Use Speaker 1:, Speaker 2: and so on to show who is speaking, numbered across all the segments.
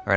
Speaker 1: All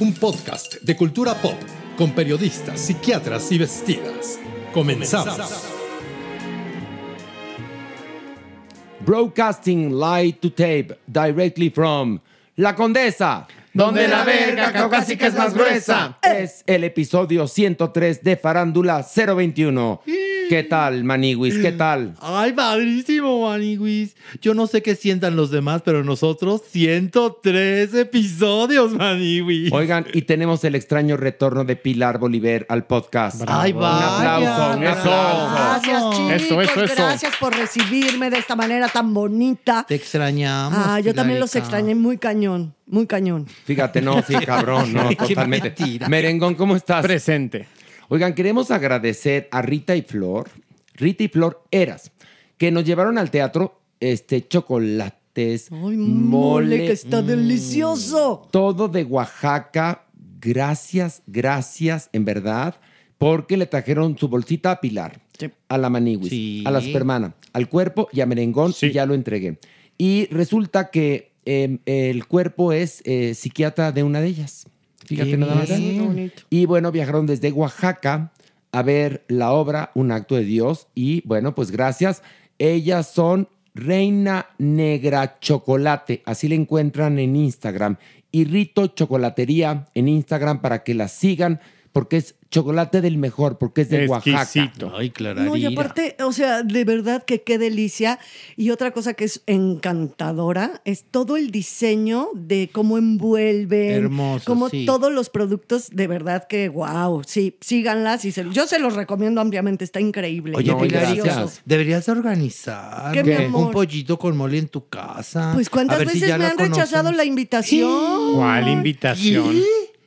Speaker 2: un podcast de cultura pop con periodistas, psiquiatras y vestidas. Comenzamos.
Speaker 3: Broadcasting live to tape directly from La Condesa,
Speaker 4: Donde la verga caucásica es más gruesa.
Speaker 3: Es el episodio 103 de Farándula 021. ¿Qué tal, Maniwis? ¿Qué tal?
Speaker 4: Ay, padrísimo, Maniwis. Yo no sé qué sientan los demás, pero nosotros 103 episodios, Maniwis.
Speaker 3: Oigan, y tenemos el extraño retorno de Pilar Bolívar al podcast.
Speaker 4: Ay, vaya.
Speaker 3: Un aplauso, un aplauso.
Speaker 5: Gracias, chicos.
Speaker 6: Eso, eso, eso.
Speaker 5: Gracias por recibirme de esta manera tan bonita.
Speaker 4: Te extrañamos.
Speaker 5: Ah, yo también
Speaker 4: Pilarica.
Speaker 5: los extrañé muy cañón, muy cañón.
Speaker 3: Fíjate, no, sí, cabrón, no, totalmente. Merengón, ¿cómo estás?
Speaker 6: Presente.
Speaker 3: Oigan, queremos agradecer a Rita y Flor, Rita y Flor Eras, que nos llevaron al teatro este chocolates, mm,
Speaker 5: Ay, mole, que está delicioso.
Speaker 3: todo de Oaxaca. Gracias, gracias, en verdad, porque le trajeron su bolsita a Pilar,
Speaker 5: Sí.
Speaker 3: a la Maniwis,
Speaker 4: Sí.
Speaker 3: a la Supermana, al cuerpo y a Merengón,
Speaker 6: Sí.
Speaker 3: y ya lo entregué. Y resulta que eh, el cuerpo es eh, psiquiatra de una de ellas. Fíjate
Speaker 4: Qué
Speaker 3: nada más.
Speaker 4: bien.
Speaker 5: Qué bonito.
Speaker 3: Y bueno, viajaron desde Oaxaca a ver la obra Un acto de Dios. Y bueno, pues gracias. Ellas son Reina Negra Chocolate. Así la encuentran en Instagram. Y Rito Chocolatería en Instagram para que la sigan. Porque es chocolate del mejor, porque es de Oaxaca.
Speaker 6: Exquisito.
Speaker 4: Ay, Clara.
Speaker 5: No, y aparte, o sea, de verdad que qué delicia. Y otra cosa que es encantadora es todo el diseño de cómo envuelven.
Speaker 4: Hermoso,
Speaker 5: Como
Speaker 4: sí.
Speaker 5: todos los productos, de verdad que wow. Sí, síganlas y se- yo se los recomiendo ampliamente, está increíble.
Speaker 4: Oye,
Speaker 3: No,
Speaker 4: Pilar,
Speaker 3: gracias.
Speaker 5: Delicioso.
Speaker 4: deberías organizar
Speaker 5: ¿Qué, mi amor?
Speaker 4: un pollito con mole en tu casa.
Speaker 5: Pues cuántas
Speaker 4: A ver si
Speaker 5: veces
Speaker 4: ya
Speaker 5: me
Speaker 4: la
Speaker 5: han rechazado
Speaker 4: conocen.
Speaker 5: la invitación.
Speaker 6: ¿Cuál invitación?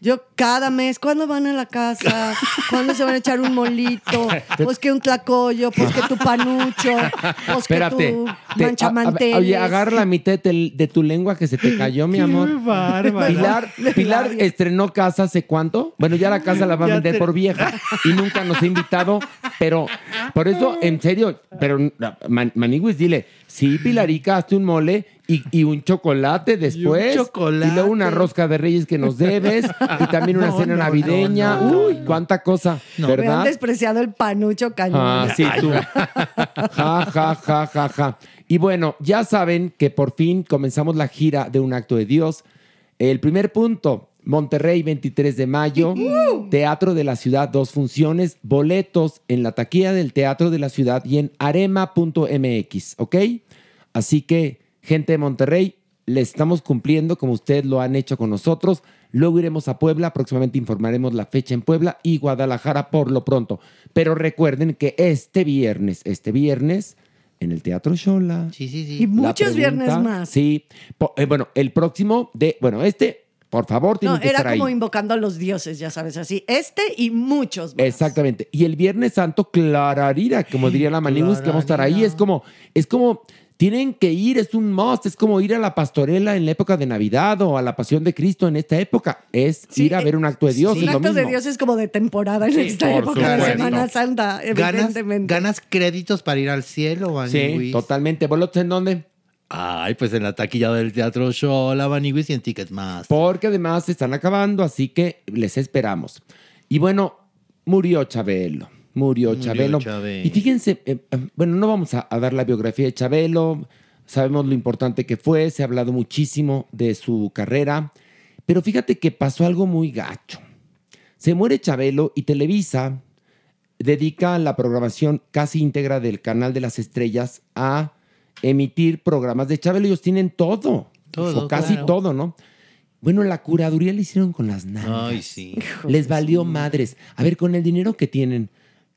Speaker 5: Yo cada mes, ¿cuándo van a la casa? ¿Cuándo se van a echar un molito? Pues que un tlacoyo, pues que tu panucho, pues que
Speaker 3: Espérate.
Speaker 5: tu
Speaker 3: te- a- a-
Speaker 5: manchamanteles.
Speaker 3: oye, agarra la mitad de, tel- de tu lengua que se te cayó, mi amor.
Speaker 4: bárbara.
Speaker 3: Pilar, Pilar
Speaker 5: Nadie.
Speaker 3: estrenó casa hace cuánto? Bueno, ya la casa la va a
Speaker 4: Ya
Speaker 3: vender
Speaker 4: te-
Speaker 3: por vieja y nunca nos ha invitado, pero por eso, en serio,
Speaker 6: Ah.
Speaker 3: pero Man- Maniguis, dile, sí, Pilarica, hazte un mole y, y un chocolate después.
Speaker 4: chocolate.
Speaker 3: Y luego una rosca de reyes que nos debes y también una
Speaker 4: No,
Speaker 3: cena
Speaker 4: no,
Speaker 3: navideña.
Speaker 4: no, no,
Speaker 3: Uy, cuánta cosa,
Speaker 5: Me han
Speaker 3: ¿verdad?
Speaker 5: despreciado el panucho cañón.
Speaker 3: Ah, sí, tú. Ja, ja, ja, ja, ja. Y bueno, ya saben que por fin comenzamos la gira de Un Acto de Dios. El primer punto, Monterrey, 23 de mayo. Teatro de la Ciudad, dos funciones. Boletos en la taquilla del Teatro de la Ciudad y en arema.mx, ¿ok? Así que, gente de Monterrey, le estamos cumpliendo como ustedes lo han hecho con nosotros. Luego iremos a Puebla, próximamente informaremos la fecha en Puebla y Guadalajara por lo pronto. Pero recuerden que este viernes, este viernes, en el Teatro Shola.
Speaker 4: Sí, sí, sí.
Speaker 5: Y
Speaker 3: La
Speaker 5: muchos
Speaker 3: pregunta-
Speaker 5: viernes más.
Speaker 3: Sí. Po- eh, bueno, el próximo de. Bueno, este, por favor, tiene
Speaker 5: No,
Speaker 3: que
Speaker 5: era
Speaker 3: estar ahí.
Speaker 5: como invocando a los dioses, ya sabes, así. Este y muchos más.
Speaker 3: Exactamente. Y el Viernes Santo, clararira, como diría la Manigus, que vamos a estar ahí. Es como, es como, tienen que ir, es un must, es como ir a la pastorela en la época de Navidad o a la Pasión de Cristo en esta época. Es
Speaker 5: Sí,
Speaker 3: ir a
Speaker 5: eh,
Speaker 3: ver un acto de Dios,
Speaker 5: sí.
Speaker 3: es lo
Speaker 5: Un acto de
Speaker 3: mismo.
Speaker 5: Dios es como de temporada en esta
Speaker 3: por
Speaker 5: época de
Speaker 3: supuesto.
Speaker 5: Semana Santa,
Speaker 4: Ganas,
Speaker 5: Ah, evidentemente.
Speaker 4: ganas créditos para ir al cielo,
Speaker 3: Sí,
Speaker 4: Maniwis.
Speaker 3: totalmente. ¿Boletos en dónde?
Speaker 4: Ay, pues en la taquilla del Teatro Shola, Maniwis y en Ticketmaster.
Speaker 3: Porque además se están acabando, así que les esperamos. Y bueno, murió Chabelo. Murió, Chabelo.
Speaker 4: Chabelo.
Speaker 3: Y fíjense, eh, eh, bueno, no vamos a, a dar la biografía de Chabelo. Sabemos lo importante que fue, se ha hablado muchísimo de su carrera. Pero fíjate que pasó algo muy gacho. Se muere Chabelo y Televisa dedica la programación casi íntegra del Canal de las Estrellas a emitir programas de Chabelo. Ellos tienen todo.
Speaker 4: Todo,
Speaker 3: o casi
Speaker 4: claro.
Speaker 3: todo, ¿no? Bueno, la curaduría le hicieron con las nanas.
Speaker 4: Ay, sí.
Speaker 3: Les valió madres. A ver, con el dinero que tienen,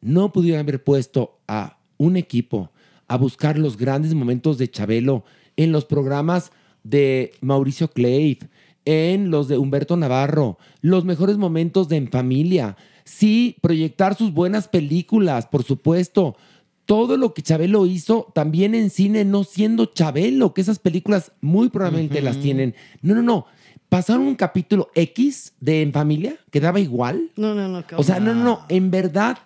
Speaker 3: no pudieron haber puesto a un equipo a buscar los grandes momentos de Chabelo en los programas de Mauricio Cleif, en los de Humberto Navarro, los mejores momentos de En Familia. Sí, proyectar sus buenas películas, por supuesto. Todo lo que Chabelo hizo también en cine, no siendo Chabelo, que esas películas muy probablemente las tienen. No, no, no. Pasaron un capítulo X de En Familia, quedaba igual.
Speaker 5: No, no, no. qué
Speaker 3: O sea,
Speaker 5: horror.
Speaker 3: no, no, no. En verdad,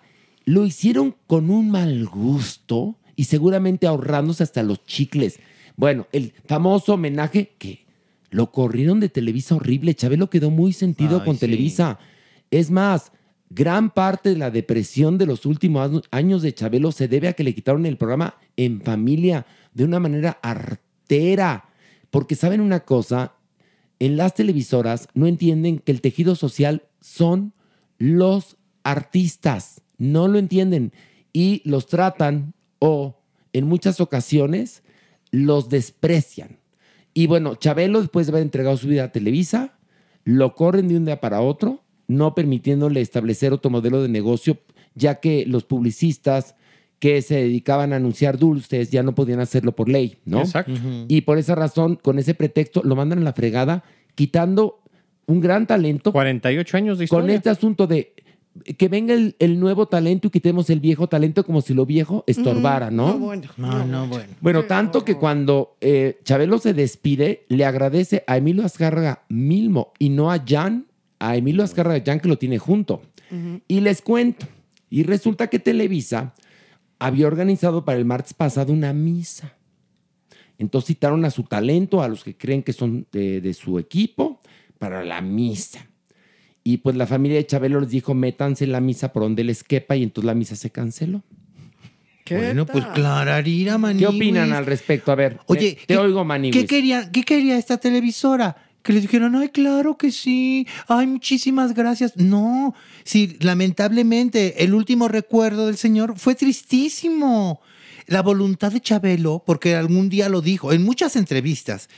Speaker 3: lo hicieron con un mal gusto y seguramente ahorrándose hasta los chicles. Bueno, el famoso homenaje que lo corrieron de Televisa horrible. Chabelo quedó muy sentido
Speaker 4: Ay,
Speaker 3: con
Speaker 4: sí.
Speaker 3: Televisa. Es más, gran parte de la depresión de los últimos anu- años de Chabelo se debe a que le quitaron el programa en familia de una manera artera. Porque saben una cosa, en las televisoras no entienden que el tejido social son los artistas. No lo entienden. Y los tratan o en muchas ocasiones los desprecian. Y bueno, Chabelo, después de haber entregado su vida a Televisa, lo corren de un día para otro, no permitiéndole establecer otro modelo de negocio, ya que los publicistas que se dedicaban a anunciar dulces ya no podían hacerlo por ley, ¿no?
Speaker 6: Exacto.
Speaker 3: Y por esa razón, con ese pretexto, lo mandan a la fregada, quitando un gran talento
Speaker 6: 48 años de historia.
Speaker 3: con este asunto de que venga el, el nuevo talento y quitemos el viejo talento como si lo viejo estorbara, ¿no?
Speaker 5: No, bueno.
Speaker 4: No, no, bueno.
Speaker 3: Bueno, tanto que cuando eh, Chabelo se despide, le agradece a Emilio Azcárraga Milmo y no a Jan, a Emilio Azcárraga Jan que lo tiene junto. Y les cuento, y resulta que Televisa había organizado para el martes pasado una misa. Entonces citaron a su talento, a los que creen que son de, de su equipo, para la misa. Y pues la familia de Chabelo les dijo, métanse en la misa por donde les quepa, y entonces la misa se canceló.
Speaker 5: ¿Qué
Speaker 4: Bueno, pues
Speaker 5: tal?
Speaker 4: clararira,
Speaker 3: ¿Qué
Speaker 4: Maniwis.
Speaker 3: opinan al respecto? A ver,
Speaker 4: Oye,
Speaker 3: te, te oigo, Manny.
Speaker 4: ¿qué quería, ¿Qué quería esta televisora? Que les dijeron, ay, claro que sí, ay, muchísimas gracias. No, sí, lamentablemente, el último recuerdo del señor fue tristísimo. La voluntad de Chabelo, porque algún día lo dijo en muchas entrevistas,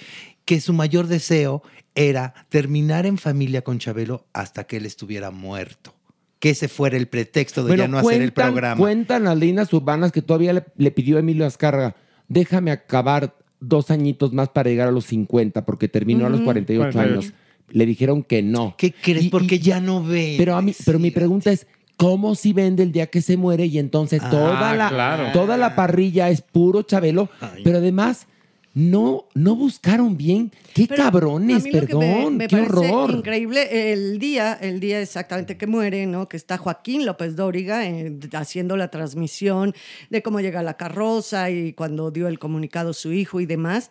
Speaker 4: que su mayor deseo era terminar en familia con Chabelo hasta que él estuviera muerto. Que ese fuera el pretexto de ya no hacer el programa.
Speaker 3: Cuentan las líneas urbanas que todavía le, le pidió Emilio Azcárraga, déjame acabar dos añitos más para llegar a los 50, porque terminó a los 48,
Speaker 6: 48.
Speaker 3: años. Le dijeron que no.
Speaker 4: ¿Qué crees?
Speaker 3: Y- y-
Speaker 4: porque ya no ve.
Speaker 3: pero, a mí, pero mi pregunta es, ¿cómo si vende el día que se muere? Y entonces
Speaker 4: Ah,
Speaker 3: toda, la,
Speaker 6: claro.
Speaker 3: toda la parrilla es puro Chabelo, pero además... No, no buscaron bien. ¡Qué
Speaker 5: Pero
Speaker 3: cabrones!
Speaker 5: a mí lo que me-
Speaker 3: Perdón,
Speaker 5: me
Speaker 3: qué
Speaker 5: parece
Speaker 3: horror.
Speaker 5: Increíble el día, el día exactamente que muere, ¿no? Que está Joaquín López Dóriga eh, haciendo la transmisión de cómo llega la carroza y cuando dio el comunicado su hijo y demás.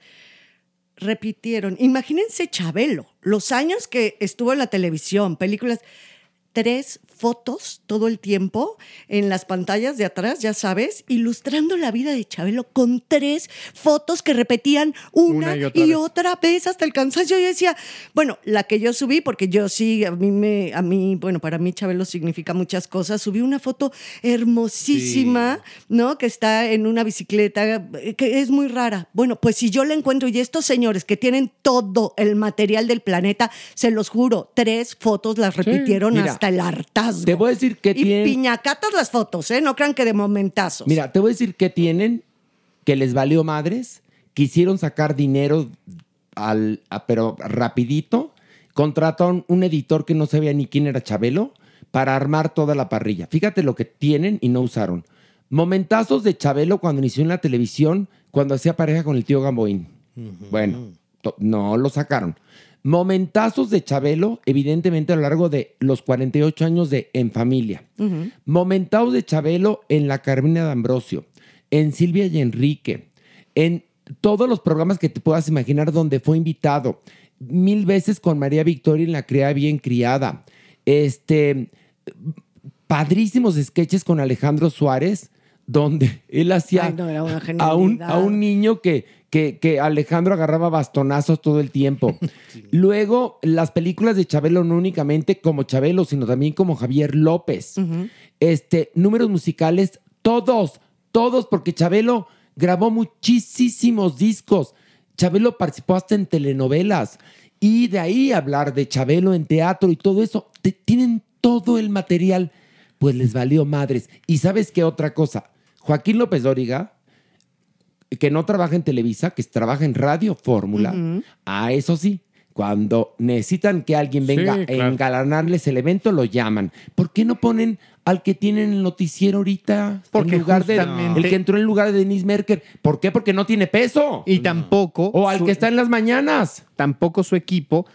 Speaker 5: Repitieron, imagínense Chabelo, los años que estuvo en la televisión, películas. tres fotos todo el tiempo en las pantallas de atrás, ya sabes, ilustrando la vida de Chabelo con tres fotos que repetían una,
Speaker 6: Una
Speaker 5: y,
Speaker 6: y
Speaker 5: otra,
Speaker 6: otra
Speaker 5: vez.
Speaker 6: vez.
Speaker 5: hasta el cansancio. Yo decía, bueno, la que yo subí, porque yo sí, a mí, me, a mí bueno, para mí Chabelo significa muchas cosas, subí una foto hermosísima, ¿no? Que está en una bicicleta, eh, que es muy rara. Bueno, pues si yo la encuentro y estos señores que tienen todo el material del planeta, se los juro, tres fotos las repitieron
Speaker 3: Mira,
Speaker 5: hasta el hartazgo.
Speaker 3: Te voy a decir que
Speaker 5: y
Speaker 3: tienen.
Speaker 5: piñacatas las fotos, ¿eh? No crean que de momentazos.
Speaker 3: Mira, te voy a decir que tienen, que les valió madres, quisieron sacar dinero, al, a- pero rapidito, contrataron un editor que no sabía ni quién era Chabelo para armar toda la parrilla. Fíjate lo que tienen y no usaron. Momentazos de Chabelo cuando inició en la televisión, cuando hacía pareja con el tío Gamboín. Bueno, to- no lo sacaron. Momentazos de Chabelo, evidentemente a lo largo de los 48 años de En Familia.
Speaker 5: Ujú.
Speaker 3: Momentaos de Chabelo en la Carmina de Ambrosio, en Silvia y Enrique, en todos los programas que te puedas imaginar donde fue invitado, mil veces con María Victoria en La Cría Bien Criada, este, padrísimos sketches con Alejandro Suárez, donde él hacía
Speaker 5: Ay, no, era una
Speaker 3: a, un,
Speaker 5: genialidad.
Speaker 3: a un niño que, que, que Alejandro agarraba bastonazos todo el tiempo. Luego, las películas de Chabelo, no únicamente como Chabelo, sino también como Javier López. este, números musicales, todos, todos, porque Chabelo grabó muchísimos discos. Chabelo participó hasta en telenovelas. Y de ahí hablar de Chabelo en teatro y todo eso. Te- tienen todo el material. Pues les valió madres. Y sabes qué otra cosa. Joaquín López Dóriga, que no trabaja en Televisa, que trabaja en Radio Fórmula,
Speaker 7: Mm-hmm.
Speaker 3: a eso sí, cuando necesitan que alguien venga
Speaker 6: Sí,
Speaker 3: a
Speaker 6: claro.
Speaker 3: engalanarles el evento, lo llaman. ¿Por qué no ponen al que tienen el noticiero ahorita?
Speaker 6: Porque
Speaker 3: en lugar de-
Speaker 6: justamente-
Speaker 3: el que entró en lugar de Denise Merker. ¿Por qué? Porque no tiene peso.
Speaker 6: Y tampoco.
Speaker 3: o al
Speaker 6: su-
Speaker 3: que está en las mañanas.
Speaker 6: tampoco su equipo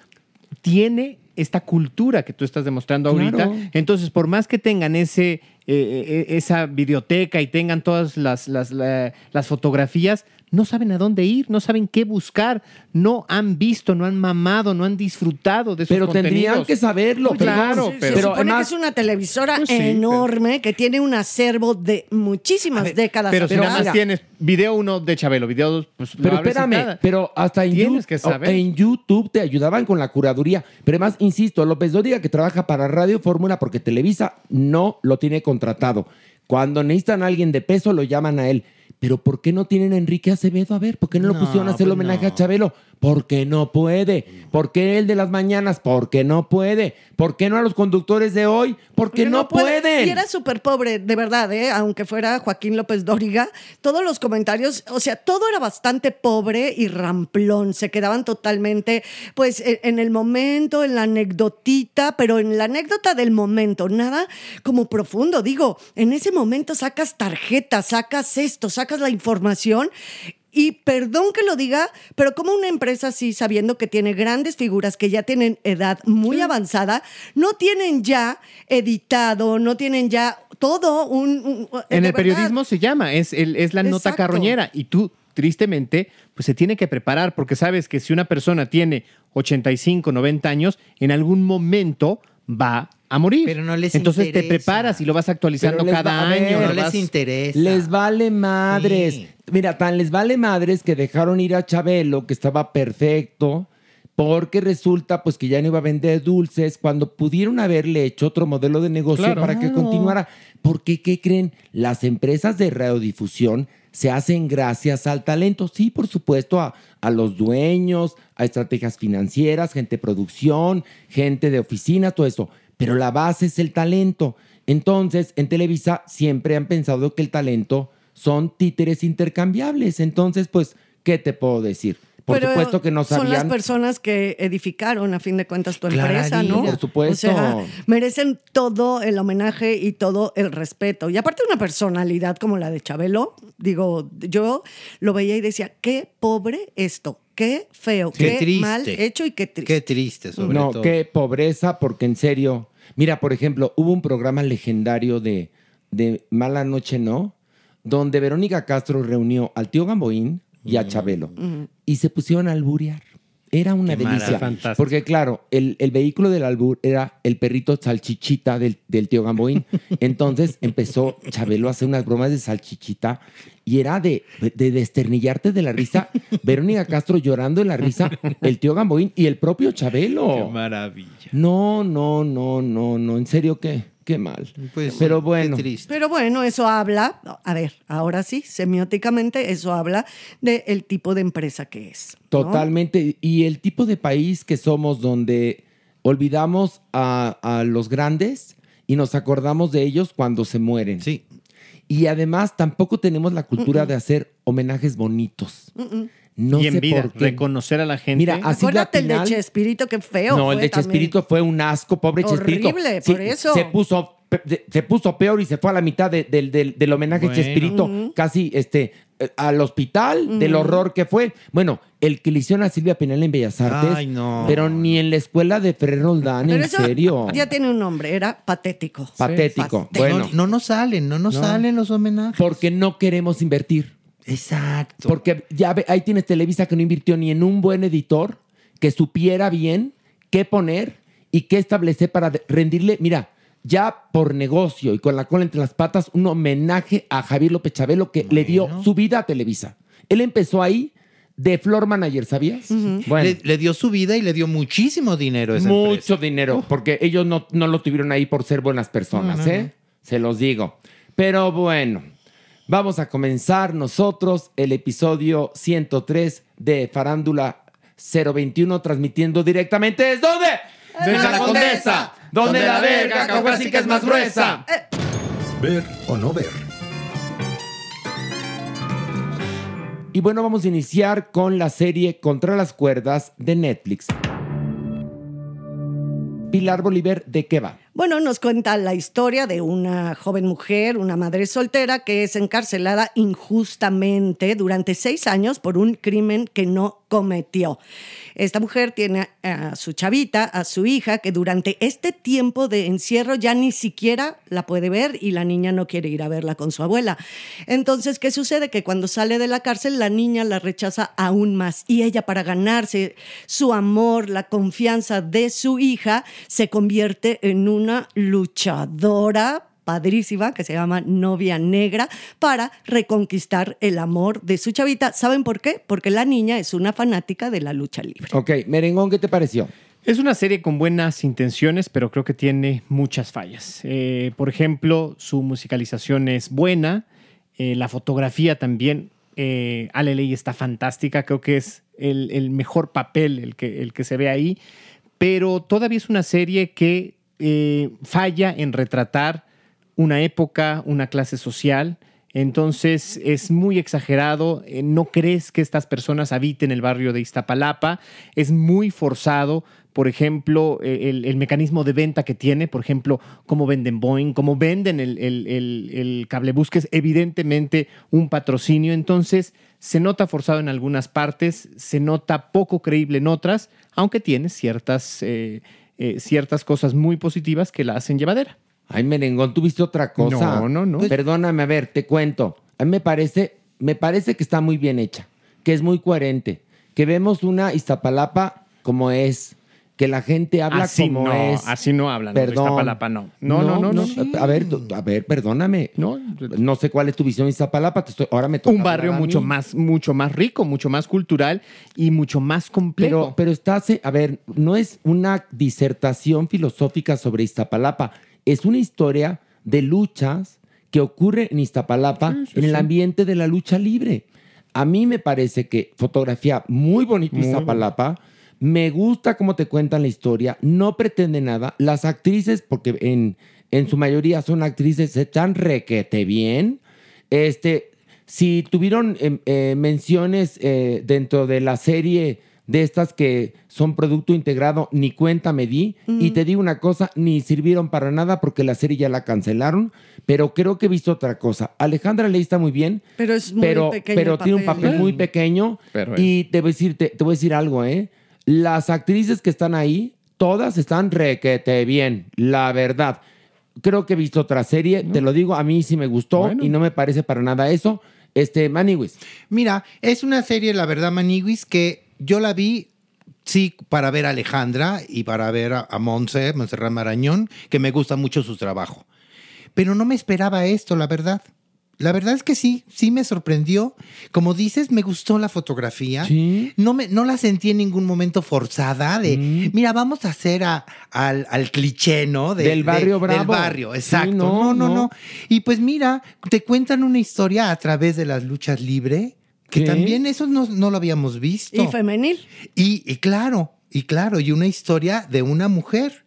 Speaker 6: tiene esta cultura que tú estás demostrando ahorita.
Speaker 3: Claro.
Speaker 6: Entonces, por más que tengan ese, eh, eh, esa biblioteca y tengan todas las, las, la- las fotografías, no saben a dónde ir, no saben qué buscar, no han visto, no han mamado, no han disfutado de sus
Speaker 3: Pero tendrían
Speaker 6: contenidos.
Speaker 3: que saberlo.
Speaker 6: Oye, claro,
Speaker 3: perdón.
Speaker 6: pero-
Speaker 5: Se supone
Speaker 3: además-
Speaker 5: que es una televisora
Speaker 6: Pues sí, pero-
Speaker 5: enorme que tiene un acervo de muchísimas décadas.
Speaker 6: Pero si
Speaker 5: atrás.
Speaker 6: nada más
Speaker 3: mira.
Speaker 6: tienes video uno de Chabelo, video dos, pues lo
Speaker 3: Pero
Speaker 6: abres y
Speaker 3: espérame,
Speaker 6: cada-
Speaker 3: pero hasta en,
Speaker 6: Tienes
Speaker 3: Yu-
Speaker 6: que saber.
Speaker 3: en YouTube te ayudaban con la curaduría. Pero además, insisto, López Dóriga que trabaja para Radio Fórmula porque Televisa no lo tiene contratado. Cuando necesitan a alguien de peso, lo llaman a él. Pero ¿por qué no tienen a Enrique Acevedo? A ver, ¿por qué no,
Speaker 4: No,
Speaker 3: lo pusieron a hacer
Speaker 4: pues
Speaker 3: homenaje
Speaker 4: no.
Speaker 3: a Chabelo? Porque no puede. ¿Por qué el de las mañanas? Porque no puede. ¿Por qué no a los conductores de hoy? Porque,
Speaker 5: Porque
Speaker 3: no,
Speaker 5: puede-
Speaker 3: pueden.
Speaker 5: Y era súper pobre, de verdad, ¿eh? aunque fuera Joaquín López Dóriga. Todos los comentarios, o sea, todo era bastante pobre y ramplón. Se quedaban totalmente, pues, e- en el momento, en la anecdotita, pero en la anécdota del momento, nada como profundo. Digo, en ese momento sacas tarjetas, sacas esto, sacas la información. Y perdón que lo diga, pero como una empresa así, sabiendo que tiene grandes figuras que ya tienen edad muy avanzada, no tienen ya editado, no tienen ya todo un... un- eh, de
Speaker 6: En el
Speaker 5: verdad.
Speaker 6: periodismo se llama, es, el- es la nota
Speaker 5: Exacto.
Speaker 6: carroñera. Y tú, tristemente, pues se tiene que preparar porque sabes que si una persona tiene 85, 90 años, en algún momento va a morir.
Speaker 4: Pero no les
Speaker 6: Entonces te
Speaker 4: interesa.
Speaker 6: preparas y lo vas actualizando
Speaker 3: Pero les
Speaker 6: cada
Speaker 3: va- a ver,
Speaker 6: año.
Speaker 4: No
Speaker 6: lo
Speaker 3: Pero
Speaker 4: les
Speaker 6: vas-
Speaker 4: interesa.
Speaker 3: Les vale madres.
Speaker 4: Sí.
Speaker 3: Mira, tan les vale madres que dejaron ir a Chabelo, que estaba perfecto, porque resulta pues que ya no iba a vender dulces cuando pudieron haberle hecho otro modelo de negocio
Speaker 6: Claro.
Speaker 3: para que
Speaker 6: Claro.
Speaker 3: continuara. Porque, ¿qué creen? Las empresas de radiodifusión se hacen gracias al talento. Sí, por supuesto, a, a los dueños, a estrategias financieras, gente de producción, gente de oficina, todo eso. Pero la base es el talento. Entonces, en Televisa siempre han pensado que el talento son títeres intercambiables. Entonces, pues, ¿qué te puedo decir? Por
Speaker 5: Pero
Speaker 3: supuesto que no
Speaker 5: Son las
Speaker 3: sabían.
Speaker 5: personas que edificaron, a fin de cuentas, tu
Speaker 3: Claro,
Speaker 5: empresa, ¿no?
Speaker 3: por supuesto.
Speaker 5: O sea, merecen todo el homenaje y todo el respeto. Y aparte, una personalidad como la de Chabelo, digo, yo lo veía y decía, qué pobre esto, qué feo,
Speaker 4: Qué
Speaker 5: qué,
Speaker 4: triste.
Speaker 5: mal hecho y qué triste.
Speaker 4: Qué triste, sobre
Speaker 3: No,
Speaker 4: todo.
Speaker 3: qué pobreza, porque en serio. Mira, por ejemplo, hubo un programa legendario de, de Mala Noche No, donde
Speaker 4: Mm.
Speaker 3: Verónica Castro reunió al tío Gamboín y a Chabelo y se pusieron a alburear. Era una
Speaker 6: Qué
Speaker 3: delicia.
Speaker 6: maravilla. Fantástico.
Speaker 3: Porque claro, el, el vehículo del albur era el perrito salchichita del, del tío Gamboín. Entonces empezó Chabelo a hacer unas bromas de salchichita y era de, de desternillarte de la risa. Verónica Castro llorando de la risa, el tío Gamboín y el propio Chabelo.
Speaker 6: maravilla.
Speaker 3: No, no, no, no, no. En serio, qué, qué mal.
Speaker 4: Pues,
Speaker 3: Pero bueno.
Speaker 4: Qué triste.
Speaker 5: Pero bueno, eso habla, a ver, ahora sí, semióticamente, eso habla del tipo de empresa que es. ¿no?
Speaker 3: Totalmente. Y el tipo de país que somos donde olvidamos a, a los grandes y nos acordamos de ellos cuando se mueren.
Speaker 4: Sí.
Speaker 3: Y además tampoco tenemos la cultura de hacer homenajes bonitos. No
Speaker 6: y en
Speaker 3: sé
Speaker 6: vida,
Speaker 3: por qué.
Speaker 6: reconocer a la gente.
Speaker 3: Mira, así
Speaker 5: Acuérdate el de
Speaker 3: latinal-
Speaker 5: Chespirito, qué feo.
Speaker 3: No,
Speaker 5: fue
Speaker 3: el de
Speaker 5: también.
Speaker 3: Chespirito fue un asco, pobre Chespirito.
Speaker 5: Horrible,
Speaker 3: Sí,
Speaker 5: por eso.
Speaker 3: Se puso, pe- de- se puso peor y se fue a la mitad de- del- del- del homenaje
Speaker 6: Bueno.
Speaker 3: a Chespirito, casi este, eh, al hospital del horror que fue. Bueno, el que le hicieron a Silvia Penal en Bellas Artes,
Speaker 4: Ay, no.
Speaker 3: pero ni en la escuela de Ferrer Roldán,
Speaker 5: Pero
Speaker 3: en
Speaker 5: eso
Speaker 3: serio.
Speaker 5: Ya tiene un nombre, era patético.
Speaker 3: Patético. Bueno,
Speaker 4: No, no nos salen, no nos salen los homenajes.
Speaker 3: porque no queremos invertir.
Speaker 4: Exacto.
Speaker 3: Porque ya ve, ahí tienes Televisa que no invirtió ni en un buen editor que supiera bien qué poner y qué establecer para de- rendirle, mira, ya por negocio y con la cola entre las patas, un homenaje a Javier López Chabelo que le dio su vida a Televisa. Él empezó ahí de floor manager, ¿sabías? Bueno,
Speaker 4: le, le dio su vida y le dio muchísimo dinero a esa
Speaker 3: mucho
Speaker 4: empresa.
Speaker 3: dinero, porque ellos no, no lo tuvieron ahí por ser buenas personas, ¿eh? Se los digo. Pero bueno, vamos a comenzar nosotros el episodio 103 de Farándula 021, transmitiendo directamente desde dónde?
Speaker 5: Desde la Condesa,
Speaker 3: donde la verga que es más gruesa.
Speaker 5: Eh,
Speaker 2: Ver o no ver.
Speaker 3: Y bueno, vamos a iniciar con la serie Contra las cuerdas de Netflix. Pilar Bolívar, ¿de qué va?
Speaker 5: Bueno, nos cuenta la historia de una joven mujer, una madre soltera, que es encarcelada injustamente durante seis años por un crimen que no cometió. Esta mujer tiene a su chavita, a su hija, que durante este tiempo de encierro ya ni siquiera la puede ver y la niña no quiere ir a verla con su abuela. Entonces, ¿qué sucede? Que cuando sale de la cárcel, la niña la rechaza aún más y ella para ganarse su amor, la confianza de su hija, se convierte en una luchadora padrísima que se llama novia negra para reconquistar el amor de su chavita. ¿Saben por qué? Porque la niña es una fanática de la lucha libre.
Speaker 3: Ok, Merengón, ¿qué te pareció?
Speaker 6: Es una serie con buenas intenciones, pero creo que tiene muchas fallas. Eh, por ejemplo, su musicalización es buena, eh, la fotografía también. Eh, Ale Ley está fantástica, creo que es el, el mejor papel el que, el que se ve ahí, pero todavía es una serie que eh, falla en retratar una época, una clase social. Entonces es muy exagerado, eh, no crees que estas personas habiten el barrio de Iztapalapa, es muy forzado, por ejemplo, eh, el, el mecanismo de venta que tiene, por ejemplo, cómo venden Boeing, cómo venden el, el, el- el cablebús, que es evidentemente un patrocinio, entonces se nota forzado en algunas partes, se nota poco creíble en otras, aunque tiene ciertas, eh, eh, ciertas cosas muy positivas que la hacen llevadera.
Speaker 3: Ay, merengón, tuviste otra cosa.
Speaker 6: No, no, no.
Speaker 3: Pues- Perdóname, a ver, te cuento. A mí me parece, me parece que está muy bien hecha, que es muy coherente, que vemos una Iztapalapa como es, que la gente habla
Speaker 6: así
Speaker 3: como
Speaker 6: no,
Speaker 3: es.
Speaker 6: Así no hablan. de
Speaker 3: Perdón.
Speaker 6: Iztapalapa, no. No, no, no. no.
Speaker 3: A ver, tú- a ver, perdóname.
Speaker 6: No.
Speaker 3: No sé cuál es tu visión de Iztapalapa, te estoy- ahora me toca
Speaker 6: Un barrio
Speaker 3: hablar a mí.
Speaker 6: mucho más, mucho más rico, mucho más cultural y mucho más complejo.
Speaker 3: Pero, pero estás, eh, a ver, no es una disertación filosófica sobre Iztapalapa, es una historia de luchas que ocurre en Iztapalapa
Speaker 6: Ah,
Speaker 3: en el ambiente de la lucha libre. A mí me parece que fotografía muy bonita Iztapalapa. Me gusta cómo te cuentan la historia, no pretende nada. Las actrices, porque en, en su mayoría son actrices, están requete bien. Este, si tuvieron eh, eh, menciones eh, dentro de la serie de estas que son producto integrado, ni cuenta me di. Y te digo una cosa, ni sirvieron para nada porque la serie ya la cancelaron. Pero creo que he visto otra cosa. Alejandra Ley está muy bien.
Speaker 5: Pero es muy
Speaker 3: pero,
Speaker 5: pequeño
Speaker 3: pero
Speaker 5: el
Speaker 3: tiene un
Speaker 5: papel.
Speaker 3: papel muy pequeño.
Speaker 6: Pero es.
Speaker 3: y te voy, a decir, te- te voy a decir algo, ¿eh? Las actrices que están ahí, todas están requete bien, la verdad. Creo que he visto otra serie, te lo digo, a mí sí me gustó
Speaker 6: Bueno.
Speaker 3: y no me parece para nada eso. Este, Maniwis.
Speaker 4: Mira, es una serie, la verdad, Maniguis, que yo la vi sí para ver a Alejandra y para ver a, a Monse, Montserrat Marañón, que me gusta mucho su trabajo. Pero no me esperaba esto, la verdad. La verdad es que sí, sí me sorprendió. Como dices, me gustó la fotografía. No, me, no la sentí en ningún momento forzada de,
Speaker 3: Mm.
Speaker 4: mira, vamos a hacer a- al, al cliché, ¿no? De-
Speaker 3: Del
Speaker 4: de-
Speaker 3: barrio
Speaker 4: Del
Speaker 3: bravo.
Speaker 4: barrio,
Speaker 3: Sí,
Speaker 4: exacto. no, no,
Speaker 3: no,
Speaker 4: no,
Speaker 3: no.
Speaker 4: Y pues mira, te cuentan una historia a través de las luchas libre, que
Speaker 3: Sí.
Speaker 4: también eso no, no lo habíamos visto.
Speaker 5: Y femenil.
Speaker 4: Y, y claro, y claro, y una historia de una mujer.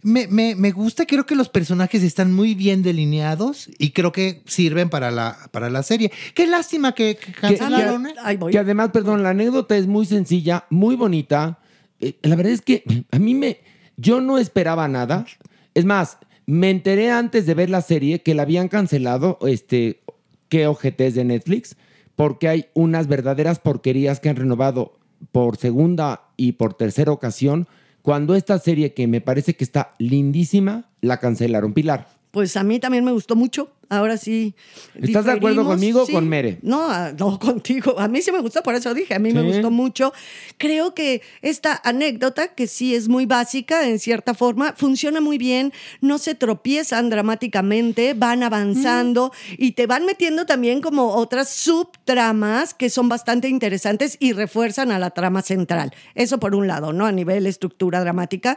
Speaker 4: Me, me- me gusta, creo que los personajes están muy bien delineados y creo que sirven para la, para la serie. Qué lástima que, que cancelaron. ¿eh?
Speaker 5: Ahí voy.
Speaker 3: Que además, perdón, la anécdota es muy sencilla, muy bonita. Eh, la verdad es que a mí me. Yo no esperaba nada. Es más, me enteré antes de ver la serie que la habían cancelado, este, qué OGTs de Netflix, porque hay unas verdaderas porquerías que han renovado por segunda y por tercera ocasión. Cuando esta serie, que me parece que está lindísima, la cancelaron. Pilar.
Speaker 5: Pues a mí también me gustó mucho. Ahora sí.
Speaker 3: ¿Estás de acuerdo
Speaker 5: diferimos,
Speaker 3: conmigo o
Speaker 5: sí.
Speaker 3: con Mere?
Speaker 5: No, a- no contigo. A mí sí me gustó, por eso dije, a mí me
Speaker 3: Sí.
Speaker 5: gustó mucho. Creo que esta anécdota, que sí es muy básica en cierta forma, funciona muy bien, no se tropiezan dramáticamente, van avanzando
Speaker 3: Mm.
Speaker 5: y te van metiendo también como otras subtramas que son bastante interesantes y refuerzan a la trama central. Eso por un lado, ¿no? A nivel estructura dramática.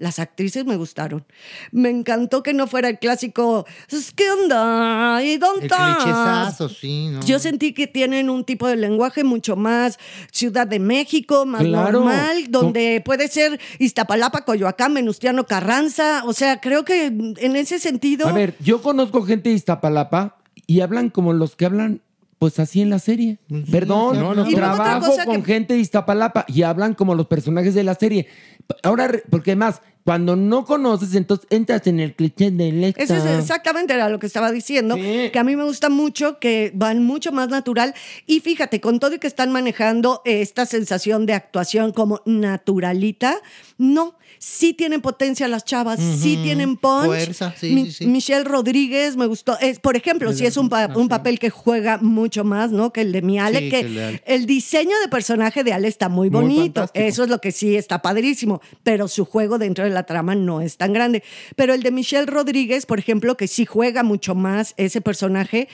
Speaker 5: Las actrices me gustaron. Me encantó que no fuera el clásico ¿Qué onda? ¿Y dónde
Speaker 4: El
Speaker 5: estás?"
Speaker 4: clichezazo, sí, ¿no?
Speaker 5: Yo sentí que tienen un tipo de lenguaje mucho más Ciudad de México, más
Speaker 3: Claro.
Speaker 5: normal, donde puede ser Iztapalapa, Coyoacán, Venustiano Carranza. O sea, creo que en ese sentido.
Speaker 3: A ver, yo conozco gente de Iztapalapa y hablan como los que hablan, pues así en la serie. Perdón,
Speaker 4: no, no,
Speaker 5: Y luego otra
Speaker 3: trabajo
Speaker 5: cosa que-
Speaker 3: con gente de Iztapalapa y hablan como los personajes de la serie. Ahora, re- porque además, cuando no conoces, entonces entras en el cliché del extra.
Speaker 5: Eso es exactamente era lo que estaba diciendo,
Speaker 3: Sí.
Speaker 5: que a mí me gusta mucho, que van mucho más natural. Y fíjate, con todo y que están manejando eh, esta sensación de actuación como naturalita, no, sí tienen potencia las chavas, sí tienen punch.
Speaker 4: Fuerza, sí, sí, sí.
Speaker 5: Michelle Rodríguez me gustó. Es, por ejemplo, si es un, pa- un papel que juega mucho más, ¿no? Que el de mi Ale,
Speaker 4: Sí, que
Speaker 5: que
Speaker 4: el de Ale.
Speaker 5: el diseño de personaje de Ale está muy bonito.
Speaker 3: fantástico.
Speaker 5: Eso es lo que sí está padrísimo, pero su juego dentro de la trama no es tan grande. Pero el de Michelle Rodríguez, por ejemplo, que sí juega mucho más ese personaje,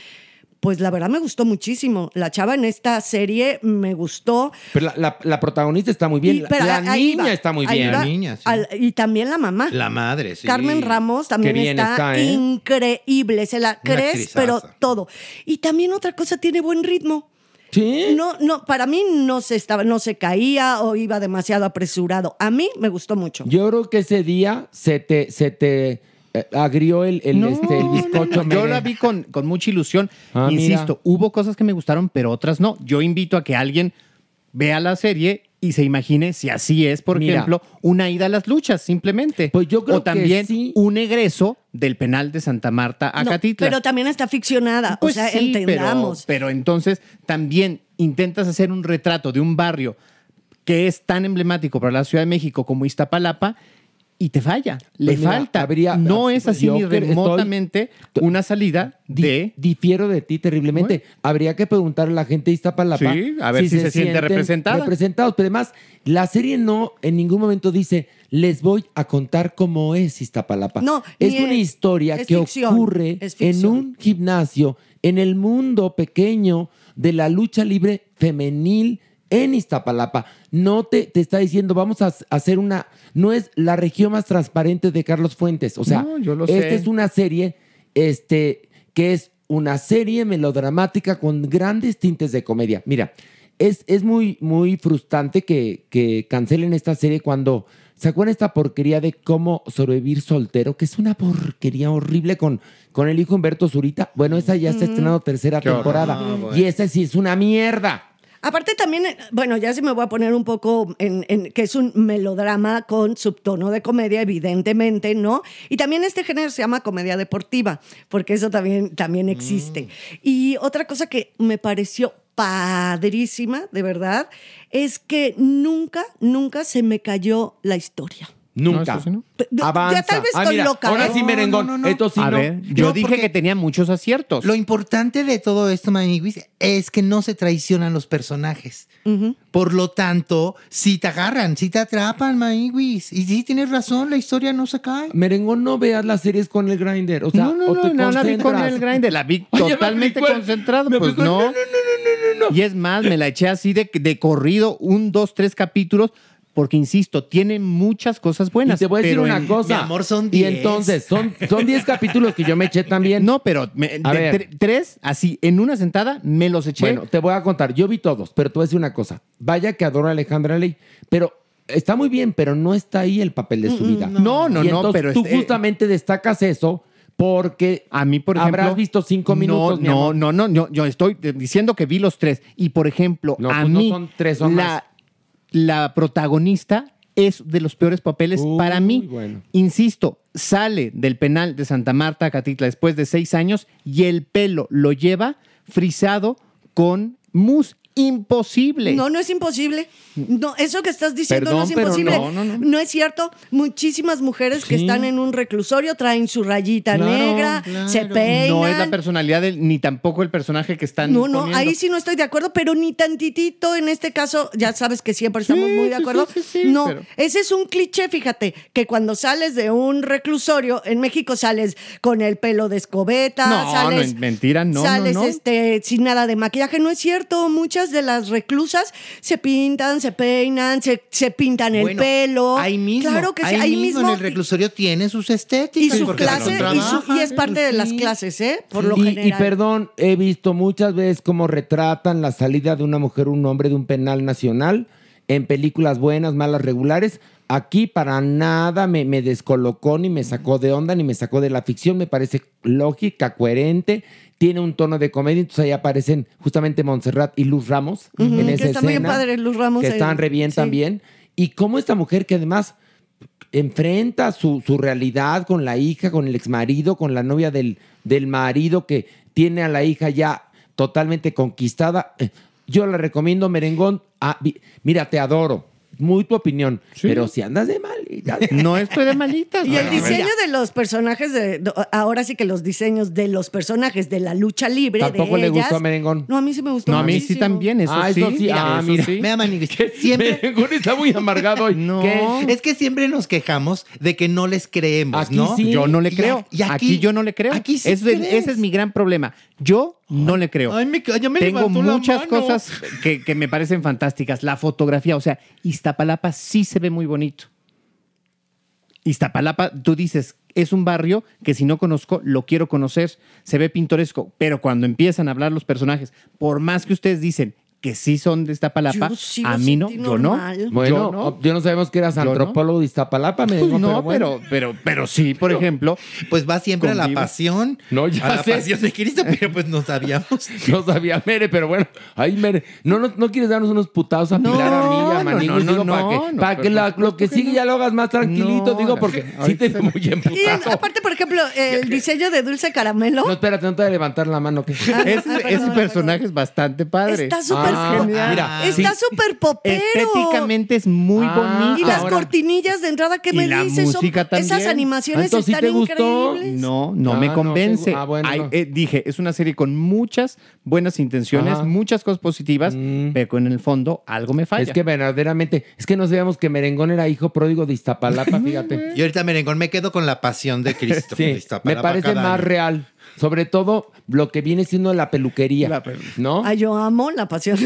Speaker 5: pues la verdad me gustó muchísimo. La chava en esta serie me gustó.
Speaker 3: Pero la, la- la protagonista está muy bien,
Speaker 5: Y- pero
Speaker 3: la,
Speaker 5: ahí
Speaker 3: niña
Speaker 5: va,
Speaker 3: está muy
Speaker 5: ahí
Speaker 3: bien.
Speaker 5: va.
Speaker 4: La niña, sí.
Speaker 5: Al- y también la mamá.
Speaker 4: La madre, sí.
Speaker 5: Carmen Ramos también
Speaker 3: Qué bien
Speaker 5: está,
Speaker 3: está, ¿eh?
Speaker 5: increíble. Se la
Speaker 4: Una
Speaker 5: crees,
Speaker 4: actrizaza.
Speaker 5: pero todo. Y también otra cosa, tiene buen ritmo.
Speaker 3: ¿Sí?
Speaker 5: No, no, para mí no se estaba, no se caía o iba demasiado apresurado. A mí me gustó mucho.
Speaker 3: Yo creo que ese día se te, se te eh, agrió el, el,
Speaker 6: No,
Speaker 3: este, el
Speaker 6: no,
Speaker 3: bizcocho.
Speaker 6: no. Yo
Speaker 3: Mere.
Speaker 6: la vi con, con mucha ilusión.
Speaker 3: Ah,
Speaker 6: Insisto, hubo cosas que me gustaron, pero otras no. Yo invito a que alguien vea la serie y se imagine si así es, por
Speaker 3: Mira.
Speaker 6: ejemplo, una ida a las luchas, simplemente.
Speaker 3: Pues yo creo
Speaker 6: o también
Speaker 3: que sí.
Speaker 6: un egreso del penal de Santa Marta a
Speaker 5: No,
Speaker 6: Catitla.
Speaker 5: pero también está ficcionada,
Speaker 6: Pues
Speaker 5: o sea,
Speaker 6: sí, pero-
Speaker 5: entendamos.
Speaker 6: Pero, entonces también intentas hacer un retrato de un barrio que es tan emblemático para la Ciudad de México como Iztapalapa y te falla, le
Speaker 3: Pues mira,
Speaker 6: falta.
Speaker 3: habría-
Speaker 6: no es así
Speaker 3: yo
Speaker 6: ni
Speaker 3: que estoy-
Speaker 6: remotamente una salida
Speaker 3: Di-
Speaker 6: de...
Speaker 3: difiero de ti terriblemente. Habría que preguntarle a la gente de Iztapalapa.
Speaker 6: Sí, a ver si se siente
Speaker 3: sienten
Speaker 6: representada.
Speaker 3: Representados. Pero además, la serie no en ningún momento dice, les voy a contar cómo es Iztapalapa.
Speaker 5: No,
Speaker 3: es
Speaker 5: ni
Speaker 3: una
Speaker 5: es-
Speaker 3: historia
Speaker 5: es
Speaker 3: que
Speaker 5: ficción,
Speaker 3: ocurre
Speaker 5: es
Speaker 3: en
Speaker 5: ficción.
Speaker 3: un gimnasio, en el mundo pequeño de la lucha libre femenil en Iztapalapa. No te, te está diciendo, vamos a s- hacer una... No es la región más transparente de Carlos Fuentes. O sea,
Speaker 6: No, yo lo
Speaker 3: esta
Speaker 6: sé.
Speaker 3: es una serie este, que es una serie melodramática con grandes tintes de comedia. Mira, es, es muy, muy frustrante que, que cancelen esta serie cuando... ¿Se acuerdan esta porquería de cómo sobrevivir soltero? Que es una porquería horrible con, con el hijo Humberto Zurita. Bueno, esa ya está estrenando tercera temporada. Y esa sí es una mierda.
Speaker 5: Aparte también, eh, bueno, ya se me voy a poner un poco en, en que es un melodrama con subtono de comedia, evidentemente, ¿no? Y también este género se llama comedia deportiva, porque eso también, también existe. Y otra cosa que me pareció padrísima, de verdad, es que nunca, nunca se me cayó la historia.
Speaker 3: Nunca.
Speaker 6: No, eso sí no.
Speaker 3: Avanza.
Speaker 5: tal vez
Speaker 3: Ah,
Speaker 5: estoy
Speaker 3: mira,
Speaker 5: loca,
Speaker 3: Ahora
Speaker 5: ¿eh?
Speaker 3: sí,
Speaker 4: No,
Speaker 3: merengón.
Speaker 4: no, no, no.
Speaker 3: Esto sí
Speaker 6: a
Speaker 3: no.
Speaker 6: ver, yo
Speaker 4: No,
Speaker 6: dije
Speaker 4: porque-
Speaker 6: que tenía muchos aciertos.
Speaker 4: Lo importante de todo esto, Maniguis, es que no se traicionan los personajes. Por lo tanto, si te agarran, si te atrapan, Maniguis. Y sí, tienes razón, la historia no se cae.
Speaker 3: Merengón, no veas las series con el grinder. O sea,
Speaker 6: no,
Speaker 3: o
Speaker 6: no,
Speaker 3: te
Speaker 6: no, no la vi con
Speaker 3: concentras.
Speaker 6: el grinder, la vi
Speaker 3: Oye, me
Speaker 6: totalmente
Speaker 3: aplicó el-
Speaker 6: concentrado,
Speaker 3: me
Speaker 6: pues
Speaker 3: aplicó el-
Speaker 6: no.
Speaker 3: no, no, no, no, no, no.
Speaker 6: Y es más, me la eché así de, de corrido, un, dos, tres capítulos, porque insisto, tiene muchas cosas buenas.
Speaker 3: Y te voy a decir
Speaker 6: pero
Speaker 3: una
Speaker 6: en-
Speaker 3: cosa.
Speaker 4: Mi amor, son
Speaker 3: Y
Speaker 4: 10.
Speaker 3: entonces, son son 10 capítulos que yo me eché también.
Speaker 6: No, pero me-
Speaker 3: A
Speaker 6: de
Speaker 3: ver.
Speaker 6: tre- tres, así, en una sentada, me los eché.
Speaker 3: Bueno, te voy a contar. Yo vi todos, pero te voy a decir una cosa. Vaya que adoro a Alejandra Ley, pero está muy bien, pero no está ahí el papel de su vida.
Speaker 6: No, no,
Speaker 3: Y
Speaker 6: no,
Speaker 3: entonces
Speaker 6: pero
Speaker 3: tú
Speaker 6: este-
Speaker 3: justamente destacas eso porque
Speaker 6: A mí, por ejemplo.
Speaker 3: habrás visto cinco
Speaker 6: no,
Speaker 3: minutos. mi
Speaker 6: No,
Speaker 3: amor.
Speaker 6: no, no, yo, yo estoy diciendo que vi los tres. Y por ejemplo,
Speaker 3: No,
Speaker 6: a
Speaker 3: pues no
Speaker 6: mí.
Speaker 3: son tres, son más.
Speaker 6: la, la protagonista es de los peores papeles
Speaker 3: Uy,
Speaker 6: para mí.
Speaker 3: bueno.
Speaker 6: Insisto, sale del penal de Santa Marta a Catitla después de seis años y el pelo lo lleva frisado con mousse. Imposible.
Speaker 5: No, no es imposible. No, eso que estás diciendo
Speaker 3: Perdón,
Speaker 5: no es
Speaker 3: pero
Speaker 5: imposible.
Speaker 3: no, no, no.
Speaker 5: es cierto. Muchísimas mujeres que están en un reclusorio traen su rayita
Speaker 3: Claro,
Speaker 5: negra,
Speaker 4: claro.
Speaker 5: se peinan.
Speaker 6: No es la personalidad del- ni tampoco el personaje que están.
Speaker 5: No, no,
Speaker 6: poniendo.
Speaker 5: ahí sí no estoy de acuerdo, pero ni tantitito en este caso, ya sabes que siempre estamos muy de
Speaker 6: sí,
Speaker 5: acuerdo.
Speaker 6: sí, sí, sí,
Speaker 5: no,
Speaker 6: pero-
Speaker 5: ese es un cliché, fíjate, que cuando sales de un reclusorio, en México sales con el pelo de escobeta,
Speaker 6: No, no,
Speaker 5: sales.
Speaker 6: en- mentira, no, no,
Speaker 5: Sales
Speaker 6: no.
Speaker 5: este, sin nada de maquillaje. No es cierto, muchas de las reclusas se pintan, se peinan, se, se pintan el
Speaker 4: Bueno,
Speaker 5: pelo.
Speaker 4: Ahí mismo.
Speaker 5: Claro que sí,
Speaker 4: ahí, mismo, en el
Speaker 5: y-
Speaker 4: reclusorio tienen sus
Speaker 5: Y
Speaker 4: estéticas.
Speaker 5: su
Speaker 4: porque
Speaker 5: clase,
Speaker 4: no
Speaker 5: y, su- y es
Speaker 4: trabajan.
Speaker 5: parte de las
Speaker 3: Sí.
Speaker 5: clases, ¿eh? Por lo
Speaker 3: y, y
Speaker 5: general.
Speaker 3: perdón, he visto muchas veces cómo retratan la salida de una mujer, un hombre de un penal nacional en películas buenas, malas, regulares. Aquí para nada me, me descolocó, ni me sacó de onda, ni me sacó de la ficción. Me parece lógica, coherente, tiene un tono de comedia. Entonces ahí aparecen justamente Montserrat y Luz Ramos
Speaker 5: Ujú,
Speaker 3: en
Speaker 5: que
Speaker 3: esa
Speaker 5: están bien
Speaker 3: escena,
Speaker 5: padres, Luz Ramos eh.
Speaker 3: Que
Speaker 5: en-
Speaker 3: están re bien
Speaker 5: sí.
Speaker 3: también. Y cómo esta mujer que además enfrenta su, su realidad con la hija, con el exmarido, con la novia del, del marido que tiene a la hija ya totalmente conquistada. Eh, Yo la recomiendo, Merengón. Ah, vi- mira, te adoro. Muy tu opinión. Pero si andas de mal. y ya-
Speaker 6: No estoy de malitas.
Speaker 5: Y el
Speaker 6: no, no, no.
Speaker 5: diseño de los personajes, de, de- ahora sí que los diseños de los personajes de la lucha libre.
Speaker 3: Tampoco
Speaker 5: de
Speaker 3: le
Speaker 5: ellas,
Speaker 3: gustó a Merengón.
Speaker 5: No, a mí sí me gustó.
Speaker 6: No, a mí sí
Speaker 5: muchísimo.
Speaker 6: también, eso
Speaker 3: Ah,
Speaker 6: sí.
Speaker 3: eso sí, ah,
Speaker 6: eso
Speaker 3: mira.
Speaker 6: sí.
Speaker 4: Mira, Maniguis, siempre,
Speaker 3: Merengón está muy amargado hoy.
Speaker 6: No.
Speaker 3: ¿Qué?
Speaker 4: Es que siempre nos quejamos de que no les creemos,
Speaker 3: Aquí
Speaker 4: ¿no?
Speaker 3: sí.
Speaker 6: Yo no le
Speaker 4: Y
Speaker 6: creo.
Speaker 4: a- y
Speaker 6: aquí,
Speaker 4: aquí-
Speaker 6: yo no le creo.
Speaker 4: aquí sí
Speaker 6: ese, es-
Speaker 4: crees.
Speaker 6: ese es mi gran problema. Yo no le creo.
Speaker 4: Ay, me ca- Ah, ya me
Speaker 6: Tengo
Speaker 4: levantó la
Speaker 6: muchas
Speaker 4: mano.
Speaker 6: cosas que, que me parecen fantásticas. La fotografía, o sea, Iztapalapa sí se ve muy bonito. Iztapalapa, tú dices, es un barrio que si no conozco, lo quiero conocer, se ve pintoresco, pero cuando empiezan a hablar los personajes, por más que ustedes dicen que sí son de Iztapalapa,
Speaker 5: Yo sí
Speaker 6: a
Speaker 5: lo
Speaker 6: mí no,
Speaker 5: sentí
Speaker 6: yo no.
Speaker 5: normal.
Speaker 3: Bueno,
Speaker 6: Yo
Speaker 3: yo
Speaker 6: no.
Speaker 3: no, sabemos que eras
Speaker 6: Yo no.
Speaker 3: antropólogo de Iztapalapa,
Speaker 6: Pues
Speaker 3: Merengón.
Speaker 6: no,
Speaker 3: bueno.
Speaker 6: pero, pero, pero sí, por ejemplo,
Speaker 4: Pues va siempre a la
Speaker 6: Convive.
Speaker 4: pasión.
Speaker 3: No, ya
Speaker 4: a la
Speaker 3: sé.
Speaker 4: pasión de Cristo, pero pues no sabíamos.
Speaker 3: No sabía, Mere, pero bueno. Ay, Mere. No, no, no quieres darnos unos putazos a
Speaker 6: No,
Speaker 3: Pilar Ardilla,
Speaker 6: no,
Speaker 3: Maniguis,
Speaker 6: no,
Speaker 3: digo,
Speaker 6: no,
Speaker 3: para que,
Speaker 6: no,
Speaker 3: para
Speaker 6: pero
Speaker 3: que la-
Speaker 6: por
Speaker 3: lo que sigue ya lo hagas más tranquilito,
Speaker 6: No,
Speaker 3: digo,
Speaker 6: la-
Speaker 3: porque sí
Speaker 6: ahorita
Speaker 3: te
Speaker 6: se
Speaker 3: veo
Speaker 6: me-
Speaker 3: muy
Speaker 5: Y en-
Speaker 3: emputado.
Speaker 5: aparte, por ejemplo, el diseño de Dulce Caramelo
Speaker 3: No, espérate, no te voy a levantar la mano. ¿qué?
Speaker 6: ese,
Speaker 5: ah, perdón,
Speaker 6: ese
Speaker 5: perdón.
Speaker 6: personaje es bastante padre.
Speaker 5: está súper
Speaker 3: Ah,
Speaker 5: pop-
Speaker 3: genial.
Speaker 4: mira,
Speaker 5: está
Speaker 3: sí.
Speaker 5: súper popero.
Speaker 6: Estéticamente es muy
Speaker 3: Ah,
Speaker 5: Y
Speaker 6: bonito.
Speaker 5: las
Speaker 3: ahora-
Speaker 5: cortinillas de entrada que
Speaker 6: Y
Speaker 5: me
Speaker 6: la
Speaker 5: dices, son-
Speaker 6: música
Speaker 5: esas
Speaker 6: también.
Speaker 5: animaciones
Speaker 3: Ah, Entonces, ¿sí
Speaker 5: están
Speaker 3: te gustó?
Speaker 5: increíbles.
Speaker 6: No, no
Speaker 3: Ah,
Speaker 6: me
Speaker 3: no,
Speaker 6: convence.
Speaker 3: te- ah, bueno,
Speaker 6: Ay,
Speaker 3: no.
Speaker 6: eh, dije, es una serie con muchas buenas intenciones,
Speaker 3: Ajá. Mm.
Speaker 6: muchas cosas positivas, pero en el fondo algo me falla.
Speaker 3: Es que verdaderamente, es que nos veamos que Merengón era hijo pródigo de Iztapalapa,
Speaker 6: Mm.
Speaker 3: fíjate.
Speaker 4: Y ahorita, merengón, me quedo con la pasión de Cristo. de
Speaker 3: Sí, me
Speaker 4: Iztapalapa
Speaker 3: parece
Speaker 4: cada
Speaker 3: más
Speaker 4: año.
Speaker 3: real. Sobre todo lo que viene siendo la peluquería,
Speaker 6: La pelu-
Speaker 3: ¿no?
Speaker 5: Ay, yo amo la pasión.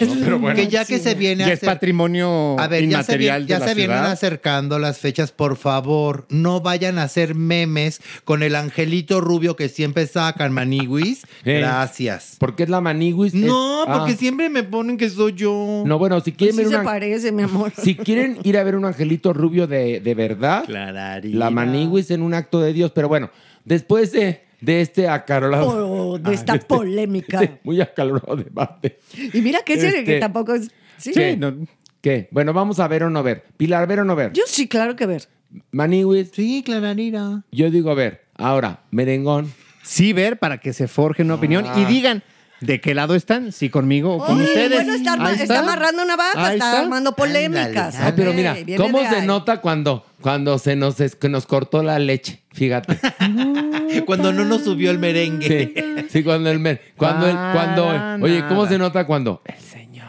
Speaker 3: pero bueno.
Speaker 4: Que ya que se viene
Speaker 6: ya
Speaker 4: a
Speaker 6: es
Speaker 4: hacer-
Speaker 6: patrimonio
Speaker 4: A ver, ya se,
Speaker 6: inmaterial
Speaker 4: vien- ya
Speaker 6: de la
Speaker 4: se vienen
Speaker 6: ciudad.
Speaker 4: acercando las fechas, por favor, no vayan a hacer memes con el angelito rubio que siempre sacan, maniguis.
Speaker 3: Eh.
Speaker 4: Gracias.
Speaker 3: Porque es la maniguis. es-
Speaker 4: No,
Speaker 3: ah.
Speaker 4: porque siempre me ponen que soy yo.
Speaker 3: No, bueno, si
Speaker 5: Pues Sí
Speaker 3: quieren ver
Speaker 5: se
Speaker 3: una-
Speaker 5: parece, mi amor.
Speaker 3: Si quieren ir a ver un angelito rubio de, de verdad,
Speaker 4: Clararina.
Speaker 3: la maniguis en un acto de Dios. Pero bueno, después de, de este acalorado, Ah, este
Speaker 5: O Oh, de esta polémica.
Speaker 3: muy acalorado debate.
Speaker 5: Y mira que ese que
Speaker 3: Este-
Speaker 5: tampoco es. Sí.
Speaker 6: Sí, no,
Speaker 3: ¿Qué? Bueno, vamos a ver o no ver. Pilar, ver o no ver.
Speaker 5: Yo sí, claro que ver.
Speaker 3: Maniguis,
Speaker 4: Sí, Clararina.
Speaker 3: yo digo ver. Ahora, merengón. Ah.
Speaker 6: sí ver para que se forje una opinión y digan, ¿De qué lado están? Si conmigo o con
Speaker 5: Oye,
Speaker 6: ustedes.
Speaker 5: bueno, está, arma-
Speaker 6: Ahí
Speaker 5: está amarrando navajas,
Speaker 6: Ahí
Speaker 5: está,
Speaker 6: está.
Speaker 5: armando polémicas.
Speaker 3: Ay, pero mira,
Speaker 5: Ey, viene
Speaker 3: ¿cómo
Speaker 5: de
Speaker 3: se
Speaker 5: ahí.
Speaker 3: nota cuando, cuando se nos, es- que nos cortó la leche? Fíjate.
Speaker 4: Cuando no nos subió el merengue.
Speaker 3: Sí, sí, cuando el men- cuando el, cuando, oye, ¿cómo se nota cuando el señor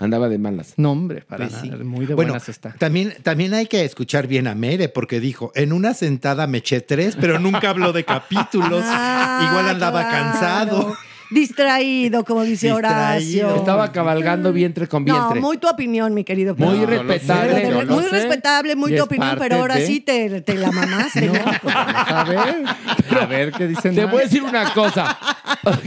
Speaker 3: andaba de malas?
Speaker 6: No, hombre, para
Speaker 4: Pues sí.
Speaker 6: nada, Muy de
Speaker 4: bueno,
Speaker 6: buenas está.
Speaker 4: También, también hay que escuchar bien a Mere, porque dijo, en una sentada me eché tres, pero nunca habló de capítulos.
Speaker 5: Ah,
Speaker 4: Igual andaba
Speaker 5: claro.
Speaker 4: cansado.
Speaker 5: Distraído, como dice
Speaker 4: Distraído.
Speaker 5: Horacio.
Speaker 3: Estaba cabalgando vientre con
Speaker 5: No,
Speaker 3: vientre.
Speaker 5: muy tu opinión, mi querido.
Speaker 3: Muy
Speaker 5: Pedro.
Speaker 3: respetable,
Speaker 5: Pero de
Speaker 3: yo
Speaker 5: ver-
Speaker 3: lo
Speaker 5: Muy
Speaker 3: sé.
Speaker 5: respetable, muy
Speaker 3: Y
Speaker 5: tu
Speaker 3: es
Speaker 5: opinión,
Speaker 3: parte
Speaker 5: pero ahora
Speaker 3: de-
Speaker 5: sí te, te la mamaste. ¿no?
Speaker 6: A ver, a ver qué dicen.
Speaker 3: Te
Speaker 6: más?
Speaker 3: voy a decir una cosa.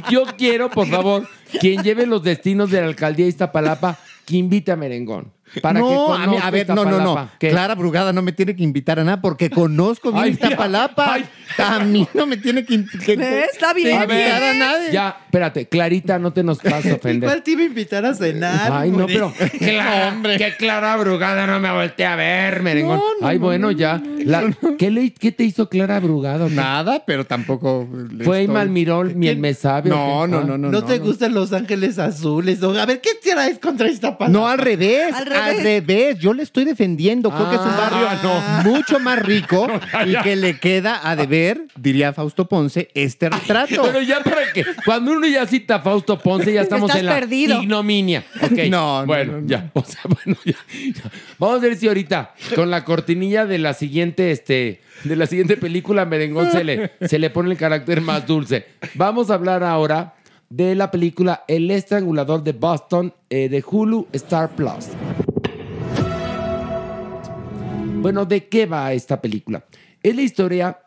Speaker 3: Yo quiero, por favor, quien lleve los destinos de la alcaldía de Iztapalapa, que invite a Merengón. Para que
Speaker 6: no, a, mí-
Speaker 3: conozca
Speaker 6: a ver, no, no, no.
Speaker 3: Iztapalapa. ¿Qué?
Speaker 6: Clara Brugada no me tiene que invitar a nada porque conozco bien
Speaker 3: Ay, mira.
Speaker 6: Iztapalapa.
Speaker 3: Ay.
Speaker 6: A mí no me tiene que, in- que-
Speaker 5: ¿Ves? Está
Speaker 6: que
Speaker 5: bien.
Speaker 3: A ver,
Speaker 6: invitar a nadie.
Speaker 3: Ya, espérate, Clarita, no te nos vas a ofender.
Speaker 4: Igual te iba a invitar a cenar.
Speaker 3: Ay, no,
Speaker 4: More.
Speaker 3: pero Cla- que Clara Brugada no me voltea a ver, merengón. Ay, bueno, ya. La- ¿qué, le- qué te hizo Clara Brugada? o qué?
Speaker 6: Nada, pero tampoco. le
Speaker 3: ¿Fue
Speaker 6: estoy-
Speaker 3: Malmirol, mi me sabe? o
Speaker 6: No,
Speaker 3: qué?
Speaker 6: no,
Speaker 3: Ah.
Speaker 6: no, no.
Speaker 4: ¿No te gustan los ángeles azules? O- A ver, ¿qué traes contra esta palabra?
Speaker 6: No, al revés,
Speaker 5: Al
Speaker 6: al
Speaker 5: revés.
Speaker 6: revés. Yo le estoy defendiendo. Creo que es un
Speaker 3: Ah.
Speaker 6: barrio mucho más rico y que le queda a deber, diría Fausto Ponce, este retrato.
Speaker 3: Pero ya para que cuando uno ya cita a Fausto Ponce ya estamos
Speaker 5: Estás
Speaker 3: en la
Speaker 5: perdido.
Speaker 3: ignominia. Ok.
Speaker 6: No, no,
Speaker 3: bueno,
Speaker 6: no, no.
Speaker 3: ya. O sea, bueno, ya, ya. Vamos a ver si ahorita con la cortinilla de la siguiente este de la siguiente película Merengón se le se le pone el carácter más dulce. Vamos a hablar ahora de la película El estrangulador de Boston eh, de Hulu Star Plus. Bueno, ¿de qué va esta película? Es la historia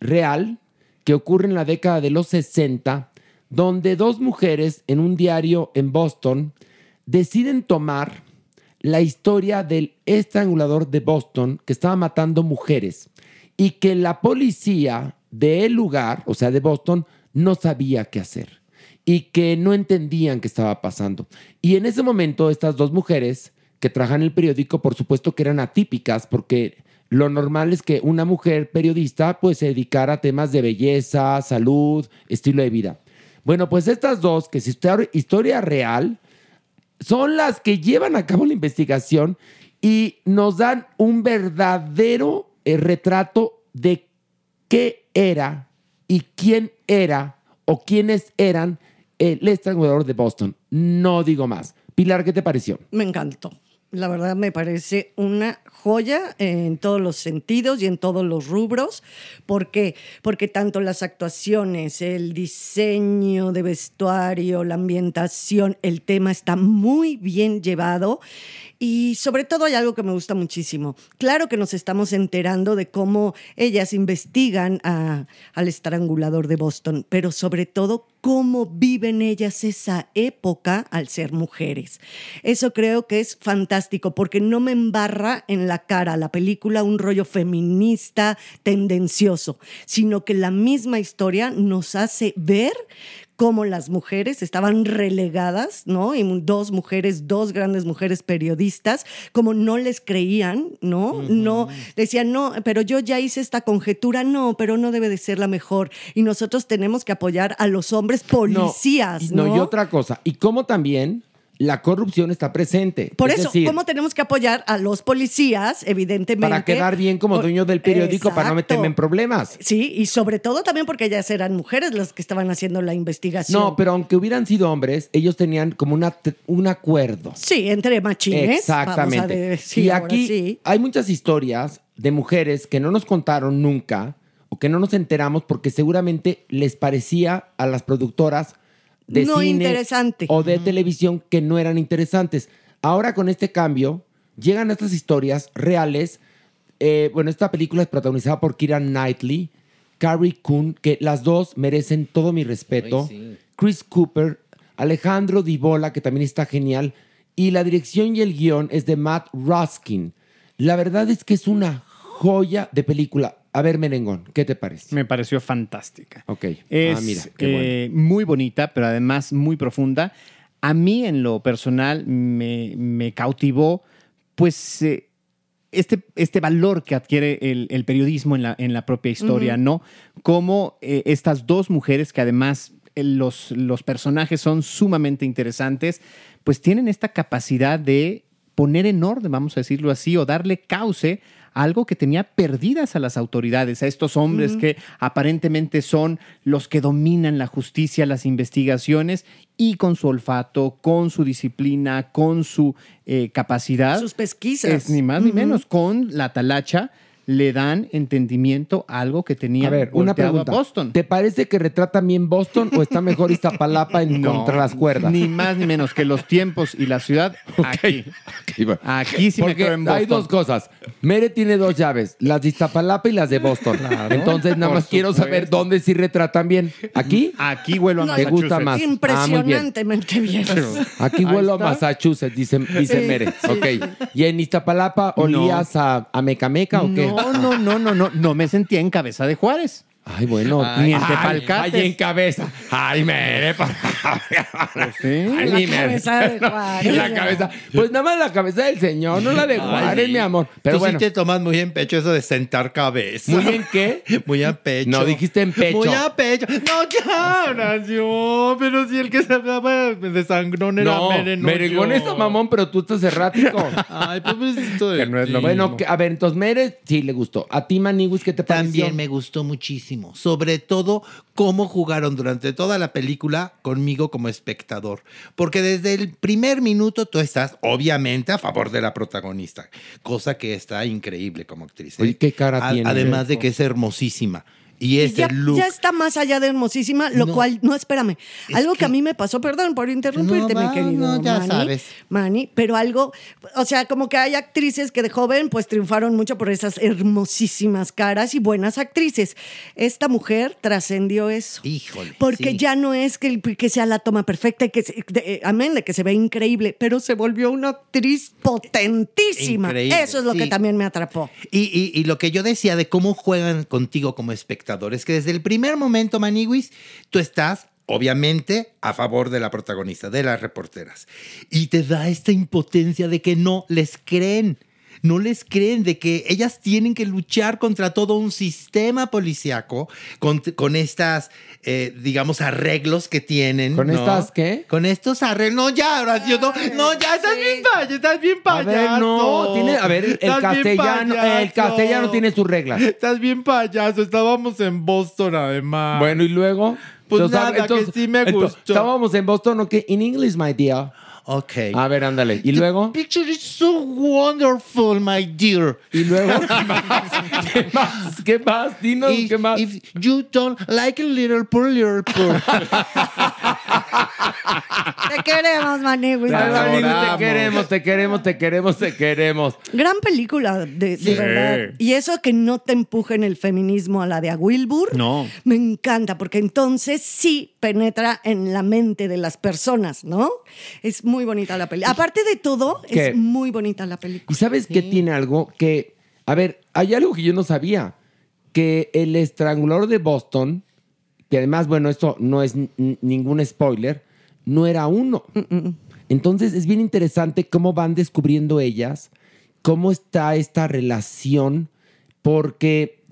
Speaker 3: real que ocurre en la década de los 60, donde dos mujeres en un diario en Boston deciden tomar la historia del estrangulador de Boston que estaba matando mujeres y que la policía del lugar, o sea, de Boston, no sabía qué hacer y que no entendían qué estaba pasando. Y en ese momento estas dos mujeres que trabajan en el periódico, por supuesto que eran atípicas porque lo normal es que una mujer periodista pues se dedicara a temas de belleza, salud, estilo de vida. Bueno, pues estas dos, que es histor- historia real, son las que llevan a cabo la investigación y nos dan un verdadero eh, retrato de qué era y quién era o quiénes eran eh, el estrangulador de Boston. No digo más. Pilar, ¿qué te pareció?
Speaker 5: Me encantó. La verdad me parece una joya en todos los sentidos y en todos los rubros. ¿Por qué? Porque tanto las actuaciones, el diseño de vestuario, la ambientación, el tema está muy bien llevado. Y sobre todo hay algo que me gusta muchísimo. Claro que nos estamos enterando de cómo ellas investigan a- al estrangulador de Boston, pero sobre todo cómo viven ellas esa época al ser mujeres. Eso creo que es fantástico porque no me embarra en la cara la película un rollo feminista tendencioso, sino que la misma historia nos hace ver cómo las mujeres estaban relegadas, ¿no? Y mu- dos mujeres, dos grandes mujeres periodistas, como no les creían, ¿no? No, decían, no, pero yo ya hice esta conjetura, no, pero no debe de ser la mejor. Y nosotros tenemos que apoyar a los hombres policías, ¿no?
Speaker 3: No, y otra cosa. Y cómo también la corrupción está presente.
Speaker 5: Por
Speaker 3: Es
Speaker 5: eso,
Speaker 3: decir,
Speaker 5: ¿cómo tenemos que apoyar a los policías, evidentemente?
Speaker 3: para quedar bien como
Speaker 5: Por-
Speaker 3: dueño del periódico, para no
Speaker 5: Exacto.
Speaker 3: meterme en problemas.
Speaker 5: Sí, y sobre todo también porque ellas eran mujeres las que estaban haciendo la investigación.
Speaker 3: No, pero aunque hubieran sido hombres, ellos tenían como una, t- un acuerdo.
Speaker 5: Sí, entre machines.
Speaker 3: Exactamente.
Speaker 5: Vamos a decir
Speaker 3: y
Speaker 5: ahora
Speaker 3: aquí
Speaker 5: sí.
Speaker 3: hay muchas historias de mujeres que no nos contaron nunca o que no nos enteramos porque seguramente les parecía a las productoras de
Speaker 5: No
Speaker 3: cine
Speaker 5: interesante.
Speaker 3: o de televisión que no eran interesantes. Ahora con este cambio llegan estas historias reales. Eh, bueno, esta película es protagonizada por Kira Knightley, Carrie Coon, que las dos merecen todo mi respeto. Chris Cooper, Alejandro Dibola, que también está genial. Y la dirección y el guión es de Matt Ruskin. La verdad es que es una joya de película. A ver, Merengón, ¿qué te parece?
Speaker 6: Me pareció fantástica.
Speaker 3: Ok.
Speaker 6: Es
Speaker 3: ah, mira, qué bueno.
Speaker 6: eh, muy bonita, pero además muy profunda. A mí, en lo personal, me, me cautivó, pues, eh, este, este valor que adquiere el, el periodismo en la, en la propia historia, ¿no? Como estas dos eh, mujeres que además eh, los, los personajes son sumamente interesantes, pues tienen esta capacidad de poner en orden, vamos a decirlo así, o darle cauce a algo que tenía perdidas a las autoridades, a estos hombres
Speaker 8: Ujú.
Speaker 6: que aparentemente son los que dominan la justicia, las investigaciones, y con su olfato, con su disciplina, con su eh, capacidad. Sus
Speaker 5: pesquisas.
Speaker 6: Es ni más ni
Speaker 3: Ujú.
Speaker 6: menos, con la talacha le dan entendimiento a algo que tenía
Speaker 3: A ver,
Speaker 6: volteado
Speaker 3: una
Speaker 6: a
Speaker 3: pregunta.
Speaker 6: Boston.
Speaker 3: ¿Te parece que retratan bien Boston o está mejor Iztapalapa en
Speaker 6: No,
Speaker 3: contra las cuerdas?
Speaker 6: Ni más ni menos que los tiempos y la ciudad aquí. Aquí sí me
Speaker 3: Porque
Speaker 6: creo en
Speaker 3: hay
Speaker 6: Boston.
Speaker 3: dos cosas. Mere tiene dos llaves, las de Iztapalapa y las de Boston. Entonces, nada
Speaker 6: Por
Speaker 3: más quiero
Speaker 6: supuesto.
Speaker 3: saber dónde sí retratan bien. ¿Aquí?
Speaker 6: Aquí vuelo
Speaker 3: ¿Te gusta más? Ah, muy bien.
Speaker 5: Impresionantemente bien.
Speaker 3: Aquí
Speaker 5: Ahí
Speaker 3: vuelo a
Speaker 5: está.
Speaker 3: Massachusetts, dice, dice
Speaker 5: Sí,
Speaker 3: Mere.
Speaker 5: sí,
Speaker 3: ok. ¿Y en Iztapalapa olías a, a Mecameca o qué?
Speaker 6: No, no, no, no, no. No me sentía en cabeza de Juárez.
Speaker 3: Ay, bueno.
Speaker 6: ni en
Speaker 3: ay,
Speaker 6: Tepalcates.
Speaker 3: ay, en cabeza. Ay, Mere, por favor. Pues Ay,
Speaker 6: La
Speaker 3: ni Mere.
Speaker 6: cabeza de Juárez.
Speaker 3: La cabeza. Pues nada más la cabeza del señor, no la de Juárez, mi amor. Pero
Speaker 2: Tú
Speaker 3: bueno.
Speaker 2: sí te tomas muy en pecho eso de sentar cabeza.
Speaker 3: ¿Muy en qué?
Speaker 2: Muy en pecho.
Speaker 3: No, dijiste en pecho.
Speaker 2: Muy a pecho. No, ya, Horacio. Pero si el que se daba de sangrón era
Speaker 3: No,
Speaker 2: merengón.
Speaker 3: merengón está mamón, pero tú estás errático. Pues
Speaker 2: Ay, pues, pobrecito de
Speaker 3: no
Speaker 2: es lo
Speaker 3: Bueno,
Speaker 2: mismo.
Speaker 3: que- a ver, entonces Mere sí le gustó. A ti, Maniguis, ¿qué te pareció?
Speaker 2: También me gustó muchísimo, sobre todo cómo jugaron durante toda la película conmigo como espectador, porque desde el primer minuto tú estás obviamente a favor de la protagonista, cosa que está increíble como actriz. ¿eh?
Speaker 3: Oye, ¿qué cara
Speaker 2: A-
Speaker 3: tiene?
Speaker 2: Además de que es hermosísima y ese
Speaker 5: ya,
Speaker 2: este look.
Speaker 5: ya está más allá de hermosísima, lo cual, no, espérame. algo que, a mí me pasó, perdón por interrumpirte,
Speaker 2: No,
Speaker 5: mi
Speaker 2: va,
Speaker 5: querido.
Speaker 2: no, ya
Speaker 5: Manny,
Speaker 2: sabes.
Speaker 5: Manny, pero algo, o sea, como que hay actrices que de joven pues triunfaron mucho por esas hermosísimas caras y buenas actrices. Esta mujer trascendió eso.
Speaker 2: Híjole.
Speaker 5: Porque
Speaker 2: sí.
Speaker 5: ya no es que, el- que sea la toma perfecta y que, se- de- eh, amén, de que se ve increíble, pero se volvió una actriz potentísima.
Speaker 2: Increíble,
Speaker 5: Eso es lo que
Speaker 2: sí.
Speaker 5: también me atrapó.
Speaker 2: Y, y- y lo que yo decía de cómo juegan contigo como espectador es que desde el primer momento, Maniwis, tú estás, obviamente, a favor de la protagonista, de las reporteras. Y te da esta impotencia de que no les creen. No les creen de que ellas tienen que luchar contra todo un sistema policiaco, con, con estas, eh, digamos, arreglos que tienen.
Speaker 3: ¿Con
Speaker 2: ¿no?
Speaker 3: estas qué?
Speaker 2: Con estos arreglos. No, ya, Horacio, no, no, ya, estás bien payaso, estás bien
Speaker 3: A
Speaker 2: payaso.
Speaker 3: ver, no, tiene, a ver, el
Speaker 2: Estás bien
Speaker 3: castellano, el
Speaker 2: payaso.
Speaker 3: castellano tiene sus reglas.
Speaker 2: Estás bien payaso, estábamos en Boston además.
Speaker 3: Bueno, y luego.
Speaker 2: Ah. Pues
Speaker 3: Entonces,
Speaker 2: nada,
Speaker 3: entonces,
Speaker 2: que sí me
Speaker 3: entonces,
Speaker 2: gustó.
Speaker 3: Estábamos en Boston, ok. In English, my dear.
Speaker 2: Ok.
Speaker 3: A ver, ándale. Y luego.
Speaker 2: Picture is so wonderful, my dear.
Speaker 3: Y luego. ¿Qué más? ¿Qué más? Dinos,
Speaker 2: If-
Speaker 3: ¿qué más?
Speaker 2: If you don't like a little poor, little poor.
Speaker 5: Te queremos, Manigui.
Speaker 3: Ay, Maniguis,
Speaker 2: adoramos.
Speaker 3: Pues, te queremos, te queremos, te queremos, te queremos.
Speaker 5: Gran película, de, de
Speaker 3: Sí.
Speaker 5: verdad. Y eso que no te empujen el feminismo a la de a Wilbur,
Speaker 6: No.
Speaker 5: me encanta, porque entonces sí penetra en la mente de las personas, ¿no? Es muy bonita la película. Aparte de todo,
Speaker 3: ¿Qué?
Speaker 5: es muy bonita la película.
Speaker 3: ¿Y sabes qué tiene algo que, a ver, hay algo que yo no sabía, que el estrangulador de Boston, que además, bueno, esto no es n- n- ningún spoiler, no era uno. Entonces es bien interesante cómo van descubriendo ellas, cómo está esta relación, porque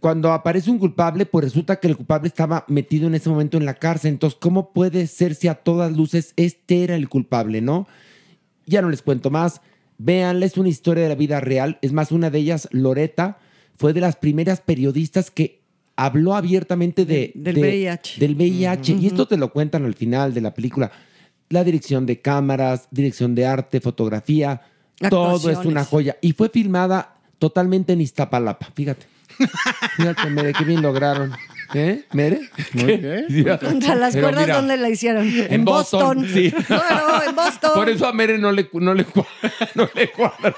Speaker 3: cuando aparece un culpable, pues resulta que el culpable estaba metido en ese momento en la cárcel. Entonces, ¿cómo puede ser si a todas luces este era el culpable, no? Ya no les cuento más. Véanla, es una historia de la vida real. Es más, una de ellas, Loreta, fue de las primeras periodistas que habló abiertamente de,
Speaker 5: Del
Speaker 3: de-
Speaker 5: VIH.
Speaker 3: Del VIH. Y esto te lo cuentan al final de la película. La dirección de cámaras, dirección de arte, fotografía, todo es una
Speaker 5: Actuaciones.
Speaker 3: joya. Y fue filmada totalmente en Iztapalapa, fíjate. Fíjate, Mere, qué bien lograron. ¿Eh? ¿Mere? ¿Qué?
Speaker 5: Contra las
Speaker 3: Pero
Speaker 5: cuerdas,
Speaker 3: mira,
Speaker 5: ¿dónde la hicieron? En,
Speaker 3: Boston, sí.
Speaker 5: Claro, en Boston.
Speaker 3: Por eso a Mere no le, no le, cua- no le cuadró.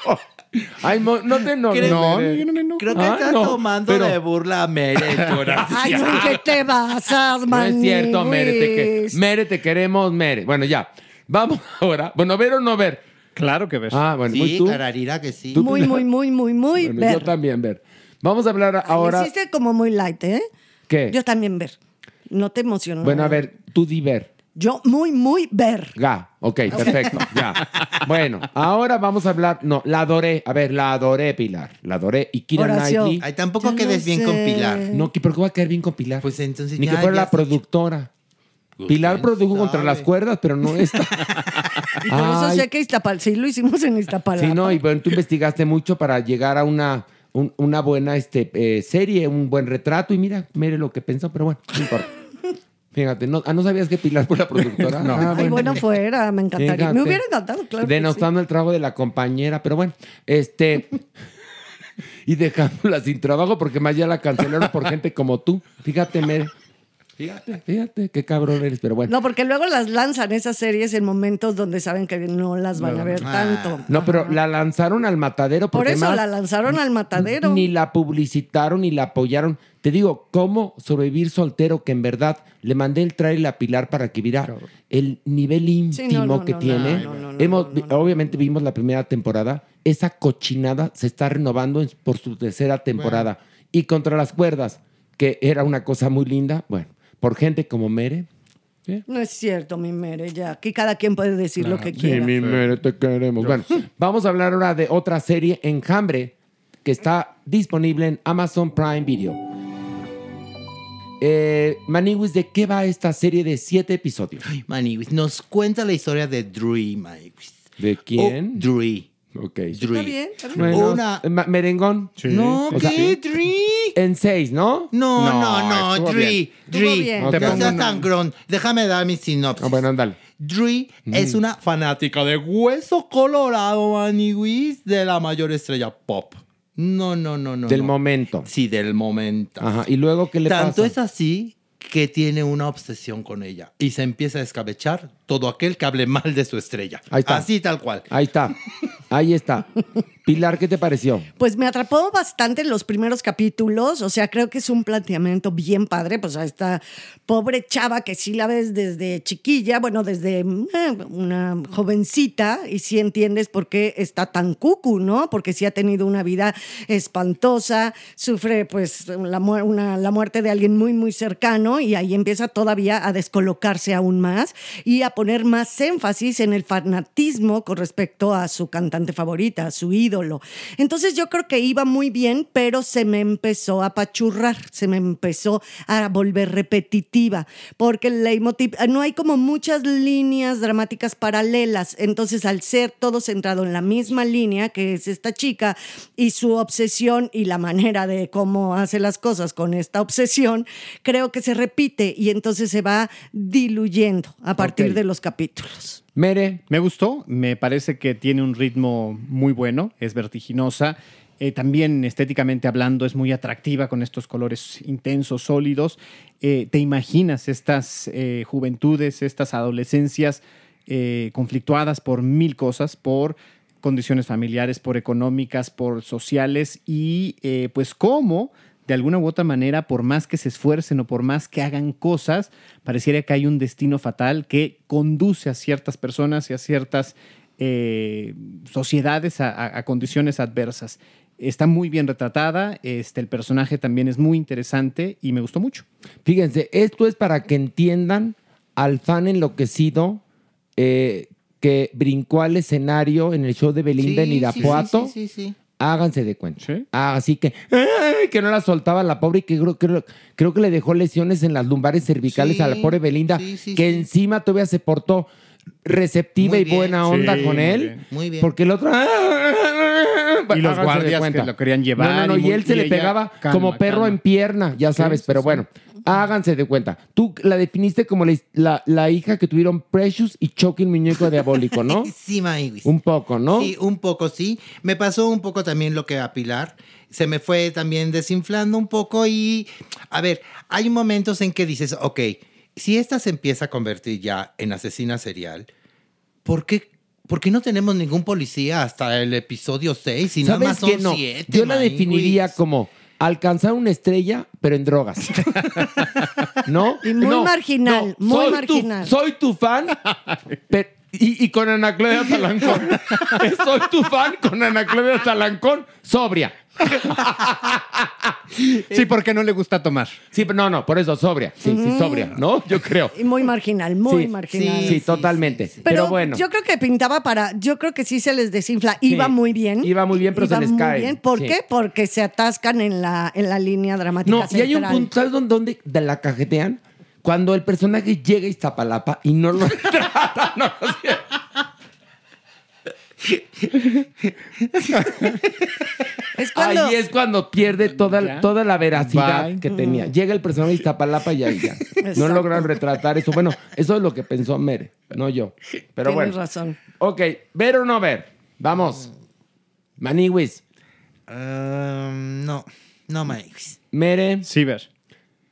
Speaker 3: Ay, mo- no te no,
Speaker 2: Creo-
Speaker 3: no,
Speaker 2: Mere,
Speaker 3: no, no, no.
Speaker 2: Creo que
Speaker 3: Ah,
Speaker 2: estás
Speaker 3: no,
Speaker 2: tomando
Speaker 3: pero-
Speaker 2: de burla a Mere, Horacio.
Speaker 5: Ay, ¿en qué te basas,
Speaker 3: No es cierto, Mere, te, que-
Speaker 5: Manigüis?
Speaker 3: Mere, te queremos, Mere. Bueno, ya. Vamos ahora. Bueno, ver o no ver.
Speaker 6: Claro que ves.
Speaker 3: Ah, bueno, muy
Speaker 2: Sí,
Speaker 3: tú.
Speaker 2: cararira que sí.
Speaker 5: Muy, muy, muy, muy, muy
Speaker 3: Bueno, yo
Speaker 5: ver.
Speaker 3: también ver. Vamos a hablar
Speaker 5: Lo
Speaker 3: ahora.
Speaker 5: hiciste como muy light, ¿eh?
Speaker 3: ¿Qué?
Speaker 5: Yo también ver. No te emocionó.
Speaker 3: Bueno, a ver, tú di ver.
Speaker 5: Yo muy, muy ver.
Speaker 3: Ga, ok, perfecto, ya. Bueno, ahora vamos a hablar. No, la adoré. A ver, la adoré, Pilar. La adoré. Y Kira
Speaker 5: Horacio.
Speaker 3: Knightley.
Speaker 2: Ay, tampoco
Speaker 5: Ya
Speaker 2: quedes
Speaker 5: no
Speaker 2: bien
Speaker 5: sé.
Speaker 2: con Pilar.
Speaker 3: No, que- ¿por qué va a quedar bien con Pilar?
Speaker 2: Pues entonces
Speaker 3: Ni
Speaker 2: ya- Pues
Speaker 3: que fuera
Speaker 2: ya
Speaker 3: la
Speaker 2: sé.
Speaker 3: productora. Pilar produjo contra las cuerdas, pero no esta.
Speaker 5: Y por eso
Speaker 3: Ay.
Speaker 5: sé que Iztapalapa, sí lo hicimos en Iztapalapa.
Speaker 3: Sí, no, y bueno, tú investigaste mucho para llegar a una, un- una buena este, eh, serie, un buen retrato, y mira, mire lo que pensó, pero bueno, no importa. Fíjate, no, ah, ¿no sabías que Pilar fue la productora? Ah, no.
Speaker 5: Ay, bueno, fuera, me encantaría. Me
Speaker 3: Fíjate.
Speaker 5: hubiera encantado, claro. que
Speaker 3: Denostando el trabajo de la compañera, pero bueno, este. y dejándola sin trabajo porque más ya la cancelaron por gente como tú. Fíjate, Mere. Fíjate, fíjate, qué cabrón eres, pero
Speaker 5: sí.
Speaker 3: bueno.
Speaker 5: No, porque luego las lanzan esas series en momentos donde saben que no las van pues, a ver tanto.
Speaker 3: No, pero la lanzaron al matadero
Speaker 5: Por
Speaker 3: porque
Speaker 5: eso
Speaker 3: más-
Speaker 5: la lanzaron al matadero.
Speaker 3: Ni la publicitaron ni la apoyaron. Te digo, ¿cómo sobrevivir soltero? Que en verdad le mandé el trailer a Pilar para que viera el nivel íntimo
Speaker 5: no, no,
Speaker 3: que
Speaker 5: no,
Speaker 3: tiene.
Speaker 5: no, no, no,
Speaker 3: Hemos, Obviamente vimos la primera temporada. Esa cochinada se está renovando en- por su tercera temporada. Y contra las cuerdas, que era una cosa muy linda, bueno, por gente como Mere.
Speaker 5: No es cierto, mi mere, ya. Aquí cada quien puede decir lo que
Speaker 3: Sí,
Speaker 5: quiera.
Speaker 3: mi Mere, te queremos. Pues Bueno, vamos a hablar ahora de otra serie, Enjambre, que está disponible en Amazon Prime Video. Eh, Maniwis, ¿de qué va esta serie de siete episodios?
Speaker 2: Maniwis nos cuenta la historia de Oh, Dree, Maniwis.
Speaker 3: ¿De
Speaker 2: O
Speaker 3: quién?
Speaker 2: Dree.
Speaker 3: ok.
Speaker 2: Dree.
Speaker 5: Está bien, está bien.
Speaker 3: Bueno,
Speaker 2: Una-
Speaker 3: eh, ma- merengón.
Speaker 2: No,
Speaker 3: O sea,
Speaker 2: ¿qué? Dree.
Speaker 3: En seis, ¿no?
Speaker 2: No, no, no,
Speaker 3: estuvo bien.
Speaker 2: Dree. Dree.
Speaker 5: bien.
Speaker 2: No
Speaker 3: Te pongo
Speaker 2: seas
Speaker 3: una-
Speaker 2: tan grón. Déjame dar mi sinopsis.
Speaker 3: Ah, bueno, Mm. ándale.
Speaker 2: Dree es una fanática de hueso colorado, Maniwis, de la mayor estrella pop. No, no, no, no.
Speaker 3: Del
Speaker 2: no.
Speaker 3: momento.
Speaker 2: Sí, del momento.
Speaker 3: Ajá. ¿Y luego qué le
Speaker 2: Tanto
Speaker 3: pasa?
Speaker 2: es así que tiene una obsesión con ella y se empieza a escabechar todo aquel que hable mal de su estrella.
Speaker 3: Ahí está.
Speaker 2: Así tal cual.
Speaker 3: Ahí está. Ahí está. Pilar, ¿qué te pareció?
Speaker 5: Pues me atrapó bastante los primeros capítulos, o sea, creo que es un planteamiento bien padre, pues a esta pobre chava que sí la ves desde chiquilla, bueno, desde eh, una jovencita, y sí entiendes por qué está tan cucu, ¿no? Porque sí ha tenido una vida espantosa, sufre pues la, muer- una- la muerte de alguien muy, muy cercano, y ahí empieza todavía a descolocarse aún más y a poner más énfasis en el fanatismo con respecto a su cantante favorita, a su ídolo. Entonces yo creo que iba muy bien, pero se me empezó a apachurrar, se me empezó a volver repetitiva, porque el leitmotiv, eh, no hay como muchas líneas dramáticas paralelas, entonces al ser todo centrado en la misma línea, que es esta chica y su obsesión y la manera de cómo hace las cosas con esta obsesión, creo que se repite y entonces se va diluyendo a partir
Speaker 3: Ok.
Speaker 5: de los capítulos.
Speaker 3: Mere,
Speaker 6: Me gustó, me parece que tiene un ritmo muy bueno, es vertiginosa. eh, también estéticamente hablando es muy atractiva con estos colores intensos, sólidos. Eh, te imaginas estas eh, juventudes, estas adolescencias eh, conflictuadas por mil cosas, por condiciones familiares, por económicas, por sociales y eh, pues cómo de alguna u otra manera, por más que se esfuercen o por más que hagan cosas, pareciera que hay un destino fatal que conduce a ciertas personas y a ciertas eh, sociedades a, a- a condiciones adversas. Está muy bien retratada, este, el personaje también es muy interesante y me gustó mucho.
Speaker 3: Fíjense, esto es para que entiendan al fan enloquecido eh, que brincó al escenario en el show de Belinda en
Speaker 2: Sí, sí,
Speaker 3: Irapuato.
Speaker 2: sí, sí, sí, sí.
Speaker 3: Háganse de cuenta.
Speaker 6: Sí.
Speaker 3: Ah, así que, ¡ay! que no la soltaba la pobre y que creo, creo- creo que le dejó lesiones en las lumbares cervicales
Speaker 2: Sí,
Speaker 3: a la pobre Belinda,
Speaker 2: sí, sí,
Speaker 3: que
Speaker 2: sí.
Speaker 3: encima todavía se portó receptiva
Speaker 2: Muy
Speaker 3: y
Speaker 2: bien.
Speaker 3: buena onda
Speaker 6: Sí,
Speaker 3: con
Speaker 6: muy
Speaker 3: él.
Speaker 6: bien.
Speaker 2: Muy bien.
Speaker 3: Porque el otro... ¡ah!
Speaker 6: Y los
Speaker 3: Háganse de
Speaker 6: guardias
Speaker 3: cuenta.
Speaker 6: que lo querían llevar
Speaker 3: No, no, no,
Speaker 6: y
Speaker 3: y,
Speaker 6: muy-
Speaker 3: él se
Speaker 6: y
Speaker 3: le
Speaker 6: ella,
Speaker 3: pegaba
Speaker 6: calma,
Speaker 3: como perro
Speaker 6: calma.
Speaker 3: en pierna, ya sabes,
Speaker 6: sí,
Speaker 3: pero
Speaker 6: sí.
Speaker 3: bueno, háganse de cuenta. Tú la definiste como la, la- la hija que tuvieron Precious y Chucky el muñeco diabólico, ¿no?
Speaker 2: Sí, Maniwis.
Speaker 3: Un poco, ¿no?
Speaker 2: Sí, un poco sí. Me pasó un poco también lo que a Pilar. Se me fue también desinflando un poco y, a ver, hay momentos en que dices, ok, si esta se empieza a convertir ya en asesina serial, ¿por qué, por qué no tenemos ningún policía hasta el episodio 6 y nada más son
Speaker 3: qué? No,
Speaker 2: 7?
Speaker 3: Yo la definiría como alcanzar una estrella, pero en drogas. ¿No?
Speaker 5: Y muy
Speaker 3: No,
Speaker 5: marginal,
Speaker 3: no,
Speaker 5: muy
Speaker 3: soy tu-
Speaker 5: marginal.
Speaker 3: soy tu fan, pero- y, y con Ana Claudia Talancón. soy tu fan con Ana Claudia Talancón, sobria.
Speaker 6: Sí, porque no le gusta tomar.
Speaker 3: Sí, pero no, no, por eso, sobria. Sí, sí, sobria, ¿no? Yo creo.
Speaker 5: Y muy marginal, muy
Speaker 3: Sí,
Speaker 5: marginal.
Speaker 3: Sí, totalmente.
Speaker 5: Pero,
Speaker 3: Pero, bueno.
Speaker 5: yo creo que pintaba para, yo creo que sí se les desinfla. Iba muy bien.
Speaker 3: Iba muy bien, pero se
Speaker 5: Iba
Speaker 3: les
Speaker 5: muy
Speaker 3: cae.
Speaker 5: bien. ¿Por
Speaker 3: Sí.
Speaker 5: qué? Porque se atascan en la, en la línea dramática
Speaker 3: No, y hay un
Speaker 5: central.
Speaker 3: puntal donde, donde la cajetean. Cuando el personaje llega a Iztapalapa y no lo trata, no lo
Speaker 5: Es cuando-
Speaker 3: Ahí es cuando pierde toda,
Speaker 6: Ya.
Speaker 3: toda la veracidad
Speaker 6: Bye.
Speaker 3: que tenía. Llega el personaje de Iztapalapa y ahí ya. No
Speaker 5: Exacto.
Speaker 3: logran retratar eso. Bueno, eso es lo que pensó Mere, no yo. Pero
Speaker 5: Tienes
Speaker 3: bueno.
Speaker 5: razón.
Speaker 3: Ok, ver o no ver. Vamos. Maniwis,
Speaker 2: Um, no, no, Mike.
Speaker 3: Mere.
Speaker 6: Sí, ver.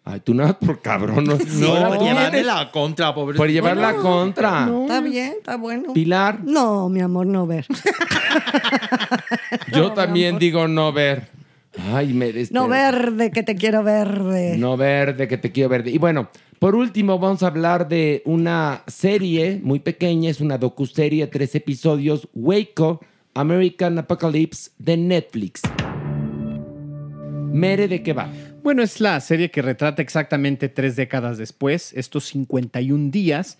Speaker 3: Ay, tú nada por cabrón. No, no la
Speaker 2: por
Speaker 3: tienes.
Speaker 2: llevarme la contra, pobre.
Speaker 3: Por llevarla contra.
Speaker 5: Está bien, está bueno.
Speaker 3: Pilar,
Speaker 5: No, mi amor, no ver.
Speaker 3: yo también digo no ver. Ay, Mere.
Speaker 5: No
Speaker 3: espera.
Speaker 5: verde, que te quiero verde.
Speaker 3: No verde, que te quiero verde. Y bueno, por último vamos a hablar de una serie muy pequeña, es una docuserie, tres episodios, Waco, American Apocalypse de Netflix. Mere, ¿de qué va?
Speaker 6: Bueno, es la serie que retrata exactamente tres décadas después, estos 51 días,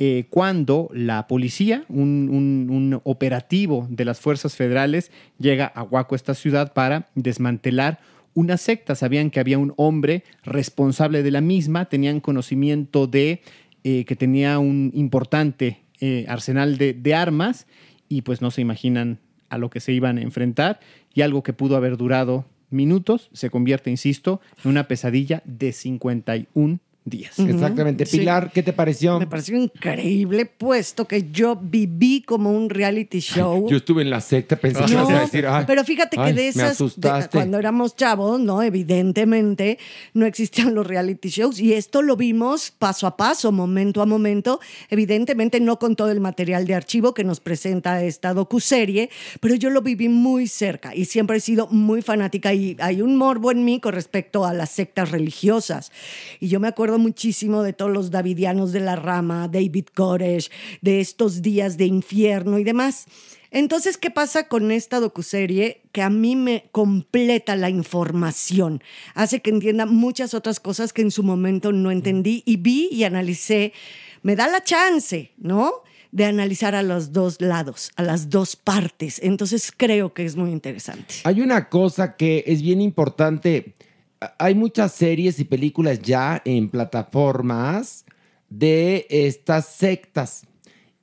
Speaker 6: eh, cuando la policía, un, un- un operativo de las fuerzas federales, llega a Huaco, esta ciudad, para desmantelar una secta. Sabían que había un hombre responsable de la misma, tenían conocimiento de eh, que tenía un importante eh, arsenal de- de armas y pues no se imaginan a lo que se iban a enfrentar y algo que pudo haber durado minutos se convierte, insisto, en una pesadilla de 51 días.
Speaker 3: Exactamente.
Speaker 5: sí.
Speaker 3: Pilar, ¿qué te pareció?
Speaker 5: Me pareció increíble, puesto que yo viví como un reality show.
Speaker 3: Yo estuve en la secta, pensé que
Speaker 5: No,
Speaker 3: ibas a decir, ay,
Speaker 5: pero fíjate que
Speaker 3: ay,
Speaker 5: de
Speaker 3: Me
Speaker 5: esas, de-
Speaker 3: asustaste.
Speaker 5: cuando éramos chavos, ¿no? Evidentemente no existían los reality shows y esto lo vimos paso a paso, momento a momento, evidentemente no con todo el material de archivo que nos presenta esta docuserie, pero yo lo viví muy cerca y siempre he sido muy fanática y hay un morbo en mí con respecto a las sectas religiosas. Y yo me acuerdo muchísimo de todos los davidianos de la rama, David Koresh, de estos días de infierno y demás. Entonces, ¿qué pasa con esta docuserie? Que a mí me completa la información, hace que entienda muchas otras cosas que en su momento no entendí y vi y analicé. Me da la chance, ¿no? De analizar a los dos lados, a las dos partes. Entonces, creo que es muy interesante.
Speaker 3: Hay una cosa que es bien importante. A- Hay muchas series y películas ya en plataformas de estas sectas.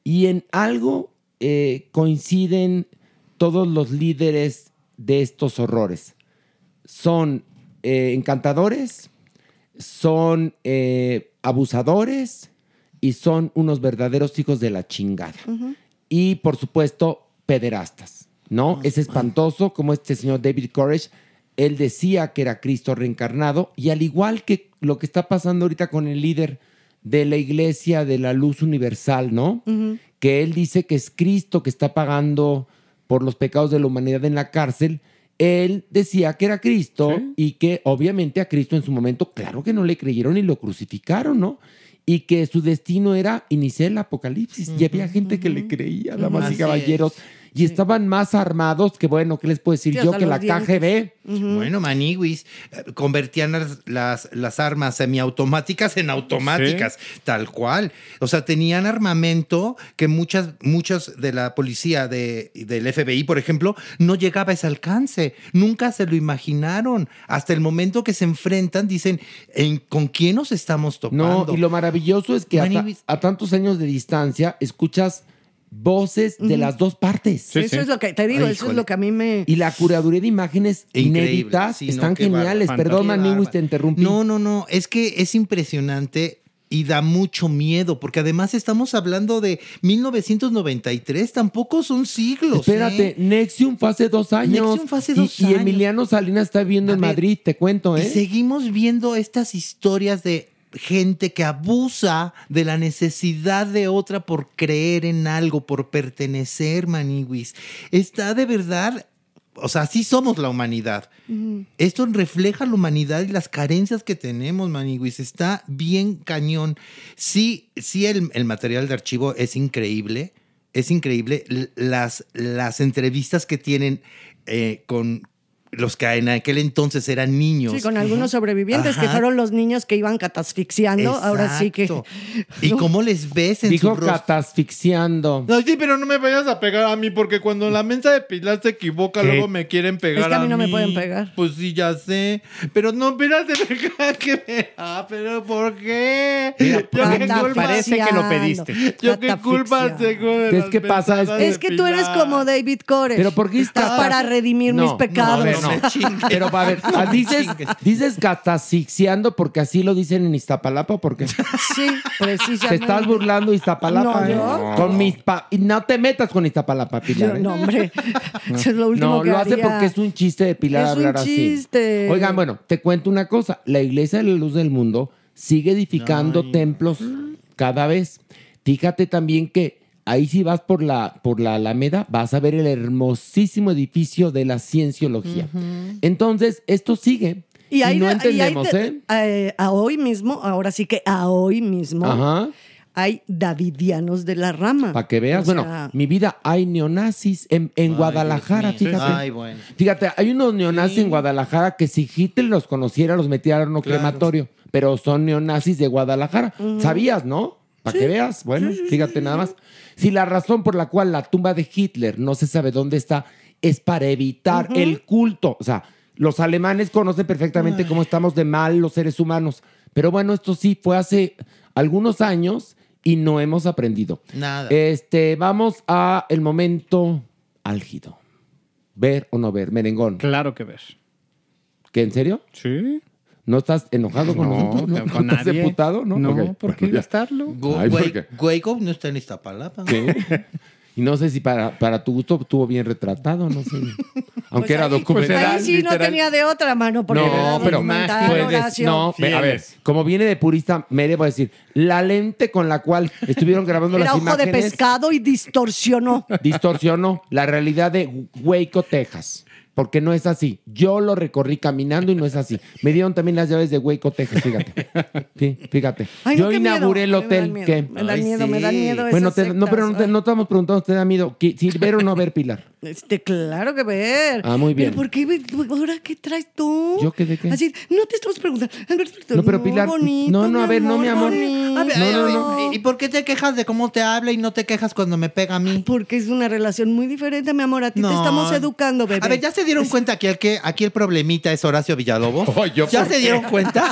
Speaker 3: Y en algo eh, coinciden todos los líderes de estos horrores. Son eh, encantadores, son eh, abusadores y son unos verdaderos hijos de la chingada.
Speaker 9: Mm-hmm.
Speaker 3: Y por supuesto, pederastas, ¿no? es espantoso como este señor David Koresh, él decía que era Cristo reencarnado y al igual que lo que está pasando ahorita con el líder de la iglesia de la luz universal, ¿no? Que él dice que es Cristo que está pagando por los pecados de la humanidad en la cárcel, él decía que era Cristo y que obviamente a Cristo en su momento, claro que no le creyeron y lo crucificaron, ¿no? Y que su destino era iniciar el apocalipsis. Y había gente que le creía, damas y
Speaker 2: Así
Speaker 3: caballeros. Y estaban más armados que, bueno, ¿qué les puedo decir
Speaker 5: Sí,
Speaker 3: yo?
Speaker 5: hasta
Speaker 3: Que la
Speaker 5: los dientes.
Speaker 3: KGB.
Speaker 2: Bueno, maniguis, eh, convertían las, las, las armas semiautomáticas en automáticas, tal cual. O sea, tenían armamento que muchas, muchos de la policía de, del FBI, por ejemplo, no llegaba a ese alcance. Nunca se lo imaginaron. Hasta el momento que se enfrentan, dicen, "¿En- ¿con quién nos estamos
Speaker 3: No,
Speaker 2: topando?
Speaker 3: y lo maravilloso es que a, ta-
Speaker 2: Maniwis.
Speaker 3: a tantos años de distancia escuchas voces de las dos partes.
Speaker 5: eso es lo que te digo,
Speaker 2: Ay,
Speaker 5: eso es
Speaker 2: híjole.
Speaker 5: lo que a mí me.
Speaker 3: Y la curaduría de imágenes
Speaker 2: Increíble.
Speaker 3: inéditas
Speaker 2: Sí, no,
Speaker 3: están
Speaker 2: qué bárbaro.
Speaker 3: geniales. Perdón,
Speaker 2: Qué
Speaker 3: Maniwis,
Speaker 2: bárbaro.
Speaker 3: te interrumpí.
Speaker 2: No, no, no. Es que es impresionante y da mucho miedo, porque además estamos hablando de 1993, tampoco son siglos.
Speaker 3: Espérate,
Speaker 2: ¿eh?
Speaker 3: Nexium fue hace dos años.
Speaker 2: Nexium fue hace
Speaker 3: Y-
Speaker 2: dos
Speaker 3: y,
Speaker 2: años.
Speaker 3: Emiliano Salinas está viviendo
Speaker 2: A
Speaker 3: en
Speaker 2: ver,
Speaker 3: Madrid, te cuento, ¿eh?
Speaker 2: Y seguimos viendo estas historias de gente que abusa de la necesidad de otra por creer en algo, por pertenecer, Maniwis. Está de verdad, o sea, así somos la humanidad. Esto refleja la humanidad y las carencias que tenemos, Maniwis. Está bien cañón. Sí, sí, el, el material de archivo es increíble. Es increíble L- las, las entrevistas que tienen eh, con, los que en aquel entonces eran niños.
Speaker 5: Sí, con algunos sobrevivientes que
Speaker 2: Ajá.
Speaker 5: fueron los niños que iban catasfixiando. Ahora sí que.
Speaker 2: Exacto. ¿Y cómo les ves en
Speaker 3: Dijo
Speaker 2: su rostro?
Speaker 3: catasfixiando.
Speaker 8: No, sí, pero no me vayas a pegar a mí, porque cuando la mensa de Pilar se equivoca,
Speaker 3: ¿Qué?
Speaker 8: luego me quieren pegar.
Speaker 5: Es que a mí no me
Speaker 8: mí.
Speaker 5: pueden pegar.
Speaker 8: Pues sí, ya sé. Pero no, espérate, deja que me. Ah, pero ¿por qué? yo qué
Speaker 5: Catafixiando,
Speaker 8: culpa.
Speaker 6: parece que lo pediste.
Speaker 8: Yo qué culpa
Speaker 5: catafixiando.
Speaker 8: tengo. de
Speaker 3: Es
Speaker 8: las
Speaker 3: que pasa,
Speaker 8: mensadas de
Speaker 5: Es que tú eres
Speaker 8: Pilar.
Speaker 5: como David Koresh.
Speaker 3: Pero ¿por qué
Speaker 5: estás
Speaker 3: estás-
Speaker 5: para redimir
Speaker 3: No,
Speaker 5: mis
Speaker 3: no,
Speaker 5: pecados?
Speaker 3: a ver,
Speaker 2: No
Speaker 3: no.
Speaker 2: me chingues.
Speaker 3: Pero a ver, ah, dices, dices catasfixiando porque así lo dicen en Iztapalapa, porque
Speaker 5: Sí, precisamente.
Speaker 3: te estás burlando de Iztapalapa.
Speaker 5: No,
Speaker 3: ¿eh?
Speaker 5: yo-
Speaker 3: Con mis pa- y no te metas con Iztapalapa, Pilar.
Speaker 5: Yo-
Speaker 3: ¿eh?
Speaker 5: no, hombre. Eso es lo último
Speaker 3: No,
Speaker 5: que
Speaker 3: lo hace
Speaker 5: haría.
Speaker 3: porque es un chiste de Pilar
Speaker 5: Es un
Speaker 3: hablar así.
Speaker 5: chiste.
Speaker 3: Oigan, bueno, te cuento una cosa. La Iglesia de la Luz del Mundo sigue edificando templos cada vez. Fíjate también que ahí si vas por la, por la Alameda, vas a ver el hermosísimo edificio de la Cienciología. Entonces, esto sigue. Y,
Speaker 5: ahí
Speaker 3: no
Speaker 5: de- ahí
Speaker 3: entendemos,
Speaker 5: de-
Speaker 3: ¿eh?
Speaker 5: eh, a hoy mismo, ahora sí que a hoy mismo,
Speaker 3: Ajá.
Speaker 5: hay davidianos de la rama.
Speaker 3: Para que veas,
Speaker 5: O
Speaker 3: bueno,
Speaker 5: sea,
Speaker 3: mi vida hay neonazis en, en Guadalajara, fíjate.
Speaker 2: Ay, bueno.
Speaker 3: Fíjate, hay unos neonazis en Guadalajara que si Hitler los conociera los metiera en un crematorio, pero son neonazis de Guadalajara. ¿Sabías, no? Para que veas, bueno, fíjate nada más. Si la razón por la cual la tumba de Hitler no se sabe dónde está es para evitar el culto. O sea, los alemanes conocen perfectamente cómo estamos de mal los seres humanos. Pero bueno, esto sí fue hace algunos años y no hemos aprendido.
Speaker 2: Nada.
Speaker 6: Eh,
Speaker 3: Este, vamos a el momento álgido. Ver o no ver, merengón.
Speaker 6: Claro que ver.
Speaker 3: ¿Que en serio?
Speaker 6: Sí.
Speaker 3: ¿No estás enojado con nosotros? ¿No,
Speaker 6: con
Speaker 3: ¿No estás
Speaker 6: nadie.
Speaker 3: emputado? No,
Speaker 6: no
Speaker 3: Ok,
Speaker 6: ¿por qué
Speaker 3: bueno, ya.
Speaker 6: gastarlo?
Speaker 2: Gu-
Speaker 3: Ay, ¿por
Speaker 2: Güey-
Speaker 3: qué?
Speaker 2: Güeyco no está en Iztapalapa.
Speaker 3: Sí. Y no sé si para, para tu gusto estuvo bien retratado, no sé. Aunque
Speaker 5: pues
Speaker 3: era
Speaker 5: ahí-
Speaker 3: documental.
Speaker 5: Ahí sí no tenía de otra mano, porque
Speaker 3: no,
Speaker 5: era
Speaker 3: pero
Speaker 5: documental,
Speaker 3: puedes-
Speaker 5: Horacio.
Speaker 3: no,
Speaker 6: Sí
Speaker 3: a ver,
Speaker 6: eres.
Speaker 3: como viene de purista, me debo decir, la lente con la cual estuvieron grabando
Speaker 5: Era
Speaker 3: las
Speaker 5: ojo de
Speaker 3: imágenes
Speaker 5: pescado y distorsionó.
Speaker 3: distorsionó la realidad de Hueco, Texas. Porque no es así. Yo lo recorrí caminando y no es así. Me dieron también las llaves de Hueco, Texas, fíjate. Sí, fíjate.
Speaker 5: Ay, no,
Speaker 3: Yo
Speaker 5: qué miedo.
Speaker 3: inauguré el
Speaker 5: A mí me dan
Speaker 3: hotel
Speaker 5: miedo,
Speaker 3: que...
Speaker 5: Me da
Speaker 2: Ay,
Speaker 5: miedo, me da
Speaker 2: sí.
Speaker 5: miedo. esas
Speaker 3: Bueno, te- no, pero no,
Speaker 5: sectas.
Speaker 3: te, no estamos preguntando, ¿te da miedo? ¿Qui- ¿Si ver o no ver, Pilar?
Speaker 5: Este, claro que ver.
Speaker 3: Ah, muy bien.
Speaker 5: ¿Pero por qué? ve- ¿Ahora qué traes tú?
Speaker 3: ¿Yo qué de qué?
Speaker 5: Así, no te estamos preguntando. Alberto,
Speaker 3: No, pero Pilar,
Speaker 5: bonito,
Speaker 3: no, no, a ver, no, mi amor.
Speaker 5: bonito.
Speaker 2: A ver,
Speaker 3: No,
Speaker 2: a
Speaker 3: no,
Speaker 2: ver,
Speaker 3: no.
Speaker 2: ¿Y por qué te quejas de cómo te habla y no te quejas cuando me pega a mí?
Speaker 5: Porque es una relación muy diferente, mi amor. A ti
Speaker 2: No. Ah,
Speaker 5: te estamos educando, bebé.
Speaker 2: A ver, ¿ya se dieron cuenta que aquí, aquí el problemita es Horacio Villalobos?
Speaker 3: Ay, ¿yo
Speaker 2: ¿Ya
Speaker 3: por
Speaker 2: se dieron cuenta?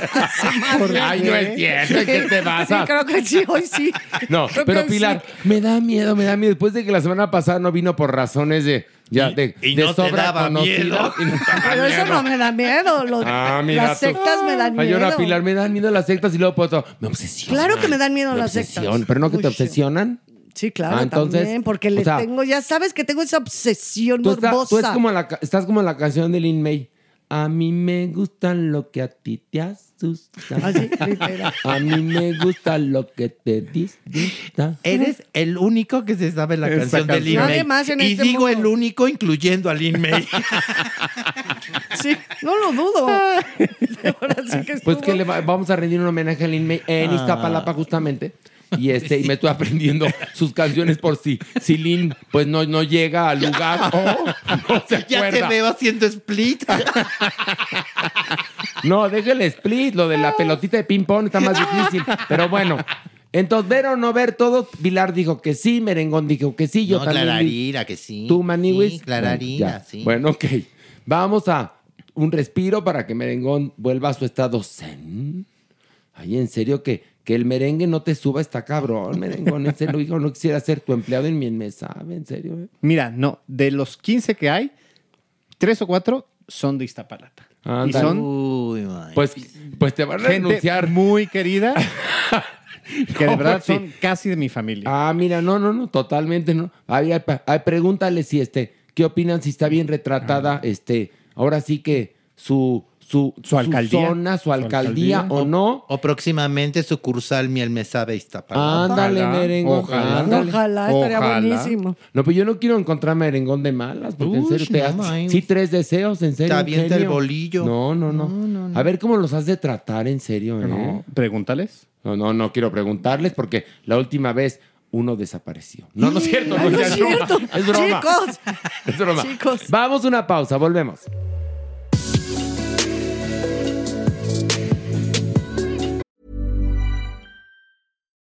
Speaker 3: Ay, no es cierto, ¿qué te vas
Speaker 5: ¿Eh? Sí, creo que sí, hoy sí.
Speaker 3: No,
Speaker 5: Creo
Speaker 3: pero
Speaker 5: que
Speaker 3: Pilar, me da miedo, me da miedo. Después de que la semana pasada no vino por razones de, ya, de,
Speaker 2: y
Speaker 3: de
Speaker 2: no te
Speaker 3: sobra
Speaker 2: daba
Speaker 3: conocida.
Speaker 2: miedo.
Speaker 3: Y no te daba
Speaker 5: Pero eso
Speaker 3: miedo.
Speaker 5: no me da miedo. lo-
Speaker 3: Ah, mira
Speaker 5: las
Speaker 3: tú.
Speaker 5: sectas me dan
Speaker 3: Ay,
Speaker 5: miedo.
Speaker 3: ahora Pilar, me dan miedo las sectas y luego puedo pues todo. Me obsesionan.
Speaker 5: Claro que me dan miedo
Speaker 3: Me
Speaker 5: las sectas.
Speaker 3: obsesionan. Pero no que te
Speaker 5: Uy, sí.
Speaker 3: obsesionan.
Speaker 5: Sí, claro,
Speaker 3: Ah, entonces,
Speaker 5: también, porque
Speaker 3: o
Speaker 5: le
Speaker 3: sea,
Speaker 5: tengo, ya sabes que tengo esa obsesión
Speaker 3: Tú, estás-
Speaker 5: morbosa.
Speaker 3: tú es como la ca- estás como la canción de Lin May. A mí me gustan lo que a ti te asusta.
Speaker 5: Así, Ah, literal.
Speaker 3: A mí me gusta lo que te disgusta.
Speaker 2: Eres el único que se sabe la
Speaker 6: Esa
Speaker 2: canción de
Speaker 6: canción.
Speaker 2: Lin
Speaker 5: Nadie
Speaker 2: May.
Speaker 5: más en
Speaker 2: y
Speaker 5: este
Speaker 2: digo
Speaker 5: mundo.
Speaker 2: el único, incluyendo a Lin May.
Speaker 5: Sí, no lo dudo. Ahora sí que
Speaker 3: Pues
Speaker 5: estuvo-
Speaker 3: que le va- vamos a rendir un homenaje a Lin May
Speaker 2: Ah.
Speaker 3: en Iztapalapa justamente. Y este, y me estoy aprendiendo sus canciones por si, si Lin pues no, no llega al lugar o no se
Speaker 2: Oh, ya te
Speaker 3: acuerda.
Speaker 2: veo haciendo split.
Speaker 3: No, deja el split, lo de la pelotita de ping-pong está más difícil. Pero bueno, entonces, ver o no ver todo, Pilar dijo que sí, Merengón dijo que sí, yo
Speaker 2: no,
Speaker 3: también. vi-
Speaker 2: Clararira, que sí.
Speaker 3: Tú, Maniwis.
Speaker 2: Sí, Clararira,
Speaker 3: Bueno, ya.
Speaker 2: sí.
Speaker 3: Bueno, ok. Vamos a un respiro para que Merengón vuelva a su estado zen. Ay, en serio, que, que el merengue no te suba, está cabrón, Merengón. En serio, hijo, no quisiera ser tu empleado en mi mesa, en serio. eh?
Speaker 6: Mira, no, de los 15 que hay, tres o cuatro son de Iztapalapa.
Speaker 3: Ándale.
Speaker 6: Y son
Speaker 2: Uy, man.
Speaker 3: Pues, pues te van a
Speaker 6: gente
Speaker 3: renunciar.
Speaker 6: muy querida, que de
Speaker 3: No,
Speaker 6: verdad
Speaker 3: pues sí.
Speaker 6: son casi de mi familia.
Speaker 3: Ah, mira, no, no, no, totalmente no. Ay, ay, pa- ay, pregúntale si este, ¿qué opinan si está bien
Speaker 6: Ah.
Speaker 3: retratada? Este, ahora sí que su, su,
Speaker 6: alcaldía.
Speaker 3: zona, su
Speaker 6: Su
Speaker 3: alcaldía,
Speaker 6: alcaldía.
Speaker 3: o no.
Speaker 2: O próximamente sucursal Miel me sabe Iztapalapa.
Speaker 3: Ándale,
Speaker 6: Ojalá,
Speaker 3: merengón.
Speaker 6: ojalá.
Speaker 3: ándale.
Speaker 5: Ojalá, estaría
Speaker 6: Ojalá.
Speaker 5: buenísimo.
Speaker 3: No, pues yo no quiero encontrar merengón de malas, porque en
Speaker 2: Ush,
Speaker 3: serio te
Speaker 2: no,
Speaker 3: haces-
Speaker 2: ay.
Speaker 3: Sí, tres deseos, en serio.
Speaker 2: Te
Speaker 3: en
Speaker 2: avienta
Speaker 3: serio.
Speaker 2: el bolillo.
Speaker 3: No, no, no, A ver cómo los has de tratar, en serio, ¿eh?
Speaker 6: No, pregúntales.
Speaker 3: No, no, no quiero preguntarles porque la última vez uno desapareció. No, no es cierto. no
Speaker 5: Ay, no es cierto.
Speaker 3: broma, Es broma.
Speaker 5: Chicos.
Speaker 3: Es broma.
Speaker 5: Chicos.
Speaker 3: Vamos a una pausa, volvemos.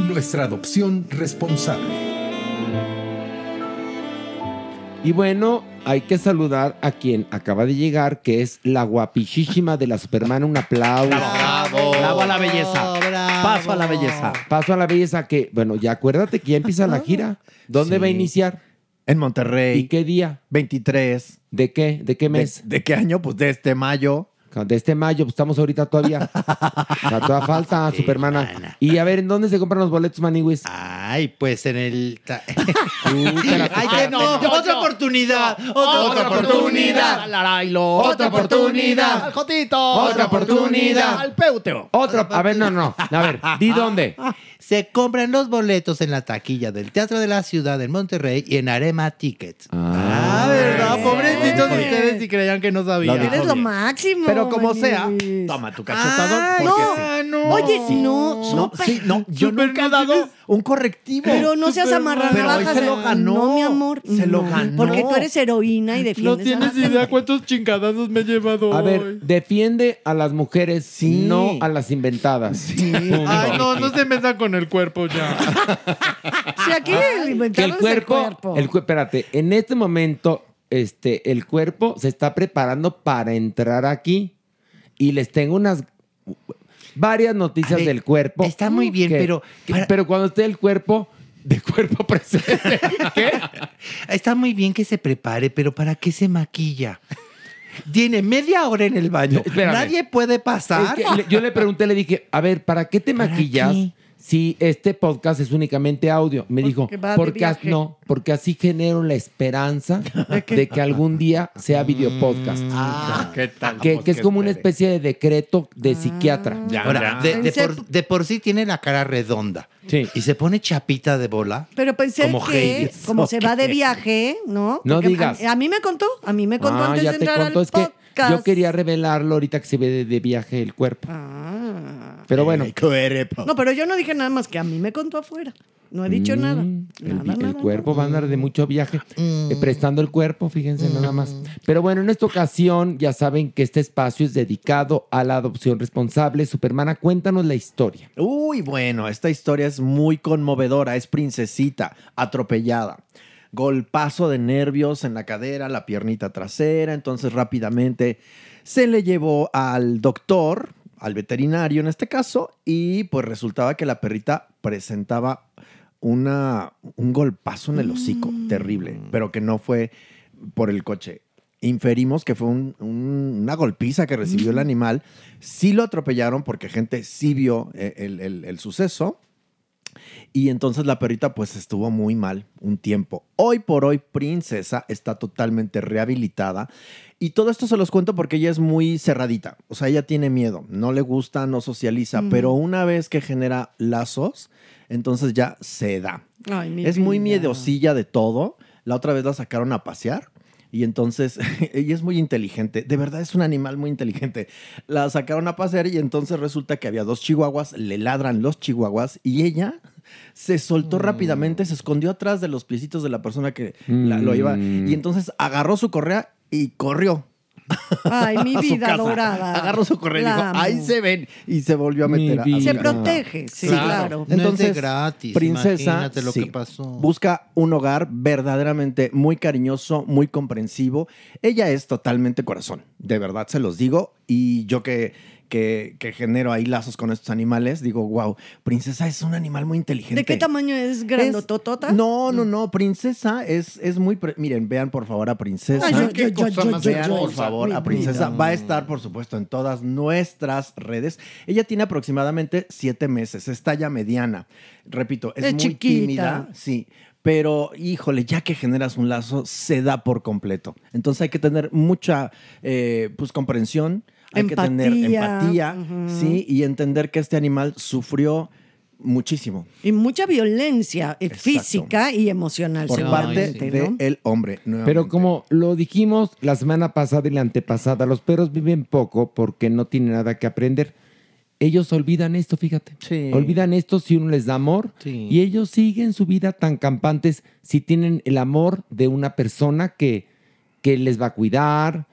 Speaker 2: Nuestra adopción responsable.
Speaker 3: Y bueno, hay que saludar a quien acaba de llegar, que es la guapichísima de la Superman. Un aplauso.
Speaker 10: Bravo. Bravo a la belleza. Paso a la belleza.
Speaker 3: Ah, Paso a la belleza que, bueno, ya acuérdate que ya empieza la gira. ¿Dónde
Speaker 10: Ah, Sí.
Speaker 3: va a iniciar?
Speaker 10: En Monterrey.
Speaker 3: ¿Y qué día?
Speaker 10: 23.
Speaker 3: ¿De qué? ¿De qué mes?
Speaker 10: ¿De, de qué año? Pues de este mayo.
Speaker 3: De este mayo, pues estamos ahorita todavía. O sea, toda falta, Supermana. Y a ver, ¿en dónde se compran los boletos, Maniwis?
Speaker 2: Ay, pues en el. ta-
Speaker 6: Ay, que no, otra oportunidad, otra,
Speaker 2: otra
Speaker 6: oportunidad.
Speaker 10: Al Arailo.
Speaker 6: Otra oportunidad.
Speaker 10: Al Jotito.
Speaker 6: Otra oportunidad.
Speaker 10: Al Peuteo.
Speaker 3: Otro, a ver, no, no. A ver, di dónde.
Speaker 2: Se compran los boletos en la taquilla del Teatro de la Ciudad en Monterrey y en Arema Tickets.
Speaker 6: Ah, ¿verdad? Pobrecitos
Speaker 5: Bien.
Speaker 6: ustedes si creían que no sabía.
Speaker 10: Lo
Speaker 5: Eres lo máximo.
Speaker 10: Pero como
Speaker 5: Maniwis.
Speaker 10: sea, toma tu
Speaker 2: Ah,
Speaker 10: cachetadón. porque sí.
Speaker 6: no.
Speaker 5: Oye, no,
Speaker 10: No,
Speaker 5: súper-
Speaker 10: sí, no, yo
Speaker 6: Súper
Speaker 10: nunca he
Speaker 6: no
Speaker 10: dado
Speaker 6: tienes-
Speaker 10: un correctivo.
Speaker 5: Pero no seas
Speaker 6: Superman.
Speaker 10: Pero hoy
Speaker 5: amarranaranjas.
Speaker 10: se lo ganó.
Speaker 5: No, mi amor.
Speaker 10: Se lo
Speaker 5: no,
Speaker 10: ganó.
Speaker 5: Porque tú eres heroína y defiendes
Speaker 6: No
Speaker 5: a
Speaker 6: tienes
Speaker 5: la
Speaker 6: idea
Speaker 5: gente.
Speaker 6: cuántos chingadazos me he llevado
Speaker 3: A
Speaker 6: hoy.
Speaker 3: ver, defiende a las mujeres,
Speaker 10: Sí.
Speaker 3: no a las inventadas. Punto.
Speaker 6: Ay, no, no se metan con el cuerpo ya.
Speaker 5: Si aquí le
Speaker 2: Pues,
Speaker 3: Que
Speaker 5: inventaron
Speaker 3: el
Speaker 5: el
Speaker 3: cuerpo,
Speaker 5: cuerpo.
Speaker 3: el cu- espérate, en este momento, este, el cuerpo se está preparando para entrar aquí y les tengo unas varias noticias
Speaker 2: A ver,
Speaker 3: del cuerpo.
Speaker 2: está muy bien,
Speaker 3: que-
Speaker 2: pero-
Speaker 3: que-
Speaker 2: para-
Speaker 3: pero cuando esté el cuerpo, de cuerpo presente. ¿Qué?
Speaker 2: Está muy bien que se prepare, pero ¿para qué se maquilla? Tiene media hora en el baño.
Speaker 3: Espérame.
Speaker 2: Nadie puede
Speaker 3: Es
Speaker 2: pasar.
Speaker 3: que le- yo le pregunté, le dije, a ver, ¿para qué te maquillas
Speaker 2: qué? Pues,
Speaker 3: si este podcast es únicamente audio? Me dijo,
Speaker 5: Porque va de
Speaker 3: porque as-
Speaker 5: viaje.
Speaker 3: no, porque así genero la esperanza de que algún día sea videopodcast.
Speaker 2: Ah.
Speaker 6: ¿Qué tal?
Speaker 3: Mm. que, que es como una especie de decreto
Speaker 5: Ah.
Speaker 3: de psiquiatra.
Speaker 2: Ahora, de, de
Speaker 5: Pensé-
Speaker 2: por, de por sí tiene la cara redonda.
Speaker 3: Sí.
Speaker 2: Y se pone chapita de bola.
Speaker 5: Pero pensé
Speaker 2: Como
Speaker 5: que,
Speaker 2: Heidi.
Speaker 5: como se va de viaje, ¿no?
Speaker 3: No
Speaker 5: Porque
Speaker 3: digas.
Speaker 5: A, a mí me contó, a mí me contó
Speaker 3: Ah,
Speaker 5: antes
Speaker 3: ya
Speaker 5: de
Speaker 3: te
Speaker 5: entrar
Speaker 3: contó,
Speaker 5: al
Speaker 3: es que
Speaker 5: podcast.
Speaker 3: yo quería revelarlo ahorita que se ve de, de viaje el cuerpo.
Speaker 5: Ah.
Speaker 3: Pero bueno,
Speaker 5: No, pero yo no dije nada más que a mí me contó afuera. No he dicho nada.
Speaker 3: Mm, El,
Speaker 5: Nada,
Speaker 3: vi- el
Speaker 5: nada,
Speaker 3: cuerpo va a andar de mucho viaje,
Speaker 2: Mm.
Speaker 3: eh, prestando el cuerpo, fíjense nada más. Pero bueno, en esta ocasión ya saben que este espacio es dedicado a la adopción responsable. Supermana, cuéntanos la historia.
Speaker 10: Uy, bueno, esta historia es muy conmovedora. Es princesita, atropellada. Golpazo de nervios en la cadera, la piernita trasera. Entonces rápidamente se le llevó al doctor, al veterinario en este caso, y pues resultaba que la perrita presentaba una, un golpazo en el hocico, terrible, pero que no fue por el coche. Inferimos que fue un- un- una golpiza que recibió el animal. Sí lo atropellaron porque gente sí vio eh, el, el- el suceso. Y entonces la perrita pues estuvo muy mal un tiempo. Hoy por hoy Princesa está totalmente rehabilitada. Y todo esto se los cuento porque ella es muy cerradita. O sea, ella tiene miedo, no le gusta, no socializa. Pero una vez que genera lazos, entonces ya se da.
Speaker 5: Ay, mi
Speaker 10: es muy
Speaker 5: vida.
Speaker 10: miedosilla de todo. la otra vez la sacaron a pasear. Y entonces, ella es muy inteligente, de verdad es un animal muy inteligente. La sacaron a pasear y entonces resulta que había dos chihuahuas, le ladran los chihuahuas y ella se soltó
Speaker 5: Mm.
Speaker 10: rápidamente, se escondió atrás de los piecitos de la persona que la- lo iba
Speaker 5: Mm.
Speaker 10: y entonces agarró su correa y corrió.
Speaker 5: Ay, mi
Speaker 10: a su
Speaker 5: vida
Speaker 10: casa.
Speaker 5: dorada.
Speaker 10: Agarró su correa y
Speaker 5: La
Speaker 10: dijo,
Speaker 5: amo.
Speaker 10: ahí se ven. Y se volvió a meter. a-
Speaker 5: vida.
Speaker 10: a su
Speaker 5: Se
Speaker 10: casa.
Speaker 5: protege, sí, claro. No es de
Speaker 10: Entonces,
Speaker 5: gratis,
Speaker 10: princesa,
Speaker 5: imagínate lo
Speaker 10: sí,
Speaker 5: que pasó.
Speaker 10: busca un hogar verdaderamente muy cariñoso, muy comprensivo. Ella es totalmente corazón, de verdad se los digo. Y yo que, que, que genero ahí lazos con estos animales, digo, wow, princesa es un animal muy inteligente.
Speaker 5: ¿De qué tamaño es? ¿Grandototota?
Speaker 10: No, no, no, princesa es, es muy... pre- Miren, vean por favor a princesa.
Speaker 5: Ay, yo- ¿Qué yo- cosa yo- más yo-
Speaker 10: Vean,
Speaker 5: yo-
Speaker 10: por
Speaker 5: yo-
Speaker 10: favor a
Speaker 5: mira.
Speaker 10: princesa. Va a estar, por supuesto, en todas nuestras redes. Ella tiene aproximadamente siete meses, es talla mediana. Repito, es,
Speaker 5: Es
Speaker 10: muy
Speaker 5: chiquita.
Speaker 10: tímida, sí. Pero, híjole, ya que generas un lazo, se da por completo. Entonces hay que tener mucha, eh, pues, comprensión. Hay que tener
Speaker 5: Empatía.
Speaker 10: empatía,
Speaker 5: Ujú.
Speaker 10: sí, y entender que este animal sufrió muchísimo
Speaker 5: Y mucha violencia eh, física y emocional.
Speaker 10: por parte
Speaker 5: seguramente,
Speaker 10: del
Speaker 5: ¿no?
Speaker 10: hombre. nuevamente.
Speaker 3: Pero como lo dijimos la semana pasada y la antepasada, los perros viven poco porque no tienen nada que aprender. Ellos olvidan esto, fíjate. Olvidan esto si uno les da amor y ellos siguen su vida tan campantes si tienen el amor de una persona que, que les va a cuidar,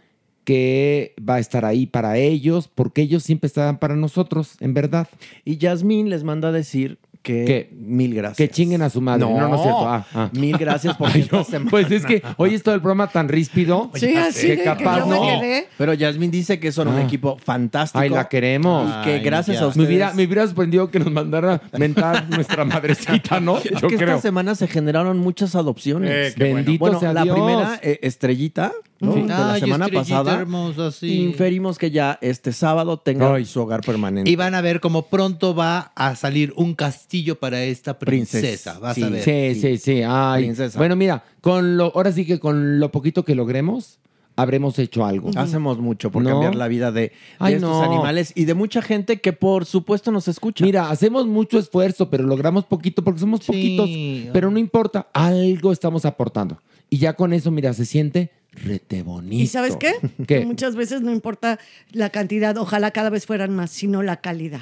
Speaker 3: que va a estar ahí para ellos, porque ellos siempre estarán para nosotros, en verdad.
Speaker 10: Y Yasmín les manda a decir que mil gracias.
Speaker 3: Que chinguen a su madre. No, no, es cierto. Ah, ah.
Speaker 10: Mil gracias por
Speaker 3: Ay,
Speaker 10: esta
Speaker 3: yo-
Speaker 10: semana.
Speaker 3: Pues es que hoy es todo el programa tan ríspido
Speaker 10: Sí, así de
Speaker 3: que
Speaker 10: que
Speaker 3: capaz
Speaker 10: yo me
Speaker 3: no.
Speaker 10: quedé. Pero Yasmín dice que son un equipo fantástico.
Speaker 3: Ah. Ay, la queremos.
Speaker 10: Y que gracias a ustedes.
Speaker 3: Me hubiera, me hubiera sorprendido que nos mandara mentar nuestra madrecita, ¿no?
Speaker 10: Es
Speaker 3: Yo
Speaker 10: que
Speaker 3: creo.
Speaker 10: esta semana se generaron muchas adopciones.
Speaker 3: Eh, qué bueno. Bendito
Speaker 10: bueno,
Speaker 3: sea
Speaker 10: la
Speaker 3: Dios.
Speaker 10: primera eh, estrellita, ¿no?
Speaker 3: Sí.
Speaker 10: De la
Speaker 3: Ay,
Speaker 10: semana
Speaker 3: Estrellita
Speaker 10: pasada.
Speaker 3: hermosa, sí.
Speaker 10: Inferimos que ya este sábado tenga
Speaker 2: Ay.
Speaker 10: su hogar permanente.
Speaker 2: Y van a ver cómo pronto va a salir un castillo para esta princesa. Vas
Speaker 3: sí.
Speaker 2: a ver.
Speaker 3: Sí, sí, sí. Ay.
Speaker 2: Princesa.
Speaker 3: Bueno, mira, con lo, ahora sí que con lo poquito que logremos, habremos hecho algo.
Speaker 10: Hacemos mucho por
Speaker 3: ¿No?
Speaker 10: cambiar la vida de, de
Speaker 3: Ay,
Speaker 10: estos
Speaker 3: no.
Speaker 10: animales y de mucha gente que por supuesto nos escucha.
Speaker 3: Mira, hacemos mucho esfuerzo, pero logramos poquito porque somos poquitos. Pero no importa, algo estamos aportando. Y ya con eso, mira, se siente rete bonito.
Speaker 5: ¿Y sabes qué?
Speaker 3: ¿Qué?
Speaker 5: Que Muchas veces no importa la cantidad, ojalá cada vez fueran más, sino la calidad.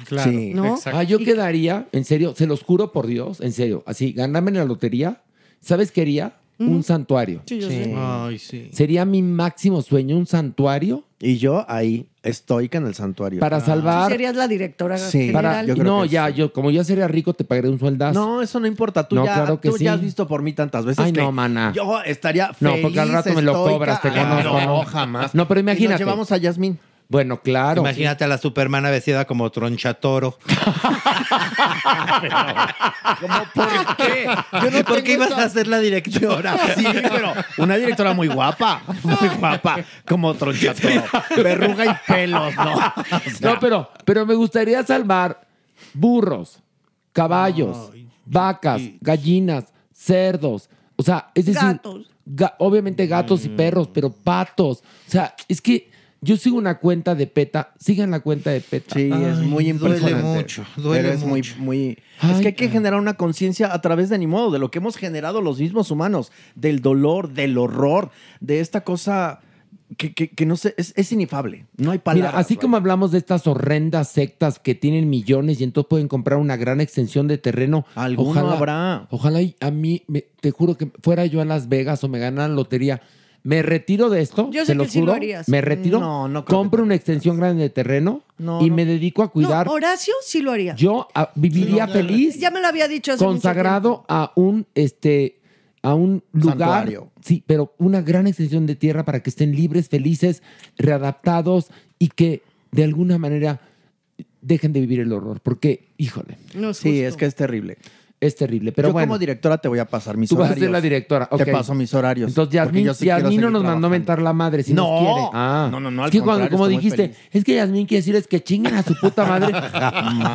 Speaker 5: ¿no?
Speaker 3: Ah, yo quedaría, en serio, se los juro por Dios, en serio, así, ganarme en la lotería, ¿sabes qué haría? Un santuario.
Speaker 5: Sí, yo Sí. sé.
Speaker 2: Ay, sí.
Speaker 3: Sería mi máximo sueño, un santuario.
Speaker 10: Y yo ahí, estoica en el santuario.
Speaker 3: Para
Speaker 2: Ah.
Speaker 3: salvar.
Speaker 5: Tú serías la directora
Speaker 3: para,
Speaker 5: general.
Speaker 3: no, ya, Ah. yo, como ya sería rico, te pagaré un sueldazo.
Speaker 10: No, eso no importa. Tú,
Speaker 3: No,
Speaker 10: ya,
Speaker 3: claro que
Speaker 10: tú
Speaker 3: sí.
Speaker 10: ya has visto por mí tantas veces.
Speaker 3: Ay,
Speaker 10: que
Speaker 3: no, maná.
Speaker 10: Yo estaría
Speaker 3: No,
Speaker 10: feliz.
Speaker 3: porque al rato me lo
Speaker 10: estoica.
Speaker 3: cobras, te
Speaker 10: Ah,
Speaker 3: conozco,
Speaker 10: No,
Speaker 3: ¿no?
Speaker 10: jamás.
Speaker 3: No, pero
Speaker 10: Y nos
Speaker 3: imagínate.
Speaker 10: llevamos a Yasmín.
Speaker 3: Bueno, claro.
Speaker 2: Imagínate a la Supermana vestida como tronchatoro.
Speaker 10: ¿Por qué?
Speaker 2: ¿Por qué ibas a ser la directora?
Speaker 10: Sí, pero una directora muy guapa, muy guapa, como tronchatoro, verruga y pelos, ¿no?
Speaker 3: No, pero, pero me gustaría salvar burros, caballos, vacas, gallinas, cerdos. O sea, es decir,
Speaker 5: Gatos.
Speaker 3: ga- obviamente gatos y perros, pero patos. O sea, es que yo sigo una cuenta de PETA. Sigan la cuenta de PETA.
Speaker 10: Sí, es muy impresionante. pero es muy, muy. es que hay que generar una conciencia a través de ni modo, de lo que hemos generado los mismos humanos, del dolor, del horror, de esta cosa que, que- que no sé, es, es inefable. No hay palabras.
Speaker 3: Mira, así
Speaker 10: vaya.
Speaker 3: como hablamos de estas horrendas sectas que tienen millones y entonces pueden comprar una gran extensión de terreno,
Speaker 10: Alguno habrá.
Speaker 3: Ojalá y a mí, me- te juro que fuera yo a Las Vegas o me ganara la lotería. Me retiro de esto,
Speaker 5: Yo sé
Speaker 3: se lo
Speaker 5: que sí lo
Speaker 3: juro.
Speaker 5: harías.
Speaker 3: Me retiro,
Speaker 5: No, no creo
Speaker 3: compro una extensión grande de terreno
Speaker 5: No,
Speaker 3: y
Speaker 5: no.
Speaker 3: me dedico a cuidar.
Speaker 5: No, Horacio sí lo haría.
Speaker 3: yo ah, viviría feliz,
Speaker 5: Ya me lo había dicho hace mucho
Speaker 3: consagrado a un este a un lugar,
Speaker 10: Santuario.
Speaker 3: sí, pero una gran extensión de tierra para que estén libres, felices, readaptados y que de alguna manera dejen de vivir el horror, porque híjole.
Speaker 10: sí, es que es terrible.
Speaker 3: Es terrible, pero
Speaker 10: yo
Speaker 3: bueno.
Speaker 10: como directora te voy a pasar mis
Speaker 3: Tú vas
Speaker 10: horarios.
Speaker 3: a ser la directora. ok.
Speaker 10: Te paso mis horarios.
Speaker 3: Entonces,
Speaker 10: porque
Speaker 3: Yasmín,
Speaker 10: yo sí quiero
Speaker 3: Yasmín no
Speaker 10: seguir
Speaker 3: nos mandó
Speaker 10: trabajando.
Speaker 3: a mentar la madre. Si
Speaker 10: No.
Speaker 3: nos quiere. Ah.
Speaker 10: No, no, no, al
Speaker 3: Es que cuando,
Speaker 10: contrario,
Speaker 3: como
Speaker 10: estoy muy
Speaker 3: dijiste,
Speaker 10: feliz.
Speaker 3: es que Yasmín quiere decir es que chinguen a su puta madre.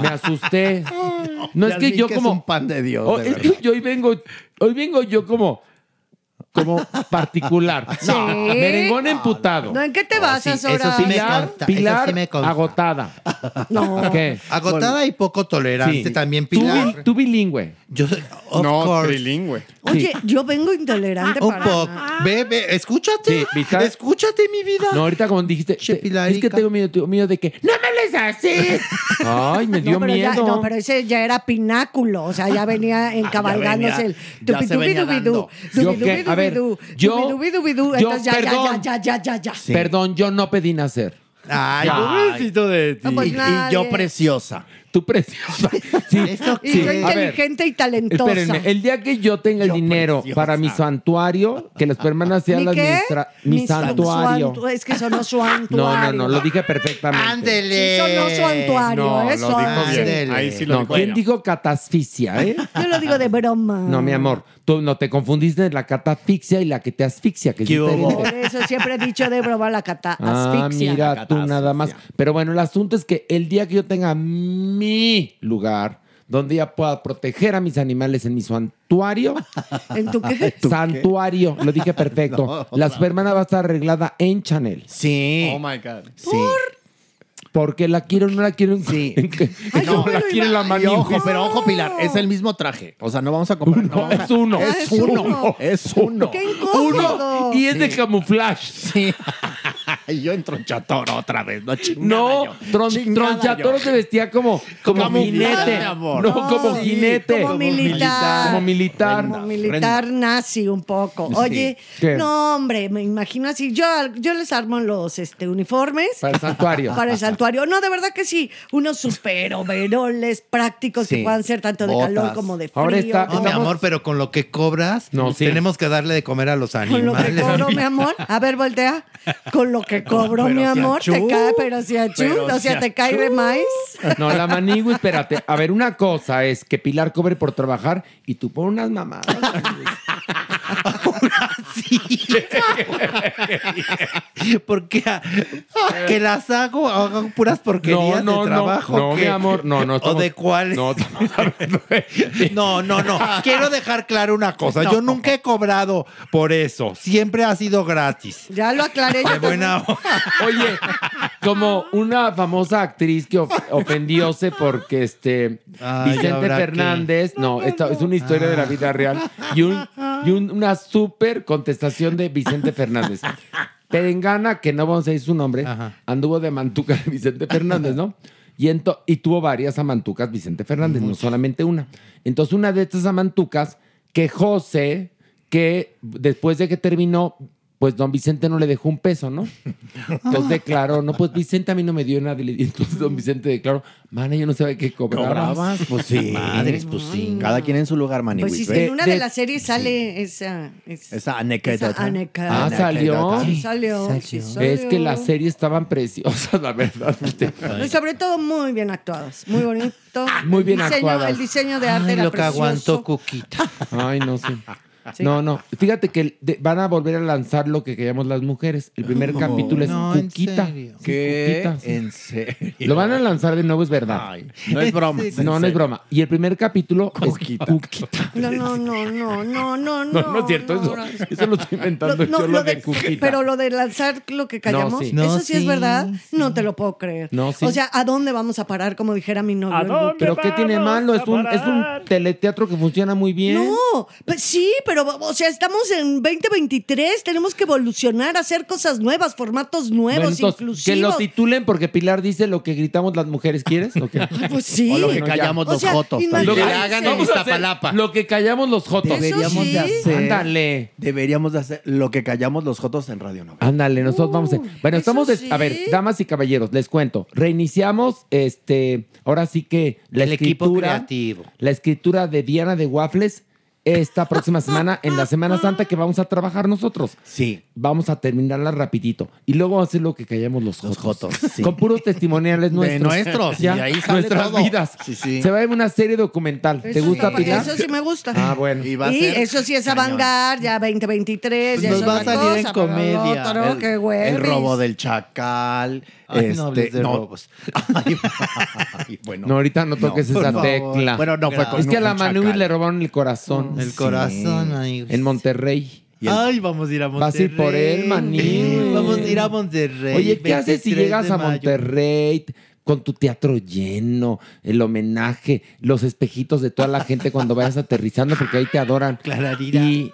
Speaker 3: Me asusté. No es que
Speaker 10: Yasmín,
Speaker 3: yo
Speaker 10: que es
Speaker 3: como.
Speaker 10: un pan de Dios,
Speaker 3: Oh,
Speaker 10: de
Speaker 3: es que
Speaker 10: verdad.
Speaker 3: yo hoy vengo, hoy vengo yo como. Como particular.
Speaker 5: Sí.
Speaker 3: Merengón emputado.
Speaker 5: No, ¿en qué te basas, Horacio?
Speaker 3: Pilar, Pilar agotada.
Speaker 5: No.
Speaker 3: ¿Qué?
Speaker 2: Agotada y poco tolerante también, Pilar.
Speaker 3: Tú, bi- tú bilingüe.
Speaker 2: Yo
Speaker 3: No,
Speaker 2: trilingüe.
Speaker 5: Oye, yo vengo intolerante
Speaker 3: Ah,
Speaker 2: un
Speaker 5: para
Speaker 2: poco. Bebe, escúchate. Escúchate, mi vida.
Speaker 3: No, ahorita como dijiste, te- es que tengo miedo, tengo miedo de que... ¡No me hables así! Ay, me dio
Speaker 5: no, pero
Speaker 3: miedo. Ah,
Speaker 5: Ya, no, pero ese ya era pináculo, o sea, ya venía encabalgándose el
Speaker 3: ya se venía
Speaker 5: tupidubidú,
Speaker 3: dando. Yo qué, a ver,
Speaker 5: tupidubidú,
Speaker 3: yo-
Speaker 5: tupidubidú,
Speaker 3: yo,
Speaker 5: entonces ya, ya,
Speaker 3: perdón.
Speaker 5: ya, ya, ya, ya, ya.
Speaker 3: Perdón, yo no pedí nacer.
Speaker 10: Ay,
Speaker 5: pobrecito
Speaker 3: de
Speaker 5: ti. No, pues
Speaker 3: y,
Speaker 5: nadie.
Speaker 3: yo preciosa. Tú preciosa. Sí,
Speaker 5: Y
Speaker 3: sí.
Speaker 5: yo
Speaker 3: A ver,
Speaker 5: inteligente y talentosa.
Speaker 3: Espérenme, el día que yo tenga el dinero para mi santuario, que las permanas sean
Speaker 5: ¿Mi
Speaker 3: las
Speaker 5: qué?
Speaker 3: ministra- mi santuario.
Speaker 5: santuario. Es que sonó
Speaker 3: No, no,
Speaker 5: santuario.
Speaker 3: no, lo dije perfectamente.
Speaker 5: Sí, sonó santuario,
Speaker 3: No,
Speaker 5: eh,
Speaker 3: lo dijo bien.
Speaker 5: suándele.
Speaker 3: Ahí sí lo No, dijo ¿quién bien. dijo catasfixia, eh?
Speaker 5: Yo lo digo de broma.
Speaker 3: No, mi amor, tú no te confundiste la catafixia y la que te asfixia, que es diferente.
Speaker 5: Por eso siempre he dicho de broma la cata
Speaker 3: Ah,
Speaker 5: asfixia.
Speaker 3: mira tú nada más. Pero bueno, el asunto es que el día que yo tenga mi lugar donde ya pueda proteger a mis animales en mi santuario.
Speaker 5: ¿En tu qué?
Speaker 3: Santuario, lo dije perfecto.
Speaker 8: No,
Speaker 3: la
Speaker 8: otra
Speaker 3: supermana va a estar arreglada en Chanel. eh. Sí.
Speaker 8: Oh my God.
Speaker 3: Porque la quiero o no la quiero. Sí.
Speaker 10: No, la quiere la
Speaker 3: mano.
Speaker 10: Ojo, pero ojo, Pilar, es el mismo traje. O sea, no vamos a comprar. no vamos a-
Speaker 3: es uno.
Speaker 10: Es
Speaker 3: Es
Speaker 10: uno.
Speaker 3: uno.
Speaker 10: Es uno.
Speaker 3: ¡Qué incómodo!
Speaker 10: Uno,
Speaker 3: Y es de camuflaje.
Speaker 10: Sí. Y yo en tronchatoro otra vez, no
Speaker 3: No, tron- Tronchatoro se vestía como, como
Speaker 10: Camuflado,
Speaker 3: jinete.
Speaker 10: mi amor.
Speaker 3: No, como
Speaker 5: Sí,
Speaker 3: jinete.
Speaker 5: como militar.
Speaker 3: Como militar.
Speaker 5: Como militar nazi un poco.
Speaker 3: Sí.
Speaker 5: Oye,
Speaker 3: ¿Qué?
Speaker 5: no, hombre, me imagino así. Yo, yo les armo los este, uniformes.
Speaker 3: Para el santuario.
Speaker 5: Para el santuario. No, de verdad que sí. Unos super overoles prácticos que
Speaker 2: Sí.
Speaker 5: puedan ser tanto de
Speaker 2: Botas.
Speaker 5: calor como de frío.
Speaker 2: No, mi amor, pero con lo que cobras, tenemos que darle de comer a los
Speaker 5: Con lo
Speaker 2: animales.
Speaker 5: que cobro, mi amor. A ver, voltea. Con lo que cobro,
Speaker 2: Pero
Speaker 5: mi
Speaker 2: si
Speaker 5: amor,
Speaker 3: achú.
Speaker 5: te cae, pero si achú,
Speaker 3: Pero
Speaker 5: o sea,
Speaker 3: si
Speaker 5: te cae de
Speaker 3: achú.
Speaker 5: maíz.
Speaker 3: No, la manigua, espérate. A ver, una cosa es que Pilar cobre por trabajar y tú por unas mamadas.
Speaker 2: Porque que las hago, hago puras porquerías
Speaker 3: No, no,
Speaker 2: de
Speaker 3: no.
Speaker 2: trabajo.
Speaker 3: No,
Speaker 2: ¿qué?
Speaker 3: mi amor, no, no,
Speaker 2: ¿O
Speaker 3: estamos-
Speaker 2: de cuáles? No, no, no, Quiero dejar claro una cosa. Yo nunca he cobrado por eso. Siempre ha sido gratis.
Speaker 5: Ya lo aclaré.
Speaker 2: De buena
Speaker 3: Oye, como una famosa actriz que of- ofendióse porque este
Speaker 2: Ay,
Speaker 3: Vicente
Speaker 2: ¿ahora qué?
Speaker 3: Fernández, no, esta es una historia de la vida real y, un- y un- una súper contestación de Vicente Fernández. Perengana, que no vamos a decir su nombre, anduvo de mantuca de Vicente Fernández, ¿no? Y, ento- y tuvo varias amantucas Vicente Fernández, no solamente una. Entonces, una de estas amantucas quejóse que después de que terminó, pues don Vicente no le dejó un peso, ¿no? Entonces declaró, no, pues Vicente a mí no me dio nada. Y entonces don Vicente declaró, mana, yo no sabía qué cobrabas.
Speaker 10: ¿Cobrabas? Pues sí. Madres, pues sí. Cada quien en su lugar, Manny.
Speaker 5: Mm. Pues sí,
Speaker 10: Whitbread.
Speaker 5: en una de las series sale esa. esa-
Speaker 10: Esa anécdota.
Speaker 5: Esa anécdota.
Speaker 3: Ah, salió.
Speaker 5: Sí, salió, sí, salió.
Speaker 3: Es que las series estaban preciosas, la verdad.
Speaker 5: Y sobre todo muy bien actuados, muy bonito.
Speaker 3: Ah, Muy bien
Speaker 5: el diseño,
Speaker 3: actuadas.
Speaker 5: El diseño de arte era precioso.
Speaker 3: Cuquita. Ay, no sé.
Speaker 5: Sí.
Speaker 3: No, no. Fíjate que de- van a volver a lanzar lo que queríamos las mujeres. El primer
Speaker 10: No.
Speaker 3: capítulo es
Speaker 10: No, en
Speaker 3: Cuquita.
Speaker 10: serio.
Speaker 3: Sí,
Speaker 10: ¿Qué?
Speaker 3: Cuquita, sí.
Speaker 10: ¿En serio?
Speaker 3: Lo van a lanzar de nuevo, es verdad.
Speaker 10: no es broma. Sí, sí,
Speaker 3: no,
Speaker 10: en
Speaker 3: no es
Speaker 10: serio.
Speaker 3: broma. Y el primer capítulo es Cuquita.
Speaker 5: No, no, no, no, no,
Speaker 3: No,
Speaker 5: no,
Speaker 3: no, es cierto. eso, eso lo estoy inventando
Speaker 5: Lo- no,
Speaker 3: yo, lo,
Speaker 5: lo
Speaker 3: de,
Speaker 5: de-
Speaker 3: Cuquita.
Speaker 5: Pero lo de lanzar lo que callamos,
Speaker 3: sí. No,
Speaker 5: eso sí, es
Speaker 3: sí,
Speaker 5: verdad, no te lo puedo creer.
Speaker 3: No, sí.
Speaker 5: O sea, ¿a dónde vamos a parar? Como dijera mi novio. el Buki.
Speaker 3: ¿Pero qué tiene malo? Es un, es un teleteatro que funciona muy bien.
Speaker 5: No, pues sí, pero o sea, estamos en 2023, tenemos que evolucionar, hacer cosas nuevas, formatos nuevos,
Speaker 3: Bueno, entonces, que
Speaker 5: inclusivos.
Speaker 3: lo titulen porque Pilar dice lo que gritamos las mujeres, ¿quieres? ¿O qué?
Speaker 5: pues sí. O lo que
Speaker 3: Bueno, ya.
Speaker 5: callamos O los sea, jotos también.
Speaker 3: Lo que
Speaker 5: imagínense.
Speaker 3: hagan en
Speaker 5: Vamos a hacer
Speaker 3: Iztapalapa. Lo que callamos los jotos.
Speaker 10: Deberíamos de hacer.
Speaker 3: Ándale.
Speaker 10: Deberíamos de hacer lo que callamos los jotos en Radio Nova.
Speaker 3: Ándale, nosotros vamos a... Bueno, estamos... des-
Speaker 10: sí.
Speaker 3: A ver, damas y caballeros, les cuento. Reiniciamos, este... Ahora sí que la
Speaker 2: El equipo
Speaker 3: escritura...
Speaker 2: creativo.
Speaker 3: La escritura de Diana de Waffles esta próxima semana, en la Semana Santa que vamos a trabajar nosotros. Sí. Vamos a terminarla rapidito. Y luego vamos a hacer lo que callamos los jotos. Con puros testimoniales nuestros.
Speaker 10: nuestros, y de ahí sale
Speaker 3: Nuestras
Speaker 10: todo.
Speaker 3: vidas. Se va a ver una serie documental. ¿Te
Speaker 5: Eso
Speaker 3: gusta,
Speaker 5: sí,
Speaker 3: Pilar?
Speaker 5: Eso sí me gusta.
Speaker 3: Ah, bueno.
Speaker 5: Y, eso sí es avangar, ya
Speaker 3: Pues
Speaker 5: 2023, ya
Speaker 10: Nos
Speaker 5: es
Speaker 10: va a
Speaker 5: otra
Speaker 10: salir en
Speaker 5: cosa, pero
Speaker 10: comedia.
Speaker 5: otro,
Speaker 10: El-
Speaker 5: qué güey.
Speaker 10: El robo del chacal. este,
Speaker 2: Ay, no hables de
Speaker 10: robos. bueno.
Speaker 3: No, ahorita no toques
Speaker 10: No,
Speaker 3: esa
Speaker 10: por favor.
Speaker 3: tecla.
Speaker 10: Bueno, no fue con
Speaker 3: Es que a la
Speaker 10: un
Speaker 3: Manu
Speaker 10: chacal. Mm,
Speaker 3: le robaron el corazón.
Speaker 2: El corazón, amigos.
Speaker 3: En Monterrey.
Speaker 10: Y él-
Speaker 8: Ay, vamos a ir a Monterrey.
Speaker 3: Vas a ir por él, maní.
Speaker 8: Vamos a ir a Monterrey.
Speaker 3: Oye, ¿qué haces si
Speaker 8: 23
Speaker 3: llegas
Speaker 8: de
Speaker 3: a
Speaker 8: mayo?
Speaker 3: Monterrey con tu teatro lleno, el homenaje, los espejitos de toda la gente cuando vayas aterrizando porque ahí te adoran? Y,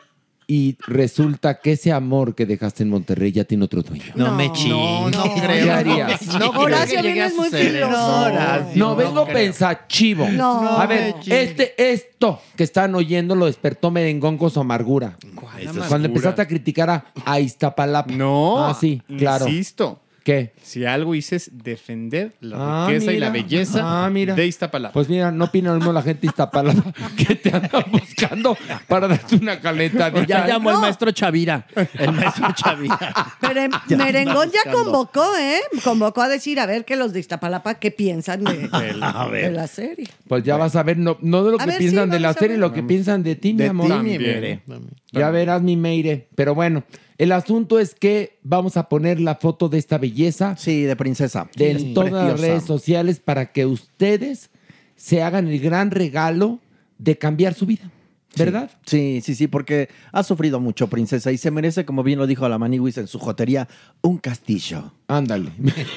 Speaker 3: y resulta que ese amor que dejaste en Monterrey ya tiene otro dueño.
Speaker 8: No, me chingues. No, no creo.
Speaker 3: ¿Qué harías?
Speaker 8: No, creo
Speaker 5: Horacio,
Speaker 8: que llegue
Speaker 5: vienes
Speaker 8: a
Speaker 5: muy
Speaker 8: suceder.
Speaker 5: filoso.
Speaker 8: No, Horacio,
Speaker 3: No, vengo
Speaker 8: creo.
Speaker 3: pensachivo.
Speaker 5: No.
Speaker 3: a ver,
Speaker 5: No, chingue.
Speaker 3: este, esto que están oyendo lo despertó Merengón con su amargura.
Speaker 8: amargura?
Speaker 3: Cuando empezaste a criticar a, a Iztapalapa.
Speaker 6: No.
Speaker 3: Ah, sí, claro.
Speaker 6: Insisto.
Speaker 3: ¿Qué?
Speaker 6: Si algo hice es defender la
Speaker 3: Ah,
Speaker 6: riqueza y
Speaker 3: mira.
Speaker 6: la belleza
Speaker 3: Ah, mira.
Speaker 6: de Iztapalapa.
Speaker 3: Pues mira, no opina lo mismo la gente de Iztapalapa que te anda buscando para darte una caleta.
Speaker 11: Ya llamó el
Speaker 3: No.
Speaker 11: maestro Chavira. El maestro Chavira.
Speaker 5: Pero em,
Speaker 11: Ya
Speaker 5: Merengón
Speaker 11: anda
Speaker 5: ya
Speaker 11: buscando.
Speaker 5: convocó, ¿eh? Convocó a decir, a ver, que los de Iztapalapa, ¿qué piensan de,
Speaker 3: a
Speaker 5: de
Speaker 3: ver.
Speaker 5: la serie?
Speaker 3: Pues ya vas a ver, no, no de lo
Speaker 5: A
Speaker 3: que
Speaker 5: ver,
Speaker 3: piensan
Speaker 5: sí,
Speaker 3: de la
Speaker 5: vamos a
Speaker 3: serie,
Speaker 5: ver.
Speaker 3: lo que piensan de ti, mi
Speaker 6: De
Speaker 3: amor.
Speaker 6: ti, mi También, mere. también.
Speaker 3: Ya verás, mi meire. Pero bueno, el asunto es que vamos a poner la foto de esta belleza.
Speaker 10: Sí, de princesa.
Speaker 3: En
Speaker 10: Sí.
Speaker 3: todas las
Speaker 10: Preciosa.
Speaker 3: redes sociales para que ustedes se hagan el gran regalo de cambiar su vida. ¿Verdad?
Speaker 10: Sí, sí, sí, porque ha sufrido mucho, princesa, y se merece, como bien lo dijo la Maniwis en su jotería, un castillo.
Speaker 3: Ándale.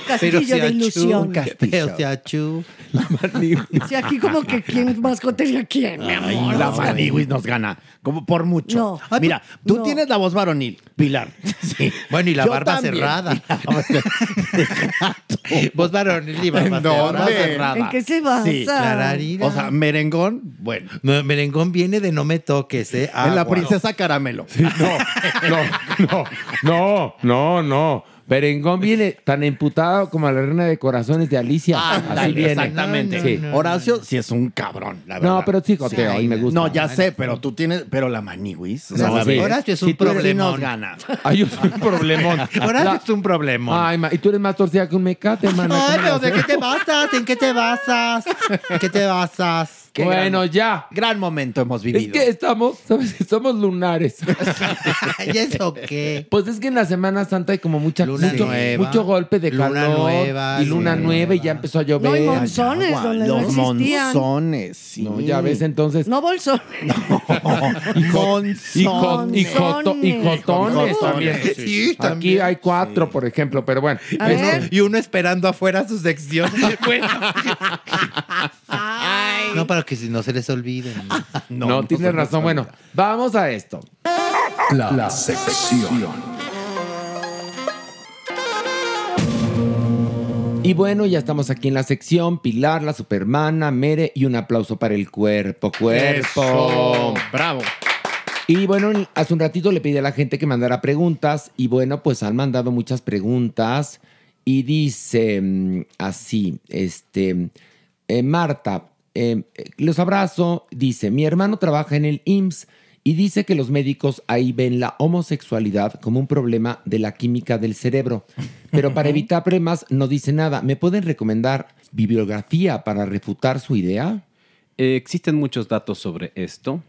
Speaker 5: Castillo de ilusión.
Speaker 10: Un castillo.
Speaker 5: Pero se Si aquí como que quién mascotería quién, mi
Speaker 11: Ay,
Speaker 5: amor.
Speaker 11: la
Speaker 5: O sea,
Speaker 11: Maniwis nos gana. Como por mucho.
Speaker 5: No.
Speaker 11: Ay, Mira,
Speaker 2: Ah,
Speaker 11: tú
Speaker 5: no.
Speaker 11: tienes la voz varonil, Pilar. Sí.
Speaker 2: Bueno, y la
Speaker 11: Yo
Speaker 2: barba
Speaker 11: también.
Speaker 2: cerrada.
Speaker 11: Vos varonil
Speaker 2: y barba
Speaker 11: ¿En
Speaker 2: cerrada.
Speaker 11: dónde?
Speaker 2: cerrada. ¿En qué se basa?
Speaker 11: Sí,
Speaker 2: Clararira.
Speaker 11: O sea, merengón, bueno.
Speaker 2: No, merengón viene de no me toques, ¿eh?
Speaker 11: en la
Speaker 2: Aguas.
Speaker 11: princesa caramelo.
Speaker 3: No, no, no, no. Perengón viene tan emputado como la reina de corazones de Alicia.
Speaker 11: Ándale,
Speaker 3: Así viene.
Speaker 11: Exactamente.
Speaker 3: Sí.
Speaker 11: Horacio sí es un cabrón, la verdad.
Speaker 3: No, pero sí, joteo, y me gusta.
Speaker 11: No, ya sé, pero tú tienes, pero la maniwis.
Speaker 3: No, sí. Horacio es un
Speaker 11: problema.
Speaker 3: problemón.
Speaker 11: nos gana.
Speaker 3: Ay, es un problemón.
Speaker 11: Ahora
Speaker 3: La-
Speaker 11: es un problemón.
Speaker 3: Ay, ma, y tú eres más torcida que un mecate, man.
Speaker 2: Ay, pero ¿de qué te basas? ¿En qué te basas? ¿En qué te basas?
Speaker 3: Bueno, ya.
Speaker 11: Gran momento hemos
Speaker 3: Es que estamos, ¿sabes? Estamos lunares.
Speaker 2: ¿Y eso qué?
Speaker 3: Pues es que en la Semana Santa hay como mucha,
Speaker 2: Luna
Speaker 3: mucho,
Speaker 2: nueva.
Speaker 3: mucho golpe de
Speaker 2: Luna
Speaker 3: calor
Speaker 2: nueva,
Speaker 3: y luna
Speaker 2: sí.
Speaker 3: nueva y ya empezó a llover.
Speaker 5: No, y monzones
Speaker 3: Ay,
Speaker 5: donde no
Speaker 3: los
Speaker 5: existían.
Speaker 11: monzones, sí.
Speaker 3: No, ya ves, entonces.
Speaker 5: No bolsones.
Speaker 3: Y, jo- y jo- y joto- y jotones
Speaker 2: Jotones,
Speaker 3: también.
Speaker 2: sí. Sí,
Speaker 3: Aquí hay cuatro, por ejemplo, pero bueno.
Speaker 2: Y uno- Y uno esperando afuera su sección. Bueno. No, para que si no se les olvide.
Speaker 3: No, tienes razón. Bueno, vamos a esto.
Speaker 9: La, sección.
Speaker 3: Y bueno, ya estamos aquí en la sección. Pilar, la supermana, Mere y un aplauso para el cuerpo, cuerpo.
Speaker 6: Eso, Bravo.
Speaker 3: Y bueno, en- hace un ratito le pedí a la gente que mandara preguntas y bueno, pues han mandado muchas preguntas y dice mm, así, este, eh, Marta, eh, eh, los abrazo, dice, mi hermano trabaja en el IMSS y dice que los médicos ahí ven la homosexualidad como un problema de la química del cerebro, pero para evitar problemas no dice nada. ¿Me pueden recomendar bibliografía para refutar su idea?
Speaker 12: Eh, existen muchos datos sobre esto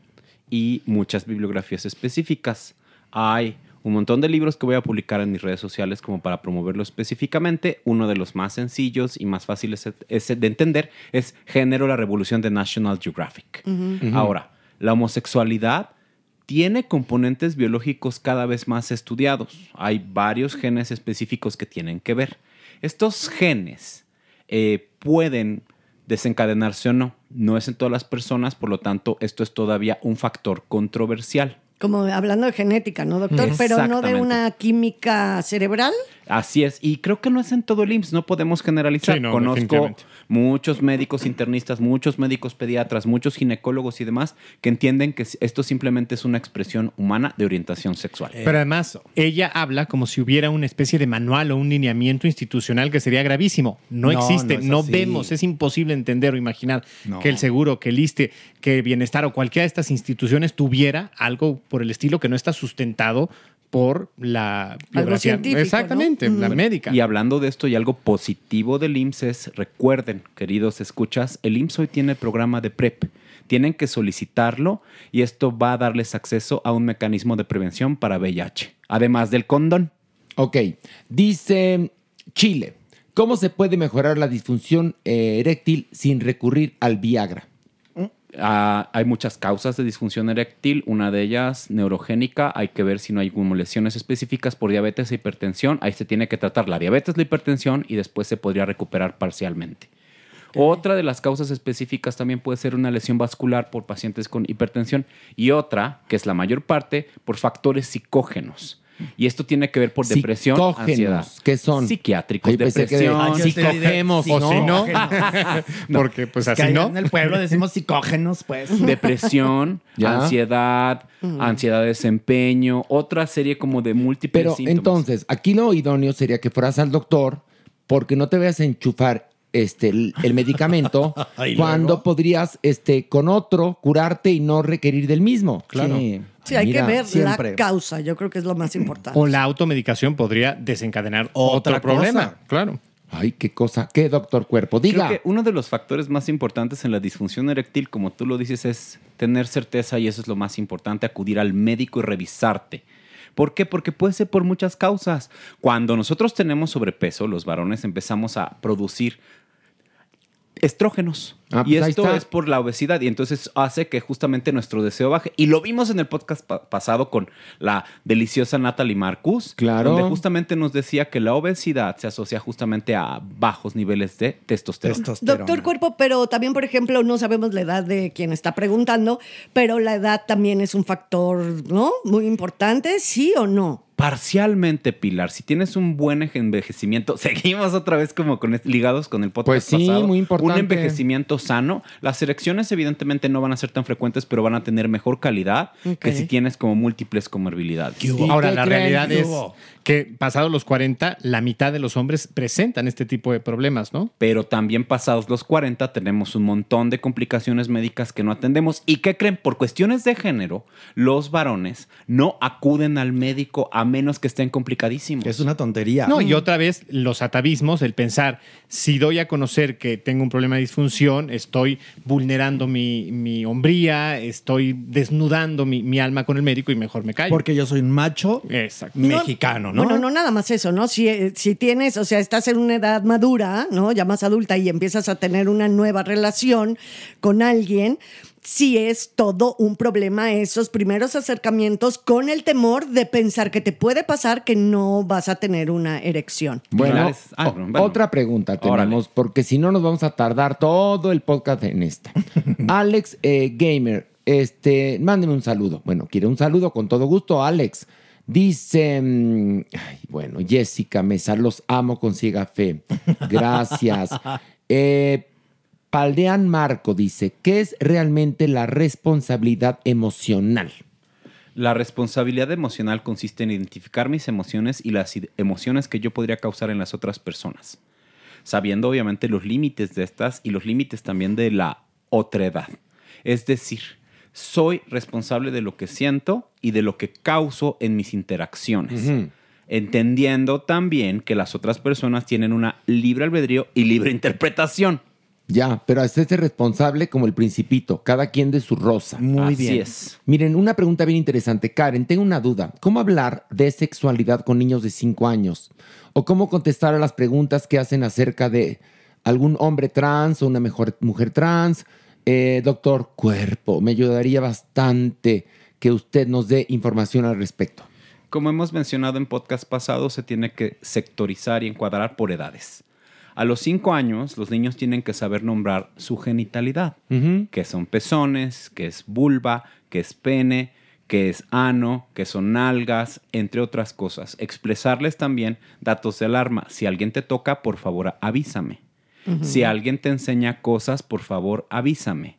Speaker 12: y muchas bibliografías específicas. Hay un montón de libros que voy a publicar en mis redes sociales como para promoverlo específicamente. Uno de los más sencillos y más fáciles es- de entender es Género, la Revolución de National Geographic.
Speaker 11: Ujú.
Speaker 12: Ahora, la homosexualidad tiene componentes biológicos cada vez más estudiados. Hay varios genes específicos que tienen que ver. Estos genes eh, pueden desencadenarse o no. No es en todas las personas, por lo tanto, esto es todavía un factor controversial.
Speaker 5: Como hablando de genética, ¿no, doctor?
Speaker 3: Mm.
Speaker 5: Pero no de
Speaker 12: Exactamente.
Speaker 5: una química cerebral.
Speaker 12: Así es, y creo que no es en todo el IMSS, no podemos generalizar.
Speaker 6: Sí, no,
Speaker 12: Conozco
Speaker 6: definitivamente.
Speaker 12: muchos médicos internistas, muchos médicos pediatras, muchos ginecólogos y demás que entienden que esto simplemente es una expresión humana de orientación sexual.
Speaker 6: Eh, Pero además, ella habla como si hubiera una especie de manual o un lineamiento institucional que sería gravísimo. No,
Speaker 12: No,
Speaker 6: existe,
Speaker 12: no es
Speaker 6: no,
Speaker 12: así.
Speaker 6: vemos, es imposible entender o imaginar
Speaker 12: No.
Speaker 6: que el seguro, que el ISTE, que el bienestar o cualquiera de estas instituciones tuviera algo por el estilo que no está sustentado por la biografía. Exactamente, la médica.
Speaker 12: Y hablando de esto y algo positivo del IMSS es, recuerden, queridos escuchas, el IMSS hoy tiene el programa de PREP. Tienen que solicitarlo y esto va a darles acceso a un mecanismo de prevención para VIH, además del condón.
Speaker 3: Ok, dice Chile, ¿cómo se puede mejorar la disfunción eh, eréctil sin recurrir al Viagra?
Speaker 12: Ah, hay muchas causas de disfunción eréctil, una de ellas neurogénica, hay que ver si no hay lesiones específicas por diabetes e hipertensión, ahí se tiene que tratar la diabetes, la hipertensión y después se podría recuperar parcialmente. Otra de las causas específicas también puede ser una lesión vascular por pacientes con hipertensión y otra, que es la mayor parte, por factores psicógenos. Y esto tiene que ver por depresión,
Speaker 3: Psicógenos,
Speaker 12: ansiedad.
Speaker 3: ¿qué son?
Speaker 12: Psiquiátricos,
Speaker 3: Ay, pensé que-
Speaker 12: depresión.
Speaker 3: Ay, Ah, yo te diré Psicógenos,
Speaker 12: o
Speaker 3: o si no.
Speaker 12: Porque pues
Speaker 10: Es que allá En el pueblo decimos psicógenos, pues.
Speaker 12: depresión,
Speaker 3: Ya.
Speaker 12: ansiedad,
Speaker 10: Ujú.
Speaker 12: ansiedad de desempeño, otra serie como de múltiples
Speaker 3: Pero
Speaker 12: síntomas.
Speaker 3: entonces, aquí lo idóneo sería que fueras al doctor porque no te vayas a enchufar este, el, el medicamento
Speaker 12: ¿Y
Speaker 3: cuando podrías este, con otro curarte y no requerir del mismo.
Speaker 6: Claro.
Speaker 5: Sí, hay
Speaker 6: Mira,
Speaker 5: que ver
Speaker 6: siempre.
Speaker 5: la causa. Yo creo que es lo más importante.
Speaker 6: O la automedicación podría desencadenar
Speaker 12: Otra
Speaker 6: otro problema.
Speaker 12: cosa.
Speaker 6: Claro.
Speaker 3: Ay, qué cosa, qué doctor cuerpo. Diga.
Speaker 12: Creo que uno de los factores más importantes en la disfunción eréctil, como tú lo dices, es tener certeza y eso es lo más importante, acudir al médico y revisarte. ¿Por qué? Porque puede ser por muchas causas. Cuando nosotros tenemos sobrepeso, los varones empezamos a producir estrógenos.
Speaker 3: Ah,
Speaker 12: y
Speaker 3: pues ahí
Speaker 12: esto
Speaker 3: está.
Speaker 12: es por la obesidad y entonces hace que justamente nuestro deseo baje. Y lo vimos en el podcast pa- pasado con la deliciosa Natalie Marcus,
Speaker 3: Claro.
Speaker 12: donde justamente nos decía que la obesidad se asocia justamente a bajos niveles de testosterona.
Speaker 5: Doctor Cuerpo, pero también, por ejemplo, no sabemos la edad de quien está preguntando, pero la edad también es un factor, ¿no? Muy importante, ¿sí o no?
Speaker 12: Parcialmente, Pilar, si tienes un buen envejecimiento, seguimos otra vez como con est- ligados con el podcast
Speaker 3: Pues sí,
Speaker 12: pasado.
Speaker 3: muy importante.
Speaker 12: Un envejecimiento sano. Las erecciones evidentemente no van a ser tan frecuentes, pero van a tener mejor calidad que
Speaker 6: Ok.
Speaker 12: si tienes como múltiples comorbilidades.
Speaker 6: Ahora, la realidad
Speaker 12: ¿Qué
Speaker 6: es
Speaker 12: hubo?
Speaker 6: que pasados los 40, la mitad de los hombres presentan este tipo de problemas, ¿no?
Speaker 12: Pero también pasados los 40 tenemos un montón de complicaciones médicas que no atendemos. ¿Y qué creen? Por cuestiones de género, los varones no acuden al médico a menos que estén complicadísimos. Es
Speaker 10: una tontería.
Speaker 6: No, y otra vez los atavismos, el pensar, si doy a conocer que tengo un problema de disfunción, estoy vulnerando mi, mi hombría, estoy desnudando mi, mi alma con el médico y mejor me callo.
Speaker 10: Porque yo soy un macho mexicano, ¿no?
Speaker 5: Bueno, no nada más eso, ¿no? Si, eh, si tienes, o sea, estás en una edad madura, ¿no? Ya más adulta y empiezas a tener una nueva relación con alguien, sí es todo un problema esos primeros acercamientos con el temor de pensar que te puede pasar que no vas a tener una erección.
Speaker 3: Bueno,
Speaker 12: ah,
Speaker 3: o-
Speaker 12: bueno.
Speaker 3: otra pregunta tenemos, porque si no nos vamos a tardar todo el podcast en esta. Alex eh, Gamer, este, mándeme un saludo. Bueno, quiere un saludo con todo gusto, Alex. Dice, mm, ay, bueno, Jessica Mesa, los amo con ciega fe. Gracias. Eh, Paldean Marco dice, ¿qué es realmente la responsabilidad emocional?
Speaker 12: La responsabilidad emocional consiste en identificar mis emociones y las id- emociones que yo podría causar en las otras personas, sabiendo obviamente los límites de estas y los límites también de la otredad. Es decir, soy responsable de lo que siento y de lo que causo en mis interacciones. Entendiendo también que las otras personas tienen una libre albedrío y libre interpretación.
Speaker 3: Ya, pero hacerte responsable como el principito, cada quien de su rosa.
Speaker 12: Muy Así bien. es.
Speaker 3: Miren, una pregunta bien interesante. Karen, tengo una duda. ¿Cómo hablar de sexualidad con niños de 5 años? ¿O cómo contestar a las preguntas que hacen acerca de algún hombre trans o una mejor mujer trans? Eh, doctor Cuerpo, me ayudaría bastante que usted nos dé información al respecto.
Speaker 12: Como hemos mencionado en podcast pasado, se tiene que sectorizar y encuadrar por edades. A los 5 años, los niños tienen que saber nombrar su genitalidad, que son pezones, que es vulva, que es pene, que es ano, que son nalgas, entre otras cosas. Expresarles también datos de alarma. Si alguien te toca, por favor, avísame. Si alguien te enseña cosas, por favor, avísame.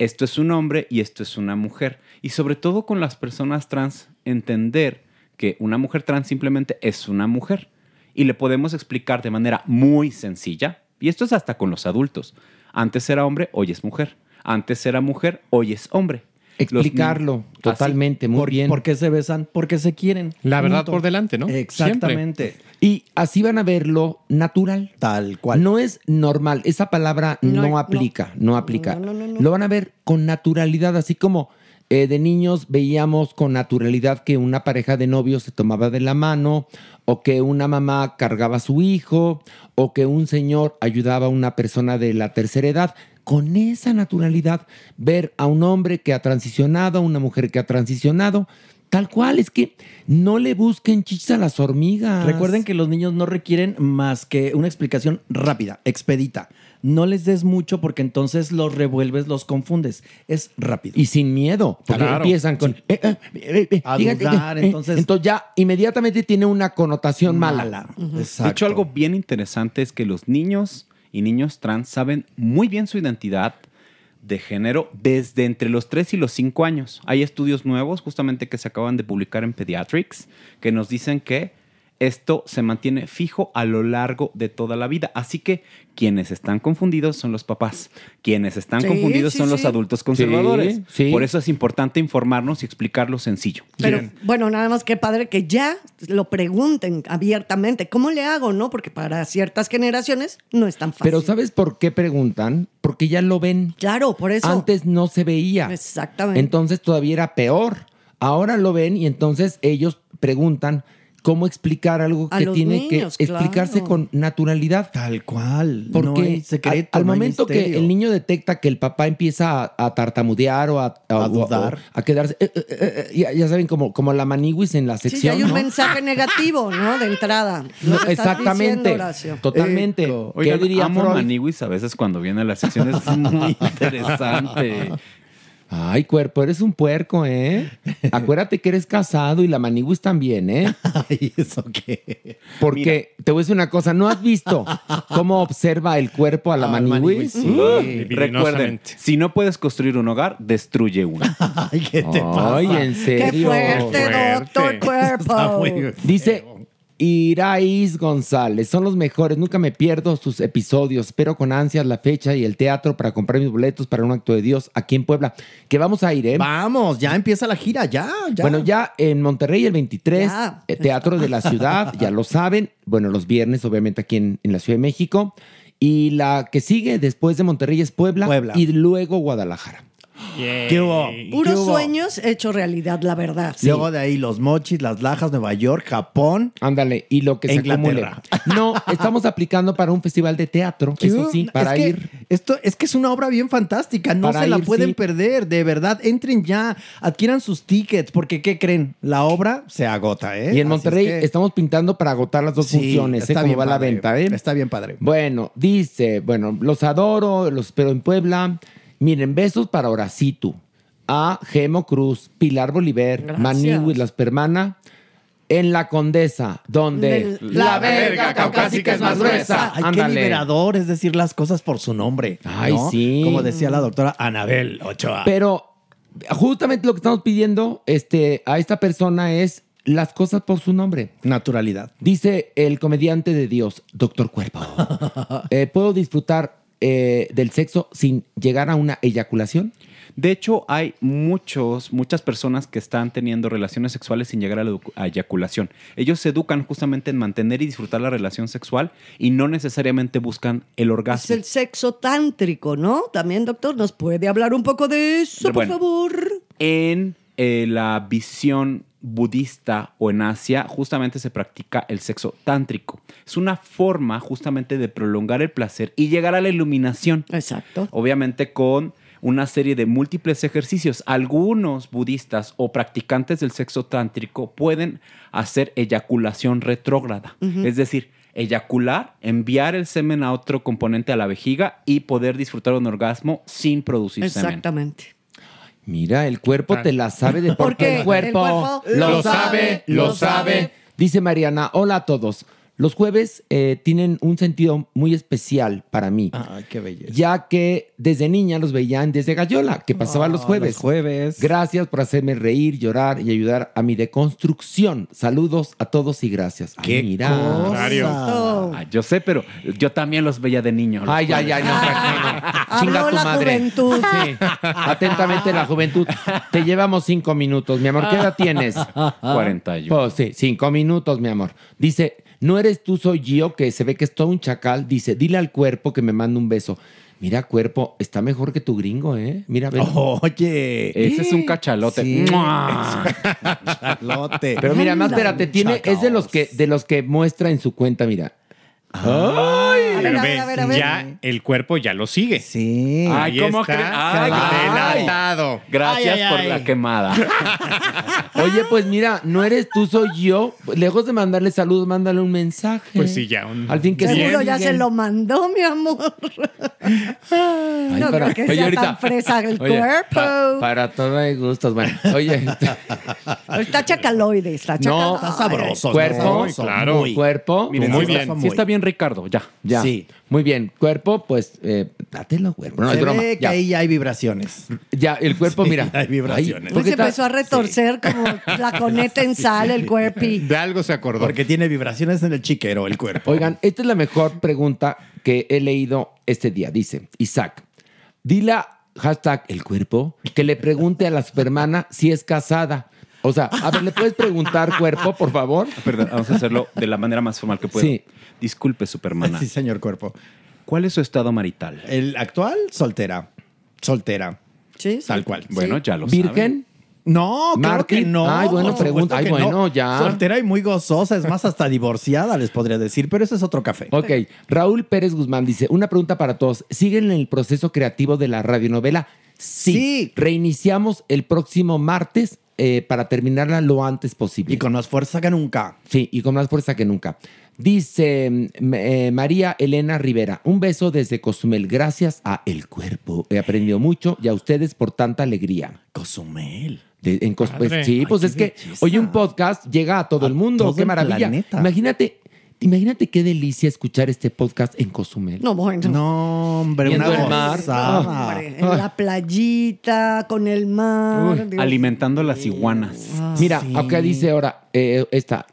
Speaker 12: Esto es un hombre y esto es una mujer. Y sobre todo con las personas trans, entender que una mujer trans simplemente es una mujer. Y le podemos explicar de manera muy sencilla, y esto es hasta con los adultos. Antes era hombre, hoy es mujer. Antes era mujer, hoy es hombre. Los ni-
Speaker 3: Explicarlo
Speaker 12: Así.
Speaker 3: totalmente, muy bien.
Speaker 10: Mm, ¿Por qué se besan? Porque se quieren.
Speaker 6: La verdad por
Speaker 3: delante, ¿no?
Speaker 10: Exactamente.
Speaker 3: Y así van a verlo natural.
Speaker 10: Tal cual.
Speaker 3: No es normal. Esa palabra no,
Speaker 10: No, no.
Speaker 3: aplica. No, aplica. Lo van a ver con naturalidad, así como eh, de niños veíamos con naturalidad que una pareja de novios se tomaba de la mano, o que una mamá cargaba a su hijo, o que un señor ayudaba a una persona de la tercera edad. Con esa naturalidad, ver a un hombre que ha transicionado, a una mujer que ha transicionado, tal cual, es que no le busquen chichis a las hormigas.
Speaker 10: Recuerden que los niños no requieren más que una explicación rápida, expedita. No les des mucho porque entonces los revuelves, los confundes. Es rápido.
Speaker 3: Y sin miedo, porque
Speaker 10: Claro.
Speaker 3: empiezan con... eh, eh, eh, eh,
Speaker 10: A
Speaker 3: fíjate,
Speaker 10: dudar,
Speaker 3: eh, eh,
Speaker 10: entonces-
Speaker 3: Entonces ya inmediatamente tiene una connotación mala.
Speaker 12: De hecho, algo bien interesante es que los niños y niños trans saben muy bien su identidad de género desde entre los 3 y los 5 años. Hay estudios nuevos justamente que se acaban de publicar en Pediatrics que nos dicen que esto se mantiene fijo a lo largo de toda la vida. Así que quienes están confundidos son los papás. Quienes están
Speaker 5: Sí,
Speaker 12: confundidos
Speaker 5: sí,
Speaker 12: son los
Speaker 5: sí.
Speaker 12: adultos conservadores.
Speaker 5: Sí, sí.
Speaker 12: Por eso es importante informarnos y explicarlo sencillo.
Speaker 5: Pero bueno, nada más que padre que ya lo pregunten abiertamente. ¿Cómo le hago, no? Porque para ciertas generaciones no es tan fácil.
Speaker 3: Pero ¿sabes por qué preguntan? Porque ya lo ven.
Speaker 5: Claro, por eso.
Speaker 3: Antes no se veía.
Speaker 5: Exactamente.
Speaker 3: Entonces todavía era peor. Ahora lo ven y entonces ellos preguntan cómo explicar algo
Speaker 5: A
Speaker 3: que
Speaker 5: los
Speaker 3: tiene
Speaker 5: niños,
Speaker 3: que explicarse
Speaker 5: claro.
Speaker 3: con naturalidad.
Speaker 10: Tal cual.
Speaker 3: Porque
Speaker 10: No hay secreto,
Speaker 3: al, al
Speaker 10: no hay
Speaker 3: momento que
Speaker 10: misterio.
Speaker 3: el niño detecta que el papá empieza a, a tartamudear o a, a- o-
Speaker 10: dudar.
Speaker 3: o a quedarse, eh, eh, eh, eh, ya, ya saben, como, como la maniwis en la
Speaker 5: Sí, ya
Speaker 3: sección.
Speaker 5: hay un
Speaker 3: ¿no?
Speaker 5: mensaje negativo, ¿no? De entrada. Lo que estás diciendo, Horacio.
Speaker 3: Totalmente. ¿Qué
Speaker 12: Oigan,
Speaker 3: diría
Speaker 12: amo
Speaker 3: Freud?
Speaker 12: Maniwis a veces cuando viene a las secciones. Es muy interesante.
Speaker 3: Ay, cuerpo, eres un puerco, ¿eh? Acuérdate que eres casado y la maniguis también, ¿eh? Ay, ¿eso qué? Porque te voy a decir una cosa, ¿no has visto cómo observa el cuerpo a Ah, la maniguis?
Speaker 12: Uh, Recuerden, si no puedes construir un hogar, destruye uno. Ay, ¿qué
Speaker 3: te pasa? Ay, en serio.
Speaker 5: fuerte, doctor Cuerpo.
Speaker 3: Dice Iraís González, son los mejores, nunca me pierdo sus episodios, espero con ansias la fecha y el teatro para comprar mis boletos para un acto de Dios aquí en Puebla, que vamos a ir, ¿eh?
Speaker 10: Vamos, ya empieza la gira, ya, ya.
Speaker 3: Bueno, ya en Monterrey el 23,
Speaker 10: Ya.
Speaker 3: eh, Teatro de la Ciudad, ya lo saben. Bueno, los viernes, obviamente, aquí en, en la Ciudad de México. Y la que sigue después de Monterrey es Puebla, y luego Guadalajara.
Speaker 10: ¿Qué hubo? ¿Qué
Speaker 5: Puros
Speaker 10: hubo?
Speaker 5: sueños hecho realidad, la verdad.
Speaker 10: Luego de ahí los mochis, las lajas, Nueva York, Japón.
Speaker 3: Ándale, y lo que se
Speaker 10: Inglaterra.
Speaker 3: acumule. No, estamos aplicando para un festival de teatro, eso sí, para
Speaker 10: es que,
Speaker 3: ir.
Speaker 10: Esto es que es una obra bien fantástica, no
Speaker 3: Para
Speaker 10: se la
Speaker 3: ir,
Speaker 10: pueden
Speaker 3: sí.
Speaker 10: perder, de verdad, entren ya, adquieran sus tickets, porque ¿qué creen? La obra se agota, ¿eh?
Speaker 3: Y en Monterrey
Speaker 10: Así es que-
Speaker 3: estamos pintando para agotar las dos
Speaker 10: Sí,
Speaker 3: funciones, ¿eh?
Speaker 10: está
Speaker 3: Como
Speaker 10: bien
Speaker 3: va la
Speaker 10: padre,
Speaker 3: venta, ¿eh?
Speaker 10: Está bien padre.
Speaker 3: Bueno, dice, bueno, los adoro, los espero en Puebla. Miren, besos para Horacitu, a Gemo Cruz, Pilar Bolívar,
Speaker 10: Gracias.
Speaker 3: Maniwis, Las Permana, en La Condesa, donde...
Speaker 10: Del- La verga caucásica es más gruesa. Ay, qué liberador es decir las cosas por su nombre.
Speaker 3: Ay,
Speaker 10: ¿no?
Speaker 3: sí.
Speaker 10: Como decía la doctora Anabel Ochoa.
Speaker 3: Pero justamente lo que estamos pidiendo este, a esta persona es las cosas por su nombre.
Speaker 10: Naturalidad.
Speaker 3: Dice el comediante de Dios, Doctor Cuerpo. eh, ¿Puedo disfrutar eh, del sexo sin llegar a una eyaculación?
Speaker 12: De hecho, hay muchos, muchas personas que están teniendo relaciones sexuales sin llegar a la edu- a eyaculación. Ellos se educan justamente en mantener y disfrutar la relación sexual y no necesariamente buscan el
Speaker 5: Es
Speaker 12: orgasmo.
Speaker 5: el sexo tántrico, ¿no? También, doctor, ¿nos puede hablar un poco de eso, por
Speaker 12: Bueno.
Speaker 5: favor?
Speaker 12: En eh, la visión budista o en Asia, justamente se practica el sexo tántrico. Es una forma justamente de prolongar el placer y llegar a la iluminación.
Speaker 5: Exacto.
Speaker 12: Obviamente con una serie de múltiples ejercicios. Algunos budistas o practicantes del sexo tántrico pueden hacer eyaculación retrógrada.
Speaker 13: Ujú.
Speaker 12: Es decir, eyacular, enviar el semen a otro componente a la vejiga y poder disfrutar un orgasmo sin producir semen.
Speaker 5: Exactamente.
Speaker 3: Mira, el cuerpo te la Ah, sabe de por
Speaker 12: Porque
Speaker 3: qué el cuerpo,
Speaker 12: el cuerpo lo sabe, lo sabe.
Speaker 3: Dice Mariana, hola a todos. Los jueves eh, tienen un sentido muy especial para mí.
Speaker 12: Ah,
Speaker 10: Ay, qué belleza.
Speaker 3: Ya que desde niña los veían desde Gallola, que pasaba
Speaker 12: Ah,
Speaker 3: los jueves.
Speaker 10: jueves.
Speaker 3: Gracias por hacerme reír, llorar y ayudar a mi deconstrucción. Saludos a todos y gracias. Ay,
Speaker 12: ¡Qué
Speaker 3: mira.
Speaker 5: cosa!
Speaker 12: Ah, yo sé, pero yo también los veía de niño. los
Speaker 3: Ay, ay,
Speaker 12: jueves.
Speaker 3: ay, no, Chinga
Speaker 5: Habló
Speaker 3: tu
Speaker 5: la
Speaker 3: madre.
Speaker 5: juventud.
Speaker 3: Sí. Atentamente la juventud. Te llevamos cinco minutos, mi amor. ¿Qué edad tienes?
Speaker 12: 41.
Speaker 3: Pues sí, cinco minutos, mi amor. Dice, no eres tú, soy yo, que se ve que es todo un chacal. Dice, dile al cuerpo que me manda un beso. Mira, cuerpo, está mejor que tu gringo, ¿eh? Mira, ve.
Speaker 11: Oye.
Speaker 12: Ese es un cachalote.
Speaker 3: Sí.
Speaker 12: ¡Mua!
Speaker 11: Cachalote.
Speaker 3: Pero mira, más espérate, tiene, es de los que de los que muestra en su cuenta, mira.
Speaker 5: A ver,
Speaker 12: Pero
Speaker 5: a ver,
Speaker 12: ve,
Speaker 5: a ver, a ver.
Speaker 12: Ya el cuerpo ya lo sigue. Sí.
Speaker 8: Ay,
Speaker 12: Ahí
Speaker 8: ¿cómo
Speaker 12: está.
Speaker 8: cre- Ay, ay.
Speaker 12: delatado. Gracias
Speaker 8: Ay, ay,
Speaker 12: por
Speaker 8: ay.
Speaker 12: la quemada.
Speaker 3: Oye, pues mira, no eres tú, soy yo. Lejos de mandarle saludos, mándale un mensaje.
Speaker 12: Pues sí, ya un-
Speaker 3: Al fin que
Speaker 5: Seguro
Speaker 3: se-
Speaker 5: ya se lo mandó, mi amor.
Speaker 3: Ay,
Speaker 5: no
Speaker 3: para-
Speaker 5: creo que
Speaker 3: Oye,
Speaker 5: sea
Speaker 3: ahorita-
Speaker 5: tan fresa el
Speaker 3: Oye,
Speaker 5: cuerpo.
Speaker 3: pa- para todo hay gustos, bueno. Oye,
Speaker 5: Está chacaloide, está
Speaker 3: no,
Speaker 5: chacaloide.
Speaker 3: Cuerpo,
Speaker 12: Muy claro.
Speaker 3: muy. cuerpo.
Speaker 12: Miren,
Speaker 3: muy
Speaker 12: muy bien.
Speaker 3: bien.
Speaker 12: Sí está bien, Ricardo, ya.
Speaker 3: Ya.
Speaker 12: Sí.
Speaker 3: Muy bien. Cuerpo, pues, eh, dátelo, cuerpo. No,
Speaker 10: Se
Speaker 3: es broma.
Speaker 10: ve que
Speaker 3: ya.
Speaker 10: ahí ya hay vibraciones.
Speaker 3: Ya, el cuerpo,
Speaker 10: Sí,
Speaker 3: mira.
Speaker 10: hay vibraciones.
Speaker 3: Ay,
Speaker 5: Pues
Speaker 3: ¿por qué
Speaker 5: se
Speaker 3: está-
Speaker 5: empezó a retorcer como la coneta en sal, el cuerpi.
Speaker 12: De algo se acordó.
Speaker 10: Porque tiene vibraciones en el chiquero, el cuerpo.
Speaker 3: Oigan, esta es la mejor pregunta que he leído este día. Dice Isaac, dile a hashtag el cuerpo que le pregunte a la supermana si es casada. O sea, a ver, ¿le puedes preguntar cuerpo, por favor?
Speaker 12: Perdón, vamos a hacerlo de la manera más formal que pueda.
Speaker 3: Sí.
Speaker 12: Disculpe, Supermana.
Speaker 10: Sí, señor cuerpo.
Speaker 12: ¿Cuál es su estado marital?
Speaker 10: El actual, soltera. Soltera.
Speaker 5: Sí.
Speaker 10: Tal cual.
Speaker 12: Bueno, ya lo saben.
Speaker 3: ¿Virgen?
Speaker 10: No, claro
Speaker 3: Martín.
Speaker 10: que no.
Speaker 3: Ay, bueno,
Speaker 10: por supuesto
Speaker 3: pregunta. Ay,
Speaker 10: que
Speaker 3: bueno, ya.
Speaker 10: Soltera y muy gozosa, es más, hasta divorciada, les podría decir, pero ese es otro café.
Speaker 3: Ok, Raúl Pérez Guzmán dice, una pregunta para todos. ¿Siguen en el proceso creativo de la radionovela? Sí. Reiniciamos el próximo martes eh, para terminarla lo antes posible.
Speaker 10: Y con más fuerza que nunca.
Speaker 3: Sí, y con más fuerza que nunca. Dice mm, eh, María Elena Rivera, un beso desde Cozumel. Gracias a El Cuerpo. He aprendido mucho y a ustedes por tanta alegría.
Speaker 10: Cozumel.
Speaker 3: De- en Cos-
Speaker 10: Padre.
Speaker 3: pues, sí,
Speaker 10: Ay,
Speaker 3: pues
Speaker 10: qué
Speaker 3: es que
Speaker 10: belleza.
Speaker 3: hoy un podcast llega a todo el mundo.
Speaker 10: todo
Speaker 3: qué
Speaker 10: el
Speaker 3: maravilla.
Speaker 10: planeta.
Speaker 3: Imagínate, imagínate qué delicia escuchar este podcast en Cozumel.
Speaker 5: No, bueno.
Speaker 10: No, hombre,
Speaker 3: Viendo
Speaker 10: una
Speaker 3: el mar.
Speaker 10: gozada.
Speaker 5: Hombre, en
Speaker 3: Ah.
Speaker 5: la playita, con el mar.
Speaker 12: Uy,
Speaker 5: Dios.
Speaker 12: alimentando las iguanas.
Speaker 3: Mira, acá dice ahora eh, esta,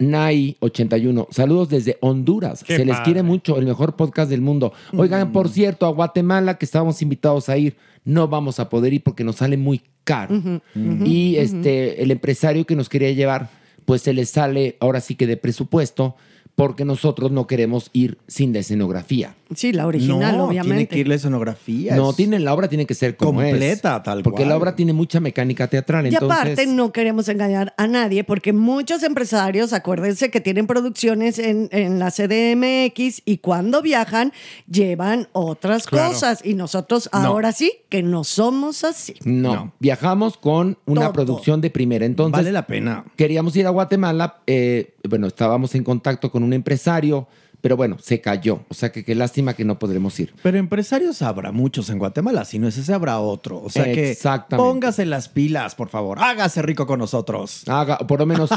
Speaker 3: Nai81. Saludos desde Honduras.
Speaker 12: Qué
Speaker 3: Se les
Speaker 12: padre.
Speaker 3: quiere mucho, el mejor podcast del mundo.
Speaker 5: Mm.
Speaker 3: Oigan, por cierto, a Guatemala, que estábamos invitados a ir, no vamos a poder ir porque nos sale muy caro. y este, el empresario que nos quería llevar, pues se le sale ahora sí que de presupuesto, porque nosotros no queremos ir sin la escenografía.
Speaker 5: Sí, la original,
Speaker 10: no, tiene
Speaker 5: obviamente.
Speaker 10: que ir la escenografía.
Speaker 3: No,
Speaker 10: es-
Speaker 3: tiene, la obra tiene que ser como es.
Speaker 10: Completa, tal
Speaker 3: Porque la
Speaker 10: cual.
Speaker 3: obra tiene mucha mecánica teatral.
Speaker 5: Y
Speaker 3: entonces...
Speaker 5: aparte no queremos engañar a nadie porque muchos empresarios, acuérdense que tienen producciones en, en la CDMX y cuando viajan llevan otras
Speaker 8: Claro.
Speaker 5: cosas y nosotros ahora sí que no somos así.
Speaker 3: No, viajamos con una
Speaker 5: Todo.
Speaker 3: producción de primera. Entonces,
Speaker 10: Vale la pena.
Speaker 3: queríamos ir a Guatemala. eh, bueno, estábamos en contacto con un empresario, pero bueno, se cayó. O sea que qué lástima que no podremos ir.
Speaker 10: Pero empresarios habrá muchos en Guatemala, si no es ese habrá otro. O sea que
Speaker 3: Exactamente.
Speaker 10: póngase las pilas, por favor. Hágase rico con nosotros.
Speaker 3: Haga, o por lo menos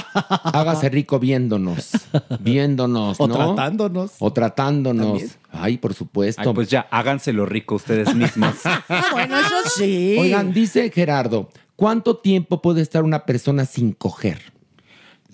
Speaker 3: hágase rico viéndonos. Viéndonos,
Speaker 10: O
Speaker 3: ¿no?
Speaker 10: tratándonos.
Speaker 3: O tratándonos.
Speaker 10: También.
Speaker 3: Ay, por supuesto.
Speaker 12: Ay, pues ya, háganselo rico ustedes mismos.
Speaker 5: Ah, bueno, eso sí.
Speaker 3: Oigan, dice Gerardo, ¿cuánto tiempo puede estar una persona sin coger?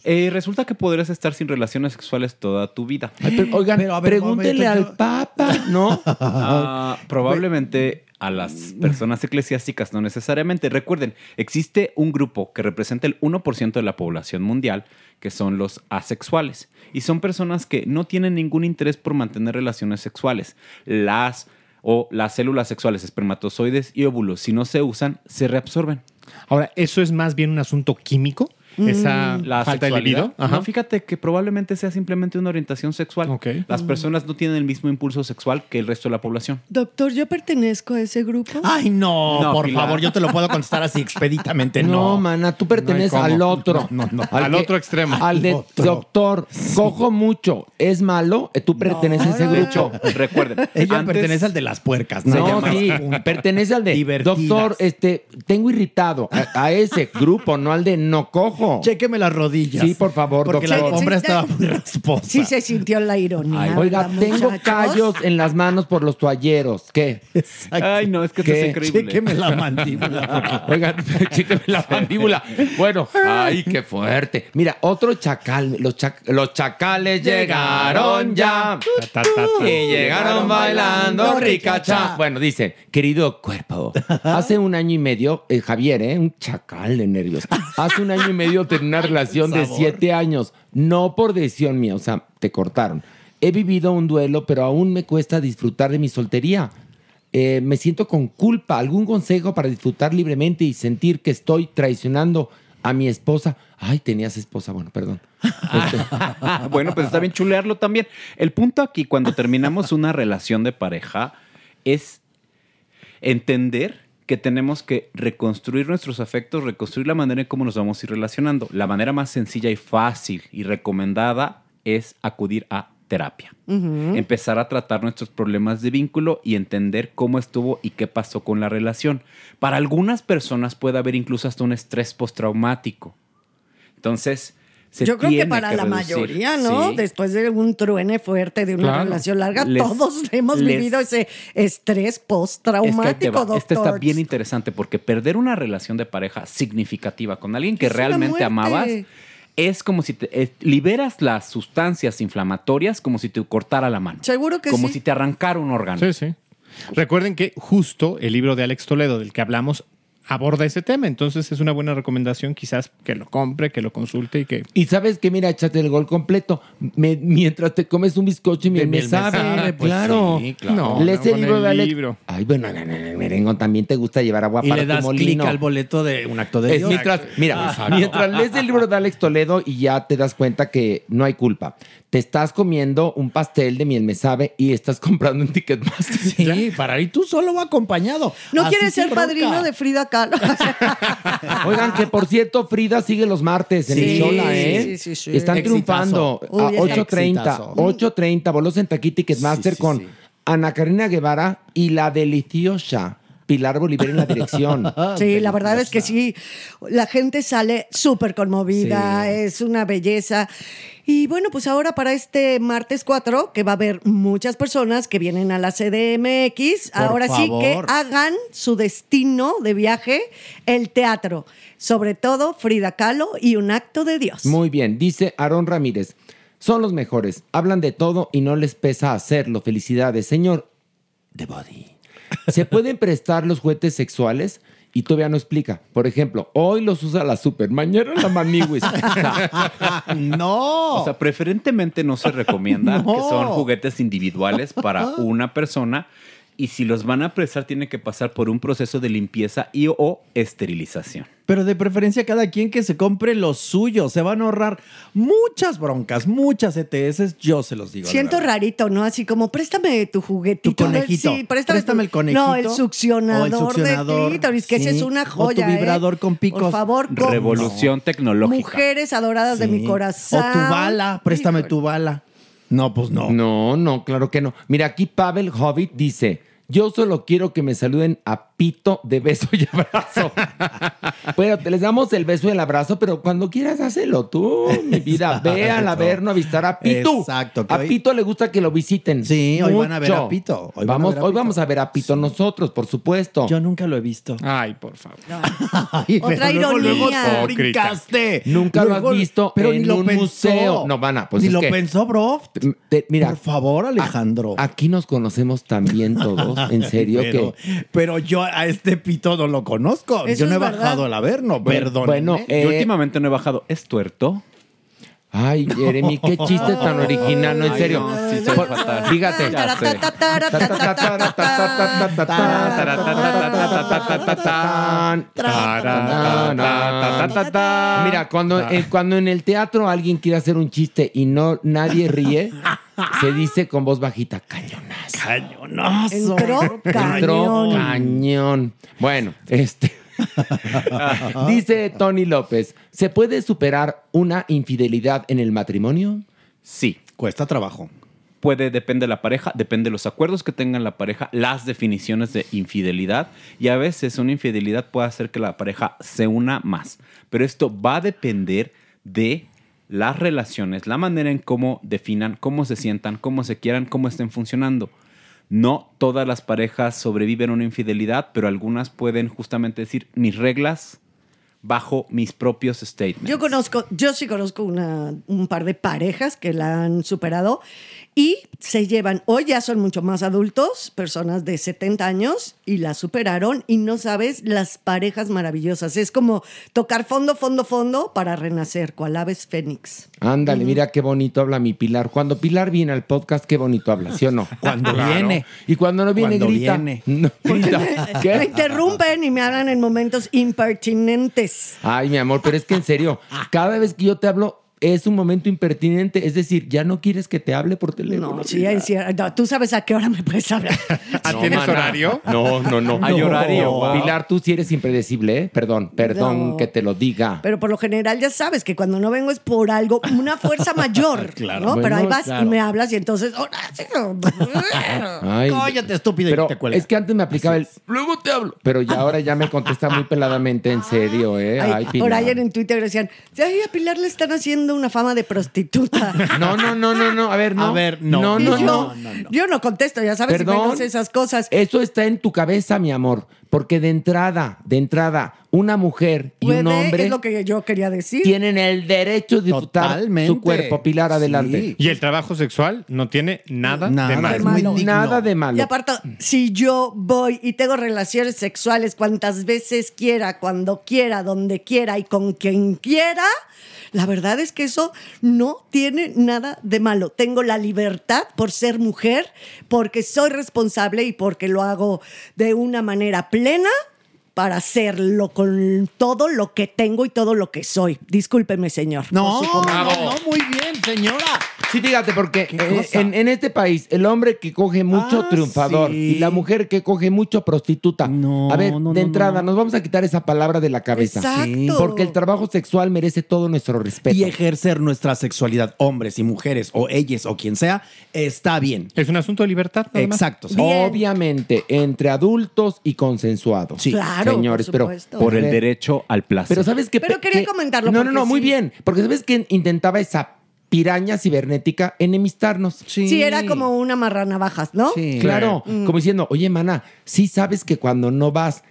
Speaker 12: Eh, resulta que podrías estar sin relaciones sexuales toda tu vida.
Speaker 3: Ay, pero, oigan,
Speaker 10: Pero, a ver,
Speaker 3: pregúntenle
Speaker 10: momento,
Speaker 3: al
Speaker 10: yo-
Speaker 3: Papa, ¿no?
Speaker 12: Ah, probablemente a las personas eclesiásticas, no necesariamente. Recuerden, existe un grupo que representa el 1% de la población mundial, que son los asexuales. Y son personas que no tienen ningún interés por mantener relaciones sexuales. Las o las células sexuales, espermatozoides y óvulos, si no se usan, se reabsorben.
Speaker 6: Ahora, ¿eso es más bien un asunto químico? Esa
Speaker 12: La
Speaker 6: falta de
Speaker 12: sexualidad.
Speaker 6: libido. Ajá.
Speaker 12: No, fíjate que probablemente sea simplemente una orientación sexual.
Speaker 6: Ok.
Speaker 12: Las personas no tienen el mismo impulso sexual que el resto de la población.
Speaker 5: Doctor, yo pertenezco a ese grupo.
Speaker 10: Ay, no,
Speaker 12: No,
Speaker 10: por
Speaker 12: Pilar.
Speaker 10: favor, yo te lo puedo contestar así expeditamente.
Speaker 3: No,
Speaker 10: No,
Speaker 3: mana, tú perteneces
Speaker 10: No hay
Speaker 3: al
Speaker 10: cómo.
Speaker 3: otro.
Speaker 10: No, no, no.
Speaker 8: Al otro extremo.
Speaker 3: Al de
Speaker 10: Otro.
Speaker 3: doctor, cojo mucho, es malo, eh, tú perteneces a ese
Speaker 12: De
Speaker 3: grupo.
Speaker 12: hecho, recuerden,
Speaker 10: Ella
Speaker 12: antes-
Speaker 10: pertenece al de las puercas.
Speaker 3: No,
Speaker 10: más.
Speaker 3: sí, pertenece al de
Speaker 10: Divertidas.
Speaker 3: doctor, este, tengo irritado a, a ese grupo, no al de no cojo.
Speaker 10: Chéqueme las rodillas.
Speaker 3: Sí, por favor,
Speaker 10: Porque la
Speaker 3: doctor.
Speaker 10: alfombra
Speaker 5: Sí, sí,
Speaker 10: estaba
Speaker 5: sí.
Speaker 10: muy rasposa.
Speaker 5: Sí se sintió la ironía.
Speaker 3: Ay, Oiga,
Speaker 5: ¿verdad,
Speaker 3: tengo
Speaker 5: muchachos?
Speaker 3: callos en las manos por los toalleros. ¿Qué?
Speaker 12: Ay, no, es que esto
Speaker 3: ¿Qué?
Speaker 12: es increíble.
Speaker 10: Chéqueme la mandíbula.
Speaker 3: Oiga, chéqueme la mandíbula. Bueno, ay, qué fuerte. Mira, otro chacal. Los, chac- los chacales llegaron ya.
Speaker 6: Ta, ta, ta.
Speaker 3: Y llegaron bailando ricacha. Bueno, dice, querido cuerpo, hace un año y medio, eh, Javier, ¿eh? un chacal de nervios. Hace un año y medio tenía una relación de siete años, no por decisión mía, o sea, te cortaron. He vivido un duelo, pero aún me cuesta disfrutar de mi soltería. eh, me siento con culpa, algún consejo para disfrutar libremente y sentir que estoy traicionando a mi esposa. Ay, tenías esposa, bueno, perdón.
Speaker 12: bueno, pues está bien chulearlo también. El punto aquí, cuando terminamos una relación de pareja, es entender que tenemos que reconstruir nuestros afectos, reconstruir la manera en cómo nos vamos a ir relacionando. La manera más sencilla y fácil y recomendada es acudir a terapia. Empezar a tratar nuestros problemas de vínculo y entender cómo estuvo y qué pasó con la relación. Para algunas personas puede haber incluso hasta un estrés postraumático. Entonces, se
Speaker 5: Yo creo que
Speaker 12: tiene
Speaker 5: para la
Speaker 12: reducir.
Speaker 5: mayoría, ¿no?
Speaker 12: Sí.
Speaker 5: Después de un truene fuerte, de una
Speaker 12: Claro.
Speaker 5: relación larga,
Speaker 12: Les-
Speaker 5: todos hemos
Speaker 12: les-
Speaker 5: vivido ese estrés
Speaker 12: Es que ahí te
Speaker 5: postraumático,
Speaker 12: va. Este está
Speaker 5: doctor.
Speaker 12: bien interesante porque perder una relación de pareja significativa con alguien que
Speaker 5: Es una
Speaker 12: realmente
Speaker 5: muerte.
Speaker 12: amabas es como si te eh, liberas las sustancias inflamatorias como si te cortara la mano.
Speaker 5: Seguro que
Speaker 12: como
Speaker 5: sí.
Speaker 12: si te arrancara un órgano.
Speaker 6: Sí, sí. Recuerden que justo el libro de Alex Toledo del que hablamos aborda ese tema, entonces es una buena recomendación quizás que lo compre, que lo consulte y que...
Speaker 3: Y sabes que, mira, échate el gol completo. Me- mientras te comes un bizcocho y me,
Speaker 6: De miel me
Speaker 3: me sabe.
Speaker 6: sabe, pues
Speaker 3: claro.
Speaker 6: sí, claro. No,
Speaker 3: Lees
Speaker 6: no,
Speaker 3: el
Speaker 6: con
Speaker 3: libro
Speaker 6: el
Speaker 3: de Alex.
Speaker 6: libro.
Speaker 3: Ay, bueno, no, no, no, merengón, también te gusta llevar agua
Speaker 11: Y
Speaker 3: para
Speaker 11: le
Speaker 3: tu
Speaker 11: das clic
Speaker 3: molino.
Speaker 11: al boleto de un acto de
Speaker 3: Es
Speaker 11: Dios.
Speaker 3: mientras, mira,
Speaker 10: Ah.
Speaker 11: Exacto.
Speaker 3: mientras lees el libro de Alex Toledo y ya te das cuenta que no hay culpa. Te estás comiendo un pastel de miel me sabe y estás comprando un Ticketmaster. Sí,
Speaker 11: para ir tú solo o acompañado.
Speaker 5: ¿No
Speaker 3: Así
Speaker 5: quieres
Speaker 3: sin
Speaker 5: ser
Speaker 3: bronca.
Speaker 5: padrino de Frida Kahlo?
Speaker 3: Oigan, que por cierto, Frida sigue los martes en
Speaker 5: Sí,
Speaker 3: el Xola, ¿eh?
Speaker 5: sí, sí, sí.
Speaker 3: Están triunfando
Speaker 5: Exitazo.
Speaker 3: a
Speaker 5: Uy, está-
Speaker 3: 8.30.
Speaker 5: Exitazo.
Speaker 3: 8.30, bolos en Taquí Ticketmaster con Ana Karina Guevara y la deliciosa Pilar Bolívar en la dirección.
Speaker 11: Ah,
Speaker 5: Sí, la verdad es que sí. La gente sale súper conmovida, es una belleza. Y bueno, pues ahora para este martes 4, que va a haber muchas personas que vienen a la CDMX,
Speaker 13: Por
Speaker 5: ahora sí que
Speaker 13: favor.
Speaker 5: hagan su destino de viaje el teatro, sobre todo Frida Kahlo y un acto de Dios.
Speaker 3: Muy bien, dice Aarón Ramírez. Son los mejores, hablan de todo y no les pesa hacerlo. Felicidades, señor. The body. ¿Se pueden prestar los juguetes sexuales? Y todavía no explica. Por ejemplo, hoy los usa la super, mañana la maniwis.
Speaker 12: no. O sea, preferentemente no se recomienda
Speaker 3: No.
Speaker 12: que son juguetes individuales para una persona. Y si los van a prestar, tiene que pasar por un proceso de limpieza y o esterilización.
Speaker 11: Pero de preferencia cada quien que se compre lo suyo. Se van a ahorrar muchas broncas, muchas ETS, yo se los digo. la
Speaker 5: Siento
Speaker 11: verdad.
Speaker 5: rarito, ¿no? Así como, préstame tu juguetito.
Speaker 11: Tu conejito.
Speaker 5: Sí, préstame,
Speaker 11: Préstame
Speaker 5: tu-
Speaker 11: el conejito.
Speaker 5: No, el succionador,
Speaker 11: O el succionador,
Speaker 5: de clítoris, que ese
Speaker 11: sí.
Speaker 5: es una
Speaker 11: O tu
Speaker 5: joya. ¿eh?
Speaker 11: vibrador con picos.
Speaker 5: Por favor, con-
Speaker 12: Revolución tecnológica.
Speaker 5: Mujeres adoradas de mi corazón.
Speaker 11: O tu bala, préstame tu bala.
Speaker 3: No, pues no. No, no, claro que no. Mira, aquí Pavel Hobbit dice: Yo solo quiero que me saluden a pito de beso y abrazo. bueno, te les damos el beso y el abrazo, pero cuando quieras, hácelo tú, mi vida. Ve al
Speaker 11: Exacto.
Speaker 3: averno a visitar a Pito.
Speaker 11: Exacto, que
Speaker 3: A
Speaker 11: hoy-
Speaker 3: Pito le gusta que lo visiten. Sí,
Speaker 11: hoy van a ver a Pito. Hoy van a
Speaker 3: vamos,
Speaker 11: ver a
Speaker 3: hoy vamos a ver a Pito nosotros, por supuesto. Yo nunca lo he visto.
Speaker 6: Ay, por favor.
Speaker 11: Otra ironía.
Speaker 3: brincaste. Nunca lo
Speaker 11: Luego-
Speaker 3: has visto
Speaker 11: pero
Speaker 3: en
Speaker 11: ni lo
Speaker 3: un
Speaker 11: pensó.
Speaker 3: museo. No, van a, pues
Speaker 11: Ni
Speaker 3: es
Speaker 11: lo
Speaker 3: que-
Speaker 11: pensó, bro.
Speaker 3: Te- te- mira,
Speaker 11: Por favor, Alejandro.
Speaker 3: aquí nos conocemos también todos, en serio
Speaker 11: pero,
Speaker 3: que
Speaker 11: Pero yo a este pito no lo conozco. yo
Speaker 3: Eso
Speaker 11: no
Speaker 3: es
Speaker 11: he
Speaker 3: verdad.
Speaker 11: bajado al averno,
Speaker 3: Bueno,
Speaker 11: perdón.
Speaker 3: bueno, eh,
Speaker 12: Yo últimamente no he bajado. ¿Es tuerto?
Speaker 3: Ay, Jeremy, qué chiste tan original, no, en
Speaker 12: Ay,
Speaker 3: serio.
Speaker 12: no, sí, soy
Speaker 3: Por-
Speaker 12: fatal.
Speaker 3: Fíjate.
Speaker 12: Ya sé.
Speaker 3: Mira, cuando, eh, cuando en el teatro alguien quiere hacer un chiste y no nadie ríe, se dice con voz bajita, cañonas.
Speaker 11: Cañonazo.
Speaker 3: Entró Entró cañón. Bueno, este. Dice Tony López, ¿se puede superar una infidelidad en el matrimonio?
Speaker 12: Sí.
Speaker 11: Cuesta trabajo.
Speaker 12: Puede, depende de la pareja, depende de los acuerdos que tengan la pareja, las definiciones de infidelidad y a veces una infidelidad puede hacer que la pareja se una más. Pero esto va a depender de las relaciones, la manera en cómo definan, cómo se sientan, cómo se quieran, cómo estén funcionando. No todas las parejas sobreviven a una infidelidad, pero algunas pueden justamente decir mis reglas bajo mis propios statements.
Speaker 5: Yo conozco, yo sí conozco una- un par de parejas que la han superado y se llevan, hoy ya son mucho más adultos, personas de 70 años y la superaron y no sabes las parejas maravillosas. Es como tocar fondo, fondo, fondo para renacer, cual aves fénix.
Speaker 3: Ándale, mira qué bonito habla mi Pilar. Cuando Pilar viene al podcast, qué bonito habla, ¿sí o no?
Speaker 5: Cuando Claro. viene.
Speaker 3: Y cuando no viene,
Speaker 5: Cuando
Speaker 3: grita.
Speaker 5: viene.
Speaker 3: No, grita.
Speaker 5: Me
Speaker 3: ¿Qué?
Speaker 5: interrumpen y me hablan en momentos impertinentes.
Speaker 3: Ay, mi amor, pero es que en serio, cada vez que yo te hablo es un momento impertinente. Es decir, ya no quieres que te hable por teléfono.
Speaker 5: No, sí, en cier- no, tú sabes a qué hora me puedes hablar.
Speaker 3: No,
Speaker 8: ¿Tienes
Speaker 3: mana.
Speaker 8: horario?
Speaker 3: No, no, no.
Speaker 8: Hay horario, wow.
Speaker 3: Pilar, tú sí eres impredecible, ¿eh? Perdón, perdón
Speaker 5: No.
Speaker 3: que te lo diga.
Speaker 5: Pero por lo general ya sabes que cuando no vengo es por algo, una fuerza mayor.
Speaker 3: Claro.
Speaker 5: ¿no?
Speaker 3: Bueno,
Speaker 5: Pero ahí vas
Speaker 3: claro.
Speaker 5: y me hablas y entonces. "Oh, "Horacio".
Speaker 3: Ay,
Speaker 5: Cállate,
Speaker 3: estúpido. Pero es que antes me aplicaba el luego te hablo. Pero ya ahora ya me contesta muy peladamente, en serio, ¿eh? Ay,
Speaker 5: Ah. Ay, por
Speaker 3: Pilar.
Speaker 5: ayer en Twitter decían: "Ay, a Pilar le están haciendo una fama de prostituta.
Speaker 3: No, no, no, no, no. A ver, no.
Speaker 5: A ver,
Speaker 3: no. No,
Speaker 5: Y
Speaker 3: no,
Speaker 5: yo,
Speaker 3: no.
Speaker 5: Yo no contesto, ya sabes,
Speaker 3: Perdón.
Speaker 5: y menos esas cosas.
Speaker 3: Eso está en tu cabeza, mi amor. Porque de entrada, de entrada, una mujer y
Speaker 5: Puede,
Speaker 3: un hombre
Speaker 5: es lo que yo quería decir.
Speaker 3: tienen el derecho de disfrutar su cuerpo. Pilar, adelante.
Speaker 8: Y el trabajo sexual no tiene nada, de malo.
Speaker 3: Nada de malo.
Speaker 5: Y aparte, si yo voy y tengo relaciones sexuales cuantas veces quiera, cuando quiera, donde quiera y con quien quiera, la verdad es que eso no tiene nada de malo. Tengo la libertad por ser mujer, porque soy responsable y porque lo hago de una manera plena para hacerlo con todo lo que tengo y todo lo que soy. Discúlpeme, señor.
Speaker 3: No,
Speaker 5: por su comentario.
Speaker 3: no, no,
Speaker 11: muy bien, señora.
Speaker 3: Sí, fíjate, porque eh,
Speaker 5: cosa?
Speaker 3: en, en este país el hombre que coge mucho
Speaker 5: Ah,
Speaker 3: triunfador y la mujer que coge mucho prostituta. a ver, de entrada, nos vamos a quitar esa palabra de la cabeza.
Speaker 11: Exacto.
Speaker 3: Porque el trabajo sexual merece todo nuestro respeto.
Speaker 11: Y ejercer nuestra sexualidad, hombres y mujeres, o ellas, o quien sea, está bien.
Speaker 8: Es un asunto de libertad.
Speaker 3: nada más.
Speaker 11: Exacto.
Speaker 3: Obviamente, entre adultos y consensuados.
Speaker 11: Sí. Claro,
Speaker 3: señores,
Speaker 11: por
Speaker 3: pero
Speaker 11: supuesto. Por el
Speaker 12: derecho al placer.
Speaker 3: Pero sabes que
Speaker 5: Pero quería comentarlo
Speaker 3: No, no,
Speaker 5: porque
Speaker 3: no, muy
Speaker 5: sí.
Speaker 3: bien, porque sabes que intentaba esa piraña cibernética enemistarnos.
Speaker 5: Sí, era como una marranavajas, ¿no?
Speaker 3: Claro,
Speaker 5: Mm.
Speaker 3: como diciendo, oye, mana, sí sabes que cuando no vas,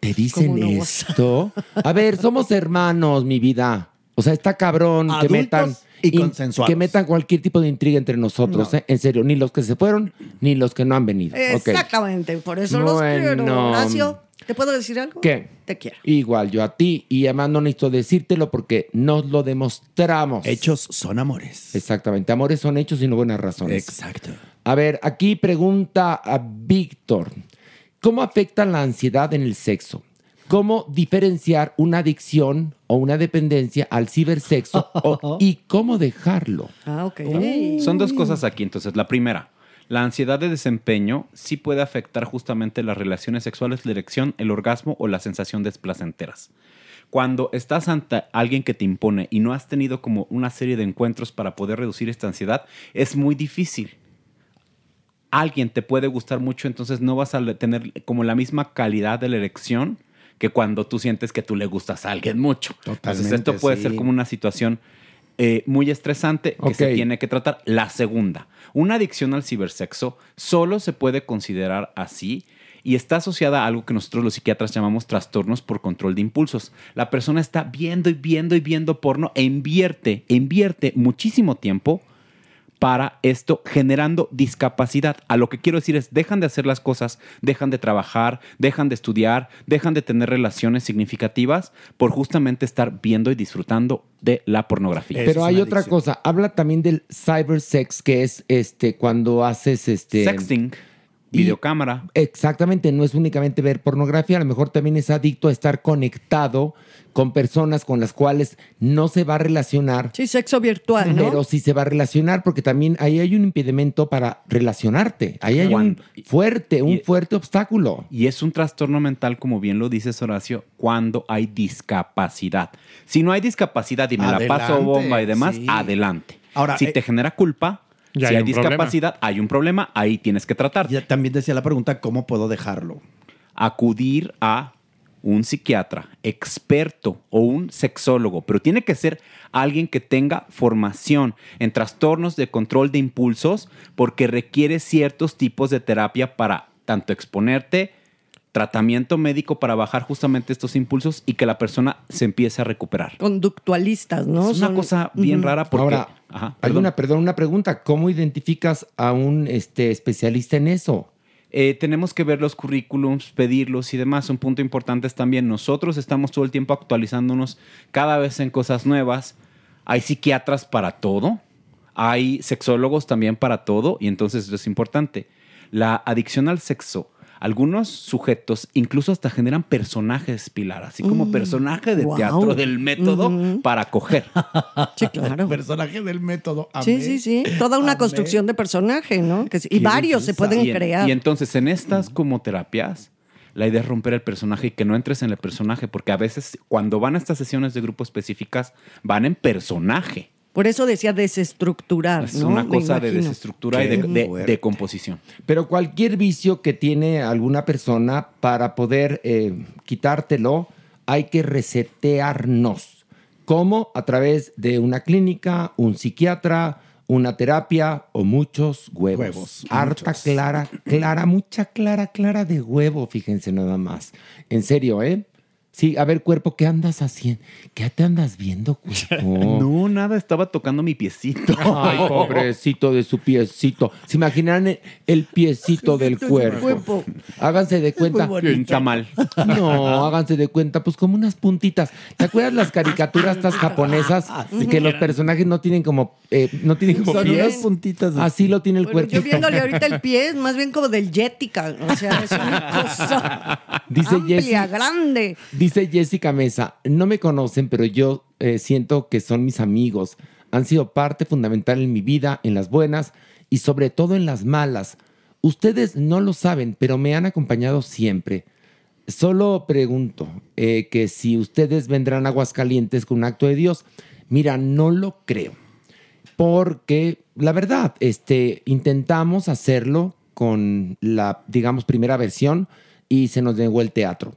Speaker 3: te dicen
Speaker 5: ¿Cómo no vas?
Speaker 3: esto. A ver, somos hermanos, mi vida. O sea, está cabrón que
Speaker 11: Adultos
Speaker 3: metan.
Speaker 11: y
Speaker 3: in-
Speaker 11: consensuados.
Speaker 3: Que metan cualquier tipo de intriga entre nosotros, ¿eh? En serio, ni los que se fueron, ni los que no han venido. Ok.
Speaker 5: Exactamente, por eso los
Speaker 3: Bueno.
Speaker 5: quiero. Horacio, ¿te puedo decir algo?
Speaker 3: ¿Qué?
Speaker 5: Te quiero.
Speaker 3: Igual yo a ti, y además no necesito decírtelo porque nos lo demostramos.
Speaker 11: Hechos son amores.
Speaker 3: Exactamente, amores son hechos y no buenas razones.
Speaker 11: Exacto.
Speaker 3: A ver, aquí pregunta a Víctor, ¿cómo afecta la ansiedad en el sexo? ¿Cómo diferenciar una adicción o una dependencia al cibersexo o- y cómo dejarlo?
Speaker 5: Ah, ok.
Speaker 12: Son dos cosas aquí. Entonces, la primera, la ansiedad de desempeño sí puede afectar justamente las relaciones sexuales, la erección, el orgasmo o la sensación desplacenteras. Cuando estás ante alguien que te impone y no has tenido como una serie de encuentros para poder reducir esta ansiedad, es muy difícil. Alguien te puede gustar mucho, entonces no vas a tener como la misma calidad de la erección que cuando tú sientes que tú le gustas a alguien mucho. entonces esto
Speaker 11: Totalmente,
Speaker 12: puede
Speaker 11: sí.
Speaker 12: ser como una situación eh, muy estresante que se
Speaker 11: Ok.
Speaker 12: tiene que tratar. La segunda, una adicción al cibersexo solo se puede considerar así y está asociada a algo que nosotros los psiquiatras llamamos trastornos por control de impulsos. La persona está viendo y viendo y viendo porno e invierte, invierte muchísimo tiempo para esto generando discapacidad. A lo que quiero decir es, dejan de hacer las cosas, dejan de trabajar, dejan de estudiar, dejan de tener relaciones significativas por justamente estar viendo y disfrutando de la pornografía.
Speaker 3: Pero hay otra cosa, habla también del cybersex, que es este cuando haces este
Speaker 12: Sexting,
Speaker 3: Y-
Speaker 12: videocámara.
Speaker 3: Exactamente, no es únicamente ver pornografía, a lo mejor también es adicto a estar conectado con personas con las cuales no se va a relacionar,
Speaker 5: Sí, sexo virtual, ¿no?
Speaker 3: pero sí se va a relacionar porque también ahí hay un impedimento para relacionarte, ahí hay
Speaker 12: Cuando-
Speaker 3: un fuerte, un fuerte obstáculo.
Speaker 12: Y es un trastorno mental, como bien lo dices, Horacio, cuando hay discapacidad. Si no hay discapacidad y me la paso
Speaker 11: Adelante,
Speaker 12: bomba y demás,
Speaker 11: sí.
Speaker 12: adelante.
Speaker 11: Ahora,
Speaker 12: si
Speaker 11: eh,
Speaker 12: te genera culpa, si
Speaker 11: ya
Speaker 12: hay,
Speaker 11: hay un
Speaker 12: discapacidad, hay un problema, ahí tienes que tratar.
Speaker 11: también decía la pregunta, ¿cómo puedo dejarlo?
Speaker 12: Acudir a un psiquiatra, experto o un sexólogo, pero tiene que ser alguien que tenga formación en trastornos de control de impulsos porque requiere ciertos tipos de terapia para tanto exponerte, tratamiento médico para bajar justamente estos impulsos y que la persona se empiece a recuperar.
Speaker 5: Conductualistas, ¿no?
Speaker 12: Es una
Speaker 5: Son-
Speaker 12: cosa bien
Speaker 5: Ujú.
Speaker 12: rara porque...
Speaker 3: Ahora,
Speaker 12: Ajá,
Speaker 3: Hay
Speaker 12: perdón.
Speaker 3: una, perdón, una pregunta. ¿Cómo identificas a un este, especialista en eso?
Speaker 12: Eh, tenemos que ver los currículums, pedirlos y demás. Un punto importante es también nosotros estamos todo el tiempo actualizándonos cada vez en cosas nuevas. Hay psiquiatras para todo, hay sexólogos también para todo y entonces eso es importante. La adicción al sexo. Algunos sujetos incluso hasta generan personajes, Pilar, así como
Speaker 11: Mm,
Speaker 12: personaje de
Speaker 11: guau.
Speaker 12: teatro del método para coger.
Speaker 5: Sí, claro.
Speaker 11: Personaje del método.
Speaker 5: Sí,
Speaker 11: amé.
Speaker 5: sí, sí. Toda una
Speaker 11: Amé.
Speaker 5: construcción de personaje, ¿no? Que sí- y
Speaker 12: Qué
Speaker 5: varios se
Speaker 12: belleza.
Speaker 5: pueden
Speaker 12: Y en-
Speaker 5: crear.
Speaker 12: Y entonces, en estas como terapias, la idea es romper el personaje y que no entres en el personaje, porque a veces cuando van a estas sesiones de grupo específicas, van en personaje.
Speaker 5: Por eso decía desestructurar,
Speaker 12: Es
Speaker 5: ¿no?
Speaker 12: una
Speaker 5: Me
Speaker 12: cosa de
Speaker 5: imagino.
Speaker 12: desestructura y de,
Speaker 3: Qué
Speaker 12: de- de
Speaker 3: fuerte.
Speaker 12: composición.
Speaker 3: Pero cualquier vicio que tiene alguna persona para poder eh, quitártelo, hay que resetearnos. ¿Cómo? A través de una clínica, un psiquiatra, una terapia o muchos huevos.
Speaker 11: Huevos,
Speaker 3: Harta clara, clara, mucha clara, clara de huevo, fíjense nada más. En serio, ¿eh? Sí, a ver, cuerpo, ¿qué andas haciendo? ¿Qué te andas viendo, cuerpo?
Speaker 12: No, nada, estaba tocando mi piecito.
Speaker 3: Ay, pobrecito de su piecito. ¿Se imaginan el- el piecito del cuerpo? Háganse de cuenta.
Speaker 12: muy bonito. Un tamal.
Speaker 3: No, háganse de cuenta, pues como unas puntitas. ¿Te acuerdas las caricaturas estas japonesas
Speaker 11: sí.
Speaker 3: que los personajes no tienen como eh, no tienen como
Speaker 11: Son unas
Speaker 3: pies?
Speaker 11: puntitas.
Speaker 3: Así lo tiene el
Speaker 5: Bueno,
Speaker 3: cuerpo.
Speaker 5: yo viéndole ahorita el pie, es más bien como del Yeti, cabrón. o sea, es una cosa
Speaker 3: Dice
Speaker 5: amplia,
Speaker 3: Jessy-
Speaker 5: grande.
Speaker 3: Dice Jessica Mesa, no me conocen, pero yo eh, siento que son mis amigos. Han sido parte fundamental en mi vida, en las buenas y sobre todo en las malas. Ustedes no lo saben, pero me han acompañado siempre. Solo pregunto eh, que si ustedes vendrán a Aguascalientes con un acto de Dios. Mira, no lo creo. Porque la verdad, este, intentamos hacerlo con la, digamos, primera versión y se nos negó el teatro.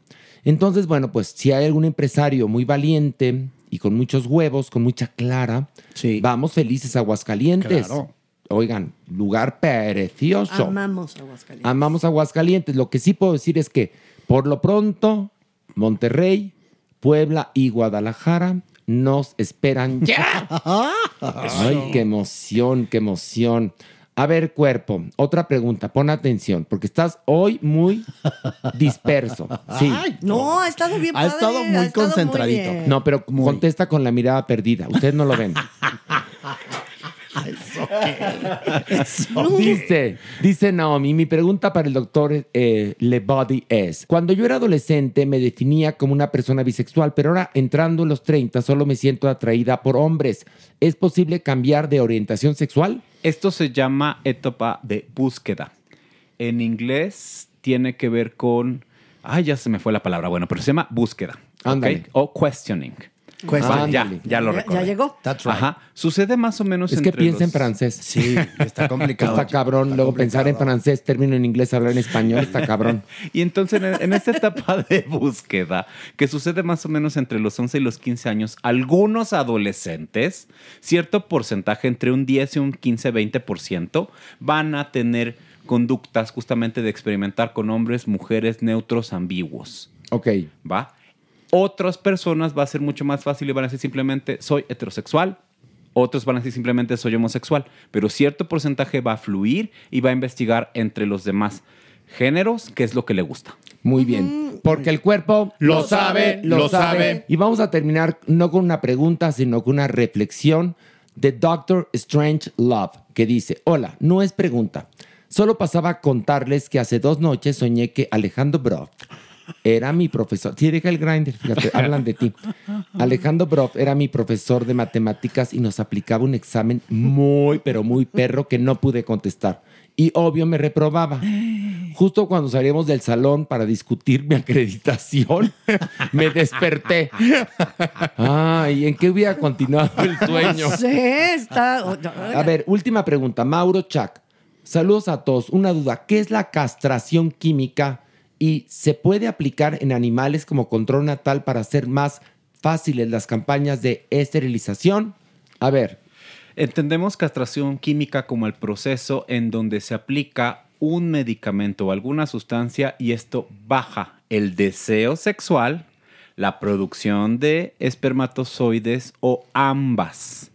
Speaker 3: Entonces, bueno, pues si hay algún empresario muy valiente y con muchos huevos, con mucha clara, vamos felices a Aguascalientes.
Speaker 5: Claro.
Speaker 3: Oigan, lugar precioso.
Speaker 5: Amamos Aguascalientes.
Speaker 3: Amamos Aguascalientes. Lo que sí puedo decir es que, por lo pronto, Monterrey, Puebla y Guadalajara nos esperan ya. Ay, qué emoción, qué emoción. A ver, cuerpo, otra pregunta, pon atención, porque estás hoy muy disperso. Sí.
Speaker 5: No, ha estado bien
Speaker 11: Ha
Speaker 5: padre,
Speaker 11: estado muy
Speaker 5: muy
Speaker 11: concentradito.
Speaker 5: bien.
Speaker 3: No, pero contesta con la mirada perdida. Ustedes no lo ven. Dice, dice Naomi, mi pregunta para el doctor eh, Lebody es, cuando yo era adolescente me definía como una persona bisexual, pero ahora entrando en los 30 solo me siento atraída por hombres. ¿Es posible cambiar de orientación sexual?
Speaker 12: Esto se llama etapa de búsqueda. En inglés tiene que ver con. Ay, ya se me fue la palabra. Bueno, pero se llama búsqueda. ¿ok?
Speaker 3: Ándale.
Speaker 12: O questioning.
Speaker 3: Questioning.
Speaker 12: Vale, ya,
Speaker 3: Ándale.
Speaker 12: ya lo
Speaker 3: Ya- ya
Speaker 12: recuerdo.
Speaker 3: llegó. That's right.
Speaker 12: Ajá. Sucede más o menos
Speaker 3: Es que
Speaker 12: entre
Speaker 3: piensa en
Speaker 12: los-
Speaker 3: francés. Sí, está complicado. Está cabrón. Luego pensar en francés, término en inglés, hablar en español, está cabrón.
Speaker 12: Y entonces en, en esta etapa de búsqueda, que sucede más o menos entre los 11 y los 15 años, algunos adolescentes, cierto porcentaje, entre un 10 y un 15-20%, van a tener conductas justamente de experimentar con hombres, mujeres, neutros, ambiguos.
Speaker 3: Ok.
Speaker 12: ¿Va? Otras personas va a ser mucho más fácil y van a decir simplemente soy heterosexual. Otros van a decir simplemente soy homosexual. Pero cierto porcentaje va a fluir y va a investigar entre los demás géneros qué es lo que le gusta.
Speaker 3: Muy bien. Porque el cuerpo
Speaker 12: Lo sabe, lo sabe.
Speaker 3: Y vamos a terminar no con una pregunta, sino con una reflexión de Doctor Strange Love, que dice, hola, no es pregunta. Solo pasaba a contarles que hace dos noches soñé que Alejandro Broff era mi profesor. Sí, deja el grinder, fíjate, hablan de ti. Alejandro Broff era mi profesor de matemáticas y nos aplicaba un examen muy, pero muy perro que no pude contestar. Y obvio me reprobaba. Justo cuando salíamos del salón para discutir mi acreditación, me desperté. Ay, ¿en qué hubiera continuado el sueño?
Speaker 5: No sé, está... o-
Speaker 3: pues, A ver, última pregunta. Mauro Chac. Saludos a todos. Una duda. ¿Qué es la castración química y se puede aplicar en animales como control natal para hacer más fáciles las campañas de esterilización? A ver.
Speaker 12: Entendemos castración química como el proceso en donde se aplica un medicamento o alguna sustancia y esto baja el deseo sexual, la producción de espermatozoides o ambas.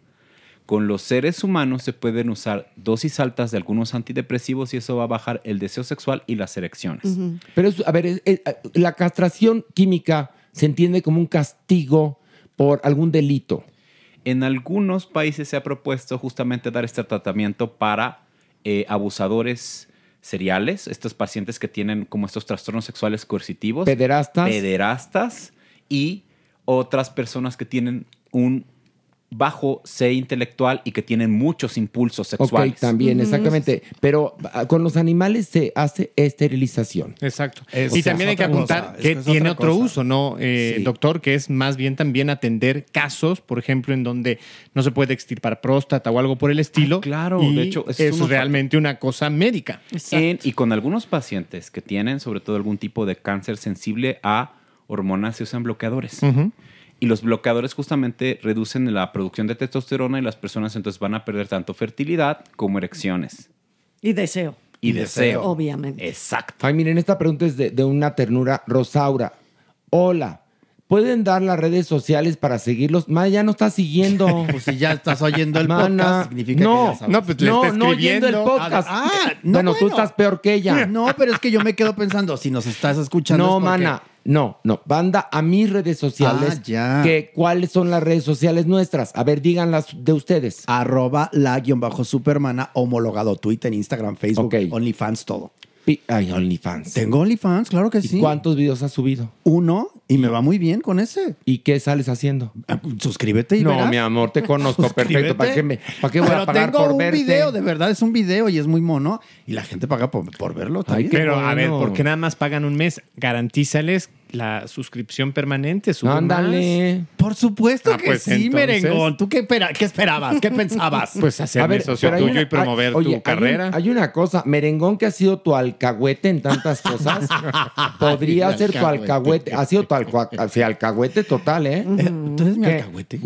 Speaker 12: Con los seres humanos se pueden usar dosis altas de algunos antidepresivos y eso va a bajar el deseo sexual y las erecciones.
Speaker 3: Pero, es- a ver, es- es- la castración química se entiende como un castigo por algún delito.
Speaker 12: En algunos países se ha propuesto justamente dar este tratamiento para eh, abusadores seriales, estos pacientes que tienen como estos trastornos sexuales
Speaker 3: Pues,
Speaker 12: coercitivos.
Speaker 3: Pederastas.
Speaker 12: Pederastas y otras personas que tienen un bajo C intelectual y que tienen muchos impulsos sexuales.
Speaker 3: Ok, también, exactamente. Pero ah, con los animales se hace esterilización.
Speaker 6: Exacto.
Speaker 3: Es-
Speaker 6: y
Speaker 3: o sea,
Speaker 6: también hay
Speaker 3: es
Speaker 6: que
Speaker 3: otra
Speaker 6: apuntar
Speaker 3: cosa, es
Speaker 6: que
Speaker 3: que es
Speaker 6: tiene
Speaker 3: otra
Speaker 6: otro
Speaker 3: cosa.
Speaker 6: uso, ¿no, eh,
Speaker 3: Sí.
Speaker 6: doctor? Que es más bien también atender casos, por ejemplo, en donde no se puede extirpar próstata o algo por el estilo. claro,
Speaker 12: de hecho,
Speaker 6: es,
Speaker 12: es uno-
Speaker 6: realmente una cosa médica.
Speaker 12: En- y con algunos pacientes que tienen sobre todo algún tipo de cáncer sensible a hormonas se usan bloqueadores.
Speaker 6: Ujú.
Speaker 12: Y los bloqueadores justamente reducen la producción de testosterona y las personas entonces van a perder tanto fertilidad como erecciones.
Speaker 5: Y deseo.
Speaker 12: Y deseo.
Speaker 5: Obviamente.
Speaker 12: Exacto.
Speaker 3: Ay, miren, esta pregunta es de, de una ternura. Rosaura, hola. ¿Pueden dar las redes sociales para seguirlos? Ma, ya no estás siguiendo. Pues si ya estás oyendo
Speaker 2: el podcast, significa que
Speaker 3: no,
Speaker 2: ya sabes. No, pues le
Speaker 3: no,
Speaker 2: está
Speaker 3: no oyendo el
Speaker 2: escribiendo.
Speaker 3: podcast.
Speaker 2: Ah,
Speaker 3: no, bueno, tú estás peor que ella.
Speaker 2: No, pero es que yo me quedo pensando, si nos estás escuchando.
Speaker 3: No,
Speaker 2: es porque-
Speaker 3: mana, no, no. Banda a mis redes sociales.
Speaker 2: Ah, ya.
Speaker 3: Que, ¿Cuáles son las redes sociales nuestras? A ver, díganlas de ustedes.
Speaker 2: Arroba la guión bajo supermana homologado Twitter, Instagram, Facebook, OnlyFans, todo.
Speaker 3: Ay, OnlyFans.
Speaker 2: Tengo OnlyFans, claro que sí.
Speaker 3: ¿Cuántos videos has subido?
Speaker 2: Uno y me va muy bien con ese. Ah,
Speaker 3: ¿Y qué sales haciendo?
Speaker 2: Suscríbete y
Speaker 3: No,
Speaker 2: verás.
Speaker 3: mi amor, te conozco perfecto. ¿Para qué, me- para qué voy
Speaker 2: Pero
Speaker 3: a pagar
Speaker 2: tengo
Speaker 3: por
Speaker 2: un
Speaker 3: verte?
Speaker 2: video, de verdad, es un video y es muy mono. Y la gente paga por, por verlo también.
Speaker 6: Pero a ver, ¿por qué nada más pagan un mes? Garantízales la suscripción permanente. suben más.
Speaker 2: Por supuesto
Speaker 6: Ah,
Speaker 2: que
Speaker 6: pues,
Speaker 2: sí,
Speaker 6: entonces.
Speaker 2: merengón. ¿Tú qué, espera- qué esperabas? ¿Qué pensabas?
Speaker 6: Pues hacerme socio
Speaker 3: pero hay
Speaker 6: tuyo
Speaker 3: una-
Speaker 6: y promover
Speaker 3: hay-
Speaker 6: tu
Speaker 3: oye, hay un-
Speaker 6: carrera.
Speaker 3: Hay, una cosa, Merengón que ha sido tu alcahuete en tantas cosas, podría
Speaker 2: El
Speaker 3: ser tu
Speaker 2: alcahuete.
Speaker 3: alcahuete. Ha sido tu alcahuete, alcahuete total, ¿eh? Uh,
Speaker 2: ¿Tú eres mi alcahuete?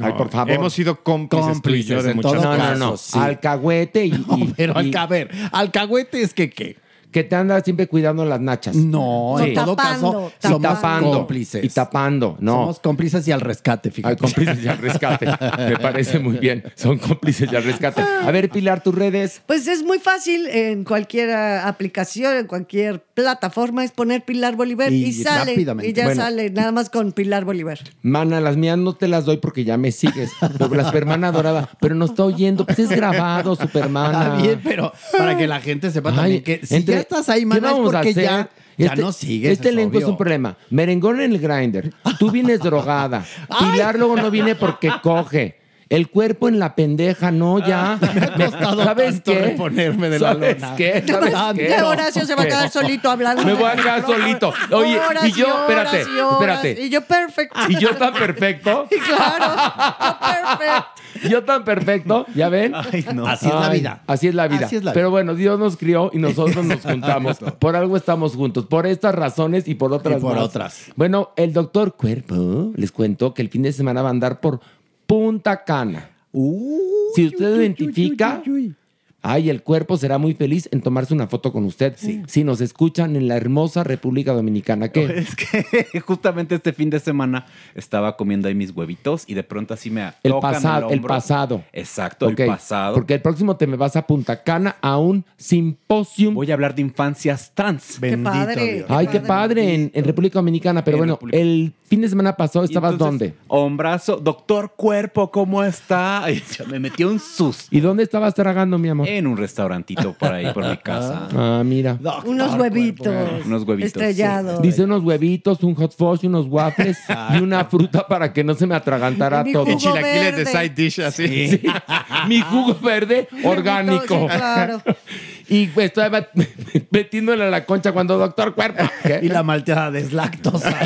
Speaker 3: Ay, por favor.
Speaker 2: hemos sido cómplices tú y yo de muchas
Speaker 3: No, no, no.
Speaker 2: cosas, sí.
Speaker 3: Alcahuete y... y-
Speaker 2: Pero
Speaker 3: y-
Speaker 2: alca- a ver, alcahuete es que qué.
Speaker 3: que te andas siempre cuidando las nachas.
Speaker 2: No, en todo caso,
Speaker 3: y
Speaker 2: somos
Speaker 3: tapando,
Speaker 2: cómplices.
Speaker 3: Y tapando, no.
Speaker 2: Somos cómplices y al rescate, fíjate.
Speaker 3: Ay, cómplices y al rescate. Me parece muy bien. Son cómplices y al rescate. A ver, Pilar, tus redes.
Speaker 5: Pues es muy fácil en cualquier ah, aplicación, en cualquier plataforma, es poner Pilar Bolívar y,
Speaker 3: Y
Speaker 5: sale.
Speaker 3: rápidamente.
Speaker 5: Y ya
Speaker 3: Bueno.
Speaker 5: sale, nada más con Pilar Bolívar.
Speaker 3: Mana, las mías no te las doy porque ya me sigues. Pero Las hermana dorada. Pero no está oyendo. Pues es grabado, supermana.
Speaker 2: Está bien, pero para que la gente sepa también que si ya
Speaker 3: entre-
Speaker 2: estás ahí,
Speaker 3: ¿qué
Speaker 2: mana, es
Speaker 3: vamos a
Speaker 2: porque
Speaker 3: hacer?
Speaker 2: ya, ya
Speaker 3: Este-
Speaker 2: no sigues.
Speaker 3: Este elenco es un problema. Merengón en el grinder. Tú vienes drogada. Pilar luego no viene porque coge. El cuerpo en la pendeja, no, ya. Me ha
Speaker 2: Ah, costado tanto reponerme de la
Speaker 3: ¿Sabes
Speaker 2: lona.
Speaker 3: Qué? ¿Sabes
Speaker 5: Ya
Speaker 3: qué?
Speaker 5: Horacio se va a
Speaker 3: ¿Qué?
Speaker 5: quedar solito hablando.
Speaker 3: Me voy a quedar solito. Oye,
Speaker 5: Horas
Speaker 3: y yo,
Speaker 5: horas
Speaker 3: espérate,
Speaker 5: y horas,
Speaker 3: espérate.
Speaker 5: Y yo perfecto.
Speaker 3: Y yo tan perfecto. Yo tan perfecto, ¿ya ven?
Speaker 2: Así es la
Speaker 3: Ay,
Speaker 2: vida.
Speaker 3: Así es la vida.
Speaker 2: Así es la vida.
Speaker 3: Pero bueno, Dios nos crió y nosotros nos juntamos. Por algo estamos juntos, por estas razones y por otras.
Speaker 2: Y por
Speaker 3: más.
Speaker 2: otras.
Speaker 3: Bueno, el doctor Cuerpo les cuento que el fin de semana va a andar por Punta Cana. si usted identifica, ay, el cuerpo será muy feliz en tomarse una foto con usted. Si nos escuchan en la hermosa República Dominicana, que
Speaker 12: Es que justamente este fin de semana estaba comiendo ahí mis huevitos y de pronto así me
Speaker 3: El
Speaker 12: tocan
Speaker 3: pasado, el
Speaker 12: hombro.
Speaker 3: pasado.
Speaker 12: Exacto,
Speaker 3: Ok,
Speaker 12: el pasado.
Speaker 3: Porque el próximo te me vas a Punta Cana a un simposium.
Speaker 12: Voy a hablar de infancias trans.
Speaker 3: Bendito
Speaker 12: padre, Dios.
Speaker 3: Ay, qué padre en, en República Dominicana. Pero
Speaker 12: En
Speaker 3: bueno,
Speaker 12: República.
Speaker 3: el fin de semana pasado
Speaker 12: Y
Speaker 3: estabas
Speaker 12: entonces,
Speaker 3: dónde?
Speaker 12: Hombrazo, doctor cuerpo, ¿cómo está? Ay, ya me metió un susto.
Speaker 3: ¿Y dónde estabas tragando, mi amor?
Speaker 12: En un restaurantito por ahí, por mi casa.
Speaker 3: Ah, mira.
Speaker 5: Unos huevitos.
Speaker 12: Unos huevitos.
Speaker 5: Estrellados.
Speaker 3: Dice unos huevitos, un hot fudge, unos waffles y una fruta para que no se me atragantara
Speaker 5: Mi
Speaker 3: todo.
Speaker 5: jugo Y chilaquiles de verde. side
Speaker 6: dish así.
Speaker 3: Mi jugo verde orgánico.
Speaker 5: Sí, claro.
Speaker 3: Y pues estaba metiéndole a la concha cuando doctor cuerpo. ¿Qué?
Speaker 2: Y la malteada deslactosa.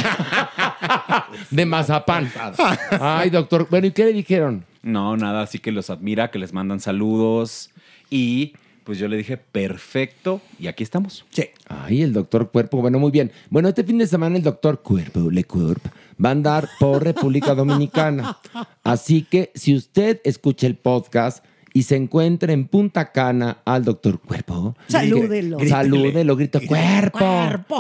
Speaker 3: De mazapán. Ay, doctor. Bueno, ¿y qué le dijeron?
Speaker 12: No, nada, así que los admira, que les mandan saludos. Y pues yo le dije, perfecto, y aquí estamos.
Speaker 2: Sí.
Speaker 3: Ay, el doctor Cuerpo. Bueno, muy bien. Bueno, este fin de semana el doctor Cuerpo, Le Cuerp, va a andar por República Dominicana. Así que si usted escucha el podcast y se encuentra en Punta Cana al doctor Cuerpo.
Speaker 5: Salúdelo.
Speaker 3: Grite- Salúdelo, grito, cuerpo,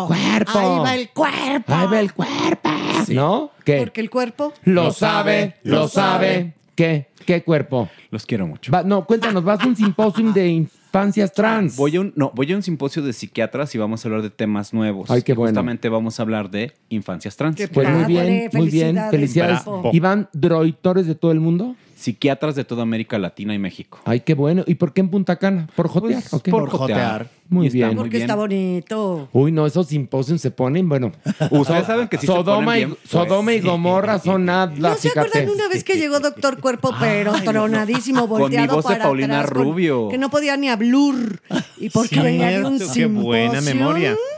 Speaker 3: cuerpo,
Speaker 5: Ahí va el cuerpo.
Speaker 3: Ahí va el cuerpo. ¿No? ¿Qué?
Speaker 5: Porque el cuerpo
Speaker 3: Lo sabe, lo sabe. ¿Qué? ¿Qué cuerpo?
Speaker 12: Los quiero mucho.
Speaker 3: Va- no, cuéntanos, vas a un simposio de infancias trans.
Speaker 12: Voy a un, no, voy a un simposio de psiquiatras y vamos a hablar de temas nuevos.
Speaker 3: Ay, qué bueno.
Speaker 12: Justamente vamos a hablar de infancias trans.
Speaker 3: Pues muy bien, muy bien, felicidades.
Speaker 12: Bravo.
Speaker 3: ¿Y van droitores de todo el mundo?
Speaker 12: Psiquiatras de toda América Latina y México.
Speaker 3: Ay, qué bueno. ¿Y por qué en Punta Cana? ¿Por jotear?
Speaker 12: Pues,
Speaker 3: ¿o qué?
Speaker 12: por jotear.
Speaker 3: Muy
Speaker 12: Y está
Speaker 3: bien.
Speaker 12: muy
Speaker 5: que está bonito.
Speaker 3: Uy, no, esos simposios se ponen, bueno.
Speaker 12: Ustedes saben que sí se
Speaker 3: Sodoma,
Speaker 12: ponen
Speaker 3: y,
Speaker 12: bien, pues.
Speaker 3: Sodoma y Gomorra son
Speaker 5: ¿No
Speaker 3: atlas,
Speaker 5: se acuerdan
Speaker 3: fíjate.
Speaker 5: una vez que llegó Doctor Cuerpo, pero tronadísimo,
Speaker 3: Con mi
Speaker 5: volteado
Speaker 3: voz de
Speaker 5: para
Speaker 3: Paulina
Speaker 5: atrás, con-
Speaker 12: Rubio.
Speaker 5: que no podía ni hablar. Y porque venía de un
Speaker 12: Cierto,
Speaker 5: simposio.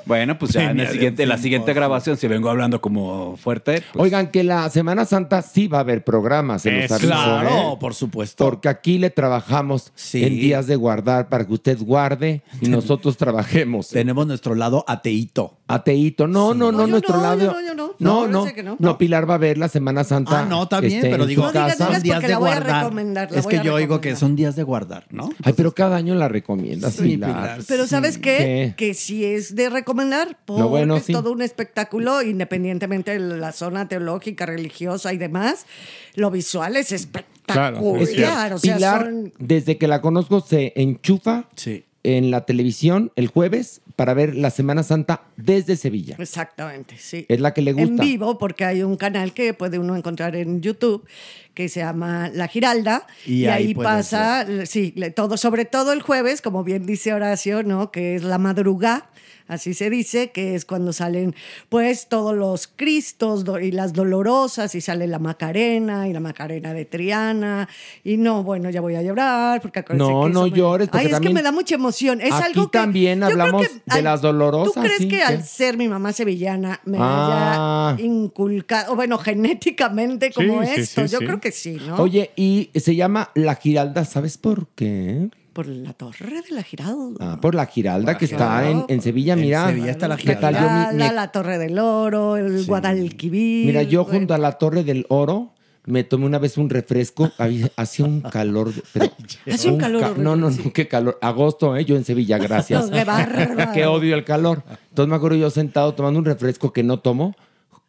Speaker 12: Bueno, pues ya en, el
Speaker 3: Venía de
Speaker 12: siguiente, en la siguiente grabación, si vengo hablando como fuerte,
Speaker 10: Pues-
Speaker 3: Oigan, que la Semana Santa sí va a haber programas, se los
Speaker 12: Es
Speaker 3: aviso,
Speaker 12: claro,
Speaker 3: ¿eh?
Speaker 10: por supuesto.
Speaker 3: Porque aquí le trabajamos en días de guardar para que usted guarde y nosotros trabajemos. ¿eh?
Speaker 10: Tenemos nuestro lado ateíto.
Speaker 3: Ateíto. No, no, no, nuestro lado. No, no, no, no, Pilar va a ver la Semana Santa.
Speaker 10: Ah, no, está bien,
Speaker 3: este,
Speaker 10: pero
Speaker 3: en
Speaker 10: digo,
Speaker 3: su casa.
Speaker 10: son días
Speaker 5: porque
Speaker 10: de
Speaker 5: la voy a
Speaker 10: guardar.
Speaker 5: recomendar, la
Speaker 10: es
Speaker 5: voy
Speaker 10: que
Speaker 5: a
Speaker 10: yo digo que son días de guardar, ¿no?
Speaker 3: Ay, pero cada año la recomiendas, Pilar.
Speaker 5: Pero ¿sabes qué?
Speaker 3: ¿Qué?
Speaker 5: Que sí es de recomendar, porque
Speaker 3: Lo bueno,
Speaker 5: es
Speaker 3: sí.
Speaker 5: todo un espectáculo, independientemente de la zona teológica, religiosa y demás. Lo visual es espectacular. o sea,
Speaker 3: Pilar,
Speaker 5: son-
Speaker 3: desde que la conozco, se enchufa en la televisión el jueves para ver la Semana Santa desde Sevilla.
Speaker 5: Exactamente, sí.
Speaker 3: Es la que le gusta.
Speaker 5: En vivo, porque hay un canal que puede uno encontrar en YouTube que se llama La Giralda. Y,
Speaker 10: Y
Speaker 5: ahí,
Speaker 10: ahí puede
Speaker 5: pasa, le- sí, le- todo, sobre todo el jueves, como bien dice Horacio, ¿no? Que es la madrugada. Así se dice, que es cuando salen pues todos los Cristos do- y las dolorosas, y sale la Macarena, y la Macarena de Triana, y no, bueno, ya voy a llorar, porque acuérdense
Speaker 3: No,
Speaker 5: que eso
Speaker 3: no
Speaker 5: me-
Speaker 3: llores, porque
Speaker 5: Ay, es que
Speaker 3: también-
Speaker 5: me da mucha emoción. Es
Speaker 3: Aquí
Speaker 5: algo que
Speaker 3: también
Speaker 5: yo creo
Speaker 3: hablamos
Speaker 5: que
Speaker 3: de las dolorosas.
Speaker 5: ¿Tú crees
Speaker 3: sí,
Speaker 5: que
Speaker 3: ¿qué?
Speaker 5: al ser mi mamá sevillana me
Speaker 3: Ah.
Speaker 5: haya inculcado, o bueno, genéticamente como
Speaker 3: Sí, sí,
Speaker 5: esto?
Speaker 3: sí,
Speaker 5: Yo
Speaker 3: sí.
Speaker 5: creo que sí, ¿no?
Speaker 3: Oye, y se llama La Giralda, ¿sabes por qué?
Speaker 5: Por la torre de la Giralda.
Speaker 3: Ah, por La Giralda que está en, en Sevilla, mira. En Sevilla está La ¿Qué tal? Yo
Speaker 5: Giralda,
Speaker 3: mi- me-
Speaker 5: la torre del oro, el Guadalquivir.
Speaker 3: mira, yo junto a la Torre del Oro me tomé una vez un refresco, había- hacía un calor. de- pero-
Speaker 5: Hace un calor horrible,
Speaker 3: no, no, no, qué calor. Agosto, ¿eh? Yo en Sevilla, gracias.
Speaker 5: Qué bárbaro.
Speaker 3: que odio el calor. Entonces me acuerdo yo sentado tomando un refresco que no tomo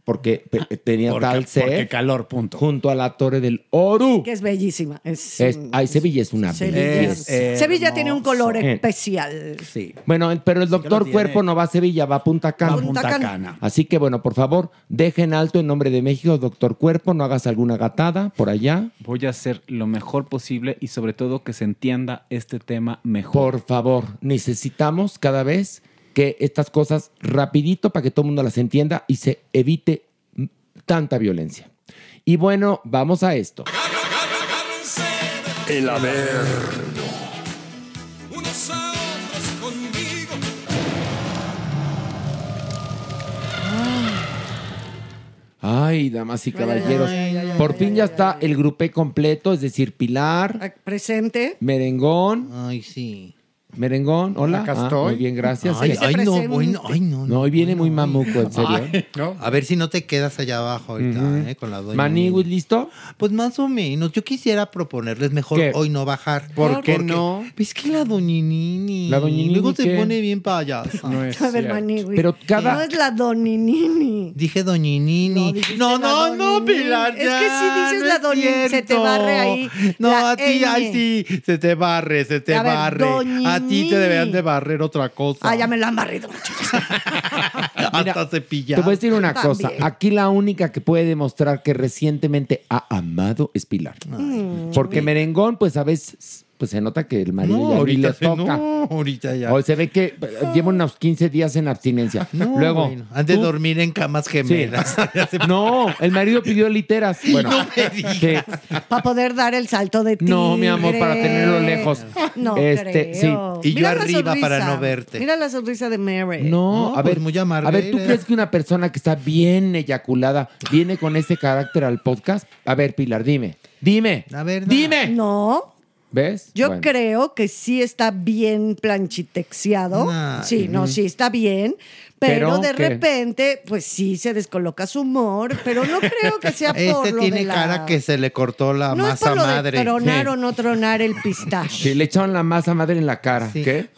Speaker 3: porque pe- eh, tenía
Speaker 10: Porque-
Speaker 3: tal sed.
Speaker 10: porque
Speaker 3: calor, punto. Junto a la Torre del Oru.
Speaker 5: Que es bellísima. Es,
Speaker 3: Es- ay, Sevilla es una
Speaker 5: Sevilla,
Speaker 3: belleza.
Speaker 5: Sevilla tiene un color
Speaker 3: Eh,
Speaker 5: especial.
Speaker 10: Sí.
Speaker 3: Bueno, el- pero el doctor
Speaker 5: tiene.
Speaker 3: Cuerpo no va a Sevilla, va a Punta Cana.
Speaker 5: Va a Punta Punta Cana. Cana.
Speaker 3: Así que bueno, por favor, dejen alto en nombre de México, doctor Cuerpo, no hagas alguna gatada por allá.
Speaker 12: voy a hacer lo mejor posible y sobre todo que se entienda este tema mejor.
Speaker 3: Por favor, necesitamos cada vez que estas cosas rapidito para que todo el mundo las entienda y se evite mm, tanta violencia. Y bueno, vamos a esto.
Speaker 13: El haber.
Speaker 14: Unos a otros conmigo.
Speaker 3: Ay, damas y
Speaker 5: Ay, ay, ay,
Speaker 3: caballeros,
Speaker 5: ay, ay, ay,
Speaker 3: por fin ya está el grupé completo, es decir, Pilar,
Speaker 5: Presente. Ah.
Speaker 3: Merengón. Ay, sí. Merengón, hola.
Speaker 2: Acá
Speaker 3: Ah,
Speaker 2: estoy.
Speaker 3: muy bien, gracias.
Speaker 2: Ay, ay, no,
Speaker 3: presente.
Speaker 2: bueno, ay, no,
Speaker 3: No, hoy viene muy mamuco, en serio.
Speaker 2: Ay, no. A ver si no te quedas allá abajo ahorita,
Speaker 3: Ujú.
Speaker 2: ¿eh? Con la doña.
Speaker 3: Maniguis, ¿listo?
Speaker 2: Pues más o menos. Yo quisiera proponerles mejor hoy no bajar.
Speaker 8: ¿Por qué
Speaker 2: Porque-
Speaker 8: no?
Speaker 2: Es que la doñinini.
Speaker 8: La doñinini,
Speaker 2: Luego
Speaker 8: ¿qué?
Speaker 2: se pone bien payasa. No
Speaker 5: A ver, Manigui.
Speaker 2: Pero cada-
Speaker 5: No es la Doninini.
Speaker 2: Dije doñinini. No, no, no, Pilar.
Speaker 5: Es
Speaker 2: ya,
Speaker 5: que si dices
Speaker 2: no
Speaker 5: la
Speaker 2: es
Speaker 5: doñinini, se te
Speaker 2: cierto.
Speaker 5: barre ahí.
Speaker 2: No,
Speaker 5: la
Speaker 2: a ti,
Speaker 5: ñ.
Speaker 2: ay, sí. Se te barre, se te
Speaker 5: A ver,
Speaker 2: barre. a ti
Speaker 5: doñinini.
Speaker 2: te deberían de barrer otra cosa.
Speaker 5: Ah, ya me la han barrido.
Speaker 2: Hasta cepillar.
Speaker 3: Te voy a decir una
Speaker 5: También.
Speaker 3: cosa. Aquí la única que puede demostrar que recientemente ha amado es Pilar.
Speaker 2: Ah.
Speaker 3: Porque Merengón, pues a veces, pues se nota que el marido
Speaker 2: No,
Speaker 3: ya ni
Speaker 2: ahorita
Speaker 3: le
Speaker 2: se-
Speaker 3: toca.
Speaker 2: no, ahorita ya.
Speaker 3: O se ve que eh, lleva unos 15 días en abstinencia.
Speaker 2: No,
Speaker 3: Luego.
Speaker 2: bueno, han de
Speaker 3: tú-
Speaker 2: dormir en camas gemelas.
Speaker 3: Sí. no, el marido pidió literas. Bueno, sí.
Speaker 5: Para poder dar el salto de tigre.
Speaker 3: No, mi amor, para tenerlo lejos.
Speaker 5: Eh, No
Speaker 3: Este,
Speaker 5: creo.
Speaker 3: sí. Y yo
Speaker 5: la
Speaker 3: arriba para no verte.
Speaker 5: Mira la sonrisa de Mary.
Speaker 2: Eh,
Speaker 3: No, a
Speaker 2: pues,
Speaker 3: ver, a ver, ¿tú
Speaker 5: ¿eh?
Speaker 3: crees que una persona que está bien eyaculada viene con ese carácter al podcast? A ver, Pilar, dime, dime,
Speaker 2: A ver,
Speaker 3: dime.
Speaker 5: No,
Speaker 3: ¿ves?
Speaker 5: yo
Speaker 3: Bueno.
Speaker 5: creo que sí está bien planchitexiado.
Speaker 3: Ay,
Speaker 5: sí, no,
Speaker 3: Ah, ujú.
Speaker 5: sí está bien. Pero,
Speaker 2: Pero
Speaker 5: de
Speaker 2: que-
Speaker 5: repente, pues sí se descoloca su humor, pero no creo que sea por
Speaker 2: Este
Speaker 5: lo
Speaker 2: tiene
Speaker 5: de la-
Speaker 2: cara que se le cortó la
Speaker 5: no es
Speaker 2: masa
Speaker 5: por lo
Speaker 2: madre.
Speaker 5: de tronar
Speaker 2: Sí.
Speaker 5: o no tronar el pistache.
Speaker 3: Sí, le echaron la masa madre en la cara. ¿Qué?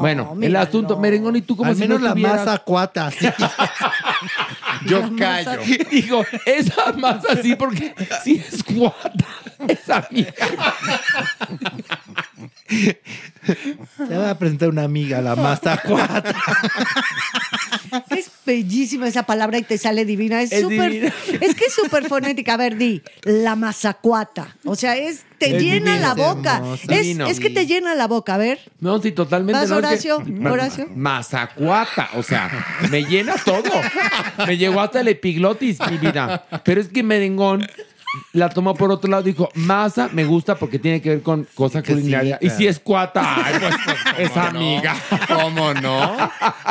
Speaker 3: bueno, el
Speaker 5: mira,
Speaker 3: asunto, merengón, ¿y tú cómo
Speaker 2: Al menos la masa
Speaker 3: cuata,
Speaker 2: Yo La masa- callo.
Speaker 3: Digo, esa masa sí, porque sí es cuata. Esa mía.
Speaker 2: Te voy a presentar una amiga, la masa cuata.
Speaker 5: Es bellísima esa palabra y te sale divina. Es,
Speaker 2: Es
Speaker 5: súper-
Speaker 2: divina.
Speaker 5: es que es súper fonética. A ver, di, la mazacuata. O sea, es, te
Speaker 3: Es
Speaker 5: llena
Speaker 3: divino.
Speaker 5: la boca.
Speaker 3: Hermoso.
Speaker 5: Es,
Speaker 3: Divino.
Speaker 5: es que te llena la boca. A ver,
Speaker 3: No, sí, totalmente.
Speaker 5: ¿Vas,
Speaker 3: no, es
Speaker 5: Horacio?
Speaker 3: que-
Speaker 5: ¿Horacio?
Speaker 3: Mazacuata, o sea, me llena todo. Me llegó hasta el epiglotis, mi vida. Pero es que merengón la tomó por otro lado. Dijo, masa me gusta porque tiene que ver con cosas
Speaker 2: sí,
Speaker 3: culinarias. Y
Speaker 2: claro.
Speaker 3: si es cuata, ay, pues, es amiga. ¿Cómo no?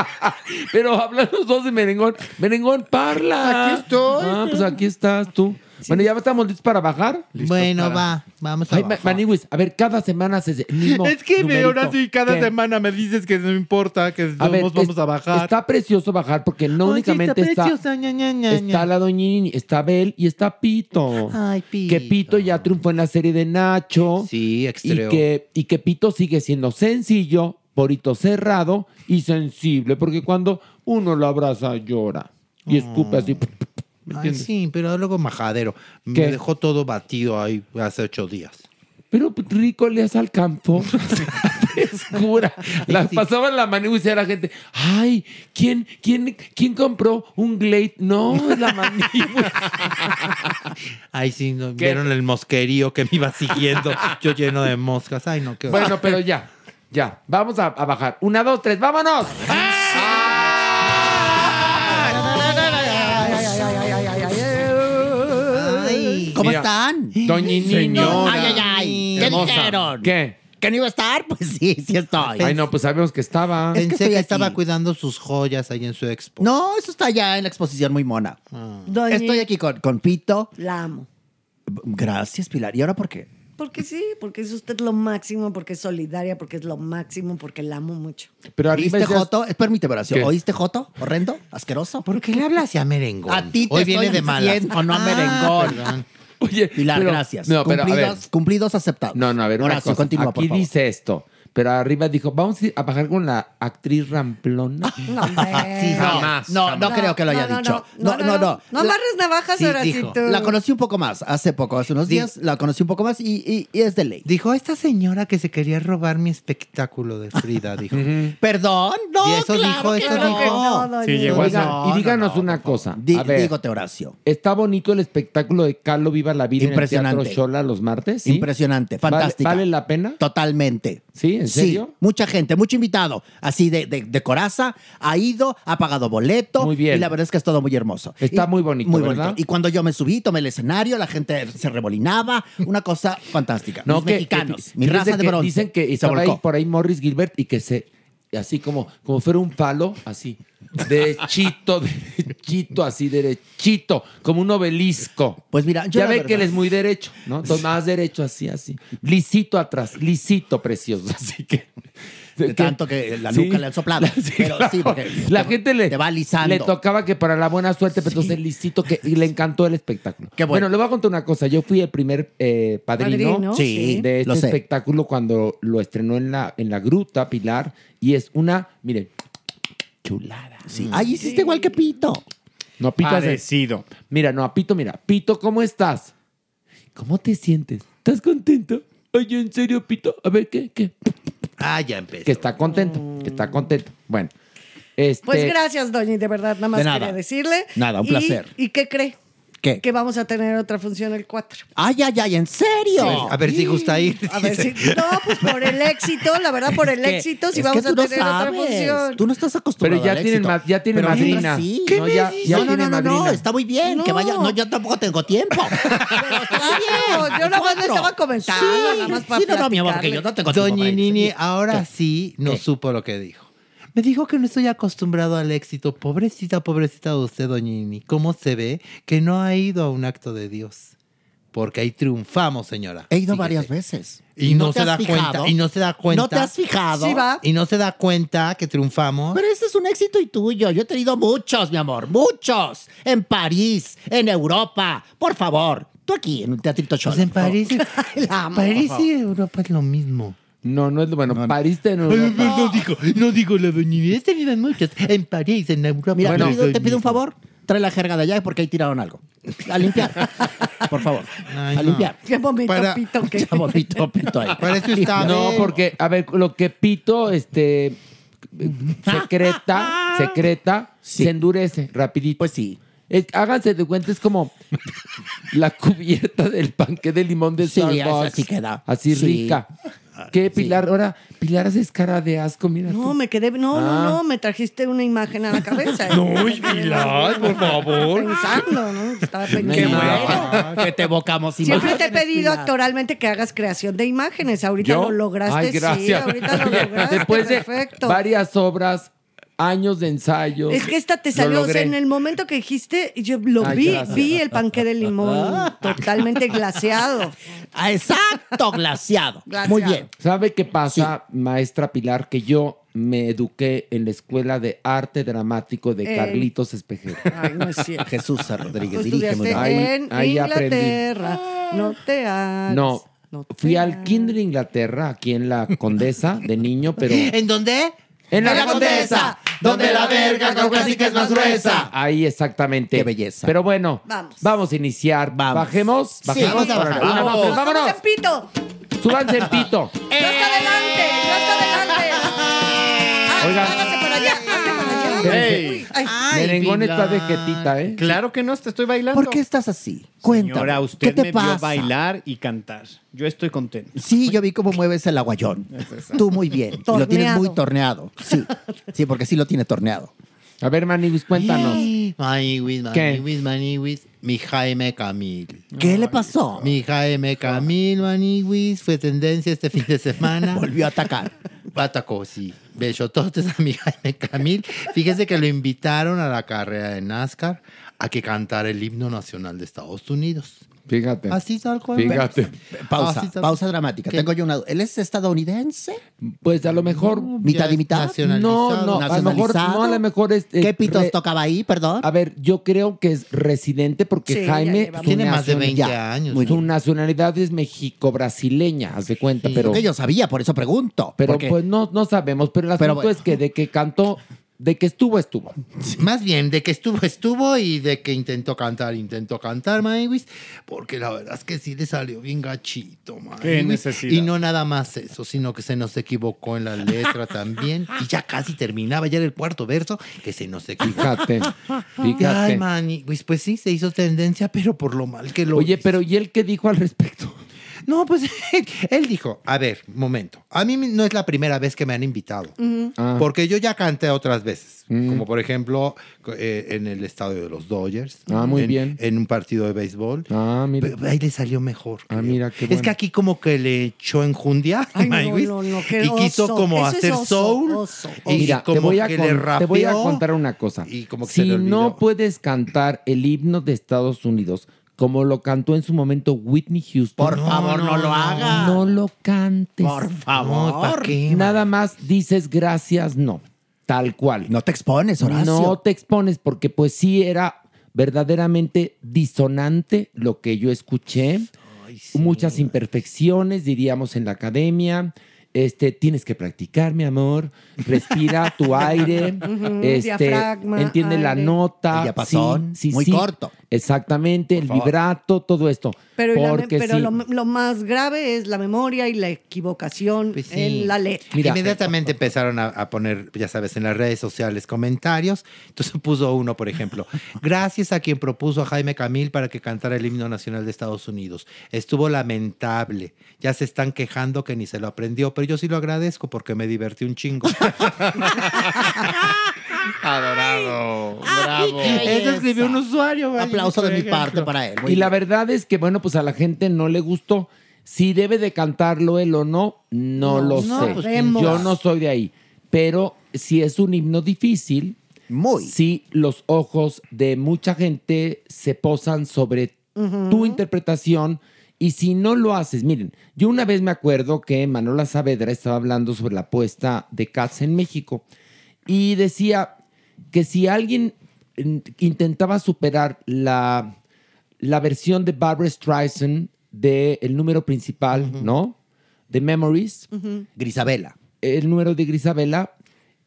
Speaker 3: Pero hablan los dos de merengón. Merengón, parla.
Speaker 2: Aquí estoy.
Speaker 3: Ah, pues aquí estás tú. Bueno, ya estamos listos para bajar.
Speaker 2: Bueno, va,
Speaker 3: Vamos a Ay, Ma- Maniwis, a ver, cada semana haces el mismo
Speaker 8: Es que me,
Speaker 3: numerito.
Speaker 8: ahora sí, cada
Speaker 3: ¿Qué?
Speaker 8: semana me dices que no importa, que
Speaker 3: A
Speaker 8: nos
Speaker 3: ver,
Speaker 8: vamos
Speaker 3: es-
Speaker 8: a bajar.
Speaker 3: Está precioso bajar porque no
Speaker 8: Ay, sí,
Speaker 3: únicamente está.
Speaker 8: preciosa, ña, ña, ña,
Speaker 3: está
Speaker 8: ña.
Speaker 3: la doñini, está Bel y está Pito.
Speaker 2: Ay, Pito.
Speaker 3: Que Pito ya triunfó en la serie de Nacho.
Speaker 2: Sí,
Speaker 3: y
Speaker 2: extremo.
Speaker 3: que, y que Pito sigue siendo sencillo, porito cerrado y sensible. Porque cuando uno lo abraza, llora. Y escupe así. ¿Me
Speaker 2: Ay,
Speaker 3: entiendes?
Speaker 2: sí, pero luego majadero.
Speaker 3: ¿Qué?
Speaker 2: Me dejó todo batido ahí hace ocho días.
Speaker 3: Pero rico le hace al campo. Frescura. Las pasaban la mano y decía la gente, ay, ¿quién, quién, ¿quién compró un Glade? No, es la mandíbula.
Speaker 2: Ay, sí, no,
Speaker 3: ¿Qué?
Speaker 2: vieron el mosquerío que me iba siguiendo. yo lleno de moscas. Ay, no, qué horror.
Speaker 3: bueno, pero ya, ya. Vamos a, a bajar. Una, dos, tres, vámonos.
Speaker 13: ¿Cómo
Speaker 3: Mira,
Speaker 13: están?
Speaker 3: Doña Niñona.
Speaker 13: Ay, ay, ay. ¿Qué
Speaker 3: Hermosa.
Speaker 13: dijeron?
Speaker 3: ¿Qué?
Speaker 13: ¿Que no iba a estar? Pues sí, sí estoy.
Speaker 3: Ay, no, pues sabemos que estaba.
Speaker 13: Es que
Speaker 2: Pensé
Speaker 13: estoy
Speaker 2: que
Speaker 13: aquí.
Speaker 2: estaba cuidando sus joyas ahí en su expo.
Speaker 13: No, eso está allá en la exposición muy mona.
Speaker 5: Doña-
Speaker 13: Estoy aquí con, con Pito.
Speaker 5: la amo.
Speaker 13: Gracias, Pilar. ¿Y ahora por qué?
Speaker 5: Porque sí, porque es usted lo máximo, porque es solidaria, porque es lo máximo, porque la amo mucho.
Speaker 3: Pero
Speaker 13: ¿Oíste,
Speaker 5: decías-
Speaker 13: Joto? Eh, Permíteme, Horacio.
Speaker 5: ¿Qué?
Speaker 13: ¿Oíste, Joto? ¿Horrendo? ¿Asqueroso? ¿Por qué le hablas
Speaker 2: a merengón?
Speaker 13: A ti te
Speaker 2: Hoy viene
Speaker 13: estoy
Speaker 2: de malas.
Speaker 13: diciendo, no a
Speaker 2: Ah,
Speaker 13: merengón.
Speaker 2: perdón.
Speaker 3: Oye,
Speaker 13: Pilar,
Speaker 3: pero-
Speaker 13: gracias.
Speaker 3: no, pero, a ver.
Speaker 13: cumplidos, cumplidos aceptados.
Speaker 3: No, no, a ver, una
Speaker 13: Horacio,
Speaker 3: cosa.
Speaker 13: continúa,
Speaker 3: Aquí
Speaker 13: por favor.
Speaker 3: dice esto. Pero arriba dijo, vamos a bajar con la actriz ramplona.
Speaker 5: No, hombre.
Speaker 3: Jamás,
Speaker 13: No, no
Speaker 3: jamás.
Speaker 13: creo que lo haya
Speaker 5: No, no,
Speaker 13: dicho.
Speaker 5: no, no, no. No
Speaker 13: La-
Speaker 5: amarres navajas, Horacito.
Speaker 13: dijo. La conocí un poco más hace poco, hace unos
Speaker 2: Di-
Speaker 13: días. La conocí un poco más y, y- y es de ley.
Speaker 2: Dijo esta señora que se quería robar mi espectáculo de Frida, dijo.
Speaker 13: Perdón, no.
Speaker 2: Y eso
Speaker 13: claro
Speaker 2: dijo,
Speaker 13: que
Speaker 2: eso
Speaker 13: no.
Speaker 2: dijo.
Speaker 3: Sí, llegó a ser- y díganos una cosa. a ver,
Speaker 13: dígote, Horacio.
Speaker 3: ¿Está bonito el espectáculo de Carlos Viva la Vida en el
Speaker 13: Impresionante.
Speaker 3: Teatro Shola los martes? ¿sí?
Speaker 13: Impresionante,
Speaker 3: Vale-
Speaker 13: fantástica.
Speaker 3: ¿Vale, la pena?
Speaker 13: Totalmente.
Speaker 3: ¿Sí? ¿En
Speaker 13: Sí,
Speaker 3: serio?
Speaker 13: mucha gente, mucho invitado. Así de, de, de coraza, ha ido, ha pagado boleto.
Speaker 3: Muy bien.
Speaker 13: Y la verdad es que es todo muy hermoso.
Speaker 3: Está
Speaker 13: Y-
Speaker 3: muy bonito, ¿verdad?
Speaker 13: Y cuando yo me subí, tomé el escenario, la gente se remolinaba. Una cosa fantástica. Mis
Speaker 3: que-
Speaker 13: mexicanos,
Speaker 3: que-
Speaker 13: mi
Speaker 3: fíjense
Speaker 13: raza de
Speaker 3: que
Speaker 13: bronce.
Speaker 3: Dicen que
Speaker 13: se
Speaker 3: estaba ahí,
Speaker 13: volcó.
Speaker 3: por ahí Morris Gilbert y que se, así como, como fuera un palo, así, derechito, derechito, así, derechito, como un obelisco.
Speaker 13: Pues mira, yo
Speaker 3: ya
Speaker 13: la
Speaker 3: ve
Speaker 13: verdad-
Speaker 3: que él es muy derecho, ¿no? Entonces, más derecho, así, así. Lisito atrás, lisito, precioso. Así que.
Speaker 13: De tanto que la nuca le han soplado. Pero sí, porque
Speaker 3: La gente le,
Speaker 13: te va alisando.
Speaker 3: le tocaba que para la buena suerte, pero entonces lisito que y le encantó el espectáculo.
Speaker 13: Qué bueno.
Speaker 3: bueno, le voy a contar una cosa. Yo fui el primer eh, padrino,
Speaker 13: Padrino, Sí, sí.
Speaker 3: de
Speaker 13: lo
Speaker 3: este
Speaker 13: sé.
Speaker 3: espectáculo cuando lo estrenó en la, en la gruta, Pilar, y es una, miren, chulada.
Speaker 13: Mm. Sí. Ay, hiciste igual que Pito.
Speaker 3: No, Pito hace-
Speaker 12: Parecido.
Speaker 3: Mira, no, a Pito, mira. Pito, ¿cómo estás? ¿Cómo te sientes? ¿Estás contento? Oye, ¿en serio, Pito? A ver, ¿qué? ¿Qué?
Speaker 2: Ah, ya empezó.
Speaker 3: Que está contento, que está contento. Bueno. Este,
Speaker 5: Pues gracias, Doña, de verdad, nada más
Speaker 3: De nada.
Speaker 5: quería decirle.
Speaker 3: Nada, un
Speaker 5: Y-
Speaker 3: placer.
Speaker 5: ¿Y qué cree?
Speaker 13: ¿Qué?
Speaker 5: Que vamos a tener otra función el 4.
Speaker 13: Ay, ay, ay, ¿en serio?
Speaker 2: A ver si gusta ir.
Speaker 5: A ver si. No, pues por el éxito, la verdad, por el
Speaker 13: Es que-
Speaker 5: éxito,
Speaker 13: es
Speaker 5: si
Speaker 13: que
Speaker 5: vamos a
Speaker 13: tú no
Speaker 5: tener otra
Speaker 13: sabes.
Speaker 5: función.
Speaker 13: Tú no estás
Speaker 3: Pero
Speaker 13: acostumbrado
Speaker 3: ya
Speaker 13: al
Speaker 3: tienen,
Speaker 13: éxito.
Speaker 3: ma- ya tienen
Speaker 13: Pero
Speaker 3: madrina.
Speaker 13: nosotras sí.
Speaker 3: No, ya, ya
Speaker 13: no, no, no,
Speaker 3: tienen
Speaker 13: no, no,
Speaker 3: madrina.
Speaker 13: está muy bien que vaya. No, yo tampoco tengo tiempo.
Speaker 5: Claro, yo nada más le estaba comentando,
Speaker 13: Sí,
Speaker 5: nada más para
Speaker 13: sí, no, no, mi amor,
Speaker 5: platicarle.
Speaker 13: porque yo no tengo tiempo
Speaker 2: Doña
Speaker 13: para ir.
Speaker 2: Nini, ahora sí no
Speaker 13: ¿Qué?
Speaker 2: supo lo que dijo. Me dijo que no estoy acostumbrado al éxito. Pobrecita, pobrecita de usted, Doña Nini. ¿Cómo se ve que no ha ido a un acto de Dios? Porque ahí triunfamos, señora.
Speaker 13: He ido varias veces.
Speaker 2: Y no,
Speaker 13: te
Speaker 2: se
Speaker 13: has
Speaker 2: da
Speaker 13: fijado?
Speaker 2: cuenta. Y no se da cuenta.
Speaker 13: ¿No te has fijado?
Speaker 2: Y no se da cuenta que triunfamos.
Speaker 13: Pero este es un éxito y tuyo. Yo he tenido muchos, mi amor, muchos. En París, en Europa. Por favor, tú aquí, en un teatrito
Speaker 2: Pues
Speaker 13: cholo. en París.
Speaker 2: París y Europa es lo mismo.
Speaker 3: No, no es lo bueno. París te no.
Speaker 2: Ay, No, no digo, no digo la avenida. Este viven muchos. En París, en Europa.
Speaker 13: Mira,
Speaker 2: Bueno,
Speaker 13: te, pido, te
Speaker 2: soy
Speaker 13: pido un favor. Trae la jerga de allá porque ahí tiraron algo. A limpiar. Ah, Por favor. a
Speaker 2: no.
Speaker 13: limpiar.
Speaker 5: Qué bonito
Speaker 2: Para-
Speaker 5: pito que...
Speaker 13: Qué bonito pito ahí.
Speaker 5: ¿eh?
Speaker 3: No, porque, a ver, lo que pito, este. Secreta, secreta, se endurece rapidito. Pues
Speaker 13: sí.
Speaker 3: háganse de cuenta, es como la cubierta del panque de limón de
Speaker 13: Sí,
Speaker 3: Starbucks.
Speaker 13: así queda.
Speaker 3: Así
Speaker 13: Sí.
Speaker 3: rica. ¿Qué, Pilar? Ahora, Pilar haces cara de asco, mira.
Speaker 5: No,
Speaker 3: tú.
Speaker 5: me quedé... No,
Speaker 3: Ah.
Speaker 5: no, no, me trajiste una imagen a la cabeza.
Speaker 2: Pilar, por favor.
Speaker 5: Pensando, ¿no? Estaba pensando.
Speaker 13: Qué bueno. Que te evocamos
Speaker 5: Siempre te he
Speaker 13: imágenes,
Speaker 5: pedido
Speaker 13: Pilar.
Speaker 5: actualmente que hagas creación de imágenes. Ahorita
Speaker 3: ¿Yo?
Speaker 5: lo lograste,
Speaker 3: Ay,
Speaker 5: sí.
Speaker 3: gracias.
Speaker 5: Ahorita lo lograste.
Speaker 3: Después de
Speaker 5: perfecto.
Speaker 3: varias obras, años de ensayo.
Speaker 5: Es que esta te
Speaker 3: lo
Speaker 5: salió, o sea,
Speaker 3: logré.
Speaker 5: en el momento que dijiste, yo lo
Speaker 3: Ay,
Speaker 5: vi,
Speaker 3: gracias.
Speaker 5: vi el panque de limón totalmente glaseado.
Speaker 13: Ah, Exacto, glaciado.
Speaker 5: Glaseado.
Speaker 13: Muy bien.
Speaker 3: ¿Sabe qué pasa, maestra Pilar? Que yo me eduqué en la Escuela de Arte Dramático de
Speaker 5: Ey.
Speaker 3: Carlitos Espejero.
Speaker 5: Ay, no es cierto.
Speaker 13: Jesús Rodríguez,
Speaker 5: Tú Pues, estudiaste en
Speaker 3: Ahí aprendí.
Speaker 5: Inglaterra. No te hagas.
Speaker 3: No, fui al Kinder Inglaterra, aquí en la Condesa, de niño, pero...
Speaker 2: ¿En dónde?
Speaker 3: En la
Speaker 2: Condesa, donde la verga caucásica es más gruesa.
Speaker 3: Ahí exactamente. Qué belleza. Pero bueno, vamos,
Speaker 5: Vamos.
Speaker 3: a iniciar. Bajemos.
Speaker 13: Sí,
Speaker 3: Bajemos.
Speaker 13: vamos a bajar.
Speaker 3: Una,
Speaker 13: Vamos.
Speaker 3: dos, tres,
Speaker 5: ¡Vámonos!
Speaker 3: vámonos.
Speaker 5: en pito!
Speaker 3: Súbanse en pito.
Speaker 5: ¡No está adelante! ¡No está adelante! Ah,
Speaker 3: Oigan.
Speaker 5: hágase para allá! ¡Hazte para allá!
Speaker 3: Ey.
Speaker 5: Uy, ay.
Speaker 3: Merengón está de
Speaker 6: Pilar.
Speaker 3: jetita, ¿eh?
Speaker 6: Claro que no, te estoy bailando.
Speaker 13: ¿Por qué estás así? Cuéntame.
Speaker 6: Señora, usted
Speaker 13: ¿Qué te
Speaker 6: me
Speaker 13: pasa?
Speaker 6: vio bailar y cantar. Yo estoy contento.
Speaker 13: Sí, yo vi cómo mueves el aguayón. Tú muy bien. Lo tienes
Speaker 5: Torneado.
Speaker 13: muy torneado. Sí. Sí, porque sí lo tiene torneado.
Speaker 3: A ver, Maniguis, cuéntanos.
Speaker 2: Maniwis,
Speaker 3: ¿Qué?
Speaker 2: maniwis, maniwis. Mi Jaime Camil.
Speaker 13: ¿Qué le pasó?
Speaker 2: Mi Jaime Camil, maniwis. Fue tendencia este fin de semana.
Speaker 13: Volvió a atacar.
Speaker 2: Atacó, sí. Besototes a mi Jaime Camil. Fíjese que lo invitaron a la carrera de NASCAR a que cantara el himno nacional de Estados Unidos.
Speaker 3: Fíjate.
Speaker 2: Así tal cual.
Speaker 3: Fíjate.
Speaker 13: Pausa,
Speaker 2: Ah, sí, está-
Speaker 13: pausa dramática.
Speaker 2: ¿Qué?
Speaker 13: Tengo yo una duda. ¿Él es estadounidense?
Speaker 3: Pues a lo mejor.
Speaker 13: ¿Mitad
Speaker 2: Ya
Speaker 13: y
Speaker 2: es
Speaker 13: mitad?
Speaker 2: nacionalizado,
Speaker 3: No, no, a lo mejor.
Speaker 13: nacionalizado.
Speaker 3: No, a lo mejor es. es
Speaker 13: ¿Qué pitos
Speaker 3: re-
Speaker 13: tocaba ahí, perdón?
Speaker 3: A ver, yo creo que es residente porque
Speaker 5: Sí, ya
Speaker 3: Jaime.
Speaker 5: llevamos-
Speaker 3: su
Speaker 2: Tiene más de
Speaker 3: nacional-
Speaker 2: 20
Speaker 13: ya,
Speaker 2: años.
Speaker 13: muy
Speaker 2: ¿no?
Speaker 3: Su nacionalidad es mexico-brasileña, haz de cuenta, pero,
Speaker 13: Porque yo sabía, por eso pregunto.
Speaker 3: pero
Speaker 13: porque-
Speaker 3: pues no, no sabemos. Pero el
Speaker 13: Pero
Speaker 3: asunto
Speaker 13: bueno.
Speaker 3: es que de que cantó, de que estuvo, estuvo.
Speaker 2: Más bien, de que estuvo, estuvo y de que intentó cantar, intentó cantar, Maywis, porque la verdad es que sí le salió bien gachito, Maywis.
Speaker 12: Qué necesidad.
Speaker 2: Y no nada más eso, sino que se nos equivocó en la letra también. Y ya casi terminaba, ya era el cuarto verso, que se nos equivocó.
Speaker 3: Fíjate,
Speaker 2: Ay,
Speaker 3: fíjate.
Speaker 2: Maywis, pues sí, se hizo tendencia, pero por lo mal que lo
Speaker 3: Oye,
Speaker 2: hizo.
Speaker 3: pero ¿y él qué dijo al respecto?
Speaker 2: No, pues él dijo, a ver, momento, a mí no es la primera vez que me han invitado,
Speaker 3: Ah.
Speaker 2: porque yo ya canté otras veces,
Speaker 3: Mm.
Speaker 2: como por ejemplo co- eh, en el estadio de los Dodgers,
Speaker 3: Ah, muy
Speaker 2: en,
Speaker 3: bien.
Speaker 2: en un partido de béisbol.
Speaker 3: Ah, mira.
Speaker 2: Pero ahí le salió mejor.
Speaker 3: Ah,
Speaker 2: creo.
Speaker 3: mira, qué
Speaker 2: Es
Speaker 3: bueno.
Speaker 2: que aquí como que le echó enjundia
Speaker 5: Ay, no,
Speaker 2: Maywis,
Speaker 5: no, no, qué
Speaker 2: y quiso
Speaker 5: oso.
Speaker 2: como
Speaker 5: Eso es
Speaker 2: hacer
Speaker 5: oso,
Speaker 2: soul.
Speaker 5: oso,
Speaker 2: y
Speaker 3: Mira,
Speaker 2: como
Speaker 3: te voy, a
Speaker 2: que
Speaker 3: con-
Speaker 2: le
Speaker 3: te voy a
Speaker 2: rapeó.
Speaker 3: contar una cosa.
Speaker 2: Y como que se
Speaker 3: si
Speaker 2: le olvidó.
Speaker 3: no puedes cantar el himno de Estados Unidos como lo cantó en su momento Whitney Houston,
Speaker 13: Por favor, no, lo haga.
Speaker 3: no lo cantes.
Speaker 13: por favor.
Speaker 2: No, ¿para qué,
Speaker 3: Nada más dices gracias, no. Tal cual.
Speaker 13: No te expones, Horacio.
Speaker 3: No te expones porque pues sí era verdaderamente disonante lo que yo escuché. Muchas imperfecciones, diríamos, en la academia. Este, tienes que practicar, mi amor. Respira tu aire.
Speaker 5: Ujú,
Speaker 3: este,
Speaker 5: diafragma,
Speaker 3: entiende la
Speaker 5: aire.
Speaker 3: nota.
Speaker 13: El diapasón, muy corto.
Speaker 3: Exactamente, el
Speaker 13: favor.
Speaker 3: vibrato, todo esto.
Speaker 5: Pero, y la me-
Speaker 3: porque
Speaker 5: pero
Speaker 3: sí.
Speaker 5: lo, lo más grave es la memoria y la equivocación
Speaker 2: Pues sí. eh,
Speaker 5: en la letra.
Speaker 3: Mira.
Speaker 2: Inmediatamente empezaron a, a poner, ya sabes, en las redes sociales comentarios. Entonces puso uno, por ejemplo, gracias a quien propuso a Jaime Camil para que cantara el himno nacional de Estados Unidos. Estuvo lamentable. Ya se están quejando que ni se lo aprendió, pero yo sí lo agradezco porque me divertí un chingo.
Speaker 12: Adorado. Bravo.
Speaker 2: Eso escribió un usuario. vaya,
Speaker 13: Aplauso de
Speaker 2: por
Speaker 13: mi
Speaker 2: ejemplo.
Speaker 13: parte para él. Muy
Speaker 3: Y la
Speaker 13: bien.
Speaker 3: verdad es que, bueno, pues a la gente no le gustó. Si debe de cantarlo él o no, no, lo
Speaker 5: no
Speaker 3: sé.
Speaker 5: sabemos.
Speaker 3: Yo no soy de ahí. Pero si es un himno difícil,
Speaker 13: Muy.
Speaker 3: si los ojos de mucha gente se posan sobre tu interpretación. Y si no lo haces, miren, yo una vez me acuerdo que Manola Saavedra estaba hablando sobre la apuesta de Katz en México y decía que si alguien mm, intentaba superar la, la versión de Barbara Streisand del número principal, ¿no? De Memories, Grisabela. El número de Grisabela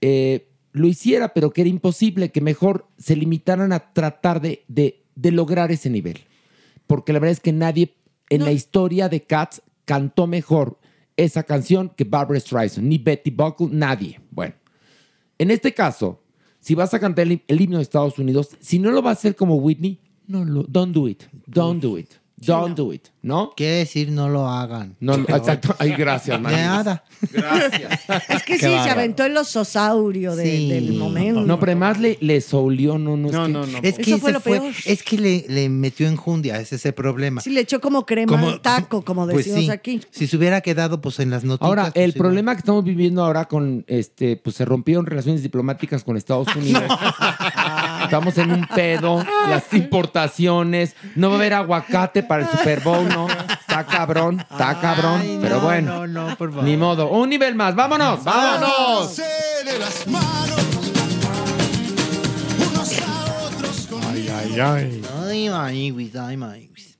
Speaker 3: eh, lo hiciera, pero que era imposible, que mejor se limitaran a tratar de, de- de lograr ese nivel. Porque la verdad es que nadie en la historia de Cats cantó mejor esa canción que Barbara Streisand, ni Betty Buckle, nadie. Bueno, en este caso, si vas a cantar el, el himno de Estados Unidos, si no lo vas a hacer como Whitney, no lo, don't do it, don't do it, don't do it, ¿no? Quiere decir no lo hagan. No, lo- exacto. Ay, gracias, María.
Speaker 4: Nada.
Speaker 5: Es
Speaker 3: Qué
Speaker 5: que sí, se
Speaker 3: bárbaro.
Speaker 5: aventó el ososaurio de- del momento.
Speaker 3: No, pero además le, le soulió, no, no.
Speaker 5: No,
Speaker 3: es que,
Speaker 5: no, no.
Speaker 3: Es
Speaker 5: Eso
Speaker 3: que
Speaker 5: fue
Speaker 3: ese
Speaker 5: lo
Speaker 3: fue-
Speaker 5: peor.
Speaker 2: Es que le, le metió enjundia, ese es el problema.
Speaker 5: Sí, le echó como crema
Speaker 2: Como-
Speaker 5: al taco, como
Speaker 2: Pues
Speaker 5: decimos
Speaker 2: sí.
Speaker 5: aquí.
Speaker 2: Si se hubiera quedado pues en las noticias.
Speaker 3: Ahora, el problema que estamos viviendo ahora con este, pues se rompieron relaciones diplomáticas con Estados Unidos. Estamos en un pedo, las importaciones, no va a haber aguacate para el Super Bowl, no. Está cabrón, está cabrón, pero bueno. Ni modo, un nivel más, vámonos, vámonos.
Speaker 14: de las manos unos a otros con
Speaker 2: Ay, ay, ay. Ay, Maywis, ay, Maywis.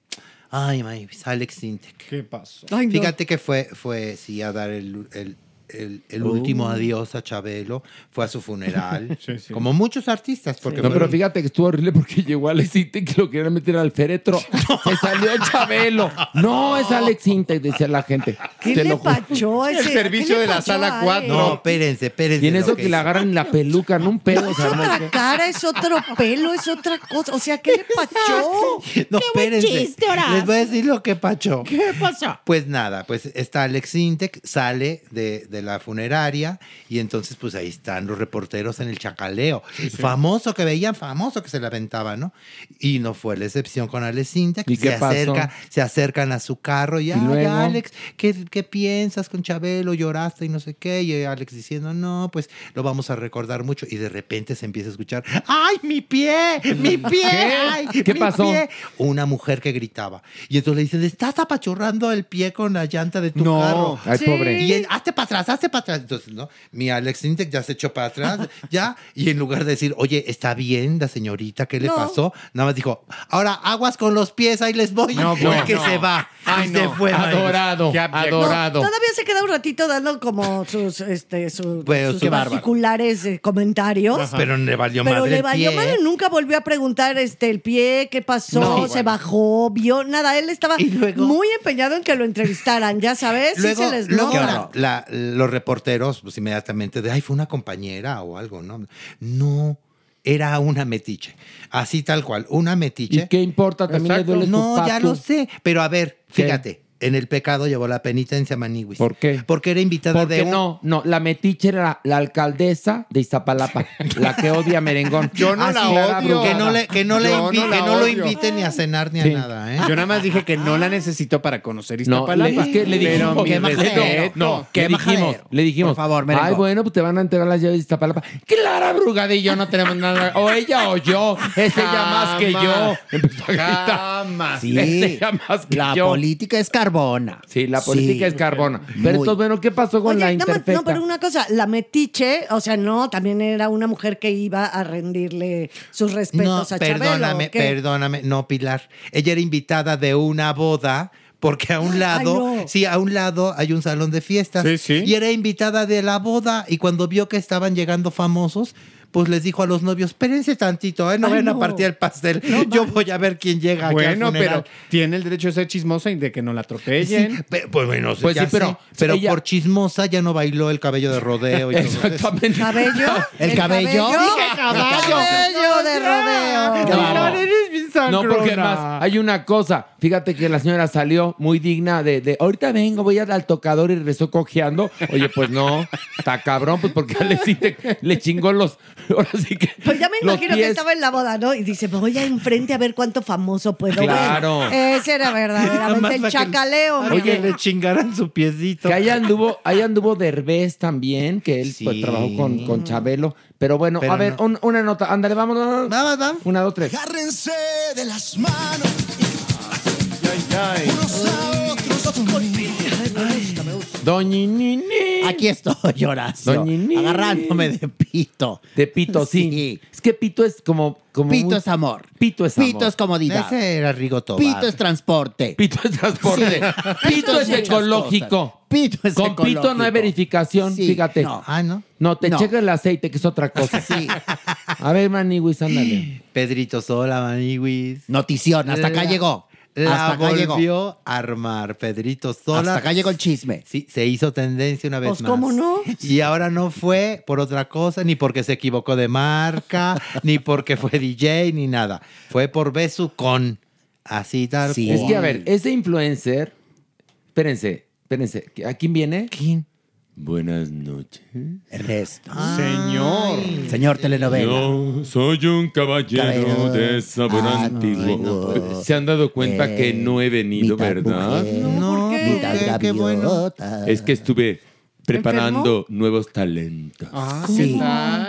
Speaker 2: Ay, Maywis, Alex Sintek.
Speaker 8: ¿Qué pasó?
Speaker 5: Ay, no.
Speaker 2: Fíjate que fue, fue, sí, a dar el, el- el- el
Speaker 3: Oh.
Speaker 2: último adiós a Chabelo. Fue a su funeral.
Speaker 3: Sí, sí.
Speaker 2: Como muchos artistas. Porque
Speaker 3: No,
Speaker 2: fue-
Speaker 3: pero fíjate que estuvo horrible porque llegó Alex Intec que lo querían meter al féretro. Se salió el Chabelo. No, es Alex Intec, decía la gente.
Speaker 5: ¿Qué
Speaker 3: Te
Speaker 5: le
Speaker 3: lo ju-
Speaker 5: pachó a ese? ¿qué le pachó a Ale?
Speaker 3: No,
Speaker 2: espérense, espérense.
Speaker 3: Y en eso
Speaker 2: lo
Speaker 3: que,
Speaker 2: que
Speaker 3: le
Speaker 2: hizo.
Speaker 3: agarran la peluca, no un pedo. se
Speaker 5: Es
Speaker 3: armó.
Speaker 5: otra cara, es otro pelo, es otra cosa. O sea, ¿qué le pachó?
Speaker 2: No, espérense.
Speaker 5: chiste, Horacio.
Speaker 2: Les voy a decir lo que pacho.
Speaker 5: ¿Qué pasó?
Speaker 2: Pues nada, pues está Alex Intec, sale de, de la funeraria y entonces pues ahí están los reporteros en el chacaleo.
Speaker 4: sí.
Speaker 2: Famoso que veían, famoso que se la aventaba, ¿no? Y no fue la excepción con Alex Intec.
Speaker 4: ¿Y qué
Speaker 2: se
Speaker 4: pasó?
Speaker 2: acerca, se acercan a su carro y,
Speaker 4: ¿Y
Speaker 2: "Ay,
Speaker 4: luego?
Speaker 2: Alex, ¿qué, qué piensas con Chabelo? Lloraste y no sé qué. Y Alex diciendo, no, pues lo vamos a recordar mucho. Y de repente se empieza a escuchar, ¡ay, mi pie! ¡Mi pie!
Speaker 4: ¿Qué?
Speaker 2: ¡Ay,
Speaker 4: ¿Qué
Speaker 2: mi
Speaker 4: pasó?
Speaker 2: pie! Una mujer que gritaba. Y entonces le dicen, estás apachurrando el pie con la llanta de tu
Speaker 4: No.
Speaker 2: carro.
Speaker 4: Ay, Sí. pobre.
Speaker 2: Y él, hazte para atrás, hazte para atrás. Entonces, ¿no? Mi Alex Intec ya se echó para atrás, ya. Y en lugar de decir, oye, está bien la señorita, ¿qué le
Speaker 4: No.
Speaker 2: pasó? Nada más dijo, ahora aguas con los pies, ahí les voy.
Speaker 4: No,
Speaker 2: Y
Speaker 4: bueno.
Speaker 2: que se va.
Speaker 4: Ay,
Speaker 2: Y se
Speaker 4: no.
Speaker 2: fue. Maris.
Speaker 4: Adorado, Qué
Speaker 5: No, todavía se queda un ratito dando como sus, este, su-
Speaker 2: Pero
Speaker 5: sus
Speaker 2: Pues, qué bárbaro.
Speaker 5: particulares eh, comentarios.
Speaker 2: Ajá. Pero le valió
Speaker 5: Pero
Speaker 2: madre
Speaker 5: le
Speaker 2: el
Speaker 5: valió
Speaker 2: pie. ¿eh?
Speaker 5: madre, nunca volvió a preguntar este, el pie, qué pasó,
Speaker 2: No.
Speaker 5: se bajó, vio, nada. Él estaba muy empeñado en que lo entrevistaran, ya sabes, sí
Speaker 2: Luego,
Speaker 5: se les
Speaker 2: luego
Speaker 5: nota.
Speaker 2: la- los reporteros, pues inmediatamente, de, ay, fue una compañera o algo, ¿no? No, era una metiche. Así tal cual, una metiche.
Speaker 3: ¿Y qué importa? También le duele su
Speaker 2: No, ya
Speaker 3: pato.
Speaker 2: lo sé. Pero a ver, fíjate, en el pecado llevó la penitencia Maniwis. ¿Por
Speaker 3: qué?
Speaker 2: Porque era invitada de
Speaker 3: Porque
Speaker 2: un-
Speaker 3: no, no, la metiche era la, la alcaldesa de Iztapalapa, la que odia a merengón.
Speaker 2: Yo no
Speaker 3: Ah,
Speaker 2: la
Speaker 3: sí, Clara
Speaker 2: odio.
Speaker 3: Brugada.
Speaker 2: Que no le- que no le
Speaker 3: Yo
Speaker 2: invi-
Speaker 3: la
Speaker 2: que no lo
Speaker 3: odio.
Speaker 2: invite ni a cenar ni a
Speaker 3: Sí.
Speaker 2: nada, ¿eh? Ah.
Speaker 12: Yo nada más dije que no la necesito para conocer
Speaker 3: No,
Speaker 12: Iztapalapa.
Speaker 3: le, es que le dijimos,
Speaker 12: pero mi
Speaker 3: que
Speaker 12: respeto,
Speaker 3: no,
Speaker 12: ¿qué
Speaker 3: le dijimos,
Speaker 12: majadero?
Speaker 3: le dijimos,
Speaker 12: Por favor, merengón.
Speaker 3: ay, bueno, pues te van a entregar las llaves de Iztapalapa. Clara Brugada y yo no tenemos nada, o ella o yo, es ella más que yo.
Speaker 11: Jamás.
Speaker 3: Empezó a gritar.
Speaker 11: Jamás.
Speaker 3: Sí. Es ella más que
Speaker 13: la
Speaker 3: yo.
Speaker 13: política es carbona.
Speaker 3: Sí, la política es carbona. Pero entonces, bueno, ¿qué pasó con la
Speaker 5: Oye, nada más-
Speaker 3: interfecta?
Speaker 5: no, pero una cosa, la metiche, o sea, no, también era una mujer que iba a rendirle sus respetos a Chabelo.
Speaker 2: Perdóname,
Speaker 5: ¿o qué?
Speaker 2: perdóname. No, Pilar. Ella era invitada de una boda. Porque a un lado,
Speaker 5: no.
Speaker 2: sí, a un lado hay un salón de fiestas. Y era invitada de la boda. Y cuando vio que estaban llegando famosos, pues les dijo a los novios, espérense tantito, ¿eh? no
Speaker 12: Ay,
Speaker 2: vayan
Speaker 12: no.
Speaker 2: a partir el pastel. Yo voy a ver quién llega aquí al
Speaker 12: Bueno,
Speaker 2: funeral".
Speaker 12: pero tiene el derecho de ser chismosa y de que no la atropellen.
Speaker 2: Sí, pe- pues bueno,
Speaker 12: Pues
Speaker 2: ya
Speaker 12: sí, pero-
Speaker 2: pero
Speaker 12: ella-
Speaker 2: por chismosa ya no bailó el cabello de rodeo y todo eso.
Speaker 3: Exactamente.
Speaker 5: ¿Cabello?
Speaker 2: ¿El cabello?
Speaker 5: Dije
Speaker 2: caballo.
Speaker 5: Cabello Ah, de rodeo.
Speaker 3: No, porque además hay una cosa. Fíjate que la señora salió muy digna de, de, ahorita vengo, voy al- al tocador y regresó cojeando. Oye, pues no, está cabrón, pues porque Alex Intec le chingó los. Ahora sí que.
Speaker 5: Pues ya me
Speaker 3: los
Speaker 5: imagino que
Speaker 3: pies.
Speaker 5: estaba en la boda, ¿no? Y dice, voy a enfrente a ver cuánto famoso puedo ver.
Speaker 3: Claro.
Speaker 5: Ese era
Speaker 2: Nada más
Speaker 5: verdaderamente el
Speaker 2: para que-
Speaker 5: chacaleo.
Speaker 2: para
Speaker 5: mi
Speaker 2: que
Speaker 5: amor.
Speaker 2: le chingaran su piecito.
Speaker 3: Que ahí anduvo, ahí anduvo Derbez también, que él pues,
Speaker 2: Sí.
Speaker 3: trabajó con, con Chabelo. Pero bueno,
Speaker 2: Pero
Speaker 3: a ver, un- una nota. Ándale, vamos. Una, dos, tres.
Speaker 14: Agárrense de las manos ay. Unos a otros
Speaker 3: Doñinini.
Speaker 13: Aquí estoy, Horacio.
Speaker 3: Doñinini.
Speaker 13: Agarrándome de pito.
Speaker 3: De pito, sí. Es que pito es como. como
Speaker 13: Pito
Speaker 3: muy-
Speaker 13: es amor.
Speaker 3: Pito es amor.
Speaker 13: Pito es comodidad.
Speaker 3: Ese
Speaker 13: era Rigo Pito es transporte.
Speaker 3: Pito es transporte. Pito es ecológico.
Speaker 13: Pito es
Speaker 3: Con pito no
Speaker 13: ecológico.
Speaker 3: hay verificación,
Speaker 13: Sí,
Speaker 3: fíjate.
Speaker 13: no. Ah, ¿no?
Speaker 3: No, te
Speaker 13: No.
Speaker 3: checa el aceite, que es otra cosa. A ver, Maniwis, ándale.
Speaker 2: Pedrito Sola, Maniwis.
Speaker 13: Notición, hasta acá llegó.
Speaker 2: La
Speaker 13: Hasta acá
Speaker 2: volvió
Speaker 13: llegó.
Speaker 2: a armar Pedrito Sola.
Speaker 13: Hasta acá llegó el chisme.
Speaker 2: Sí, se hizo tendencia una vez
Speaker 13: Pues,
Speaker 2: más.
Speaker 13: ¿cómo no?
Speaker 2: Y ahora no fue por otra cosa, ni porque se equivocó de marca, ni porque fue DJ, ni nada. Fue por Besu con. Así tal
Speaker 3: Es que, a
Speaker 2: cual.
Speaker 3: ver, ese influencer. Espérense, espérense. ¿A quién viene? ¿Quién? Buenas noches.
Speaker 13: Ernesto.
Speaker 3: Señor.
Speaker 13: Señor telenovela.
Speaker 7: Yo soy un caballero
Speaker 13: Caballero.
Speaker 7: de sabor
Speaker 13: Ah,
Speaker 7: antiguo. Se han dado cuenta
Speaker 13: Eh,
Speaker 7: que no he venido, ¿verdad?
Speaker 13: No, qué, bueno.
Speaker 7: Es que estuve preparando nuevos talentos.
Speaker 13: Ah, sí.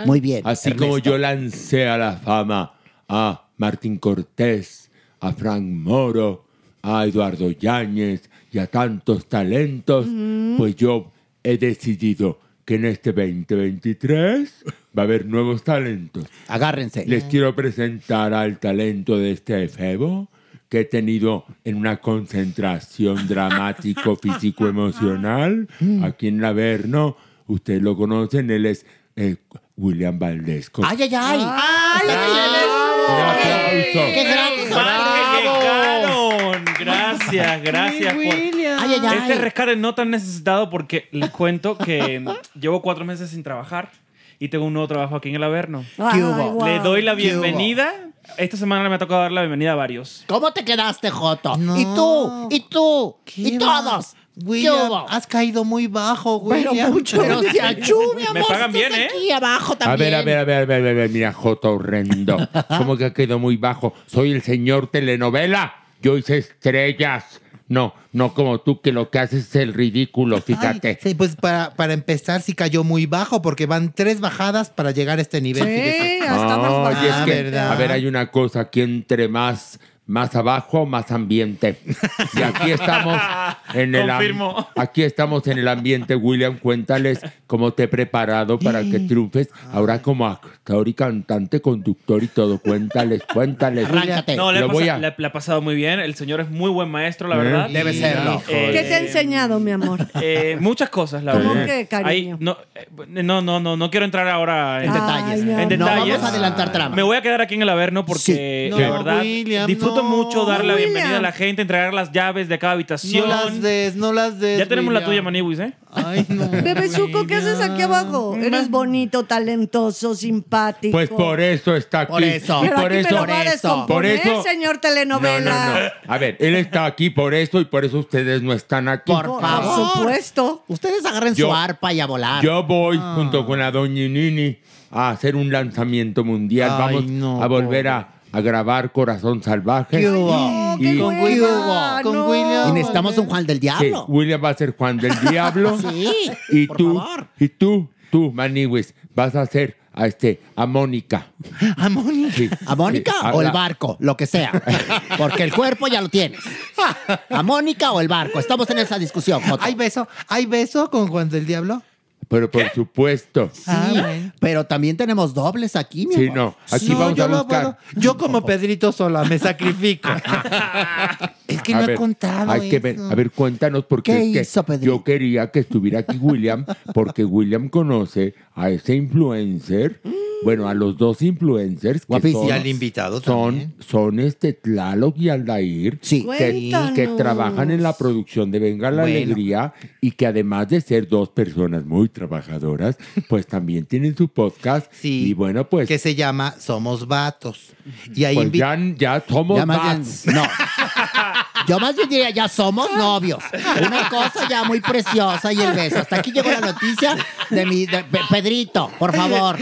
Speaker 13: Muy bien.
Speaker 7: Así como yo lancé a la fama a Martín Cortés, a Frank Moro, a Eduardo Yáñez y a tantos talentos,
Speaker 14: Mm.
Speaker 7: pues yo he decidido que en este 2023 va a haber nuevos talentos.
Speaker 13: Agárrense.
Speaker 7: Les quiero presentar al talento de este febo que he tenido en una concentración dramático físico emocional aquí en el Averno. Ustedes lo conocen, él es eh, William Valdés. Con-
Speaker 13: ¡Ay, ay, ay! ¡Ay, ¡Qué gratis!
Speaker 15: llegaron! Gracias, gracias. por-
Speaker 13: Ay, ay,
Speaker 15: Este
Speaker 13: ay.
Speaker 15: rescate no tan necesitado porque les cuento que llevo cuatro meses sin trabajar y tengo un nuevo trabajo aquí en el Averno.
Speaker 13: Ay, hubo?
Speaker 15: Le doy la
Speaker 13: ¿Qué hubo?
Speaker 15: bienvenida. Esta semana me ha tocado dar la bienvenida a varios.
Speaker 13: ¿Cómo te quedaste, Joto? Y tú, y tú, y todos. ¿Qué
Speaker 4: William,
Speaker 13: hubo?
Speaker 4: has caído muy bajo,
Speaker 13: Pero
Speaker 4: William.
Speaker 13: mucho. Pero si a Chu, mi
Speaker 4: Me
Speaker 13: amor,
Speaker 4: pagan
Speaker 13: estás
Speaker 4: bien, ¿eh?
Speaker 13: aquí abajo
Speaker 7: A ver,
Speaker 13: también.
Speaker 7: a ver, a ver, a ver, a ver, mira, Jota horrendo. Como que ha quedado muy bajo. Soy el señor telenovela. Yo hice estrellas. No, no como tú, que lo que haces es el ridículo, fíjate.
Speaker 2: Sí, pues para, para empezar, sí cayó muy bajo, porque van tres bajadas para llegar a este nivel.
Speaker 5: Sí,
Speaker 2: fíjese.
Speaker 7: No, y es
Speaker 2: Ah,
Speaker 7: que,
Speaker 2: ¿verdad?
Speaker 7: a ver, hay una cosa aquí entre más, más abajo, más ambiente. Y aquí estamos en el am-
Speaker 15: Confirmo.
Speaker 7: aquí estamos en el ambiente, William. Cuéntales cómo te he preparado para que triunfes. Ahora como actor y cantante, conductor y todo. Cuéntales, cuéntales.
Speaker 15: No, le,
Speaker 7: Lo
Speaker 15: ha
Speaker 7: voy
Speaker 15: pasa-
Speaker 7: a-
Speaker 15: le- le ha pasado muy bien. El señor es muy buen maestro, la
Speaker 7: ¿Eh?
Speaker 15: verdad.
Speaker 7: Debe serlo.
Speaker 15: Eh,
Speaker 5: ¿Qué te ha enseñado, mi amor?
Speaker 15: eh, muchas cosas, la
Speaker 5: ¿Cómo
Speaker 15: verdad.
Speaker 5: que, cariño?
Speaker 15: Ahí- no, eh, no, no, no, no quiero entrar ahora en
Speaker 5: En detalles.
Speaker 15: En
Speaker 5: mi amor.
Speaker 15: detalles.
Speaker 5: No, vamos a adelantar
Speaker 13: trama.
Speaker 15: Me voy a quedar aquí en el Averno porque
Speaker 2: Sí.
Speaker 15: la
Speaker 2: No,
Speaker 15: verdad
Speaker 2: William, no.
Speaker 15: disfruto mucho dar la
Speaker 2: William.
Speaker 15: bienvenida a la gente, entregar las llaves de cada habitación.
Speaker 2: No las des, no las des.
Speaker 15: ya tenemos la
Speaker 2: William.
Speaker 15: tuya, Maniwis, ¿eh?
Speaker 5: Bebezuco, ¿qué haces aquí abajo? Eres bonito, talentoso, simpático.
Speaker 7: Pues por eso está aquí.
Speaker 5: Por eso.
Speaker 7: Y
Speaker 5: Pero
Speaker 7: por
Speaker 5: aquí me
Speaker 7: eso,
Speaker 5: lo va a descomponer,
Speaker 7: por eso.
Speaker 5: señor
Speaker 7: No,
Speaker 5: telenovela.
Speaker 7: no, no. A ver, él está aquí por eso y por eso ustedes no están aquí.
Speaker 13: Por favor. supuesto. Ustedes agarren
Speaker 7: Yo-
Speaker 13: su arpa y a volar.
Speaker 7: Yo voy
Speaker 5: Ah.
Speaker 7: junto con la doña Nini a hacer un lanzamiento mundial.
Speaker 13: Ay,
Speaker 7: Vamos
Speaker 13: no,
Speaker 7: a volvolver a, a grabar Corazón Salvaje.
Speaker 13: ¿Qué hubo?
Speaker 2: Oh,
Speaker 7: Y-
Speaker 13: ¿Qué hubo? ¿Qué hubo?
Speaker 5: Con no. William.
Speaker 13: Y necesitamos un Juan del
Speaker 7: Sí,
Speaker 13: Diablo.
Speaker 7: William va a ser Juan del Diablo.
Speaker 13: Sí,
Speaker 7: y
Speaker 13: por
Speaker 7: tú,
Speaker 13: favor.
Speaker 7: Y tú, tú, Maniwis, vas a hacer a este a Mónica.
Speaker 13: ¿A Mónica?
Speaker 7: Sí.
Speaker 13: ¿A Mónica
Speaker 7: Sí, a
Speaker 13: o el
Speaker 7: la-
Speaker 13: barco? Lo que sea. Porque el cuerpo ya lo tienes. ¿A Mónica o el barco? Estamos en esa discusión, Joto.
Speaker 2: ¿Hay beso? ¿Hay beso con Juan del Diablo? Ah,
Speaker 7: Pero por supuesto.
Speaker 13: Sí, pero también tenemos dobles aquí, mi
Speaker 7: Sí,
Speaker 13: amor.
Speaker 7: no. Aquí vamos
Speaker 2: yo
Speaker 7: a
Speaker 2: lo
Speaker 7: buscar.
Speaker 2: puedo. Yo como Pedrito Sola me sacrifico. es que
Speaker 7: A
Speaker 2: no he
Speaker 7: ver,
Speaker 2: contado
Speaker 7: hay que ver,
Speaker 2: eso.
Speaker 7: a ver, cuéntanos porque
Speaker 2: ¿Qué
Speaker 7: es que
Speaker 2: hizo,
Speaker 7: yo quería que estuviera aquí William porque William conoce a ese influencer,
Speaker 13: Mm.
Speaker 7: bueno, a los dos influencers que
Speaker 2: Guapísimo.
Speaker 7: son,
Speaker 2: Y al invitado
Speaker 7: son, son este Tlaloc y Aldair que,
Speaker 2: Cuéntanos.
Speaker 7: que trabajan en la producción de Venga la
Speaker 2: Bueno.
Speaker 7: Alegría y que además de ser dos personas muy trabajadoras, pues también tienen su podcast y bueno, pues
Speaker 2: que se llama Somos Vatos. Y ahí
Speaker 7: pues
Speaker 2: invi-
Speaker 7: ya, ya somos
Speaker 2: Ya más bien,
Speaker 7: bats.
Speaker 13: No. Yo más bien diría, ya somos novios. Una cosa ya muy preciosa y el beso. Hasta aquí llegó la noticia de mi... de- Pe- Pedrito, por favor.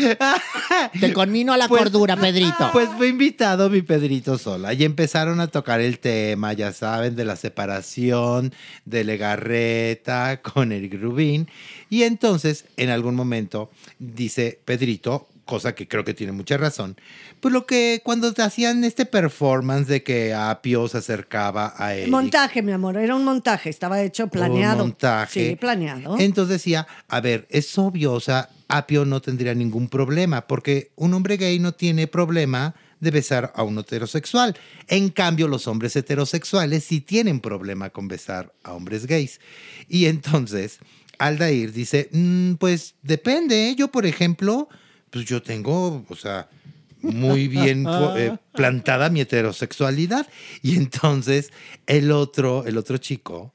Speaker 13: Te conmino a la cordura, Pedrito.
Speaker 2: Pues fue invitado mi Pedrito Sola y empezaron a tocar el tema, ya saben, de la separación de Legarreta con el Rubín. Y entonces, en algún momento, dice Pedrito, cosa que creo que tiene mucha razón, pues lo que cuando te hacían este performance de que Apio se acercaba a él.
Speaker 5: Montaje, mi amor, era un montaje, estaba hecho planeado.
Speaker 2: montaje.
Speaker 5: Sí, planeado.
Speaker 2: Entonces decía, a ver, es obvio, o sea, Apio no tendría ningún problema, porque un hombre gay no tiene problema de besar a un heterosexual. En cambio, los hombres heterosexuales sí tienen problema con besar a hombres gays. Y entonces, Aldair dice, "Mm, pues depende, ¿eh? yo por ejemplo, pues yo tengo, o sea, muy bien fu- eh, plantada mi heterosexualidad. Y entonces, el otro, el otro chico,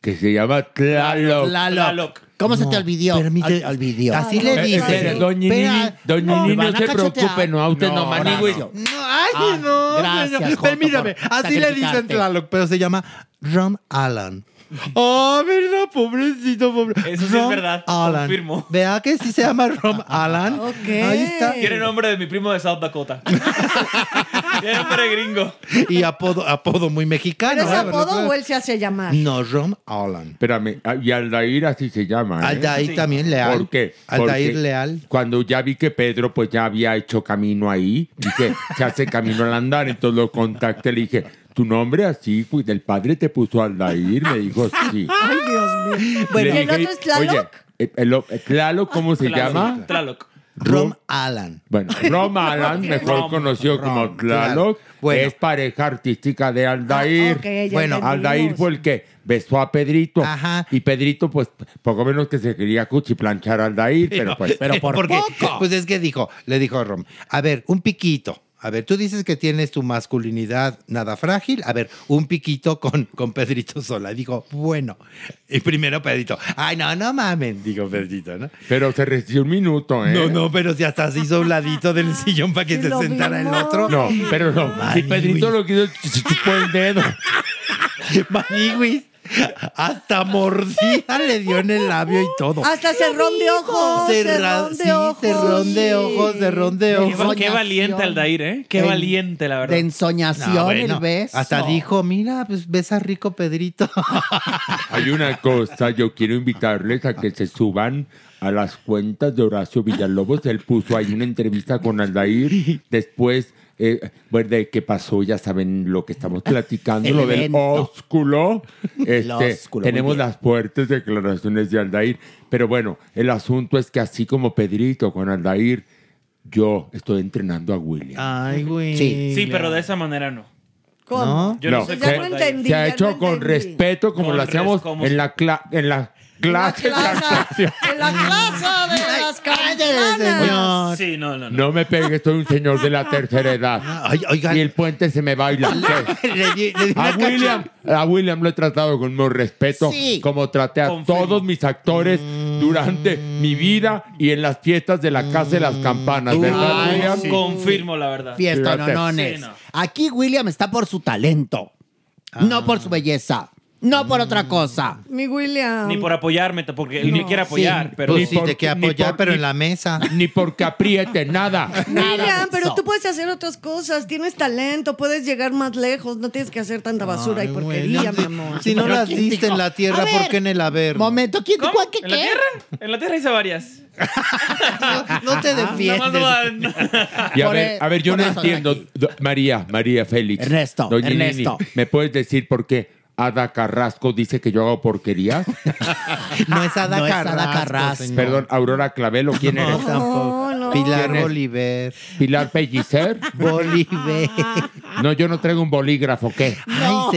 Speaker 7: que se llama Tlaloc.
Speaker 13: Tlaloc. ¿Cómo se te olvidó? Al- olvidó.
Speaker 2: Así le
Speaker 7: Eh,
Speaker 2: dice.
Speaker 7: espera, Doña Nini, doña
Speaker 2: no, me
Speaker 7: Nini, no
Speaker 2: van a
Speaker 7: se
Speaker 2: cachetear.
Speaker 7: preocupe, no, a usted no,
Speaker 2: No,
Speaker 7: manigüey.
Speaker 2: no,
Speaker 8: Ay,
Speaker 13: Ah,
Speaker 8: no.
Speaker 2: gracias,
Speaker 8: señor.
Speaker 2: Joto,
Speaker 8: Permítame,
Speaker 2: por
Speaker 8: así le dicen
Speaker 2: sacrificarte.
Speaker 8: Tlaloc, pero se llama
Speaker 2: Ron Allen.
Speaker 8: Oh, verdad, pobrecito, pobre.
Speaker 15: Eso sí es verdad.
Speaker 2: Alan.
Speaker 15: Confirmo.
Speaker 2: Vea que sí se llama Rom Alan. Ahí está.
Speaker 15: Tiene nombre de mi primo de South Dakota. Tiene nombre gringo.
Speaker 2: Y apodo, apodo muy mexicano.
Speaker 5: ¿Pero es
Speaker 2: ¿eh?
Speaker 5: apodo o él se hace llamar?
Speaker 2: No, Rom Alan.
Speaker 7: Espérame, ah, y Aldair así se llama. ¿eh?
Speaker 2: Aldair Sí. también, leal.
Speaker 7: ¿Por qué?
Speaker 2: Aldair
Speaker 7: Porque
Speaker 2: leal.
Speaker 7: Cuando ya vi que Pedro pues ya había hecho camino ahí, dije, se hace camino al andar, entonces lo contacté, le dije, tu nombre así, pues del padre te puso Aldair, me dijo, sí.
Speaker 5: Ay, Dios mío.
Speaker 7: Le
Speaker 5: Bueno, ¿y el
Speaker 7: dije,
Speaker 5: otro es Tlaloc?
Speaker 7: Oye, eh, el, el- el Tlaloc, ¿cómo se
Speaker 15: Tlaloc,
Speaker 7: llama?
Speaker 15: Tlaloc.
Speaker 2: Rom Alan.
Speaker 7: Bueno, Rom Alan, mejor conocido como Tlaloc, que es pareja artística de Aldair.
Speaker 5: Ah, ok, ya
Speaker 7: bueno,
Speaker 5: entendimos.
Speaker 7: Aldair fue el que besó a Pedrito. Y Pedrito, pues, poco menos que se quería cuchiplanchar a Aldair, pero pues.
Speaker 2: Porque, Pues es que dijo, le dijo a Rom, a ver, un piquito. A ver, tú dices que tienes tu masculinidad nada frágil. A ver, un piquito con, con Pedrito Sola. Digo, bueno. Y primero Pedrito, ay, no, no mamen, dijo Pedrito, ¿no?
Speaker 7: Pero se resistió un minuto, ¿eh?
Speaker 2: No, no, pero si hasta se hizo un ladito del sillón para que se sentara el otro.
Speaker 7: No, pero no. si Pedrito lo quiso, se chupó el dedo.
Speaker 2: Maniguis, hasta mordida le dio en el labio y todo.
Speaker 5: Hasta cerrón de ojos.
Speaker 2: Cerra-
Speaker 5: Cerrón de
Speaker 2: sí,
Speaker 5: ojos.
Speaker 2: cerrón de ojos, cerrón de
Speaker 15: Qué,
Speaker 2: ojos.
Speaker 15: qué valiente Aldair, ¿eh? Qué
Speaker 2: En-
Speaker 15: valiente, la verdad.
Speaker 2: de ensoñación, No, bueno, el beso. hasta dijo, mira, pues besa rico Pedrito.
Speaker 7: Hay una cosa, yo quiero invitarles a que se suban a las cuentas de Horacio Villalobos. Él puso ahí una entrevista con Aldair. Después, eh, bueno, de qué pasó, ya saben lo que estamos platicando,
Speaker 9: El
Speaker 7: lo del
Speaker 9: evento.
Speaker 7: ósculo.
Speaker 9: El
Speaker 7: Este,
Speaker 9: ósculo, muy
Speaker 7: tenemos
Speaker 9: bien.
Speaker 7: las fuertes declaraciones de Aldair. Pero bueno, el asunto es que así como Pedrito con Aldair, yo estoy entrenando a William.
Speaker 2: Ay, güey.
Speaker 15: Sí, pero de esa manera no.
Speaker 7: ¿No?
Speaker 15: Yo no,
Speaker 7: No.
Speaker 15: sé
Speaker 7: Se-
Speaker 15: cómo Aldair.
Speaker 7: Se ha hecho con respeto, como
Speaker 15: Con
Speaker 7: lo hacíamos
Speaker 15: res- como-
Speaker 7: en la, cla- en la clase de actuación.
Speaker 5: En la plaza de las campanas.
Speaker 7: señor.
Speaker 15: Sí, no, Ah, no.
Speaker 7: No me pegues, soy un señor de la tercera edad. Y el puente se me baila. ¿Qué? a, William, a William lo he tratado con mucho respeto,
Speaker 9: Sí.
Speaker 7: como traté a todos mis actores durante mi vida y en las fiestas de la Casa de las Campanas, ¿verdad,
Speaker 15: Ay,
Speaker 7: William?
Speaker 15: sí. Confirmo, la verdad.
Speaker 13: Fiesta,
Speaker 7: Fíjate.
Speaker 13: nonones.
Speaker 15: Sí, no.
Speaker 13: Aquí William está por su talento,
Speaker 2: Ah.
Speaker 13: no por su belleza, no por
Speaker 2: Mm.
Speaker 13: otra cosa.
Speaker 5: Mi William.
Speaker 15: Ah. Ni por apoyarme, porque él ni quiere apoyar, pero
Speaker 7: Pues sí, te quiere apoyar, pero en
Speaker 2: la mesa.
Speaker 7: Ni porque apriete, nada.
Speaker 5: William, pero tú puedes hacer otras cosas, tienes talento, puedes llegar más lejos, no tienes que hacer tanta basura y porquería, mi amor.
Speaker 2: Si no las diste en la tierra, ¿por qué en el haber?
Speaker 13: Momento, ¿quién
Speaker 15: ¿Cómo? ¿En la tierra? En la tierra hice varias.
Speaker 2: no, te defiendes.
Speaker 7: Y a
Speaker 15: Por
Speaker 7: ver,
Speaker 15: e-
Speaker 7: a ver, yo
Speaker 15: por
Speaker 7: no
Speaker 15: eso
Speaker 7: entiendo. Do- María, María Félix.
Speaker 13: Ernesto,
Speaker 7: Doña Nini,
Speaker 13: Ernesto.
Speaker 7: ¿Me puedes decir por qué Ada Carrasco dice que yo hago porquerías?
Speaker 2: No es Ada
Speaker 13: No es Ada
Speaker 2: Carrasco.
Speaker 13: Carrasco.
Speaker 2: señor.
Speaker 7: Perdón, Aurora Clavelo, ¿quién
Speaker 2: No,
Speaker 7: eres?
Speaker 2: tampoco. No. Pilar
Speaker 7: ¿Quién es?
Speaker 2: Bolívar.
Speaker 7: Pilar Pellicer.
Speaker 2: Bolívar.
Speaker 7: No, yo no traigo un bolígrafo, ¿qué?
Speaker 13: No,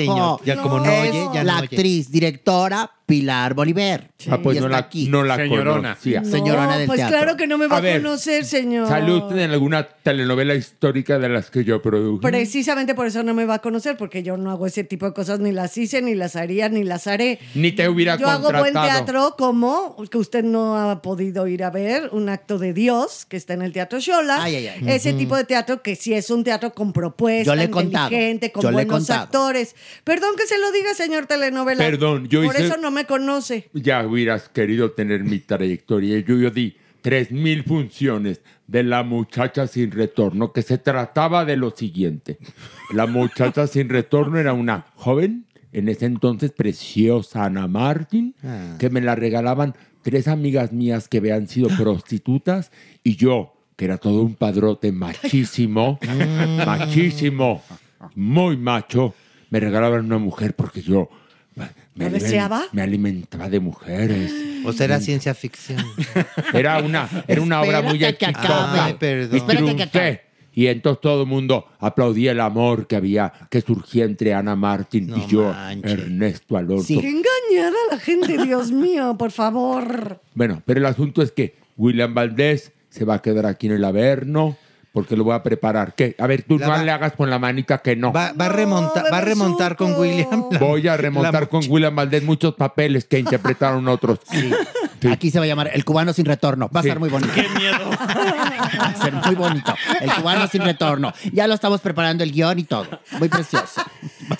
Speaker 13: es la actriz, directora Pilar Bolívar.
Speaker 7: Ah, pues
Speaker 13: Y
Speaker 7: no
Speaker 13: está
Speaker 7: la,
Speaker 13: aquí.
Speaker 7: no la
Speaker 13: Señorona.
Speaker 7: conocía.
Speaker 13: No, Señorona del
Speaker 5: Pues
Speaker 13: teatro.
Speaker 5: claro que no me va
Speaker 7: A
Speaker 5: a,
Speaker 7: ver,
Speaker 5: conocer, señor.
Speaker 7: Salud en alguna telenovela histórica de las que yo produjo.
Speaker 5: Precisamente por eso no me va a conocer, porque yo no hago ese tipo de cosas, ni las hice, ni las haría, ni las haré.
Speaker 7: Ni te hubiera
Speaker 5: Yo hago
Speaker 7: contratado.
Speaker 5: buen teatro como que usted no ha podido ir a ver, un acto de Dios que está en el Teatro Shola. Ese
Speaker 13: Ujú.
Speaker 5: tipo de teatro que sí es un teatro con propuesta,
Speaker 13: Yo le he contado.
Speaker 5: inteligente, con
Speaker 13: Yo le he
Speaker 5: buenos
Speaker 13: contado.
Speaker 5: actores. Perdón que se lo diga, señor telenovela.
Speaker 7: Perdón, yo
Speaker 5: Por
Speaker 7: hice-
Speaker 5: eso no me conoce.
Speaker 7: ya hubieras querido tener mi trayectoria. Yo, yo di tres mil funciones de la muchacha sin retorno, que se trataba de lo siguiente. La muchacha sin retorno era una joven, en ese entonces preciosa Ana Martín, que me la regalaban tres amigas mías que habían sido prostitutas y yo, que era todo un padrote machísimo,
Speaker 2: Mm.
Speaker 7: machísimo, muy macho, me regalaban una mujer porque yo me,
Speaker 5: ¿Lo
Speaker 7: alimen-
Speaker 5: deseaba?
Speaker 7: me alimentaba de mujeres.
Speaker 2: O sea, era ciencia ficción.
Speaker 7: Era una, era una obra muy
Speaker 2: Espérate que acabe.
Speaker 7: exitosa.
Speaker 2: Ay, perdón.
Speaker 7: Y
Speaker 2: Espérate que
Speaker 7: triunfé. Y entonces todo el mundo aplaudía el amor que había, que surgía entre Ana Martín y yo, Ernesto Alonso.
Speaker 5: Qué engañada la gente, Dios mío, por favor.
Speaker 7: Bueno, pero el asunto es que William Valdés se va a quedar aquí en el Averno porque lo voy a preparar. ¿Qué? A ver, tú no le hagas con la manita que no.
Speaker 2: Va a remontar, va a remontar con William. la-
Speaker 7: Voy a remontar
Speaker 2: la-
Speaker 7: con William Valdés muchos papeles que interpretaron otros.
Speaker 13: Aquí se va a llamar El cubano sin retorno. Va a ser muy bonito. ¡Qué miedo! Va a ser muy bonito. El cubano sin retorno. Ya lo estamos preparando el guión y todo. Muy precioso.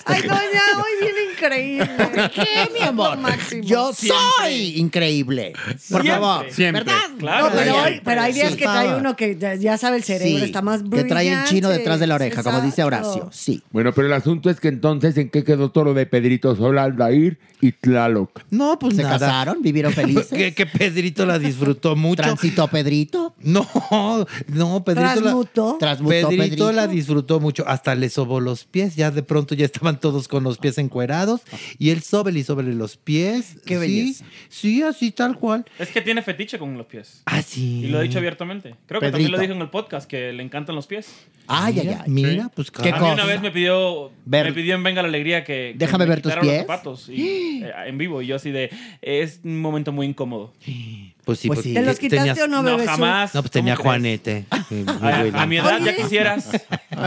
Speaker 5: Ay, doña, hoy viene increíble.
Speaker 13: ¿Qué, mi amor? Yo soy increíble. Por
Speaker 5: Siempre.
Speaker 13: favor.
Speaker 5: Siempre.
Speaker 13: ¿Verdad?
Speaker 5: Claro. No, pero,
Speaker 13: Siempre.
Speaker 5: hoy- pero hay días
Speaker 13: Sí.
Speaker 5: que trae uno que ya, ya sabe el cerebro,
Speaker 13: Sí,
Speaker 5: está más
Speaker 13: que
Speaker 5: brillante.
Speaker 13: trae el chino detrás de la oreja, como dice
Speaker 5: Exacto.
Speaker 13: Horacio. Sí.
Speaker 7: Bueno, pero el asunto es que entonces, ¿en qué quedó todo lo de Pedrito Sola, Aldair y Tlaloc?
Speaker 2: No, pues
Speaker 13: Se
Speaker 2: nada.
Speaker 13: casaron, vivieron felices.
Speaker 2: que, que Pedrito la disfrutó mucho.
Speaker 13: ¿Transitó Pedrito?
Speaker 2: No, no, Pedrito
Speaker 13: ¿Transmutó?
Speaker 2: la...
Speaker 13: ¿Transmutó
Speaker 2: Pedrito,
Speaker 13: Pedrito?
Speaker 2: la disfrutó mucho. Hasta le sobó los pies. Ya de pronto ya estaban todos con los pies encuerados. Y él sobre y sobre los pies.
Speaker 15: Qué
Speaker 2: sí,
Speaker 15: belleza.
Speaker 2: Sí, así tal cual.
Speaker 15: Es que tiene fetiche con los pies.
Speaker 2: Ah, sí.
Speaker 15: Y lo he dicho abiertamente. Creo que también
Speaker 2: Pedrito.
Speaker 15: lo dije en el podcast, que le encantan los pies.
Speaker 13: Ay,
Speaker 2: mira,
Speaker 13: ay, ay.
Speaker 2: Mira, pues
Speaker 15: a mí una vez me pidió,
Speaker 13: Ver-
Speaker 15: me pidió en Venga la Alegría que, que
Speaker 13: Déjame
Speaker 15: me
Speaker 13: ver tus
Speaker 15: quitaran los
Speaker 13: pies.
Speaker 15: zapatos y, eh, en vivo. Y yo así de, es un momento muy incómodo.
Speaker 2: Pues sí,
Speaker 15: Pues
Speaker 2: pues,
Speaker 15: sí. ¿Te los
Speaker 2: tenías-
Speaker 15: quitaste o no, No, bebesú? jamás.
Speaker 2: No, pues tenía Juanete.
Speaker 15: A, a mi edad ya quisieras.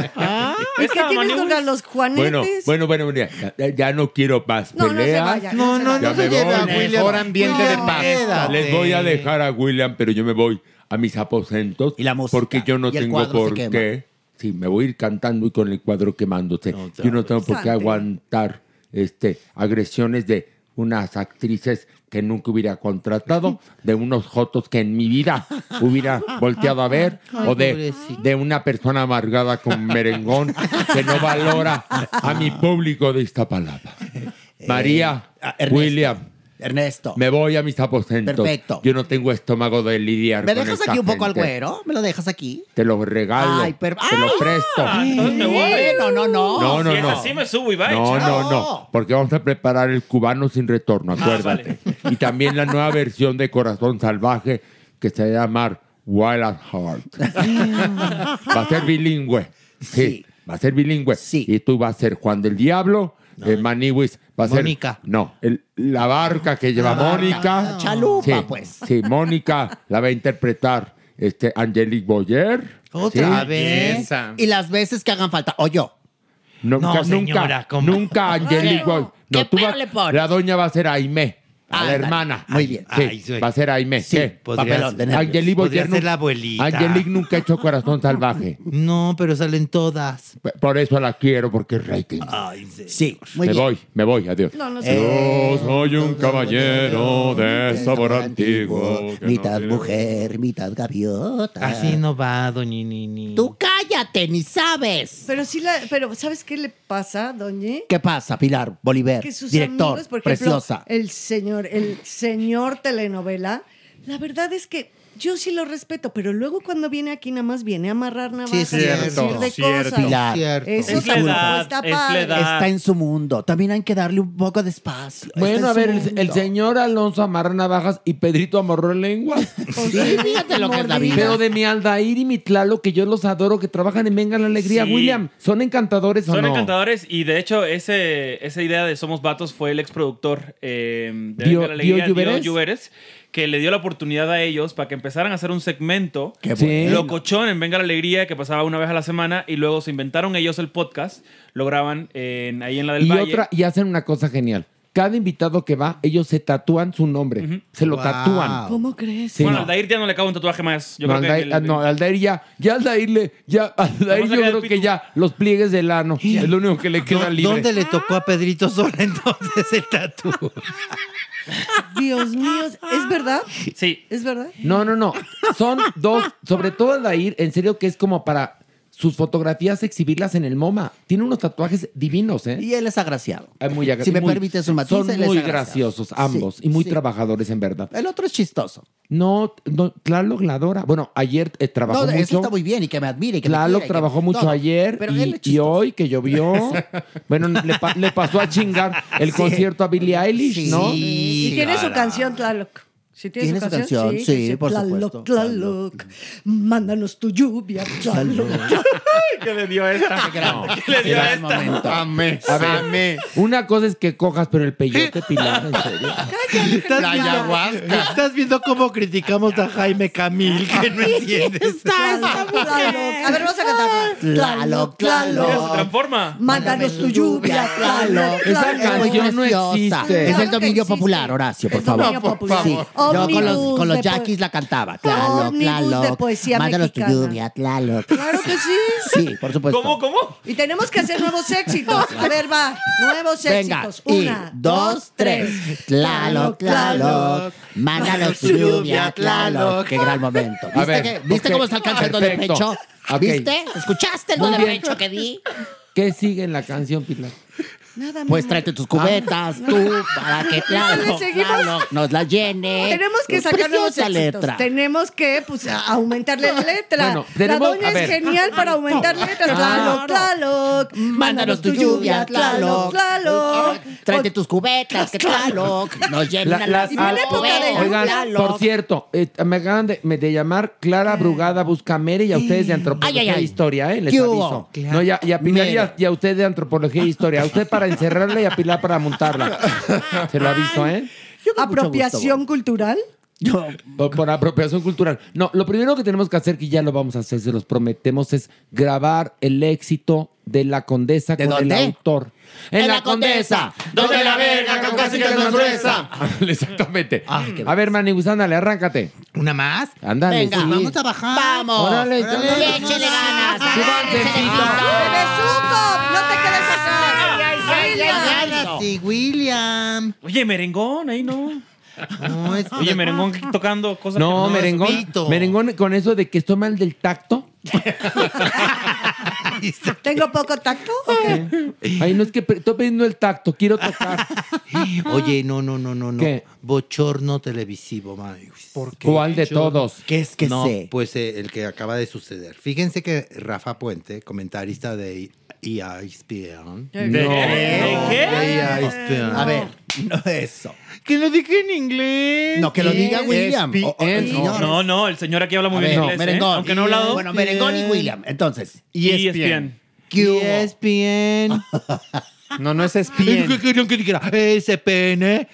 Speaker 5: ¿Y qué
Speaker 15: Esta
Speaker 5: tienes
Speaker 15: maniobra-
Speaker 5: contra los juanetes?
Speaker 7: Bueno, bueno, bueno, bueno, ya- ya, ya no quiero más
Speaker 5: No, no se
Speaker 7: peleas.
Speaker 5: vaya, no se No, no, vaya. no
Speaker 7: Ya
Speaker 5: se
Speaker 7: me
Speaker 5: lleve a
Speaker 7: voy.
Speaker 5: William. Mejor ambiente de William, paz. quédate.
Speaker 7: Les voy a dejar a William, pero yo me voy a mis aposentos. Y la Porque yo no
Speaker 13: Y el
Speaker 7: tengo
Speaker 13: cuadro se
Speaker 7: por
Speaker 13: quema.
Speaker 7: qué. Sí, me voy a ir cantando y con el cuadro quemándose. yo no tengo por
Speaker 13: Sante.
Speaker 7: qué aguantar este, agresiones de unas actrices que nunca hubiera contratado, de unos jotos que en mi vida hubiera volteado a ver,
Speaker 2: Ay,
Speaker 7: o de,
Speaker 2: pobrecito.
Speaker 7: de una persona amargada con merengón que no valora a mi público de esta palabra. María, William.
Speaker 13: Eh, ah, Ernesto.
Speaker 7: Me voy a mis aposentos.
Speaker 13: Perfecto.
Speaker 7: Yo no tengo estómago de lidiar
Speaker 13: ¿Me
Speaker 7: con
Speaker 13: dejas
Speaker 7: esta
Speaker 13: aquí un poco al
Speaker 7: gente.
Speaker 13: güero? ¿Me lo dejas aquí?
Speaker 7: Te lo regalo.
Speaker 13: Ay, per-
Speaker 7: Te lo
Speaker 13: ¡Ah!
Speaker 7: presto.
Speaker 15: entonces me voy.
Speaker 13: No, no, no.
Speaker 7: No, no,
Speaker 15: si
Speaker 7: no.
Speaker 15: es así me subo y va.
Speaker 7: No,
Speaker 15: chao.
Speaker 7: no, no, porque vamos a preparar el cubano sin retorno, acuérdate. Y también la nueva versión de Corazón Salvaje que se va a llamar Wild at Heart. Va a ser bilingüe. Sí, va a ser bilingüe. Y tú vas a ser Juan del Diablo, eh, Maniwis va a ser...
Speaker 2: Mónica.
Speaker 7: No, el- la barca que lleva
Speaker 13: barca.
Speaker 7: Mónica.
Speaker 13: Chalupa,
Speaker 7: Sí,
Speaker 13: pues.
Speaker 7: Sí, Mónica la va a interpretar este, Angelique Boyer.
Speaker 13: Otra
Speaker 7: Sí.
Speaker 13: vez. Y las veces que hagan falta. O yo.
Speaker 7: Nunca,
Speaker 13: No,
Speaker 7: nunca,
Speaker 13: señora, ¿cómo?
Speaker 7: nunca Angelique
Speaker 13: ¿Qué?
Speaker 7: Boy. No,
Speaker 13: ¿Qué
Speaker 7: tú
Speaker 13: pero
Speaker 7: vas-
Speaker 13: le pones?
Speaker 7: La doña va a ser Aime, a la
Speaker 13: Ándale.
Speaker 7: hermana.
Speaker 13: Muy bien.
Speaker 7: Sí,
Speaker 13: Ay, sí.
Speaker 7: va a ser Aime.
Speaker 13: Sí,
Speaker 7: ¿Qué?
Speaker 13: podrías- Papelón de nervios.
Speaker 7: Angelique Boyer
Speaker 13: Podría ser
Speaker 7: nunca-
Speaker 13: la abuelita.
Speaker 7: Angelique nunca ha hecho corazón salvaje.
Speaker 2: No, pero salen todas.
Speaker 7: P- Por eso la quiero, porque es rating.
Speaker 13: Sí, muy
Speaker 7: me
Speaker 13: bien.
Speaker 7: voy, me voy, adiós.
Speaker 13: No, no sé.
Speaker 7: Yo soy un caballero de sabor antiguo. que no
Speaker 13: Mitad
Speaker 7: tiene-
Speaker 13: mujer, mitad gaviota.
Speaker 2: Así no va, doña Nini.
Speaker 13: Tú cállate, ni sabes.
Speaker 5: Pero sí la, pero ¿sabes qué le pasa, doñe?
Speaker 13: ¿Qué pasa, Pilar Bolívar?
Speaker 5: que sus
Speaker 13: Director,
Speaker 5: amigos, por ejemplo,
Speaker 13: preciosa.
Speaker 5: el señor, el señor telenovela, la verdad es que yo sí lo respeto, pero luego cuando viene aquí nada más viene a amarrar navajas
Speaker 13: Sí,
Speaker 5: y a
Speaker 13: cierto,
Speaker 5: decir de
Speaker 13: cierto,
Speaker 5: cosas.
Speaker 13: Pilar. Cierto.
Speaker 5: Eso
Speaker 13: Es la
Speaker 5: tampoco
Speaker 13: edad,
Speaker 5: está
Speaker 13: es la
Speaker 5: padre.
Speaker 13: Está en su mundo. También hay que darle un poco de espacio. Está en
Speaker 3: Bueno, a
Speaker 13: su
Speaker 3: ver, el,
Speaker 13: mundo.
Speaker 3: el señor Alonso amarra navajas y Pedrito amarró lenguas.
Speaker 13: Sí, fíjate lo que es la vida.
Speaker 3: Pero de mi Aldair y mi Tlalo, que yo los adoro, que trabajan en Venga la Alegría,
Speaker 15: Sí.
Speaker 3: William, ¿son encantadores o
Speaker 15: Son
Speaker 3: no?
Speaker 15: encantadores y de hecho ese, esa idea de Somos Vatos fue el exproductor eh, de
Speaker 3: Dio-
Speaker 15: Venga la Alegría,
Speaker 3: Dio
Speaker 15: Dio
Speaker 3: Lluveres.
Speaker 15: Lluveres, que le dio la oportunidad a ellos para que empezaran a hacer un segmento
Speaker 3: Qué bueno.
Speaker 15: locochón en Venga la Alegría que pasaba una vez a la semana y luego se inventaron ellos el podcast, lo graban en- ahí en la del
Speaker 3: y
Speaker 15: Valle.
Speaker 3: otra y hacen una cosa genial. Cada invitado que va, ellos se tatúan su nombre, se lo tatúan.
Speaker 5: ¿Cómo crees?
Speaker 3: Sí,
Speaker 15: bueno,
Speaker 3: no.
Speaker 15: Aldair ya no le cabe un tatuaje más. Yo
Speaker 3: no,
Speaker 15: creo que
Speaker 3: Aldair,
Speaker 15: el-
Speaker 3: ah, no, Aldair ya, ya Aldair le, ya Aldair yo creo que ya los pliegues del ano es lo único que le queda libre.
Speaker 2: ¿Dónde le tocó a Pedrito Sola entonces el tatu?
Speaker 5: Dios mío, ¿es verdad?
Speaker 15: Sí.
Speaker 5: ¿Es verdad?
Speaker 3: No, no, no. Son dos, sobre todo Aldair, en serio que es como para sus fotografías, exhibirlas en el MoMA. Tiene unos tatuajes divinos, ¿eh?
Speaker 13: Y él es agraciado.
Speaker 3: Ay, muy agra-
Speaker 13: Si me
Speaker 3: muy-
Speaker 13: permites un matiz,
Speaker 3: Son
Speaker 13: él es
Speaker 3: muy
Speaker 13: agraciado.
Speaker 3: graciosos ambos y muy
Speaker 13: sí.
Speaker 3: trabajadores en verdad.
Speaker 13: El otro es chistoso.
Speaker 3: No, no Tlaloc la adora. Bueno, ayer eh, trabajó
Speaker 13: No,
Speaker 3: mucho.
Speaker 13: eso está muy bien y que me admire. y Que me
Speaker 3: Tlaloc
Speaker 13: quiera y que-
Speaker 3: trabajó mucho
Speaker 13: todo.
Speaker 3: ayer
Speaker 13: Pero él
Speaker 3: y,
Speaker 13: es
Speaker 3: y hoy que llovió. bueno, le, pa- le pasó a chingar el
Speaker 13: Sí.
Speaker 3: concierto a Billie Eilish, ¿no?
Speaker 5: Y tiene su canción Tlaloc. Sí, tiene,
Speaker 3: Tiene
Speaker 5: su,
Speaker 3: su
Speaker 5: canción,
Speaker 3: canción,
Speaker 5: que
Speaker 3: sí,
Speaker 5: dice,
Speaker 3: por
Speaker 5: Tlaloc,
Speaker 3: supuesto,
Speaker 5: Tlaloc, mándanos tu lluvia, Tlaloc.
Speaker 15: que le dio esta.
Speaker 5: que le dio
Speaker 3: Era-
Speaker 5: esta. momento.
Speaker 3: Amé, amé. Una cosa es que cojas, pero el peyote pilar, en serio.
Speaker 8: ¿Estás
Speaker 3: La
Speaker 8: viendo-
Speaker 3: ayahuasca.
Speaker 8: Estás viendo cómo criticamos a Jaime Camil, que no entiendes.
Speaker 5: Tlaloc. A ver, vamos a cantar.
Speaker 8: Tlaloc, Tlaloc.
Speaker 15: Mira, se transforma.
Speaker 5: Mándanos tu lluvia, Tlaloc. Tlaloc.
Speaker 13: Es el
Speaker 5: Claro que
Speaker 13: dominio popular, Horacio, por favor.
Speaker 5: dominio popular.
Speaker 13: Sí. Yo
Speaker 5: Ómnibus
Speaker 13: con los, con los
Speaker 5: de
Speaker 13: yaquis la cantaba. Claro,
Speaker 5: Ómnibus
Speaker 13: claro.
Speaker 5: de poesía
Speaker 13: Mándanos tu
Speaker 5: mexicana.
Speaker 13: lluvia, claro.
Speaker 5: Claro que sí.
Speaker 13: ah, Sí, por supuesto.
Speaker 15: cómo?
Speaker 5: Y tenemos que hacer nuevos éxitos. A ver, va. Nuevos
Speaker 13: Venga,
Speaker 5: éxitos.
Speaker 13: y
Speaker 5: Una,
Speaker 13: dos, tres. Tlaloc, Tlaloc. Mándanos tu lluvia, ah, Tlaloc. Qué gran momento.
Speaker 3: A
Speaker 13: ¿Viste,
Speaker 3: ver,
Speaker 13: que- ¿viste
Speaker 3: ok,
Speaker 13: cómo está alcanzando de
Speaker 3: perfecto.
Speaker 13: pecho?
Speaker 3: Ok.
Speaker 13: ¿Viste? ¿Escuchaste el
Speaker 3: Muy
Speaker 13: de
Speaker 3: bien.
Speaker 13: pecho que di?
Speaker 3: ¿Qué sigue en la canción, Pilar?
Speaker 5: Nada, mi
Speaker 13: Pues
Speaker 5: amor.
Speaker 13: tráete tus cubetas, tú, para que
Speaker 5: Dale,
Speaker 13: Tlaloc,
Speaker 5: seguimos.
Speaker 13: Tlaloc nos la llene.
Speaker 5: Tenemos que sacar nuevos
Speaker 13: Eh, Preciosa
Speaker 5: éxitos.
Speaker 13: letra.
Speaker 5: Tenemos que pues, a- aumentarle la letra.
Speaker 13: Bueno,
Speaker 5: la
Speaker 13: tenemos-
Speaker 5: doña
Speaker 13: a
Speaker 5: es
Speaker 13: ver.
Speaker 5: genial para aumentar letras. Tlaloc, Tlaloc.
Speaker 13: Mándanos tu lluvia, Tlaloc. eh,
Speaker 5: Tlaloc.
Speaker 13: Tráete tus cubetas, que Tlaloc nos llena
Speaker 3: La- las-
Speaker 13: las
Speaker 3: al-
Speaker 13: cubetas,
Speaker 3: Oigan,
Speaker 13: Tlaloc.
Speaker 3: por cierto, eh, me acaban de, me- de llamar Clara Brugada Buscamere y a ustedes de Antropología
Speaker 13: Ay, ay, ay.
Speaker 3: e Historia, ¿eh? Les
Speaker 13: ¿Qué
Speaker 3: aviso.
Speaker 13: hubo? Clara
Speaker 3: No, y a, y a Pilar y a, y a usted de Antropología e Historia. A usted para encerrarla y a Pilar para montarla. Se lo aviso, ¿eh?
Speaker 5: Apropiación cultural.
Speaker 3: Por, por apropiación cultural. No, lo primero que tenemos que hacer, que ya lo vamos a hacer, se los prometemos, es grabar el éxito de la condesa con
Speaker 13: dónde?
Speaker 3: el autor.
Speaker 13: En La Condesa, donde la verga caucásica es más gruesa.
Speaker 3: Exactamente. a ver, Maniguis, ándale, arráncate. ¿Una más? Ándale.
Speaker 13: Venga,
Speaker 3: sí.
Speaker 13: vamos a bajar. Vamos.
Speaker 3: Órale,
Speaker 13: Échale ganas. Súbanse,
Speaker 5: ¡No te quedes acá!
Speaker 13: Ay, ay, ay, ay, ay.
Speaker 15: Sí, William. Oye, merengón, ahí no. Oye, merengón tocando cosas.
Speaker 3: No, merengón, merengón con eso de que estoy mal del tacto.
Speaker 5: ¿Tengo poco tacto?
Speaker 3: Ay, no es que pe- estoy pidiendo el tacto, quiero tocar.
Speaker 2: Oye, no, no, no, no, no.
Speaker 3: ¿Qué?
Speaker 2: Bochorno televisivo, Maniwis.
Speaker 3: ¿Cuál de todos?
Speaker 2: ¿Qué es que no,
Speaker 3: sé?
Speaker 2: Pues eh, el que acaba de suceder. Fíjense que Rafa Puente, comentarista de E ESPN.
Speaker 8: ¿De No. qué? ¿De qué?
Speaker 2: De E ESPN.
Speaker 8: A ver,
Speaker 2: no eso.
Speaker 8: Que lo dije en inglés.
Speaker 2: No, que lo diga William.
Speaker 8: O- o- el
Speaker 15: no,
Speaker 8: señor.
Speaker 15: no, no, el señor aquí habla muy
Speaker 13: A
Speaker 15: bien
Speaker 13: ver,
Speaker 15: inglés. ¿eh?
Speaker 13: merengón.
Speaker 15: Aunque no ha hablado.
Speaker 13: Bueno, merengón y William. Entonces,
Speaker 8: E
Speaker 15: ESPN.
Speaker 8: ESPN.
Speaker 12: No, no es
Speaker 8: ESPN. ¿Qué querían que E dijera? ESPN.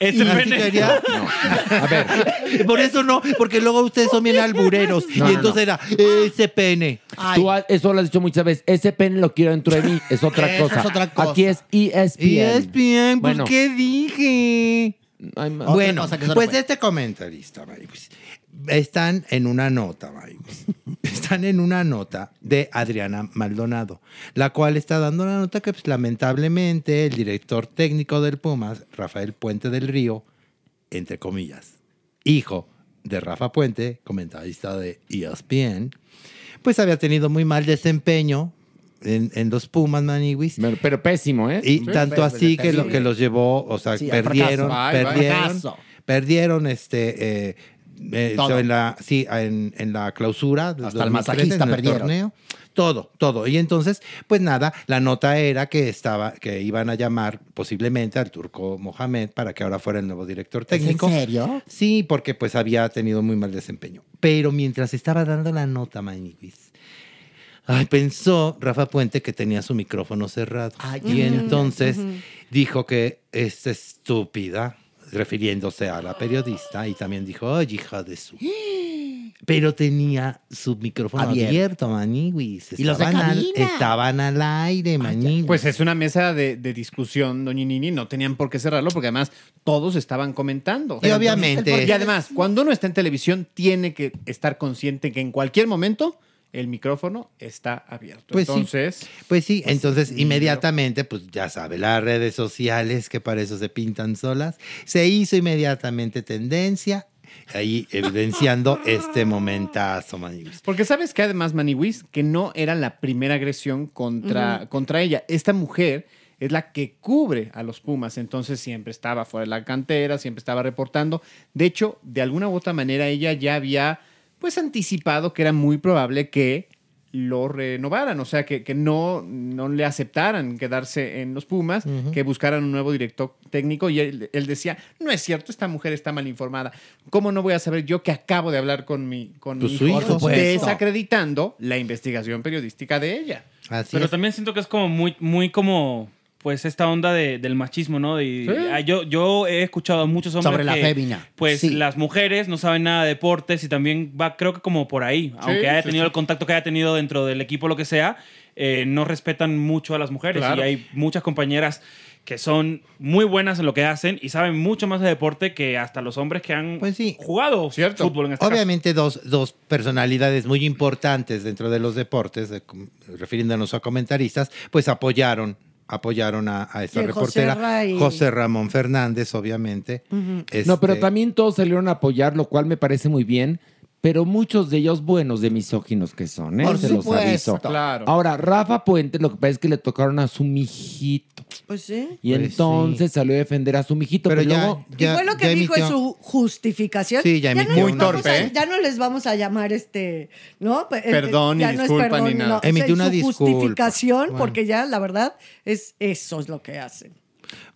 Speaker 15: ESPN.
Speaker 8: A ver. Por eso no, porque luego ustedes son bien albureros.
Speaker 3: No,
Speaker 8: y
Speaker 3: no,
Speaker 8: entonces era ESPN.
Speaker 3: Tú ha- eso lo has dicho muchas veces. Ese pene lo quiero dentro de mí. Es otra
Speaker 8: Eso
Speaker 3: cosa.
Speaker 8: es otra cosa.
Speaker 3: Aquí es E
Speaker 2: E
Speaker 3: ESPN.
Speaker 8: ESPN, ¿por
Speaker 3: Bueno.
Speaker 8: qué dije?
Speaker 2: pues, Bueno, pues este comentarista, Maniwis, están en una nota, Maniwis. Están en una nota de Adriana Maldonado, la cual está dando la nota que pues, lamentablemente el director técnico del Pumas, Rafael Puente del Río, entre comillas, hijo de Rafa Puente, comentarista de E ESPN, pues había tenido muy mal desempeño en, en los Pumas, Maniwis.
Speaker 3: Pero, pésimo, ¿eh?
Speaker 2: Y
Speaker 3: Sí.
Speaker 2: tanto
Speaker 3: Pero
Speaker 2: así que lo
Speaker 3: terrible.
Speaker 2: que los llevó, o sea,
Speaker 3: Sí, al
Speaker 2: perdieron,
Speaker 3: fracaso. Bye, bye.
Speaker 2: perdieron,
Speaker 3: Fracaso.
Speaker 2: perdieron este... eh, eh,
Speaker 3: Todo.
Speaker 2: en la, sí, en, en la clausura del
Speaker 13: Hasta el
Speaker 2: 2013,
Speaker 13: masajista
Speaker 2: en el
Speaker 13: perdieron.
Speaker 2: torneo. Todo, todo. Y entonces, pues nada, la nota era que estaba, que iban a llamar posiblemente al turco Mohamed para que ahora fuera el nuevo director
Speaker 13: ¿Es en
Speaker 2: técnico.
Speaker 13: serio?
Speaker 2: Sí, porque pues había tenido muy mal desempeño. Pero mientras estaba dando la nota, Maniguis, ay, pensó Rafa Puente que tenía su micrófono cerrado. y
Speaker 13: ujú,
Speaker 2: entonces
Speaker 13: ujú.
Speaker 2: dijo que es estúpida, refiriéndose a la periodista, y también dijo, ay, hija de su. Pero tenía su micrófono
Speaker 11: Abierto.
Speaker 2: abierto, Maniwis.
Speaker 11: Y los de
Speaker 2: Estaban al-
Speaker 11: cabina.
Speaker 2: Estaban al aire, Maniwis.
Speaker 12: Pues es una mesa de, de discusión, doña Nini. No tenían por qué cerrarlo porque además todos estaban comentando.
Speaker 2: Y obviamente-
Speaker 12: Y además, cuando uno está en televisión, tiene que estar consciente que en cualquier momento el micrófono está abierto.
Speaker 2: Pues sí.
Speaker 12: Entonces.
Speaker 2: Pues sí, entonces
Speaker 12: ni
Speaker 2: inmediatamente, pues ya sabe, las redes sociales que para eso se pintan solas, se hizo inmediatamente tendencia ahí evidenciando este momentazo, Maniwis.
Speaker 6: Porque sabes que además, Maniwis, que no era la primera agresión contra,
Speaker 2: Ujú.
Speaker 6: contra ella. Esta mujer es la que cubre a los Pumas, entonces siempre estaba fuera de la cantera, siempre estaba reportando. De hecho, de alguna u otra manera, ella ya había pues anticipado que era muy probable que lo renovaran, o sea, que, que no, no le aceptaran quedarse en los Pumas,
Speaker 12: Ujú.
Speaker 6: que buscaran un nuevo director técnico y él, él decía, no es cierto, esta mujer está mal informada, ¿cómo no voy a saber yo que acabo de hablar con mi, con
Speaker 2: Pues
Speaker 6: mi
Speaker 2: su hijo, por supuesto.
Speaker 6: desacreditando la investigación periodística de ella?
Speaker 15: Pero también siento que es como muy, muy como, pues, esta onda de- del machismo, ¿no? Y,
Speaker 6: Sí.
Speaker 15: ah, yo, yo he escuchado a muchos hombres
Speaker 13: Sobre la
Speaker 15: que,
Speaker 13: fémina.
Speaker 15: Pues
Speaker 13: Sí.
Speaker 15: las mujeres no saben nada de deportes y también va, creo que como por ahí. Aunque haya
Speaker 6: sí,
Speaker 15: tenido
Speaker 6: sí.
Speaker 15: el contacto que haya tenido dentro del equipo, lo que sea, eh, no respetan mucho a las mujeres.
Speaker 6: Claro.
Speaker 15: Y hay muchas compañeras que son muy buenas en lo que hacen y saben mucho más de deporte que hasta los hombres que han
Speaker 13: Pues
Speaker 15: jugado fútbol en este caso.
Speaker 2: Obviamente dos, dos personalidades muy importantes dentro de los deportes, de- refiriéndonos a comentaristas, pues apoyaron, apoyaron a, a esta
Speaker 3: Y el José
Speaker 2: reportera. José,
Speaker 3: Ray.
Speaker 2: Ramón Fernández, obviamente. Este-
Speaker 3: No, pero también todos salieron a apoyar, lo cual me parece muy bien. Pero muchos de ellos buenos de misóginos que son, ¿eh?
Speaker 13: Por
Speaker 3: Se
Speaker 13: supuesto.
Speaker 3: los aviso.
Speaker 13: Claro.
Speaker 3: Ahora, Rafa Puente, lo que pasa es que le tocaron a su mijito.
Speaker 5: Pues sí.
Speaker 3: Y entonces salió a defender a su mijito. Pero,
Speaker 2: ya-
Speaker 3: luego,
Speaker 5: y fue lo que dijo en su justificación.
Speaker 3: Sí, ya emitió una-
Speaker 5: les vamos
Speaker 3: Muy
Speaker 5: a-
Speaker 3: torpe, ¿eh?
Speaker 5: ya no les vamos a llamar este, ¿no? Pe- eh,
Speaker 2: Perdón,
Speaker 5: ya
Speaker 2: ni
Speaker 5: no es
Speaker 2: disculpa,
Speaker 5: perdón,
Speaker 2: ni nada.
Speaker 5: no. O sea,
Speaker 2: Emitió una
Speaker 5: su
Speaker 2: disculpa.
Speaker 5: justificación,
Speaker 2: Bueno.
Speaker 5: porque ya la verdad es eso es lo que hacen.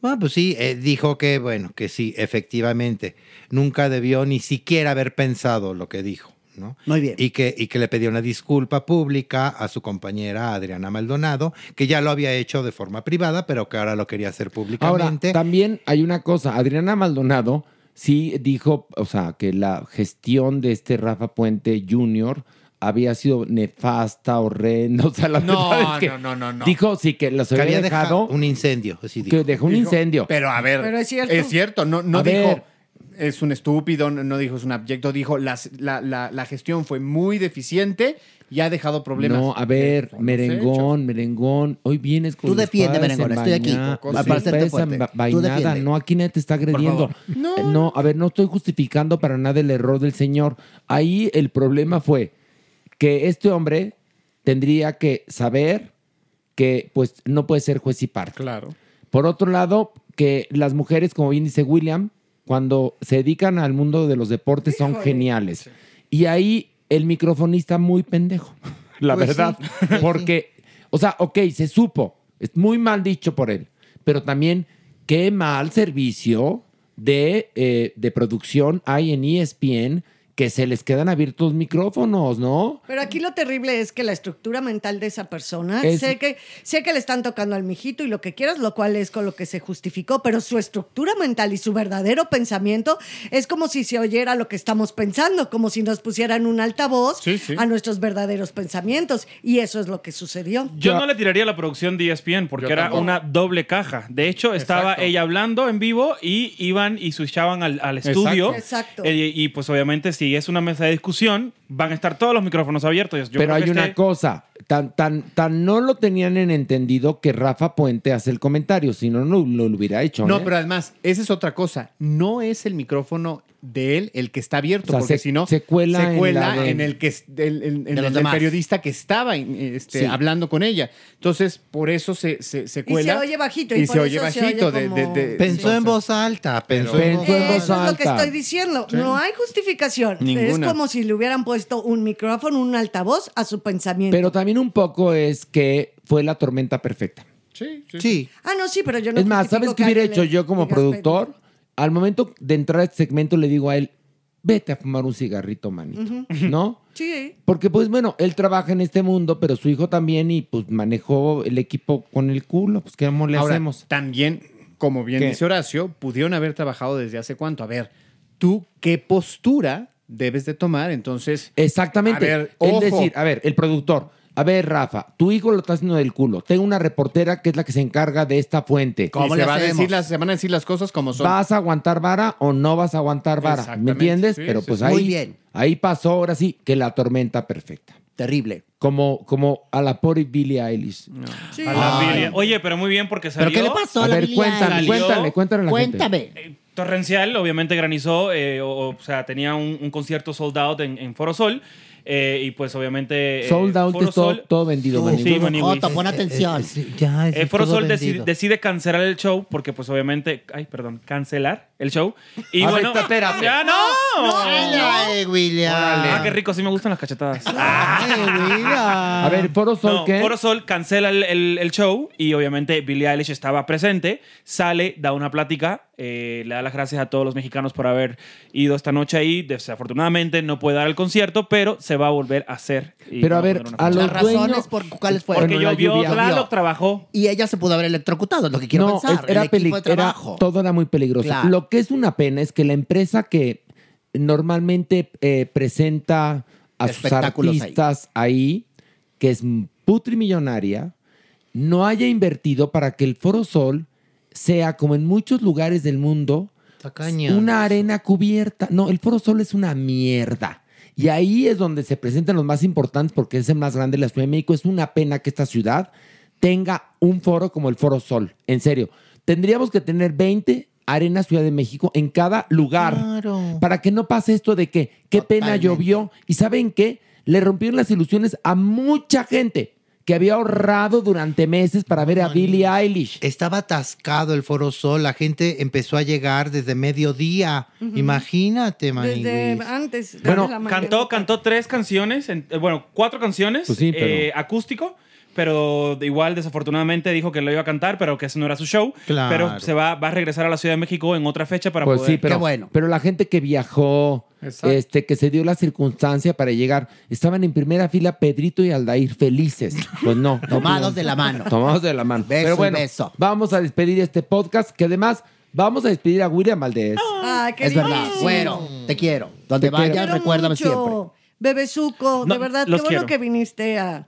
Speaker 2: Bueno, pues sí, eh, dijo que, bueno, que sí, efectivamente, nunca debió ni siquiera haber pensado lo que dijo, ¿no?
Speaker 13: Muy bien.
Speaker 2: Y que, y que le pidió una disculpa pública a su compañera Adriana Maldonado, que ya lo había hecho de forma privada, pero que ahora lo quería hacer públicamente.
Speaker 3: Ahora, también hay una cosa. Adriana Maldonado sí dijo, o sea, que la gestión de este Rafa Puente Jr. había sido nefasta, horrenda. O sea, la
Speaker 2: No,
Speaker 3: verdad es que
Speaker 2: no, no, no, no.
Speaker 3: Dijo sí que los
Speaker 2: Que
Speaker 3: había
Speaker 2: había dejado
Speaker 3: dejado.
Speaker 2: un incendio. así dijo.
Speaker 3: Que dejó un
Speaker 6: Dijo,
Speaker 3: incendio.
Speaker 6: Pero a ver,
Speaker 3: Pero
Speaker 6: es
Speaker 3: es
Speaker 6: cierto.
Speaker 3: cierto.
Speaker 6: no, no
Speaker 3: A
Speaker 6: dijo
Speaker 3: ver.
Speaker 6: es un estúpido, no, no dijo es un abyecto, dijo las- la, la- la gestión fue muy deficiente y ha dejado problemas. Eh,
Speaker 3: No, a ver, merengón, merengón. Hoy vienes con
Speaker 6: Tú
Speaker 3: la
Speaker 6: defiende,
Speaker 3: espada
Speaker 6: merengón, estoy aquí,
Speaker 3: desenvainada,
Speaker 6: con-
Speaker 3: la
Speaker 6: para hacerte
Speaker 3: espada
Speaker 6: fuerte.
Speaker 3: desenva-
Speaker 6: Tú
Speaker 3: vainada,
Speaker 6: defiende.
Speaker 3: no, aquí nadie te está agrediendo. No. no, a ver, no estoy justificando para nada el error del señor. Ahí el problema fue que este hombre tendría que saber que pues no puede ser juez y parte.
Speaker 6: Claro.
Speaker 3: Por otro lado, que las mujeres, como bien dice William, cuando se dedican al mundo de los deportes son
Speaker 6: Híjole.
Speaker 3: geniales. Y ahí el microfonista muy pendejo, la
Speaker 6: Pues
Speaker 3: verdad. porque, o sea, ok, se supo, es muy mal dicho por él, pero también qué mal servicio de, eh, de producción hay en E ESPN que se les quedan abiertos micrófonos, ¿no?
Speaker 5: Pero aquí lo terrible es que la estructura mental de esa persona,
Speaker 3: Es-
Speaker 5: sé que sé que le están tocando al mijito y lo que quieras, lo cual es con lo que se justificó, pero su estructura mental y su verdadero pensamiento es como si se oyera lo que estamos pensando, como si nos pusieran un altavoz
Speaker 15: Sí, sí.
Speaker 5: a nuestros verdaderos pensamientos y eso es lo que sucedió.
Speaker 15: Yo no le tiraría la producción de E ESPN porque
Speaker 5: Yo
Speaker 15: era
Speaker 5: tampoco.
Speaker 15: una doble caja. De hecho, estaba ella hablando en vivo y iban y switchaban al, al
Speaker 5: Exacto.
Speaker 15: estudio.
Speaker 5: Exacto.
Speaker 15: Eh, y, y, pues obviamente si es una mesa de discusión, van a estar todos los micrófonos abiertos. Yo
Speaker 3: Pero
Speaker 15: creo
Speaker 3: hay
Speaker 15: que
Speaker 3: una
Speaker 15: este-
Speaker 3: cosa, tan, tan, tan no lo tenían en entendido que Rafa Puente hace el comentario, si no, no lo hubiera hecho.
Speaker 6: No,
Speaker 3: ¿eh?
Speaker 6: pero además, esa es otra cosa. No es el micrófono de él el que está abierto,
Speaker 3: O sea,
Speaker 6: porque
Speaker 3: se-
Speaker 6: si no,
Speaker 3: se cuela en
Speaker 6: cuela
Speaker 3: la de-
Speaker 6: en el que es- del- en- en
Speaker 3: los
Speaker 6: el del
Speaker 3: demás.
Speaker 6: periodista que estaba eh, este,
Speaker 3: Sí.
Speaker 6: hablando con ella. Entonces, por eso se, se, se
Speaker 5: se
Speaker 6: cuela.
Speaker 5: oye bajito, y por
Speaker 6: se
Speaker 5: eso
Speaker 6: oye
Speaker 5: se
Speaker 6: bajito.
Speaker 5: oye
Speaker 6: de-
Speaker 5: como-
Speaker 6: de- de-
Speaker 2: Pensó en
Speaker 6: entonces-
Speaker 2: voz alta, pensó, en, voz
Speaker 3: Pensó en
Speaker 5: Eso es lo que
Speaker 3: alta.
Speaker 5: estoy diciendo.
Speaker 3: Sí.
Speaker 5: No hay justificación.
Speaker 3: Ninguna.
Speaker 5: Es como si le hubieran puesto un micrófono, un altavoz a su pensamiento.
Speaker 3: Pero también un poco es que fue la tormenta perfecta.
Speaker 6: Sí, sí.
Speaker 5: Ah, no, sí, pero yo no
Speaker 3: es más, ¿sabes
Speaker 5: justifico
Speaker 3: qué
Speaker 5: que
Speaker 3: hubiera
Speaker 5: alguien
Speaker 3: hecho
Speaker 5: le
Speaker 3: yo como
Speaker 5: digas,
Speaker 3: productor? Al momento de entrar a este segmento le digo a él, vete a fumar un cigarrito, manito.
Speaker 5: Ujú.
Speaker 3: ¿No?
Speaker 5: Sí.
Speaker 3: Porque pues bueno, él trabaja en este mundo, pero su hijo también y pues manejó el equipo con el culo, pues qué amor le
Speaker 6: Ahora,
Speaker 3: hacemos.
Speaker 6: También, como bien
Speaker 3: ¿Qué?
Speaker 6: dice Horacio, pudieron haber trabajado desde hace cuánto. A ver, tú qué postura debes de tomar, entonces.
Speaker 3: Exactamente.
Speaker 6: A ver,
Speaker 3: es
Speaker 6: ojo.
Speaker 3: decir, a ver, el productor. A ver, Rafa, tu hijo lo está haciendo del culo. Tengo una reportera que es la que se encarga de esta fuente.
Speaker 6: y se, va a decir las, se van a decir las cosas como son.
Speaker 3: ¿Vas a aguantar vara o no vas a aguantar vara?
Speaker 6: Exactamente.
Speaker 3: ¿Me entiendes?
Speaker 6: Sí,
Speaker 3: Pero
Speaker 6: sí,
Speaker 3: pues
Speaker 6: sí.
Speaker 3: ahí,
Speaker 6: Muy bien.
Speaker 3: ahí pasó ahora sí que la tormenta perfecta.
Speaker 13: Terrible.
Speaker 3: Como, como a la pobre Billie Eilish.
Speaker 15: a la
Speaker 3: Ay.
Speaker 15: Billie- Oye, pero muy bien porque salió.
Speaker 3: A ver, cuéntame,
Speaker 15: Salió-
Speaker 3: cuéntale, cuéntale a la gente.
Speaker 15: Eh, torrencial, obviamente granizó, eh, o, o sea, tenía un, un concierto sold out en, en Foro Sol. eh, y pues obviamente... eh,
Speaker 3: Sold out
Speaker 15: Foro
Speaker 3: es todo,
Speaker 15: Sol-
Speaker 3: todo vendido.
Speaker 15: Sí,
Speaker 3: Maniwis.
Speaker 13: Ah,
Speaker 15: Maniwis.
Speaker 4: Eh, ya,
Speaker 15: Eh, Foro Sol decide, decide cancelar el show porque, pues, obviamente, ay, perdón, cancelar el show. Y
Speaker 4: A ver,
Speaker 15: bueno,
Speaker 4: espérate, espérate.
Speaker 15: ya no.
Speaker 4: No, dale, William. Ah.
Speaker 15: Órale. Ah, qué rico, sí me gustan las cachetadas.
Speaker 3: Ah. A ver, Foro Sol,
Speaker 15: No,
Speaker 3: ¿qué?
Speaker 15: Foro Sol cancela el, el- el show y obviamente Billie Eilish estaba presente, sale, da una plática, eh, le da las gracias a todos los mexicanos por haber ido esta noche ahí. Desafortunadamente no puede dar el concierto, pero se va a volver a hacer. y
Speaker 3: Pero a
Speaker 15: vamos
Speaker 3: ver,
Speaker 15: tener una
Speaker 3: a
Speaker 15: fecha.
Speaker 3: los
Speaker 13: Las razones
Speaker 3: dueños-
Speaker 13: por cuáles fueron.
Speaker 15: Porque llovió, Tlaloc trabajó.
Speaker 13: Y ella se pudo haber electrocutado, es lo que quiero
Speaker 3: no,
Speaker 13: pensar.
Speaker 3: es- era
Speaker 13: el equipo de
Speaker 3: peli- era-
Speaker 13: trabajo.
Speaker 3: todo era muy peligroso.
Speaker 13: Claro.
Speaker 3: Lo que es una pena es que la empresa que normalmente eh, presenta a sus
Speaker 13: Espectáculos ahí.
Speaker 3: artistas ahí. que es putrimillonaria, no haya invertido para que el Foro Sol sea, como en muchos lugares del mundo,
Speaker 4: Tacaña.
Speaker 3: una arena cubierta. No, el Foro Sol es una mierda. Y ahí es donde se presentan los más importantes porque es el más grande de la Ciudad de México. Es una pena que esta ciudad tenga un foro como el Foro Sol. En serio, tendríamos que tener 20 arenas Ciudad de México en cada lugar. Para que no pase esto de que qué pena llovió. Y ¿saben qué? Le rompieron las ilusiones a mucha gente que había ahorrado durante meses para ver a Billie Eilish.
Speaker 4: Estaba atascado el Foro Sol, la gente empezó a llegar desde mediodía. Imagínate, Maniguis.
Speaker 5: Desde antes. de la
Speaker 15: Bueno,
Speaker 5: mañana.
Speaker 15: cantó, cantó tres canciones, en- eh, bueno, cuatro canciones,
Speaker 3: Pues sí, pero-
Speaker 15: eh, acústico, pero de igual desafortunadamente dijo que lo iba a cantar, pero que ese no era su show.
Speaker 3: Claro.
Speaker 15: Pero se va, va a regresar a la Ciudad de México en otra fecha para
Speaker 3: Pues
Speaker 15: poder...
Speaker 3: sí, pero, pero la gente que viajó,
Speaker 15: Exacto.
Speaker 3: este, que se dio la circunstancia para llegar, estaban en primera fila Pedrito y Aldair felices. Pues no. no
Speaker 13: Tomados
Speaker 3: pudieron.
Speaker 13: de la mano.
Speaker 3: Tomados de la mano.
Speaker 13: Beso
Speaker 3: pero bueno,
Speaker 13: y beso.
Speaker 3: vamos a despedir este podcast que además vamos a despedir a William Valdés.
Speaker 15: Ah,
Speaker 5: Ay, Ah, qué
Speaker 13: Ah, Es verdad,
Speaker 5: lindo.
Speaker 13: güero, te quiero. Donde
Speaker 3: Te quiero.
Speaker 13: vayas,
Speaker 3: Quiero
Speaker 13: recuérdame
Speaker 5: Mucho.
Speaker 13: siempre.
Speaker 5: Bebezuco,
Speaker 13: No,
Speaker 5: de verdad, qué
Speaker 13: los
Speaker 5: bueno
Speaker 13: quiero.
Speaker 5: que viniste a-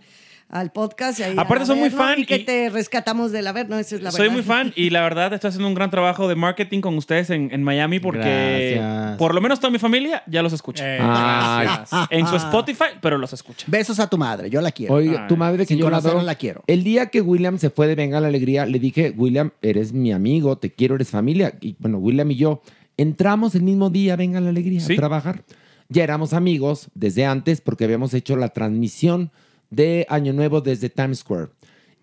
Speaker 5: al podcast. y ahí
Speaker 15: Aparte
Speaker 5: a
Speaker 15: soy muy
Speaker 5: vernos
Speaker 15: fan
Speaker 5: Y que
Speaker 15: y-
Speaker 5: te rescatamos del averno, esa es la
Speaker 15: Soy
Speaker 5: verdad.
Speaker 15: muy fan y la verdad estoy haciendo un gran trabajo de marketing con ustedes en, en Miami porque
Speaker 13: Gracias.
Speaker 15: por lo menos toda mi familia ya los escucha.
Speaker 13: gracias. Ay.
Speaker 15: En su Spotify, pero los escucha.
Speaker 13: Besos a tu madre, yo la quiero.
Speaker 3: Oiga,
Speaker 15: Ah,
Speaker 3: tu madre que
Speaker 13: Sin
Speaker 3: yo la
Speaker 13: conocerla,
Speaker 3: adoro.
Speaker 13: la quiero.
Speaker 3: El día que William se fue de Venga la Alegría, le dije, William, eres mi amigo, te quiero, eres familia. Y bueno, William y yo entramos el mismo día a Venga la Alegría a trabajar. Ya éramos amigos desde antes porque habíamos hecho la transmisión de Año Nuevo desde Times Square.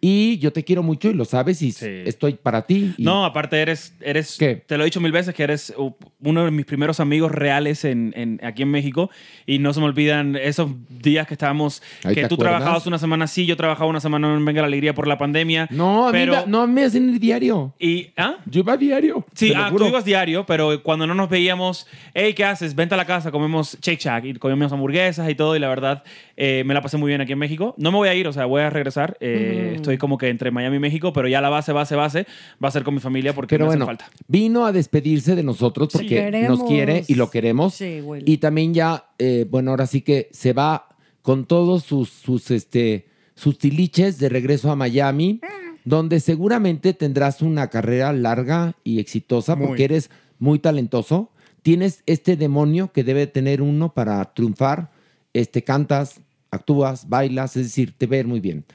Speaker 3: Y yo te quiero mucho y lo sabes y estoy para ti. y-
Speaker 15: No, aparte eres, eres, te lo he dicho mil veces que eres u- uno de mis primeros amigos reales en, en- aquí en México y no se me olvidan esos días que estábamos,
Speaker 3: Ay,
Speaker 15: que
Speaker 3: ¿te
Speaker 15: tú
Speaker 3: acuerdas?
Speaker 15: trabajabas una semana sí, yo trabajaba una semana en Venga la Alegría por la pandemia.
Speaker 3: no, a mí
Speaker 15: pero
Speaker 3: va- no me hacen ir diario.
Speaker 15: y ¿ah?
Speaker 3: Yo iba diario.
Speaker 15: Sí,
Speaker 3: te lo
Speaker 15: ah, tú
Speaker 3: juro.
Speaker 15: ibas diario, pero cuando no nos veíamos, hey, ¿qué haces? Vente a la casa, comemos Shake Shack y comemos hamburguesas y todo. Y la verdad, eh, me la pasé muy bien aquí en México. No me voy a ir, o sea, voy a regresar. Eh,
Speaker 3: Mm.
Speaker 15: Estoy como que entre Miami y México, pero ya la base, base, base va a ser con mi familia porque
Speaker 3: Pero
Speaker 15: me hace
Speaker 3: bueno,
Speaker 15: falta.
Speaker 3: vino a despedirse de nosotros
Speaker 15: Sí.
Speaker 3: porque
Speaker 15: Queremos.
Speaker 3: nos quiere y lo queremos.
Speaker 15: Sí, Willy.
Speaker 3: y también ya, eh, bueno, ahora sí que se va con todos sus, sus, este, sus tiliches de regreso a Miami, donde seguramente tendrás una carrera larga y exitosa
Speaker 11: Muy.
Speaker 3: porque eres muy talentoso. Tienes este demonio que debe tener uno para triunfar. Este, cantas, actúas, bailas, es decir, te ver muy bien.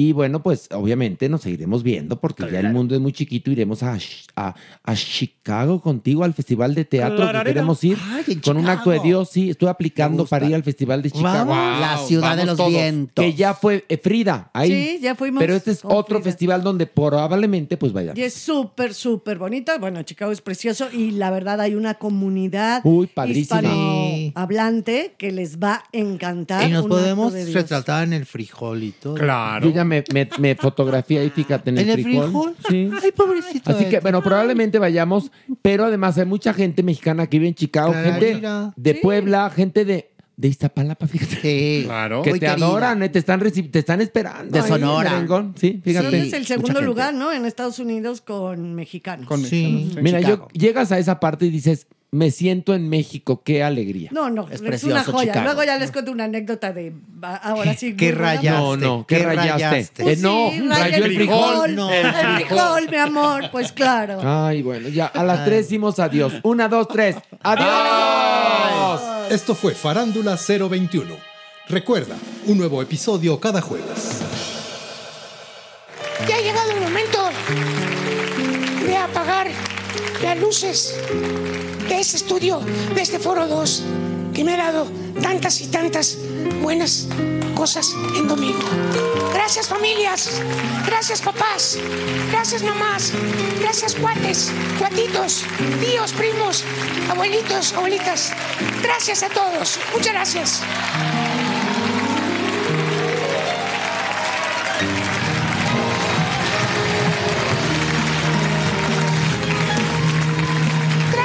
Speaker 3: Y bueno, pues obviamente nos seguiremos viendo porque ya el mundo es muy chiquito. Iremos a, Ch- a, a Chicago contigo al Festival de Teatro que
Speaker 13: Clararera.
Speaker 3: queremos ir
Speaker 13: Ay,
Speaker 3: con
Speaker 13: en
Speaker 3: un acto de
Speaker 13: Chicago.
Speaker 3: Dios. Sí, estoy aplicando para ir al Festival de Chicago.
Speaker 13: Vamos. La ciudad de
Speaker 3: Vamos
Speaker 13: los vientos.
Speaker 3: Que ya fue eh, Frida ahí.
Speaker 5: Sí, ya fuimos
Speaker 3: Pero este es
Speaker 5: con
Speaker 3: otro festival donde probablemente pues vaya.
Speaker 5: Y es súper, súper bonita. Bueno, Chicago es precioso y la verdad hay una comunidad
Speaker 3: Uy, padrísima.
Speaker 5: hispanohablante que les va a encantar.
Speaker 4: Y nos
Speaker 5: Un acto
Speaker 4: podemos
Speaker 5: de Dios.
Speaker 4: retratar en el frijol y todo.
Speaker 3: Yo ya me, me, me fotografié ahí, fíjate, en el,
Speaker 4: ¿En el frijol?
Speaker 3: Sí.
Speaker 4: Ay, pobrecito.
Speaker 3: Así que, bueno, probablemente vayamos, pero además hay mucha gente mexicana que vive en Chicago, gente
Speaker 4: Clararira.
Speaker 3: de Puebla, gente de, de Iztapalapa, fíjate.
Speaker 4: Claro.
Speaker 3: Que
Speaker 4: Muy
Speaker 3: te
Speaker 4: querida.
Speaker 3: adoran, eh, te están, reci- te están esperando.
Speaker 13: De
Speaker 3: ahí,
Speaker 13: Sonora.
Speaker 3: merengón. Sí, fíjate.
Speaker 5: Sí, es el
Speaker 3: Mucha
Speaker 5: segundo
Speaker 3: gente.
Speaker 5: lugar, ¿no? En Estados Unidos con mexicanos.
Speaker 3: Mira, yo, llegas a esa parte y dices, me siento en México, qué alegría.
Speaker 5: No, no, es, una
Speaker 3: precioso
Speaker 5: joya.
Speaker 3: Chicago.
Speaker 5: Luego ya les cuento una anécdota de va- ahora sí.
Speaker 3: ¿Qué
Speaker 5: muy buena.
Speaker 3: rayaste? No, no, ¿qué ¿Qué rayaste? rayaste?
Speaker 5: Pues
Speaker 3: Eh, no,
Speaker 5: sí, rayé
Speaker 3: rayó el frijol. No.
Speaker 5: El
Speaker 3: El
Speaker 5: frijol, mi amor, pues claro.
Speaker 3: Ay, bueno, ya a las tres decimos adiós. Una, dos, tres. ¡Adiós!
Speaker 16: Esto fue Farándula 021. Recuerda, un nuevo episodio cada jueves.
Speaker 17: Ya ha llegado el momento de apagar las luces de este estudio, de este Foro 2, que me ha dado tantas y tantas buenas cosas en domingo. Gracias familias, gracias papás, gracias mamás, gracias cuates, cuatitos, tíos, primos, abuelitos, abuelitas. Gracias a todos, muchas gracias.